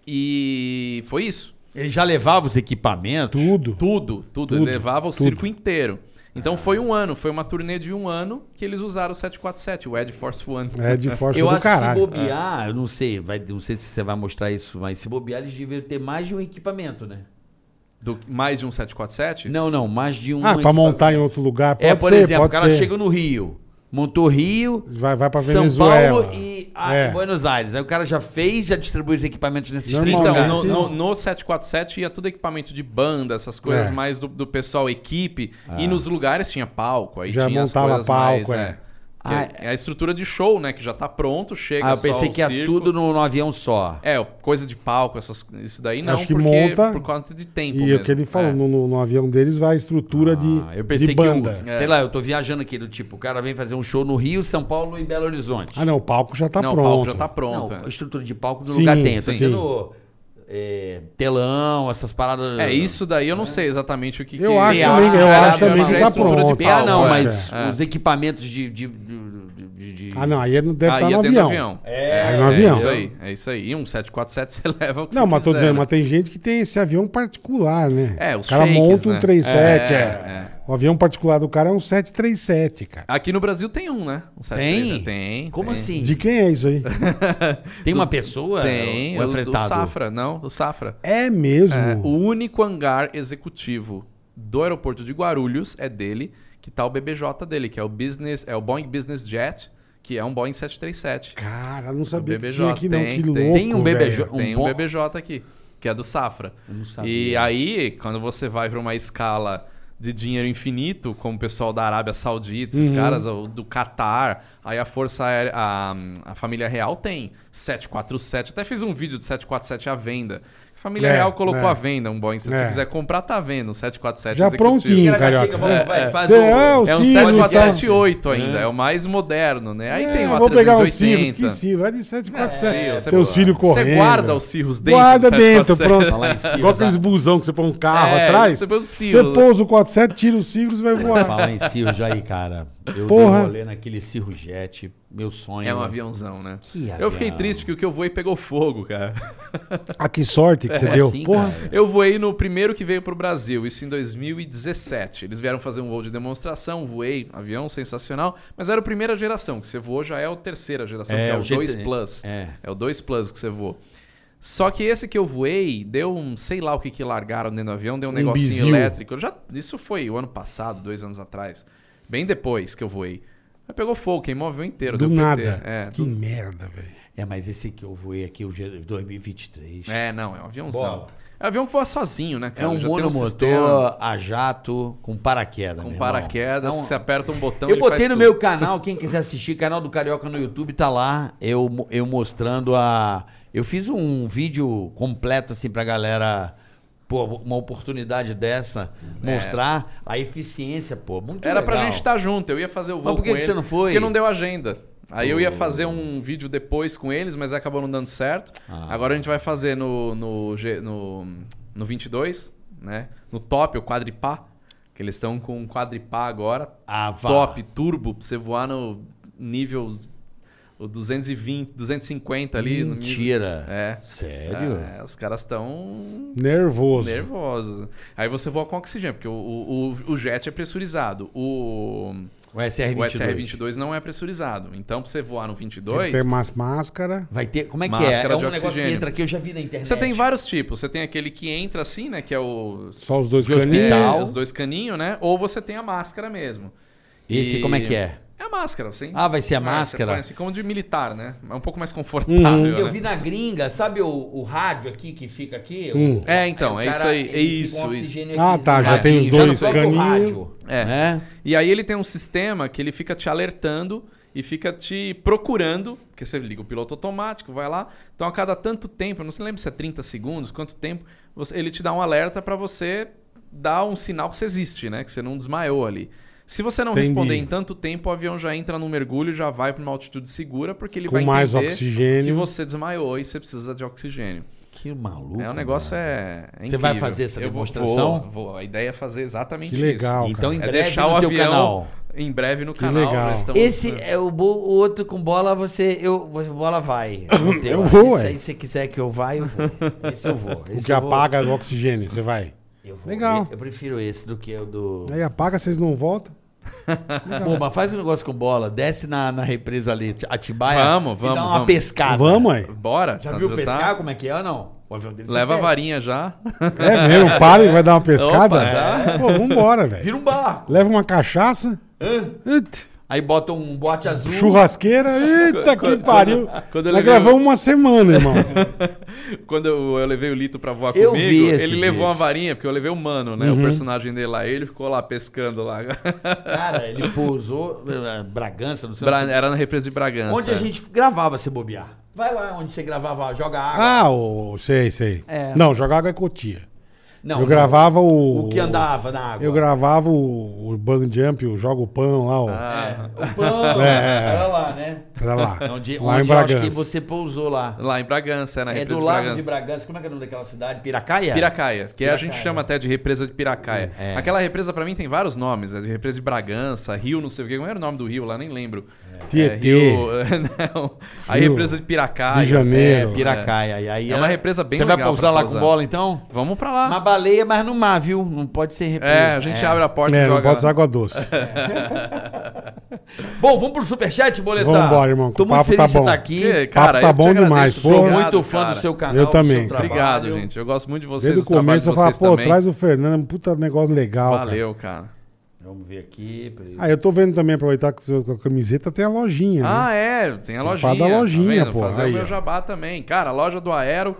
Speaker 5: E foi isso.
Speaker 6: Ele já levava os equipamentos.
Speaker 3: Tudo.
Speaker 5: Tudo, tudo.
Speaker 3: Tudo,
Speaker 5: Ele levava o
Speaker 3: tudo. Ah.
Speaker 5: circo inteiro. Então foi um ano, foi uma turnê de um ano que eles usaram o 747, o Ed Force One.
Speaker 3: É de força
Speaker 6: eu
Speaker 3: do
Speaker 6: acho que se
Speaker 3: caralho.
Speaker 6: bobear, eu não sei, vai, não sei se você vai mostrar isso, mas se bobear, eles deveriam ter mais de um equipamento, né?
Speaker 5: Do, mais de um 747?
Speaker 6: Não, não, mais de um.
Speaker 3: Ah, pra
Speaker 6: equipa-
Speaker 3: montar em outro lugar, pode
Speaker 6: É, por
Speaker 3: ser,
Speaker 6: exemplo, o
Speaker 3: pode
Speaker 6: cara
Speaker 3: ser.
Speaker 6: chega no Rio, montou Rio,
Speaker 3: Vai, vai pra
Speaker 6: São
Speaker 3: Venezuela.
Speaker 6: Paulo e ah,
Speaker 3: É.
Speaker 6: Buenos Aires. Aí o cara já fez, já distribuiu os equipamentos nesses três
Speaker 3: Normalmente-
Speaker 6: lugares.
Speaker 5: Então, no, no, no 747 ia tudo equipamento de banda, essas coisas
Speaker 3: É.
Speaker 5: mais do, do pessoal, equipe. E nos lugares tinha palco, aí
Speaker 3: Já
Speaker 5: tinha as
Speaker 3: montava
Speaker 5: coisas
Speaker 3: palco,
Speaker 5: mais...
Speaker 3: é.
Speaker 5: É. Que é- é a estrutura de show, né? Que já tá pronto, chega
Speaker 6: Ah, eu
Speaker 5: só
Speaker 6: pensei
Speaker 5: o
Speaker 6: que era
Speaker 5: circo.
Speaker 6: tudo no, no avião só.
Speaker 5: É, coisa de palco, essas, isso daí não,
Speaker 3: Acho que
Speaker 5: porque
Speaker 3: monta
Speaker 5: por conta de tempo
Speaker 3: E o
Speaker 5: mesmo.
Speaker 3: que ele falou,
Speaker 5: É.
Speaker 3: no, no- no avião deles vai a estrutura
Speaker 6: Ah,
Speaker 3: de,
Speaker 6: eu pensei
Speaker 3: de
Speaker 6: que o-
Speaker 3: banda.
Speaker 6: sei lá, eu tô viajando aqui do tipo, o cara vem fazer um show no Rio, São Paulo e Belo Horizonte.
Speaker 3: Ah, não, o palco já tá
Speaker 5: não,
Speaker 3: pronto.
Speaker 5: o palco já tá pronto.
Speaker 6: Não,
Speaker 5: é.
Speaker 6: a estrutura de palco do
Speaker 3: Sim,
Speaker 6: lugar tem. Eu tô
Speaker 3: sim.
Speaker 6: dizendo, é, telão, essas paradas.
Speaker 5: É, isso daí eu não sei exatamente o que
Speaker 3: Eu
Speaker 5: que-
Speaker 3: acho
Speaker 5: que
Speaker 6: também- eu
Speaker 5: era,
Speaker 6: acho também
Speaker 5: mas
Speaker 6: que
Speaker 5: é
Speaker 6: tá
Speaker 5: estrutura de
Speaker 3: pronto.
Speaker 5: palco,
Speaker 6: PA não,
Speaker 5: é.
Speaker 6: mas
Speaker 5: É.
Speaker 6: os equipamentos de. de- de- de- de-
Speaker 3: Ah, não, aí ele não deve
Speaker 5: Ah,
Speaker 3: estar
Speaker 5: ia
Speaker 3: no
Speaker 5: dentro do
Speaker 3: avião.
Speaker 5: avião.
Speaker 6: É,
Speaker 3: Cai no
Speaker 5: É
Speaker 3: avião.
Speaker 5: isso aí, é isso aí. E um 747 você leva o que
Speaker 3: Não,
Speaker 5: você
Speaker 3: mas tô
Speaker 5: quiser,
Speaker 3: dizendo,
Speaker 5: né?
Speaker 3: mas tem gente que tem esse avião particular, né?
Speaker 5: É, os
Speaker 3: O cara
Speaker 5: fakes,
Speaker 3: monta um
Speaker 5: né?
Speaker 3: 37, é,
Speaker 5: É,
Speaker 3: O avião particular do cara é um 737, cara.
Speaker 5: Aqui no Brasil tem um, né? Um 737.
Speaker 6: Tem?
Speaker 5: Tem.
Speaker 6: Como
Speaker 5: tem.
Speaker 6: assim?
Speaker 3: De quem é isso aí?
Speaker 6: Tem uma pessoa?
Speaker 5: Tem,
Speaker 6: Ou é
Speaker 5: o, o
Speaker 6: fretado?
Speaker 5: Safra, não, o Safra.
Speaker 3: É mesmo.
Speaker 5: É, o único hangar executivo do aeroporto de Guarulhos é dele, que tá o BBJ dele, que é o Business, é o Boeing Business Jet, que é um Boeing 737.
Speaker 3: Cara, não
Speaker 5: O
Speaker 3: sabia que
Speaker 5: BBJ
Speaker 3: tinha aqui não, que louco,
Speaker 6: Tem um
Speaker 3: velho.
Speaker 6: BBJ.
Speaker 5: Tem
Speaker 6: um
Speaker 5: um
Speaker 6: bom-
Speaker 5: BBJ aqui, que é do Safra.
Speaker 6: Eu não sabia.
Speaker 5: E aí, quando você vai para uma escala de dinheiro infinito, como o pessoal da Arábia Saudita, esses
Speaker 3: Uhum.
Speaker 5: caras, o do Catar, aí a Força Aérea, a, a família real tem 747. Até fiz um vídeo de 747 à venda. A família
Speaker 3: É,
Speaker 5: real colocou
Speaker 3: é.
Speaker 5: à venda um Boeing. Se você
Speaker 3: É.
Speaker 5: quiser comprar, tá à venda, um 747
Speaker 3: Já
Speaker 5: executivo.
Speaker 3: prontinho,
Speaker 4: Ticaracatica,
Speaker 3: carioca.
Speaker 6: é,
Speaker 4: vamos, vai, faz
Speaker 3: Cê-
Speaker 4: o...
Speaker 3: ah, o
Speaker 5: É um
Speaker 3: Sirius, tá?
Speaker 5: 747-8 ainda, é. o mais moderno, né? Aí
Speaker 3: É,
Speaker 5: tem uma
Speaker 3: vou pegar o Sirius,
Speaker 5: 380.
Speaker 3: que Sirius, vai de 747.
Speaker 5: Sirius, é
Speaker 3: Tem os
Speaker 5: boa.
Speaker 3: filhos correndo.
Speaker 5: Você guarda os cirros dentro.
Speaker 3: Guarda
Speaker 5: do
Speaker 3: dentro,
Speaker 5: 747.
Speaker 3: pronto.
Speaker 6: Tá lá em cima,
Speaker 3: Igual aqueles busão que você põe um carro
Speaker 5: É,
Speaker 3: atrás.
Speaker 5: você põe o
Speaker 3: Você
Speaker 5: Sirius.
Speaker 3: pousa o 47, tira o Sirius e vai voar.
Speaker 6: Falar em Cirro aí, cara. Eu
Speaker 3: Porra.
Speaker 6: dei um rolê naquele Cirro Jet. Meu sonho.
Speaker 5: É um aviãozão, né?
Speaker 6: Que avião.
Speaker 5: Eu fiquei triste que o que eu voei pegou fogo, cara.
Speaker 3: ah, que sorte que você
Speaker 6: É
Speaker 3: deu.
Speaker 6: assim,
Speaker 3: Porra.
Speaker 6: cara.
Speaker 5: Eu voei no primeiro que veio pro Brasil, isso em 2017. Eles vieram fazer um voo de demonstração, voei, avião sensacional, mas era a primeira geração, que você voou já é a terceira geração,
Speaker 6: É,
Speaker 5: que é
Speaker 6: o
Speaker 5: o
Speaker 6: GT,
Speaker 5: 2 Plus.
Speaker 6: é.
Speaker 5: o 2 Plus que você voou. Só que esse que eu voei deu um, sei lá o que que largaram dentro do avião, deu um,
Speaker 3: Um
Speaker 5: negocinho
Speaker 3: bizil.
Speaker 5: elétrico. Eu já, isso foi o ano passado, dois anos atrás, bem depois que eu voei. Mas pegou fogo, queimou o avião inteiro.
Speaker 3: Do
Speaker 5: deu PT.
Speaker 3: nada.
Speaker 5: É,
Speaker 3: que
Speaker 5: do-
Speaker 3: merda, velho.
Speaker 6: É, mas esse que eu voei aqui, o G- 2023.
Speaker 5: É, não, é um aviãozão.
Speaker 6: Bola.
Speaker 5: É um avião que voa sozinho, né, cara?
Speaker 6: É um
Speaker 5: Já tem sistema.
Speaker 6: monomotor a jato com paraquedas. meu
Speaker 5: Com
Speaker 6: irmão.
Speaker 5: paraquedas,
Speaker 6: É um-
Speaker 5: que você aperta um botão
Speaker 6: Eu
Speaker 5: ele faz
Speaker 6: botei no
Speaker 5: tudo.
Speaker 6: meu canal, quem quiser assistir, canal do Carioca no YouTube, tá lá. Eu, mo- eu mostrando a. Eu fiz um vídeo completo, assim, pra galera. Pô, uma oportunidade dessa, mostrar a eficiência, pô. Muito
Speaker 5: É. Era
Speaker 6: legal.
Speaker 5: pra gente tá estar junto, eu ia fazer o voo
Speaker 6: por que
Speaker 5: com
Speaker 6: que
Speaker 5: ele,
Speaker 6: você não foi?
Speaker 5: Porque não deu agenda. Aí eu ia fazer um vídeo depois com eles, mas acabou não dando certo.
Speaker 6: Ah.
Speaker 5: Agora a gente vai fazer no, no, G- no, no 22, né? No top, o quadripá. Que eles estão com um quadripá agora.
Speaker 6: Ah, vá.
Speaker 5: top, turbo, pra você voar no nível o 220, 250 ali. no nível-
Speaker 6: Mentira.
Speaker 5: É.
Speaker 6: Sério?
Speaker 5: É, os caras estão
Speaker 3: Nervoso.
Speaker 5: Nervoso. Aí você voa com oxigênio, porque o, o, o- o jet é pressurizado. O,
Speaker 6: O SR22.
Speaker 5: o SR-22 não é pressurizado. Então, pra você voar no
Speaker 6: É
Speaker 5: 22,
Speaker 3: Tem mais máscara.
Speaker 6: Vai ter. Como é que
Speaker 5: Máscara
Speaker 6: é? É um
Speaker 5: de
Speaker 6: negócio que
Speaker 5: oxigênio.
Speaker 6: entra aqui, eu já vi na internet.
Speaker 5: você tem vários tipos. Você tem aquele que entra assim, né? Que é o...
Speaker 3: Só os dois
Speaker 5: de hospital,
Speaker 3: caninhos.
Speaker 5: Os dois caninhos, né? Ou você tem a máscara mesmo.
Speaker 6: Esse,
Speaker 5: E-
Speaker 6: como é que é?
Speaker 5: É a máscara, sim.
Speaker 6: Ah, vai ser a
Speaker 5: É, você
Speaker 6: máscara? Uhum.
Speaker 5: põe assim, como de militar, né? É um pouco mais confortável, né?
Speaker 6: Eu vi na gringa, sabe o, o rádio aqui que fica aqui?
Speaker 3: Hum.
Speaker 5: É, então, é isso aí,
Speaker 6: ele
Speaker 5: é
Speaker 6: fica com
Speaker 5: isso,
Speaker 6: oxigênio
Speaker 3: isso. Ah, tá,
Speaker 6: no
Speaker 5: já
Speaker 6: radinho,
Speaker 5: tem os
Speaker 6: no
Speaker 5: dois
Speaker 6: próprio
Speaker 3: caninhos.
Speaker 6: rádio,
Speaker 5: É.
Speaker 6: né?
Speaker 5: E aí ele tem um sistema que ele fica te alertando e fica te procurando, porque você liga o piloto automático, vai lá. Então a cada tanto tempo, eu não se lembra se é 30 segundos, quanto tempo, você- ele te dá um alerta pra você dar um sinal que você existe, né? Que você não desmaiou ali. Se você não
Speaker 3: Entendi.
Speaker 5: responder em tanto tempo, o avião já entra num mergulho e já vai pra uma altitude segura, porque ele
Speaker 3: Com
Speaker 5: vai
Speaker 3: mais
Speaker 5: entender
Speaker 3: oxigênio.
Speaker 5: que você desmaiou e você precisa de oxigênio.
Speaker 6: Que maluco.
Speaker 5: é, o negócio
Speaker 6: mano.
Speaker 5: é, é
Speaker 6: Você vai
Speaker 5: incrível.
Speaker 6: fazer essa
Speaker 5: Eu vou-
Speaker 6: demonstração?
Speaker 5: Vou, vou. A ideia é fazer exatamente
Speaker 3: Que
Speaker 5: isso.
Speaker 3: legal.
Speaker 6: Então, em
Speaker 5: É
Speaker 6: breve
Speaker 5: deixar
Speaker 6: no
Speaker 5: o
Speaker 6: teu
Speaker 5: avião Então,
Speaker 6: canal.
Speaker 5: em breve no canal.
Speaker 3: legal.
Speaker 5: já estamos-
Speaker 6: Esse é o, bo- o outro com bola, você. Eu, você- bola vai. No teu.
Speaker 3: Eu vou,
Speaker 6: Esse
Speaker 3: é.
Speaker 6: aí, se você quiser que eu vá, eu vou. Esse eu vou.
Speaker 3: O
Speaker 6: esse
Speaker 3: que
Speaker 6: eu vou.
Speaker 3: apaga é o oxigênio, você vai.
Speaker 6: Eu vou.
Speaker 3: Legal. É,
Speaker 6: Eu, prefiro esse do que o do.
Speaker 3: Aí apaga, vocês não voltam.
Speaker 6: Pô, mas faz um negócio com bola. Desce na, na represa ali, Atibaia.
Speaker 5: Vamos,
Speaker 6: E
Speaker 5: vamos,
Speaker 6: dá uma
Speaker 5: vamos.
Speaker 6: pescada.
Speaker 3: Vamos aí.
Speaker 5: Bora.
Speaker 6: Já
Speaker 5: tá-
Speaker 6: viu
Speaker 5: tá-
Speaker 6: pescar como é que é ou não? O avião dele só
Speaker 5: Leva a
Speaker 6: pesca.
Speaker 5: varinha já.
Speaker 3: É mesmo, para e vai dar uma pescada.
Speaker 5: Opa, tá.
Speaker 3: Pô, vambora, velho.
Speaker 6: Vira um barco.
Speaker 3: Leva uma cachaça. Ut,
Speaker 6: Aí bota um bote azul.
Speaker 3: Churrasqueira. Eita, que
Speaker 5: Quando-
Speaker 3: pariu.
Speaker 5: quando eu
Speaker 3: Nós
Speaker 5: levei
Speaker 3: gravamos uma semana, irmão.
Speaker 5: Quando eu, eu levei o Lito pra voar
Speaker 6: Eu
Speaker 5: comigo,
Speaker 6: vi esse
Speaker 5: ele levou
Speaker 6: vídeo. Uhum.
Speaker 5: uma varinha, porque eu levei o Mano, né? O personagem dele lá. Ele ficou lá pescando lá.
Speaker 6: Cara, ele pousou. eh, Bragança, não sei
Speaker 5: Bra-
Speaker 6: onde-
Speaker 5: Era na represa de Bragança.
Speaker 6: Onde a gente gravava se bobear. Vai lá onde você gravava, joga água.
Speaker 3: Ah, o Ah, sei, sei.
Speaker 6: É.
Speaker 3: Não, jogar água é cotia.
Speaker 6: Não,
Speaker 3: eu gravava o.
Speaker 6: O que andava na água.
Speaker 3: Eu gravava o, o Bang Jump, o Jogo Pan lá, o,
Speaker 5: Ah,
Speaker 6: É, o pão,
Speaker 3: É.
Speaker 6: era lá, né?
Speaker 3: era lá.
Speaker 6: Onde,
Speaker 3: lá em
Speaker 6: onde eu acho que
Speaker 3: Bragança.
Speaker 6: você pousou lá.
Speaker 5: Lá em Bragança, é na
Speaker 6: É
Speaker 5: represa
Speaker 6: do
Speaker 5: de
Speaker 6: lado
Speaker 5: Bragança.
Speaker 6: de Bragança. Como é que é o nome daquela cidade? Piracaia? É,
Speaker 5: Piracaia, que é, a
Speaker 6: Piracaia. É.
Speaker 5: gente chama até de represa de Piracaia. Aquela represa pra mim tem vários nomes, é de represa de Bragança, Rio, não sei o que, como era o nome do rio lá, nem lembro. É,
Speaker 3: Tietê.
Speaker 5: Rio, não. A
Speaker 3: Rio
Speaker 5: represa de Piracaia.
Speaker 3: De janeiro.
Speaker 6: É, Piracaia. E aí
Speaker 5: É uma
Speaker 6: ela-
Speaker 5: represa bem
Speaker 6: Você vai
Speaker 5: legal
Speaker 6: pousar
Speaker 5: pra
Speaker 6: lá
Speaker 5: pousar.
Speaker 6: com bola, então?
Speaker 5: Vamos pra lá.
Speaker 6: Uma baleia, mas no mar, viu? Não pode ser represa.
Speaker 5: É, a gente abre a porta e
Speaker 3: É, não
Speaker 5: joga.
Speaker 3: pode usar
Speaker 5: lá.
Speaker 3: água doce.
Speaker 6: Bom, vamos pro superchat, boletar.
Speaker 3: Vambora, irmão, que
Speaker 6: Tô
Speaker 3: o
Speaker 6: muito
Speaker 3: papo
Speaker 6: feliz
Speaker 3: tá
Speaker 6: que você
Speaker 3: bom.
Speaker 6: tá aqui.
Speaker 5: Que-
Speaker 3: papo tá
Speaker 5: eu te
Speaker 3: bom
Speaker 5: agradeço,
Speaker 3: demais,
Speaker 5: sou
Speaker 3: pô.
Speaker 6: Sou muito
Speaker 5: obrigado,
Speaker 6: fã
Speaker 5: cara.
Speaker 6: do seu canal.
Speaker 3: Eu
Speaker 6: do
Speaker 3: também.
Speaker 6: Seu trabalho.
Speaker 5: Obrigado, gente. Eu gosto muito de vocês,
Speaker 3: Desde o
Speaker 5: do trabalho
Speaker 3: começo
Speaker 5: de
Speaker 3: eu falava,
Speaker 5: vocês
Speaker 3: pô,
Speaker 5: também.
Speaker 3: traz o Fernando, puta negócio legal. cara.
Speaker 5: Valeu, cara.
Speaker 6: Vamos ver aqui. peraí.
Speaker 3: Ah, eu tô vendo também, aproveitar que você- com a camiseta tem a lojinha. né?
Speaker 5: Ah, é, tem a
Speaker 3: Tem que
Speaker 5: lojinha.
Speaker 3: falar da lojinha,
Speaker 5: vendo?
Speaker 3: pô.
Speaker 5: Fazer
Speaker 3: Aí,
Speaker 5: o
Speaker 3: ó.
Speaker 5: meu jabá também. Cara, a loja do Aero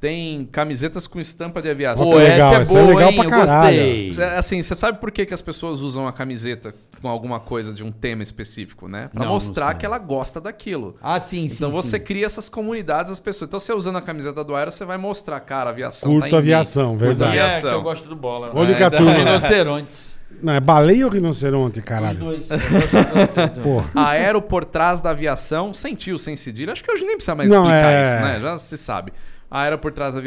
Speaker 5: tem camisetas com estampa de aviação.
Speaker 6: Pô,
Speaker 3: legal,
Speaker 6: essa é
Speaker 3: essa é
Speaker 6: boa,
Speaker 3: legal
Speaker 6: hein?
Speaker 3: pra
Speaker 6: Eu
Speaker 3: caralho.
Speaker 6: gostei.
Speaker 5: Cê- assim, você sabe por que, que as pessoas usam a camiseta com alguma coisa de um tema específico, né? Pra
Speaker 6: Não, não
Speaker 5: mostrar
Speaker 6: sei.
Speaker 5: que ela gosta daquilo.
Speaker 6: Ah, sim, sim.
Speaker 5: então você
Speaker 6: sim.
Speaker 5: cria essas comunidades das pessoas. Então você usando a camiseta do Aero, você vai mostrar, cara, a aviação
Speaker 3: Curto
Speaker 5: tá em mim.
Speaker 3: aviação, verdade.
Speaker 5: Curto É, então
Speaker 6: É, que
Speaker 5: aviação.
Speaker 6: eu gosto do bola. É,
Speaker 3: Olha o que a
Speaker 6: da-
Speaker 3: turma-
Speaker 6: Rinocerontes.
Speaker 3: Não, é baleia ou rinoceronte, caralho?
Speaker 6: Os dois. Eu gosto dos dois.
Speaker 3: Pô,
Speaker 5: Aero por trás da aviação, sem tio, sem cedilha. Acho que hoje nem precisa mais
Speaker 3: Não,
Speaker 5: explicar
Speaker 3: é-
Speaker 5: isso, né? Já se sabe. Aero por trás da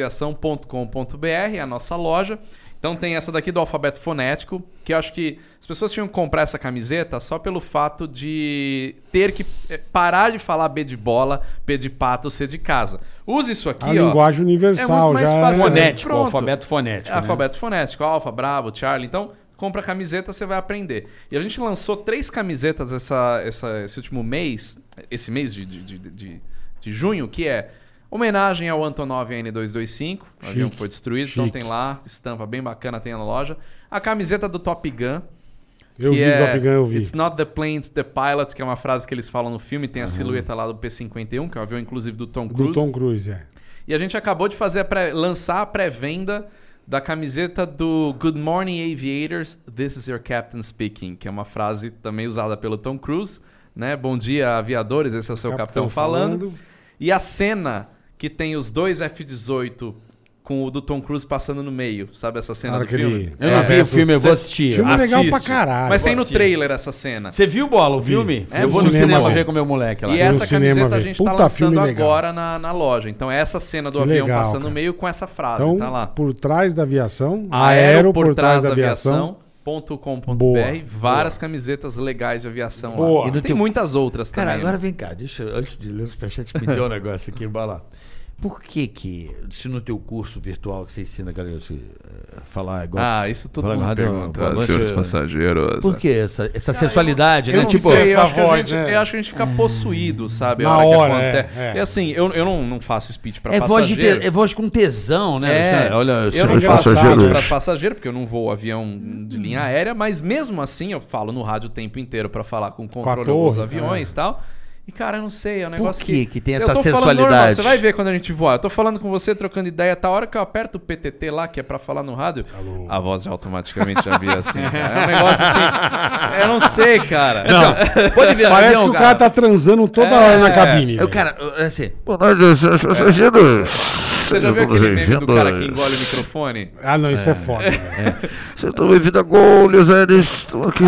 Speaker 5: aviação.com.br é a nossa loja. Então tem essa daqui do alfabeto fonético, que eu acho que as pessoas tinham que comprar essa camiseta só pelo fato de ter que eh, parar de falar B de bola, P de pato, C de casa. Use isso aqui,
Speaker 3: a
Speaker 5: ó.
Speaker 3: linguagem universal
Speaker 5: é muito mais
Speaker 3: já
Speaker 5: fácil,
Speaker 3: é...
Speaker 5: né?
Speaker 6: Fonético,
Speaker 5: Pronto.
Speaker 6: alfabeto fonético. né?
Speaker 5: É
Speaker 3: né?
Speaker 5: alfabeto fonético, Alfa, Bravo, Charlie. Então, compra a camiseta, você vai aprender. E a gente lançou três camisetas essa, essa- esse último mês, esse mês de, de, de, de- de junho, que é homenagem ao Antonov N225, o avião
Speaker 3: Chique,
Speaker 5: que foi destruído. Então
Speaker 3: chique.
Speaker 5: tem lá, estampa bem bacana, tem na loja. A camiseta do Top Gun.
Speaker 3: Eu
Speaker 5: que
Speaker 3: vi,
Speaker 5: é,
Speaker 3: Top Gun, eu vi.
Speaker 5: It's not the plane, it's the pilot, que é uma frase que eles falam no filme. Tem a silhueta lá do P-51, que é o avião, inclusive, do Tom
Speaker 3: Do
Speaker 5: Cruise.
Speaker 3: Tom Cruise, é.
Speaker 5: E a gente acabou de fazer a pré- lançar a pré-venda da camiseta do Good Morning Aviators, This is your captain speaking, que é uma frase também usada pelo Tom Cruise, né? Bom dia, aviadores, esse é o seu capitão, falando. E a cena que tem os dois F-18 com o do Tom Cruise passando no meio, sabe essa cena
Speaker 3: Cara,
Speaker 5: do filme?
Speaker 3: Ah, aquele- É. Ah,
Speaker 6: Eu não vi o filme, é eu vou assistir.
Speaker 3: Filme é legal pra
Speaker 5: Assiste.
Speaker 3: caralho.
Speaker 5: Mas tem no
Speaker 6: Assiste.
Speaker 5: trailer essa cena.
Speaker 6: Você viu, Bola, o filme?
Speaker 5: É,
Speaker 6: eu vou
Speaker 5: fui
Speaker 6: no
Speaker 5: no
Speaker 6: cinema
Speaker 5: cinema
Speaker 6: ver
Speaker 5: ver.
Speaker 6: com meu moleque lá.
Speaker 5: E
Speaker 3: é-
Speaker 5: essa
Speaker 3: no cinema,
Speaker 5: camiseta a
Speaker 3: velho.
Speaker 5: gente
Speaker 3: Puta
Speaker 5: tá lançando
Speaker 3: filme legal.
Speaker 5: agora na, na loja. Então é essa cena do
Speaker 3: Que
Speaker 5: avião
Speaker 3: legal,
Speaker 5: passando
Speaker 3: cara.
Speaker 5: no meio com essa frase,
Speaker 3: Então,
Speaker 5: tá lá.
Speaker 3: por trás da aviação,
Speaker 5: aero por trás da aviação.com.br,
Speaker 3: Boa,
Speaker 5: várias camisetas legais de aviação
Speaker 3: Boa.
Speaker 5: lá. E
Speaker 6: E não
Speaker 5: tem,
Speaker 6: tem-
Speaker 5: muitas outras
Speaker 6: Cara,
Speaker 5: também.
Speaker 6: agora
Speaker 5: né?
Speaker 6: vem cá, deixa eu, antes de ler o superchat, me deu um negócio aqui, bala. Por que que, se no teu curso virtual que você ensina a galera a se, eh, falar igual...
Speaker 5: Ah, isso todo
Speaker 6: Fala,
Speaker 5: mundo
Speaker 6: Rádio,
Speaker 5: pergunta,
Speaker 6: boa noite.
Speaker 5: senhores passageiros.
Speaker 6: por que essa, essa sensualidade,
Speaker 5: Eu
Speaker 6: né?
Speaker 5: não
Speaker 6: Tipo,
Speaker 5: sei, eu
Speaker 3: essa
Speaker 5: acho, que a
Speaker 3: voz,
Speaker 5: gente,
Speaker 3: né?
Speaker 5: eu acho que a gente fica possuído, sabe?
Speaker 3: Na
Speaker 5: a hora,
Speaker 3: hora,
Speaker 5: que acontece.
Speaker 3: é, é.
Speaker 5: E assim, eu, eu não, não faço speech pra
Speaker 6: é voz, de
Speaker 5: passageiro.
Speaker 6: te- é voz com tesão, né?
Speaker 5: É,
Speaker 6: Cara, Olha,
Speaker 5: eu
Speaker 6: senhor-
Speaker 5: não faço
Speaker 3: passageiros.
Speaker 5: rádio para passageiro, porque eu não vou avião de linha aérea, mas mesmo assim eu falo no rádio o tempo inteiro para falar com o controle
Speaker 3: torre,
Speaker 5: dos aviões e tal. E cara, eu não sei, é um negócio
Speaker 6: que que tem
Speaker 5: Eu
Speaker 6: essa
Speaker 5: tô falando
Speaker 6: sensualidade?
Speaker 5: normal, você vai ver quando a gente voar. Eu tô falando com você, trocando ideia, tá a hora que eu aperto o PTT lá, que é para falar no rádio, a voz já automaticamente já via assim. cara. É um negócio assim. Eu não sei, cara.
Speaker 6: Pode ver,
Speaker 3: Parece
Speaker 6: avião,
Speaker 3: que o cara tá transando toda
Speaker 5: É,
Speaker 3: hora na cabine.
Speaker 6: Eu,
Speaker 3: velho.
Speaker 6: cara, eu- assim,
Speaker 5: Você já viu aquele meme do cara que engole o microfone?
Speaker 3: Ah, não, isso é, foda. velho.
Speaker 8: Então, bem-vindo a Gol, Lizeres. Estou aqui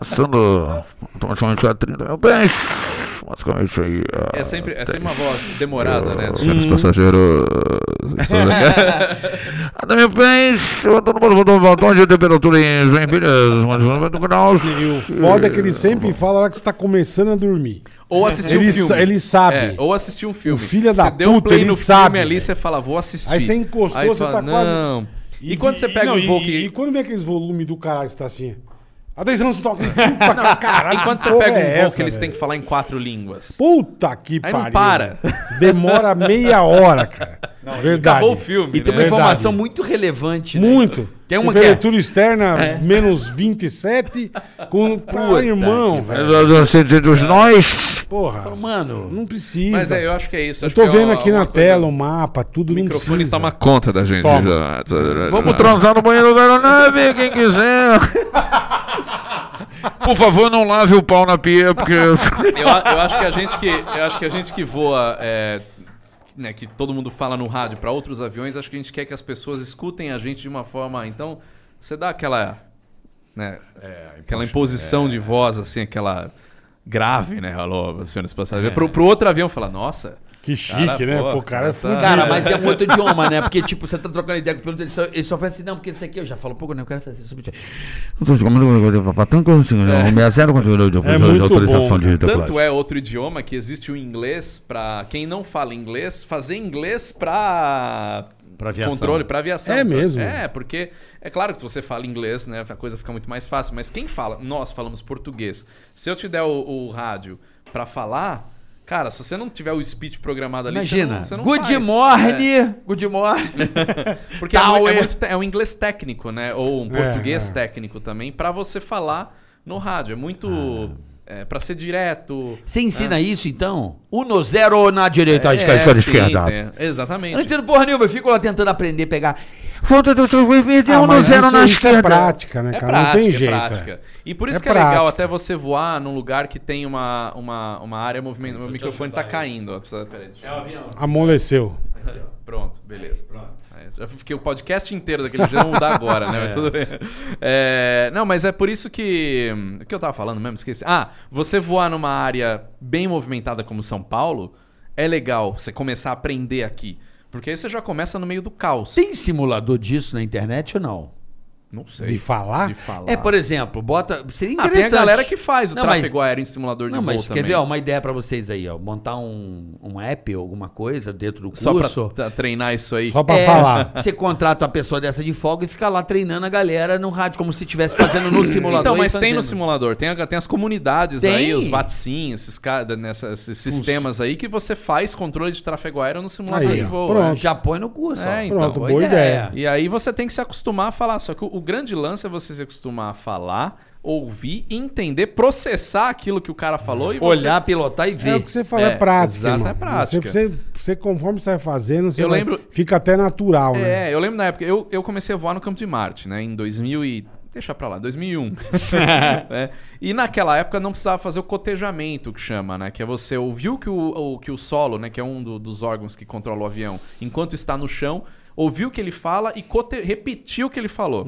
Speaker 8: passando automaticamente a 30 mil bens. Basicamente aí. ah,
Speaker 5: É sempre, é sempre uma voz demorada, né?
Speaker 8: Senhores passageiros. estamos aqui. Ah, meu bens, eu ando no mundo botão de temperatura em Joinville, mais 90 graus.
Speaker 3: E o foda é que ele sempre fala na hora que você tá começando a dormir.
Speaker 5: Ou assistir
Speaker 3: É. Ele
Speaker 5: um filme.
Speaker 3: sa- ele sabe.
Speaker 5: É, ou assistir um filme.
Speaker 3: O filho da
Speaker 5: Você deu
Speaker 3: puta,
Speaker 5: play
Speaker 3: ele
Speaker 5: no
Speaker 3: sabe,
Speaker 5: filme ali,
Speaker 3: velho.
Speaker 5: você fala, vou assistir.
Speaker 3: Aí você encostou,
Speaker 5: Aí
Speaker 3: você tá quase-
Speaker 5: Não. E, quando você pega
Speaker 3: não,
Speaker 5: um voo
Speaker 3: e-
Speaker 5: que...
Speaker 3: E quando vem aqueles volumes do caralho que você tá assim. Atenção, você toca. Puta caralho.
Speaker 5: e quando
Speaker 3: que
Speaker 5: você
Speaker 3: porra
Speaker 5: pega um
Speaker 3: é
Speaker 5: voo
Speaker 3: essa,
Speaker 5: que eles
Speaker 3: velho?
Speaker 5: têm que falar em quatro línguas.
Speaker 3: Puta que
Speaker 5: Aí
Speaker 3: pariu.
Speaker 5: não para.
Speaker 3: Demora meia hora, cara. Verdade.
Speaker 5: Acabou o filme,
Speaker 6: e tem uma
Speaker 5: né?
Speaker 3: Verdade.
Speaker 6: informação muito relevante. né?
Speaker 3: Muito.
Speaker 6: Tem uma que é-
Speaker 3: Temperatura externa, menos 27, com... Pô, irmão, velho. É.
Speaker 8: Os nós.
Speaker 3: Porra,
Speaker 6: Mano,
Speaker 3: não precisa.
Speaker 5: Mas é, eu acho que é isso.
Speaker 3: Eu
Speaker 5: acho
Speaker 3: tô
Speaker 5: que é
Speaker 3: vendo
Speaker 5: uma-
Speaker 3: aqui na
Speaker 5: uma coisa-
Speaker 3: tela o mapa, tudo
Speaker 5: O
Speaker 3: não
Speaker 5: microfone
Speaker 3: precisa.
Speaker 5: toma
Speaker 8: Conta da gente.
Speaker 3: Toma.
Speaker 8: já.
Speaker 6: Vamos
Speaker 8: transar no banheiro da aeronave, quem quiser. Por favor, não lave o pau na pia, porque.
Speaker 5: Eu, a- eu acho que a gente que eu acho que a gente que voa é, né, que todo mundo fala no rádio para outros aviões, acho que a gente quer que as pessoas escutem a gente de uma forma. Então, você dá aquela. Né, aquela imposição de voz, assim, aquela grave, né? Alô, senhores passageiros. Pro, pro outro avião falar, nossa.
Speaker 3: Que chique,
Speaker 5: Cara,
Speaker 3: né?
Speaker 5: pô,
Speaker 3: Pô, o cara é
Speaker 5: tá-
Speaker 3: fudido.
Speaker 6: Cara, mas é um outro idioma, né? Porque, tipo, você tá trocando ideia com o piloto, ele só, ele só faz assim, não, porque isso aqui eu já falo pouco, né? O cara faz assim, subjetivo.
Speaker 3: É muito bom.
Speaker 8: de
Speaker 5: Tanto é outro idioma que existe o inglês para quem não fala inglês, fazer inglês para
Speaker 6: Pra aviação.
Speaker 5: controle, para aviação.
Speaker 3: É mesmo?
Speaker 5: É, porque é claro que se você fala inglês, né, a coisa fica muito mais fácil, mas quem fala, nós falamos português. Se eu te der o, o rádio para falar, cara, se você não tiver o speech programado ali, você
Speaker 6: Imagina,
Speaker 5: não- você não,
Speaker 6: good
Speaker 5: faz.
Speaker 6: morning, good morning.
Speaker 5: Porque é, mu- é
Speaker 6: Tower.
Speaker 5: muito te- é um inglês técnico, né? Ou um português
Speaker 3: é.
Speaker 5: técnico também, para você falar no rádio. É
Speaker 6: Ah.
Speaker 5: muito. É, para ser direto.
Speaker 6: Você ensina isso, então? Uno zero na direita,
Speaker 5: É,
Speaker 6: esquerda, esquerda,
Speaker 5: sim,
Speaker 8: esquerda.
Speaker 5: tem-
Speaker 6: Eu não
Speaker 5: Exatamente.
Speaker 6: entendo porra nenhuma, eu fico lá tentando aprender, pegar.
Speaker 8: Volta do seu bem-vindo,
Speaker 3: Ah,
Speaker 8: um no
Speaker 3: mas
Speaker 8: zero
Speaker 3: isso,
Speaker 8: na
Speaker 3: isso é
Speaker 8: esquerda.
Speaker 3: prática, né,
Speaker 5: É
Speaker 3: cara?
Speaker 5: prática,
Speaker 3: Não tem
Speaker 5: é
Speaker 3: jeito.
Speaker 5: prática.
Speaker 3: é.
Speaker 5: E por
Speaker 3: É
Speaker 5: isso que é legal
Speaker 3: prática.
Speaker 5: até você voar num lugar que tem uma, uma, uma área movimentada. Meu microfone tá caindo. ó. Precisa- peraí, deixa eu-
Speaker 3: Amoleceu.
Speaker 5: Pronto, beleza. Aí, já fiquei o podcast inteiro daquele jeito, não mudar agora, né? Mas tudo bem. É, não, mas é por isso que. O que eu tava falando mesmo? Esqueci. Ah, você voar numa área bem movimentada como São Paulo, é legal você começar a aprender aqui. Porque aí você já começa no meio do caos.
Speaker 6: Tem simulador disso na internet ou não?
Speaker 5: Não sei.
Speaker 3: De falar?
Speaker 5: De falar.
Speaker 6: É, por exemplo, bota. Seria
Speaker 5: Ah,
Speaker 6: interessante.
Speaker 5: tem a galera que faz o
Speaker 6: Não, mas-
Speaker 5: tráfego aéreo em simulador de
Speaker 6: Não,
Speaker 5: voo
Speaker 6: mas quer
Speaker 5: também.
Speaker 6: ver, ó, um uma ideia pra vocês aí, ó. Montar um, um app ou alguma coisa dentro do curso.
Speaker 5: Só pra tra- treinar isso aí.
Speaker 3: Só pra
Speaker 6: É,
Speaker 3: falar.
Speaker 6: Você contrata uma pessoa dessa de folga e fica lá treinando a galera no rádio, como se estivesse fazendo no simulador.
Speaker 5: Então,
Speaker 6: e
Speaker 5: mas tem no
Speaker 6: fazendo.
Speaker 5: simulador, tem, a- tem as comunidades
Speaker 6: Tem.
Speaker 5: aí, os VATSIM, esses, ca- nessa- esses sistemas aí que você faz controle de tráfego aéreo no simulador
Speaker 3: Aí,
Speaker 5: de
Speaker 3: ó,
Speaker 5: voo.
Speaker 3: pronto.
Speaker 5: né?
Speaker 6: um Já põe no curso.
Speaker 5: É,
Speaker 6: ó.
Speaker 5: então,
Speaker 3: Pronto, boa ideia.
Speaker 5: E aí você tem que se acostumar a falar. Só que o, o grande lance é você se acostumar a falar, ouvir, entender, processar aquilo que o cara falou e você...
Speaker 6: Olhar, pilotar e
Speaker 3: É o
Speaker 6: ver.
Speaker 3: que você fala, é,
Speaker 5: É,
Speaker 3: prática.
Speaker 5: exato,
Speaker 3: irmão.
Speaker 5: é prática.
Speaker 3: Você, você, você, conforme você vai fazendo, você
Speaker 5: Eu
Speaker 3: vai-
Speaker 5: lembro-
Speaker 3: fica até natural, né?
Speaker 5: É, eu lembro na época, eu, eu comecei a voar no Campo de Marte, né? Em 2000 e... Deixa pra lá, 2001. né? um. E naquela época não precisava fazer o cotejamento, que chama, né? Que é você ouviu que o, o- que o solo, né? Que é um do- dos órgãos que controla o avião, enquanto está no chão, ouviu o que ele fala e cote- repetiu o que ele falou.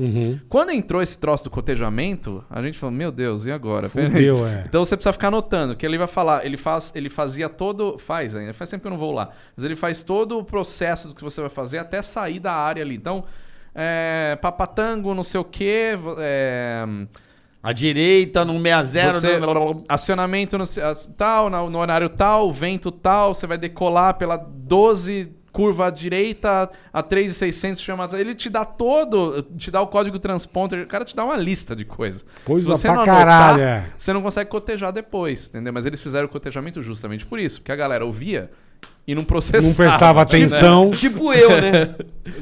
Speaker 5: Quando entrou esse troço do cotejamento, a gente falou, meu Deus, e agora?
Speaker 3: Fudeu, é.
Speaker 5: Então você precisa ficar anotando, que ele vai falar, ele faz, ele fazia todo, faz ainda, faz sempre que eu não vou lá, mas ele faz todo o processo do que você vai fazer até sair da área ali. Então, é, papatango, não sei o quê, vo- é,
Speaker 6: A direita, no 60,
Speaker 5: você-
Speaker 6: no...
Speaker 5: acionamento no, tal, na- no horário tal, vento tal, você vai decolar pela 12 curva à direita a 3,600 chama ele te dá todo te dá o código transponder o cara te dá uma lista de coisas
Speaker 3: Coisa
Speaker 5: Se você
Speaker 3: pra
Speaker 5: não
Speaker 3: caralho, é.
Speaker 5: você não consegue cotejar depois entendeu mas eles fizeram o cotejamento justamente por isso porque a galera ouvia e não processava
Speaker 3: Não prestava
Speaker 5: né?
Speaker 3: atenção.
Speaker 6: Tipo eu, né?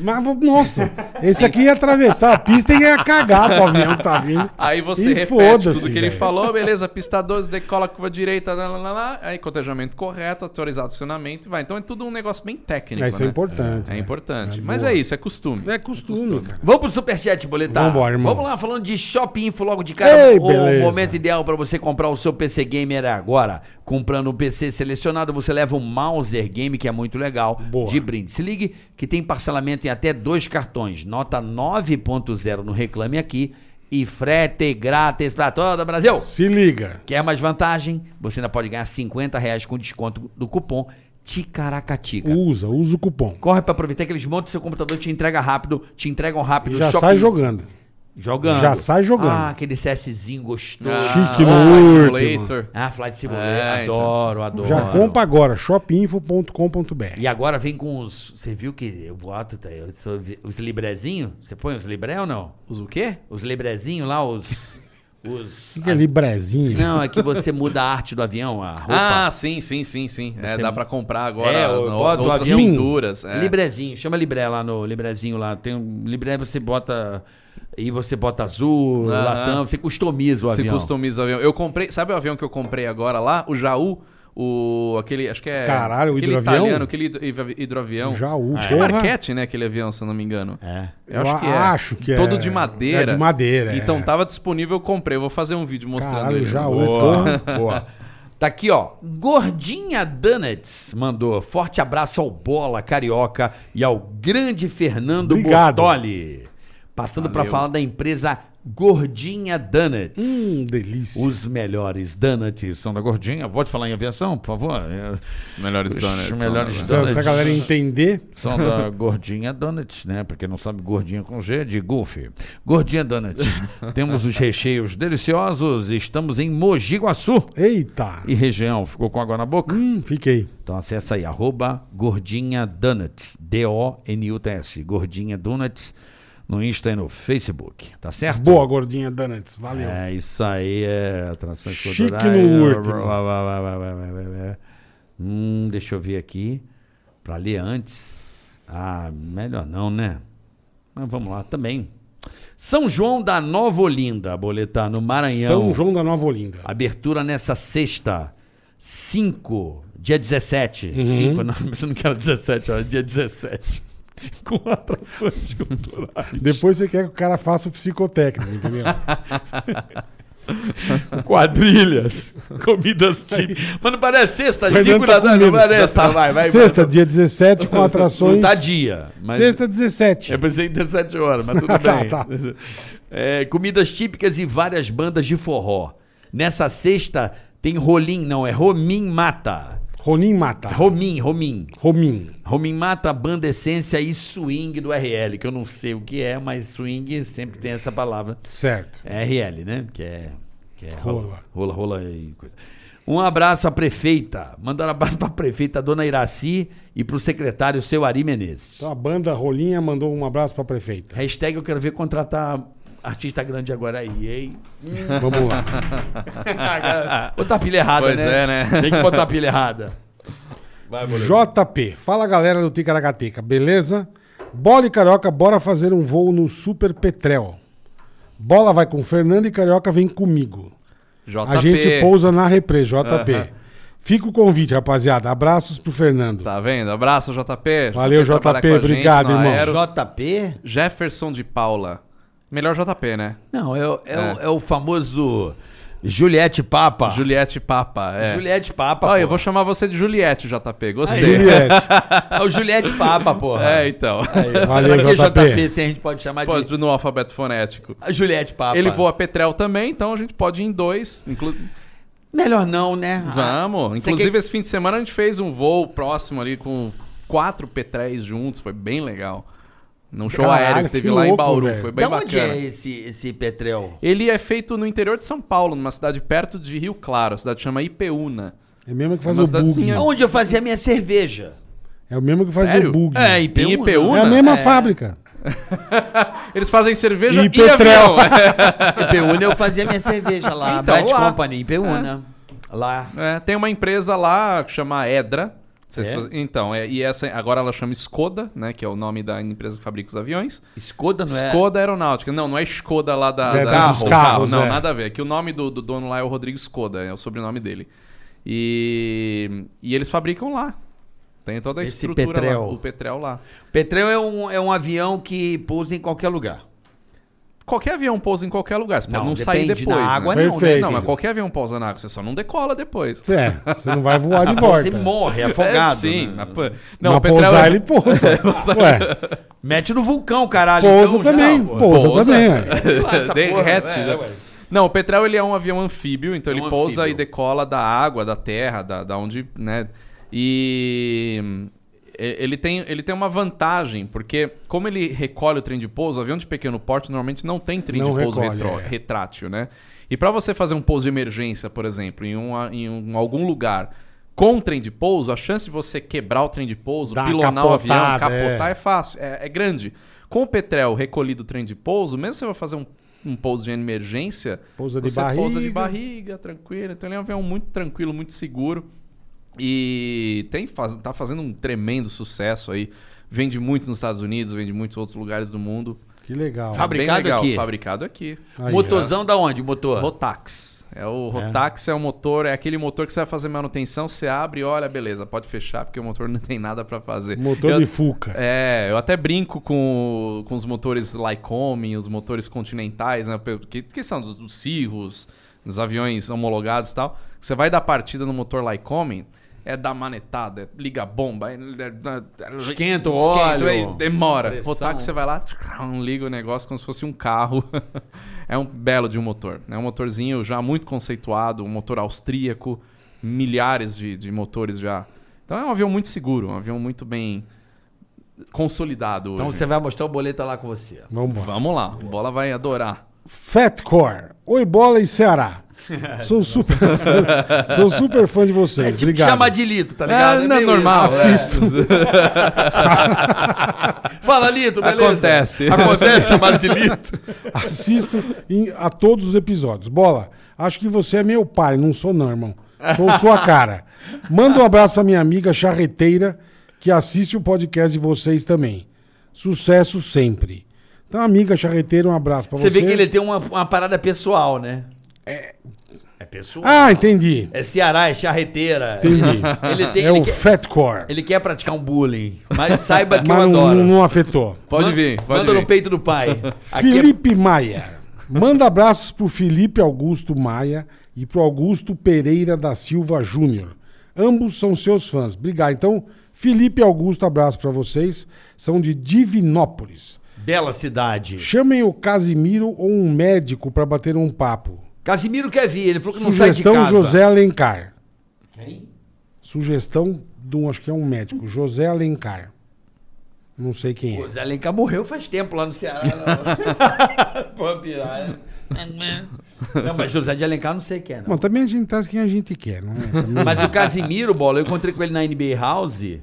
Speaker 3: Mas, nossa, esse aqui ia atravessar a pista e ia cagar pro avião que tá vindo.
Speaker 5: Aí você
Speaker 3: E
Speaker 5: repete
Speaker 3: foda-se,
Speaker 5: tudo que ele
Speaker 3: velho.
Speaker 5: falou, beleza, pista 12, decola a curva direita, lá, lá, lá, lá, aí cotejamento correto, autorizado acionamento e vai. Então é tudo um negócio bem técnico,
Speaker 3: É, isso é
Speaker 5: né?
Speaker 3: importante.
Speaker 5: É
Speaker 3: né?
Speaker 5: importante.
Speaker 3: É
Speaker 5: Mas
Speaker 3: boa.
Speaker 5: é isso, é costume.
Speaker 3: É costume, cara.
Speaker 6: Vamos pro superchat, boletar.
Speaker 3: Vambora, irmão.
Speaker 6: Vamos lá, falando de Shop Info logo de cara.
Speaker 3: Ei,
Speaker 6: o
Speaker 3: beleza.
Speaker 6: momento ideal para você comprar o seu PC Gamer é agora. Comprando um PC selecionado, você leva um Mauser Game, que é muito legal,
Speaker 3: Boa.
Speaker 6: de brinde. Se ligue que tem parcelamento em até dois cartões. Nota 9.0 no Reclame Aqui e frete grátis para todo o Brasil.
Speaker 3: Se liga.
Speaker 6: Quer mais vantagem? Você ainda pode ganhar 50 reais com desconto do cupom Ticaracatica.
Speaker 3: Usa, usa o cupom.
Speaker 6: Corre pra aproveitar que eles montam seu computador, te entrega rápido, te entregam rápido.
Speaker 3: E já
Speaker 6: Shop
Speaker 3: sai
Speaker 6: Info.
Speaker 3: jogando.
Speaker 6: Jogando.
Speaker 3: Já sai jogando.
Speaker 6: Ah, aquele CSzinho
Speaker 5: Ah,
Speaker 6: gostoso.
Speaker 3: Chique,
Speaker 5: Flight
Speaker 3: morto,
Speaker 5: Simulator.
Speaker 6: Ah, Flight Simulator.
Speaker 5: É, então.
Speaker 6: adoro, adoro.
Speaker 3: Já compra agora, shopinfo.com.br.
Speaker 6: E agora vem com os. Você viu que o boato tá aí? eu sou- Os librezinhos? Você põe os libré ou não?
Speaker 5: Os o quê?
Speaker 6: Os librezinhos lá, os. Os.
Speaker 3: Fica ali brezinho.
Speaker 6: Não, é que você muda a arte do avião, a roupa.
Speaker 5: Ah, sim, sim, sim, sim. É,
Speaker 6: Você-
Speaker 5: dá pra comprar agora
Speaker 6: É,
Speaker 5: as-
Speaker 6: eu
Speaker 5: o-
Speaker 6: boto
Speaker 5: outras
Speaker 6: avião.
Speaker 5: pinturas. é.
Speaker 6: Librezinho, chama libré lá no librezinho lá. Tem um libré, você bota. E você bota azul,
Speaker 5: Aham.
Speaker 6: latão, você customiza o
Speaker 5: Se
Speaker 6: avião.
Speaker 5: customiza o avião. Eu comprei, sabe o avião que eu comprei agora lá? O Jaú, o aquele, acho que é
Speaker 3: Caralho, o
Speaker 5: aquele
Speaker 3: hidroavião?
Speaker 5: italiano, aquele hidro- hidro- hidroavião.
Speaker 3: Jaú,
Speaker 5: Acho que é
Speaker 3: porra.
Speaker 5: Marquete, né, aquele avião, se eu não me engano.
Speaker 6: É.
Speaker 3: Eu
Speaker 5: Eu, acho que é.
Speaker 3: acho que é.
Speaker 5: Todo de madeira. tá.
Speaker 3: É de madeira, é.
Speaker 5: Então tava disponível, eu comprei. Eu vou fazer um vídeo mostrando
Speaker 3: Caralho,
Speaker 5: ele.
Speaker 3: já
Speaker 5: Boa.
Speaker 3: outro.
Speaker 6: Boa. Tá aqui, ó. Gordinha Donuts mandou. Forte abraço ao Bola Carioca e ao grande Fernando
Speaker 3: Obrigado.
Speaker 6: Bortoli. Passando pra
Speaker 5: Valeu.
Speaker 6: falar da empresa Gordinha Donuts.
Speaker 3: Hum, delícia.
Speaker 6: Os melhores donuts são da Gordinha. Pode falar em aviação, por favor? É,
Speaker 5: Melhores
Speaker 6: Os
Speaker 5: donuts.
Speaker 6: melhores
Speaker 5: são-
Speaker 3: Se
Speaker 6: donuts.
Speaker 3: essa galera entender,
Speaker 8: São da Gordinha Donuts, né? Pra quem não sabe, Gordinha com G é de Golfe. Gordinha Donuts. Temos os recheios deliciosos. Estamos em Mogi Guaçu
Speaker 3: eita.
Speaker 8: e região. Ficou com água na boca?
Speaker 3: Hum, fiquei.
Speaker 6: Então acessa aí, arroba Gordinha Donuts, D-O-N-U-T-S, Gordinha Donuts, no Insta e no Facebook, tá certo?
Speaker 3: Boa, gordinha Donuts. Valeu.
Speaker 6: É, isso aí é atrações
Speaker 3: Chique
Speaker 6: culturais.
Speaker 3: no último.
Speaker 6: Blá, blá, blá, blá, blá, blá, blá. Hum, deixa eu ver aqui, pra ler antes. Ah, melhor não, né? Mas vamos lá também. São João da Nova Olinda, boletar no Maranhão.
Speaker 3: São João da Nova Olinda.
Speaker 6: Abertura nessa sexta, 5, dia 17.
Speaker 3: Uhum.
Speaker 6: 5, não, você não quer 17 horas, dia 17. Com atrações culturais.
Speaker 3: Depois você quer que o cara faça o psicotécnico, entendeu?
Speaker 6: Quadrilhas, comidas típicas. Mas não parece sexta,
Speaker 3: Fernando
Speaker 6: 5
Speaker 3: tá
Speaker 6: da
Speaker 3: com
Speaker 6: tarde, não
Speaker 3: medo.
Speaker 6: parece. Vai, vai,
Speaker 3: Sexta, dia 17, com atrações.
Speaker 6: Não tá dia, mas É
Speaker 3: Sexta, 17.
Speaker 6: eu pensei em 17 horas, mas tudo
Speaker 3: Tá,
Speaker 6: bem.
Speaker 3: tá.
Speaker 6: É, comidas típicas e várias bandas de forró. Nessa sexta tem Rolim, não, é Romim Mata.
Speaker 3: Ronin mata.
Speaker 6: Romim, Romim.
Speaker 3: Romin.
Speaker 6: Homem Mata, Banda Essência e Swing do RL, que eu não sei o que é, mas swing sempre tem essa palavra.
Speaker 3: Certo.
Speaker 6: É RL, né? Que é. Que é
Speaker 3: Rola.
Speaker 6: Rola, rola e coisa. Um abraço à prefeita. Mandar um abraço pra prefeita Dona Iraci e pro secretário seu Ari Menezes.
Speaker 3: Então a banda Rolinha mandou um abraço pra prefeita.
Speaker 6: Hashtag eu quero ver contratar artista grande agora aí, hein?
Speaker 3: Vamos lá.
Speaker 6: Agora, botar a pilha errada,
Speaker 5: Pois
Speaker 6: né?
Speaker 5: é, né?
Speaker 6: Tem que botar a pilha errada.
Speaker 3: JP, fala galera do Ticaracateca, beleza? Bola e Carioca, bora fazer um voo no Super Petrel. Bola vai com Fernando e Carioca vem comigo.
Speaker 5: JP.
Speaker 3: A gente pousa na repre, JP.
Speaker 5: Aham.
Speaker 3: Fica o convite, rapaziada. Abraços pro Fernando.
Speaker 5: Tá vendo? Abraço, JP.
Speaker 3: Valeu,
Speaker 5: Quer trabalhar
Speaker 3: JP,
Speaker 5: com a gente
Speaker 3: obrigado,
Speaker 5: na
Speaker 3: irmão.
Speaker 5: Aero.
Speaker 6: JP?
Speaker 5: Jefferson de Paula. Melhor JP, né?
Speaker 6: Não, é, o- é o, é o famoso Juliette Papa.
Speaker 5: Juliette Papa. É.
Speaker 6: Juliette Papa.
Speaker 5: Ó, eu
Speaker 6: pô.
Speaker 5: vou chamar você de Juliette, JP. Gostei.
Speaker 3: Juliette,
Speaker 6: É o Juliette Papa, porra.
Speaker 5: É, então.
Speaker 3: Valeu,
Speaker 6: Pra que
Speaker 3: JP.
Speaker 6: se a gente pode chamar
Speaker 5: Pô,
Speaker 6: de
Speaker 5: no alfabeto fonético.
Speaker 6: a Juliette Papa.
Speaker 5: Ele voa Petrel também, então a gente pode ir em dois. inclu-
Speaker 6: Melhor não, né?
Speaker 5: Vamos.
Speaker 6: Você
Speaker 5: Inclusive,
Speaker 6: quer-
Speaker 5: esse fim de semana a gente fez um voo próximo ali com quatro Petréis juntos. Foi bem legal. Num show
Speaker 3: Caralho,
Speaker 5: aéreo que teve
Speaker 3: que
Speaker 5: lá em
Speaker 3: louco,
Speaker 5: Bauru.
Speaker 3: velho.
Speaker 5: Foi
Speaker 6: Da
Speaker 5: bem
Speaker 6: onde
Speaker 5: bacana.
Speaker 6: é esse, esse Petrel?
Speaker 5: Ele é feito no interior de São Paulo, numa cidade perto de Rio Claro. A cidade chama Ipeúna.
Speaker 3: é o mesmo que faz
Speaker 5: Uma
Speaker 3: o bug.
Speaker 5: cidadezinha-
Speaker 6: Onde eu fazia a minha cerveja.
Speaker 3: É o mesmo que faz
Speaker 5: Sério?
Speaker 3: o bug.
Speaker 6: É,
Speaker 5: Em
Speaker 6: Ipeúna.
Speaker 5: Ipeúna?
Speaker 3: É a mesma fábrica.
Speaker 5: Eles fazem cerveja e,
Speaker 3: E petrel.
Speaker 5: avião.
Speaker 6: Ipeúna eu fazia a minha cerveja lá.
Speaker 5: Então,
Speaker 6: Então, Bad
Speaker 5: lá.
Speaker 6: Company, Ipeúna. Lá.
Speaker 5: É, tem uma empresa lá que chama Edra. Vocês fazem- Então, é, e essa agora ela chama Skoda, né? Que é o nome da empresa que fabrica os aviões.
Speaker 6: Skoda, não é?
Speaker 5: Skoda Aeronáutica. Não, não é Skoda lá da,
Speaker 3: É,
Speaker 5: da-
Speaker 3: da-
Speaker 5: do
Speaker 3: dos carros,
Speaker 5: Não,
Speaker 3: é.
Speaker 5: nada a ver. É Que o nome do, do dono lá é o Rodrigo Skoda, é o sobrenome dele. E, e eles fabricam lá. Tem toda a
Speaker 6: Esse
Speaker 5: estrutura
Speaker 6: Petrel.
Speaker 5: lá, o Petrel lá.
Speaker 6: Petrel é um, é um avião que pousa em qualquer lugar.
Speaker 5: Qualquer avião pousa em qualquer lugar, você pode
Speaker 6: Não,
Speaker 5: não sair
Speaker 6: depende,
Speaker 5: depois.
Speaker 6: na
Speaker 5: né?
Speaker 6: água
Speaker 3: não, né, Perfeito.
Speaker 5: Não, mas
Speaker 6: filho?
Speaker 5: qualquer avião pousa na água, você só não decola depois.
Speaker 3: É, você não vai voar de volta.
Speaker 6: Você morre afogado.
Speaker 5: É, sim,
Speaker 6: né?
Speaker 5: mas, pô,
Speaker 3: Não,
Speaker 5: não,
Speaker 3: mas
Speaker 5: o Petrel
Speaker 3: pousar
Speaker 5: é-
Speaker 3: ele pousa. Ué,
Speaker 6: Mete no vulcão, caralho.
Speaker 3: pousa
Speaker 6: então, já,
Speaker 3: também,
Speaker 6: pô.
Speaker 3: pousa,
Speaker 5: Pousa.
Speaker 3: também. ué.
Speaker 6: Essa
Speaker 5: Derrete.
Speaker 6: porra, é,
Speaker 5: né?
Speaker 6: ué.
Speaker 5: Não, o Petrel ele é um avião anfíbio, então
Speaker 6: É
Speaker 5: ele
Speaker 6: um
Speaker 5: pousa
Speaker 6: anfíbio.
Speaker 5: e decola da água, da terra, da, da onde, né? E hum, e- ele tem, ele tem uma vantagem, porque como ele recolhe o trem de pouso, avião de pequeno porte normalmente não tem trem
Speaker 3: Não
Speaker 5: de pouso
Speaker 3: recolhe,
Speaker 5: retró-
Speaker 3: é.
Speaker 5: retrátil, né? E pra você fazer um pouso de emergência, por exemplo, em, um, em um- algum lugar com trem de pouso, a chance de você quebrar o trem de pouso,
Speaker 3: Dar uma
Speaker 5: pilonar o avião,
Speaker 3: capotada, é.
Speaker 5: capotar, é fácil, é, é grande. Com o Petrel recolhido o trem de pouso, mesmo se você vai fazer um, um pouso de emergência,
Speaker 3: Pousa de
Speaker 5: você pousa de
Speaker 3: barriga.
Speaker 5: barriga, tranquilo. Então ele é um avião muito tranquilo, muito seguro. E tem, faz- tá fazendo um tremendo sucesso aí. Vende muito nos Estados Unidos, vende em muitos outros lugares do mundo.
Speaker 3: Que legal.
Speaker 5: Tá bem
Speaker 6: Fabricado
Speaker 5: legal,
Speaker 6: aqui? Ah.
Speaker 5: Fabricado aqui.
Speaker 3: Aí,
Speaker 6: Motorzão da onde, o motor?
Speaker 5: Rotax. É o Rotax é. um motor, é aquele motor que você vai fazer manutenção, você abre e olha, beleza, pode fechar, porque o motor não tem nada pra fazer.
Speaker 3: Motor
Speaker 5: Eu-
Speaker 3: de Fuca.
Speaker 5: é, eu até brinco com, com os motores Lycoming, os motores continentais, né? pe- Que, que são dos, dos Cirrus, nos aviões homologados e tal, você vai dar partida no motor lá e comem, é dar manetada, é liga a bomba, é-
Speaker 6: Esquenta o óleo.
Speaker 5: aí demora.
Speaker 6: Pressão.
Speaker 5: Botar que você vai lá, liga o negócio como se fosse um carro. é um belo de um motor. É um motorzinho já muito conceituado, um motor austríaco, milhares de, de motores já. Então é um avião muito seguro, um avião muito bem consolidado
Speaker 6: Então
Speaker 5: hoje.
Speaker 6: você vai mostrar o boleto lá com você.
Speaker 3: Vamos embora.
Speaker 5: Vamos lá, o bola vai adorar.
Speaker 3: Fatcore. Oi, bola e Ceará. Sou super fã. Sou super fã de vocês. Obrigado.
Speaker 6: É tipo Chamar de Lito, tá ligado?
Speaker 5: É, não é
Speaker 6: meio
Speaker 5: normal,
Speaker 6: isso, é.
Speaker 5: assisto.
Speaker 6: Fala, Lito, beleza?
Speaker 5: Acontece.
Speaker 6: Acontece chamar de Lito.
Speaker 3: Assisto em- a todos os episódios. Bola, acho que você é meu pai. Não sou, não, irmão. Sou sua cara. Manda um abraço pra minha amiga charreteira que assiste o podcast de vocês também. Sucesso sempre. Então, amiga charreteira, um abraço pra você.
Speaker 6: Você vê que ele é tem uma, uma parada pessoal, né? É. É pessoal.
Speaker 3: Ah, entendi.
Speaker 6: É Ceará, é charreteira.
Speaker 3: Entendi.
Speaker 6: Ele, tem,
Speaker 3: é
Speaker 6: ele,
Speaker 3: o
Speaker 6: quer,
Speaker 3: Fatcore.
Speaker 6: ele quer praticar um bullying, mas saiba que eu
Speaker 3: Mas não,
Speaker 6: adoro.
Speaker 3: não- não afetou.
Speaker 5: Pode
Speaker 6: Manda-
Speaker 5: vir, pode
Speaker 6: Manda
Speaker 5: vir.
Speaker 6: no peito do pai. Aqui é-
Speaker 3: Felipe Maia. Manda abraços pro Felipe Augusto Maia e pro Augusto Pereira da Silva Júnior. Ambos são seus fãs. Obrigado. Então, Felipe e Augusto, abraço pra vocês. São de Divinópolis.
Speaker 6: Bela cidade.
Speaker 3: Chamem o Casimiro ou um médico pra bater um papo.
Speaker 6: Casimiro quer vir, ele falou que não sai de
Speaker 3: Sugestão
Speaker 6: casa.
Speaker 3: José Alencar. Sugestão de um, acho que é um médico, José Alencar. Não sei quem é.
Speaker 6: Pô, Zé Alencar morreu faz tempo lá no Ceará. Não. Pô, pirraia. Não, mas José de Alencar não sei quem é, não.
Speaker 3: Bom, também a gente traz quem a gente quer, não é? Também-
Speaker 6: Mas o Casimiro, bola, eu encontrei com ele na NBA House e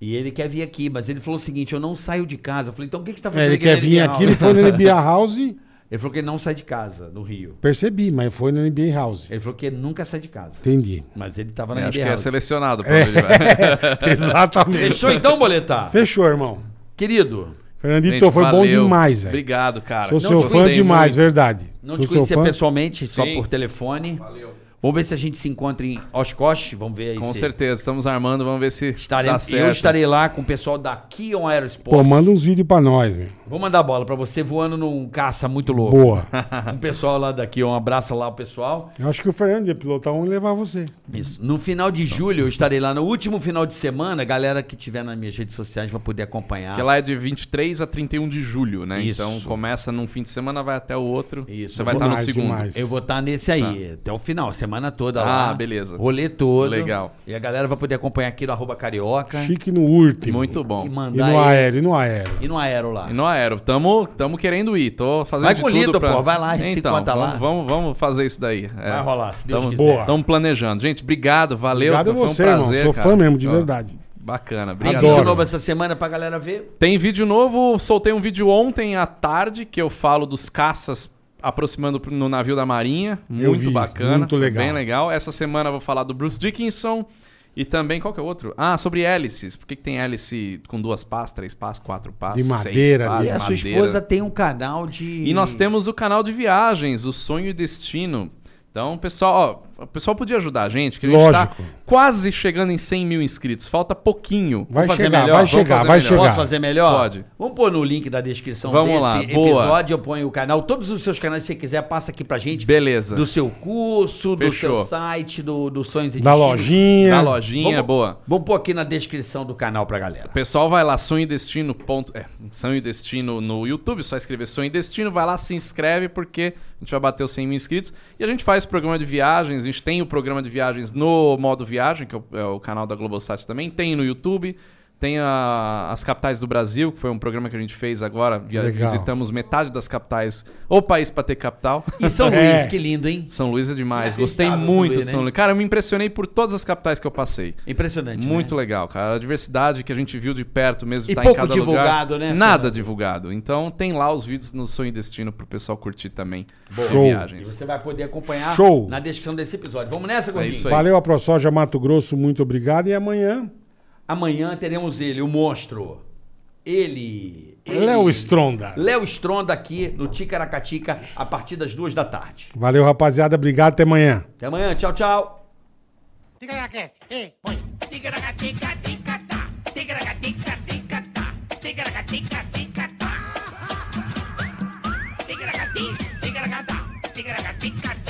Speaker 6: ele quer vir aqui, mas ele falou o seguinte: eu não saio de casa. Eu falei, então o que, que você tá
Speaker 3: É,
Speaker 6: fazendo
Speaker 3: ele quer
Speaker 6: na
Speaker 3: vir
Speaker 6: NBA
Speaker 3: aqui,
Speaker 6: House?
Speaker 3: ele foi no NBA House,
Speaker 6: Ele falou que ele não sai de casa, no Rio.
Speaker 3: percebi, mas foi no NBA House.
Speaker 6: Ele falou que ele nunca sai de casa.
Speaker 3: Entendi.
Speaker 6: Mas ele tava
Speaker 5: É,
Speaker 6: na NBA
Speaker 5: acho que é
Speaker 6: House.
Speaker 5: selecionado pra onde ele vai.
Speaker 3: Exatamente.
Speaker 6: Fechou então, boletar?
Speaker 3: Fechou, irmão.
Speaker 6: Querido,
Speaker 3: Fernandito,
Speaker 5: Gente,
Speaker 3: foi bom
Speaker 5: valeu.
Speaker 3: demais, velho.
Speaker 5: Obrigado, cara.
Speaker 3: Sou
Speaker 5: Não
Speaker 3: seu
Speaker 5: te
Speaker 3: fã
Speaker 5: conheci
Speaker 3: demais,
Speaker 5: muito.
Speaker 3: verdade.
Speaker 6: não
Speaker 3: Sou
Speaker 6: te conhecia
Speaker 3: fã.
Speaker 6: pessoalmente, só
Speaker 5: Sim.
Speaker 6: por telefone.
Speaker 5: Valeu.
Speaker 6: Vamos ver se a gente se encontra em Oshkosh. Vamos ver aí
Speaker 5: Com
Speaker 6: se
Speaker 5: certeza, estamos armando, vamos ver se
Speaker 6: estarei-
Speaker 5: dá Tá certo.
Speaker 6: eu estarei lá com o pessoal da Kion Aerosports.
Speaker 3: Pô, manda um- uns vídeos pra nós, meu.
Speaker 6: Vou mandar bola pra você voando num caça muito louco.
Speaker 3: Boa.
Speaker 6: Um pessoal lá da Kion, um abraço lá o pessoal.
Speaker 3: Eu acho que o Fernando ia pilotar um e levar você.
Speaker 6: Isso. No final de julho eu estarei lá. No último final de semana, a galera que tiver nas minhas redes sociais vai poder acompanhar.
Speaker 5: Porque lá é de 23 a 31 de julho, né?
Speaker 6: Isso.
Speaker 5: Então começa num fim de semana, vai até o outro.
Speaker 6: Isso.
Speaker 5: Você vai estar no
Speaker 3: Demais,
Speaker 5: segundo.
Speaker 3: demais.
Speaker 6: Eu vou estar nesse aí, até o final, semana toda
Speaker 5: Tá. Ah,
Speaker 6: lá.
Speaker 5: beleza.
Speaker 6: Rolê todo.
Speaker 5: Legal.
Speaker 6: E a galera vai poder acompanhar aqui no arroba carioca.
Speaker 3: Chique no último.
Speaker 5: Muito bom.
Speaker 6: E
Speaker 3: E
Speaker 6: mandar
Speaker 3: no
Speaker 6: ele-
Speaker 3: aéreo, e no aéreo.
Speaker 6: E no aero lá.
Speaker 5: E no aero, tamo, tamo querendo ir. Tô fazendo
Speaker 6: Vai
Speaker 5: de
Speaker 6: com o
Speaker 5: tudo
Speaker 6: Lido,
Speaker 5: pra...
Speaker 6: pô, vai lá, a gente se
Speaker 5: então,
Speaker 6: encontra lá.
Speaker 5: vamos, Vamos, vamos fazer isso daí. É.
Speaker 6: Vai rolar, se Deus
Speaker 5: tamo,
Speaker 6: quiser.
Speaker 3: Boa.
Speaker 5: Tamo planejando. Gente, obrigado, valeu.
Speaker 3: Obrigado a
Speaker 5: foi um
Speaker 3: você, irmão.
Speaker 5: prazer,
Speaker 3: Sou
Speaker 5: cara.
Speaker 3: fã mesmo, de
Speaker 5: Ó,
Speaker 3: verdade.
Speaker 5: Bacana,
Speaker 6: Tem
Speaker 5: obrigado.
Speaker 3: Adoro.
Speaker 6: vídeo novo essa semana pra galera ver.
Speaker 5: Tem vídeo novo, soltei um vídeo ontem à tarde que eu falo dos caças aproximando pro- no navio da Marinha.
Speaker 3: Eu
Speaker 5: Muito
Speaker 3: vi,
Speaker 5: bacana.
Speaker 3: muito legal.
Speaker 5: Bem legal. Essa semana eu vou falar do Bruce Dickinson e também, qual que é o outro? Ah, sobre hélices. Por que, que tem hélice com duas pás, três pás, quatro pás,
Speaker 3: De
Speaker 5: seis
Speaker 3: madeira,
Speaker 5: pás,
Speaker 3: de-
Speaker 6: E a sua
Speaker 5: madeira.
Speaker 6: esposa tem um canal de.
Speaker 5: E nós temos o canal de viagens, o Sonho e Destino. Então, pessoal, ó, o pessoal podia ajudar a gente, que a gente tá
Speaker 3: Lógico.
Speaker 5: quase chegando em 100 mil inscritos. Falta pouquinho.
Speaker 3: Vai
Speaker 6: fazer
Speaker 3: chegar,
Speaker 6: melhor,
Speaker 3: vai
Speaker 5: vamos
Speaker 3: chegar,
Speaker 5: fazer
Speaker 3: vai
Speaker 5: melhor.
Speaker 3: chegar.
Speaker 6: Posso fazer melhor?
Speaker 5: Pode.
Speaker 6: Vamos pôr no link da descrição
Speaker 5: Vamos
Speaker 6: desse
Speaker 5: lá, boa.
Speaker 6: episódio. Eu ponho o canal. Todos os seus canais, se você quiser, passa aqui pra gente.
Speaker 5: Beleza.
Speaker 6: Do seu curso, do
Speaker 5: Fechou.
Speaker 6: seu site, do, do Sonhos e
Speaker 3: Da
Speaker 6: Destinos.
Speaker 3: lojinha.
Speaker 5: Da lojinha,
Speaker 6: Vamos-
Speaker 5: boa.
Speaker 6: Vamos pôr aqui na descrição do canal pra galera.
Speaker 5: O pessoal vai lá, Sonho e Destino. Ponto, é, Sonho e Destino no YouTube, só escrever Sonho e Destino, vai lá, se inscreve, porque a gente vai bater os 100 mil inscritos. E a gente faz programa de viagens, a gente tem o programa de viagens no Modo Viagem, que é o, é o canal da Globosat também, tem no YouTube, tem a- as Capitais do Brasil, que foi um programa que a gente fez agora, via-
Speaker 3: Legal.
Speaker 5: visitamos metade das capitais, o país para ter capital.
Speaker 6: E São
Speaker 3: É.
Speaker 6: Luís, que lindo, hein?
Speaker 5: São Luís é demais, gostei
Speaker 6: Inacreditável,
Speaker 5: muito
Speaker 6: São
Speaker 5: de
Speaker 6: Luís,
Speaker 5: São
Speaker 6: né?
Speaker 5: Luís. Cara, eu me impressionei por todas as capitais que eu passei.
Speaker 6: Impressionante.
Speaker 5: Muito
Speaker 6: né?
Speaker 5: legal, cara. A diversidade que a gente viu de perto mesmo, de
Speaker 6: E
Speaker 5: tá em
Speaker 6: pouco
Speaker 5: cada
Speaker 6: divulgado,
Speaker 5: lugar.
Speaker 6: né,
Speaker 5: Nada
Speaker 6: Fernando?
Speaker 5: divulgado. Então tem lá os vídeos no Sonho e Destino pro pessoal curtir também. Boa.
Speaker 3: Show.
Speaker 6: E você vai poder acompanhar
Speaker 3: Show.
Speaker 6: na descrição desse episódio. Vamos nessa, Gordinho?
Speaker 5: É isso aí.
Speaker 3: Valeu a ProSoja Mato Grosso, muito obrigado. E amanhã,
Speaker 6: Amanhã teremos ele, o monstro. Ele. ele-
Speaker 3: Léo Stronda.
Speaker 6: Léo Stronda aqui no Ticaracatica a partir das duas da tarde.
Speaker 3: Valeu, rapaziada. Obrigado, até amanhã.
Speaker 6: Até amanhã, tchau, tchau.
Speaker 1: Tigaracast, e põe. Tigaracatica, ticatá. Tigaracatica, ticatá. Tigaracatica, ticatá. Tigaracati, tigaracatá. Tigaracatica, ticatá.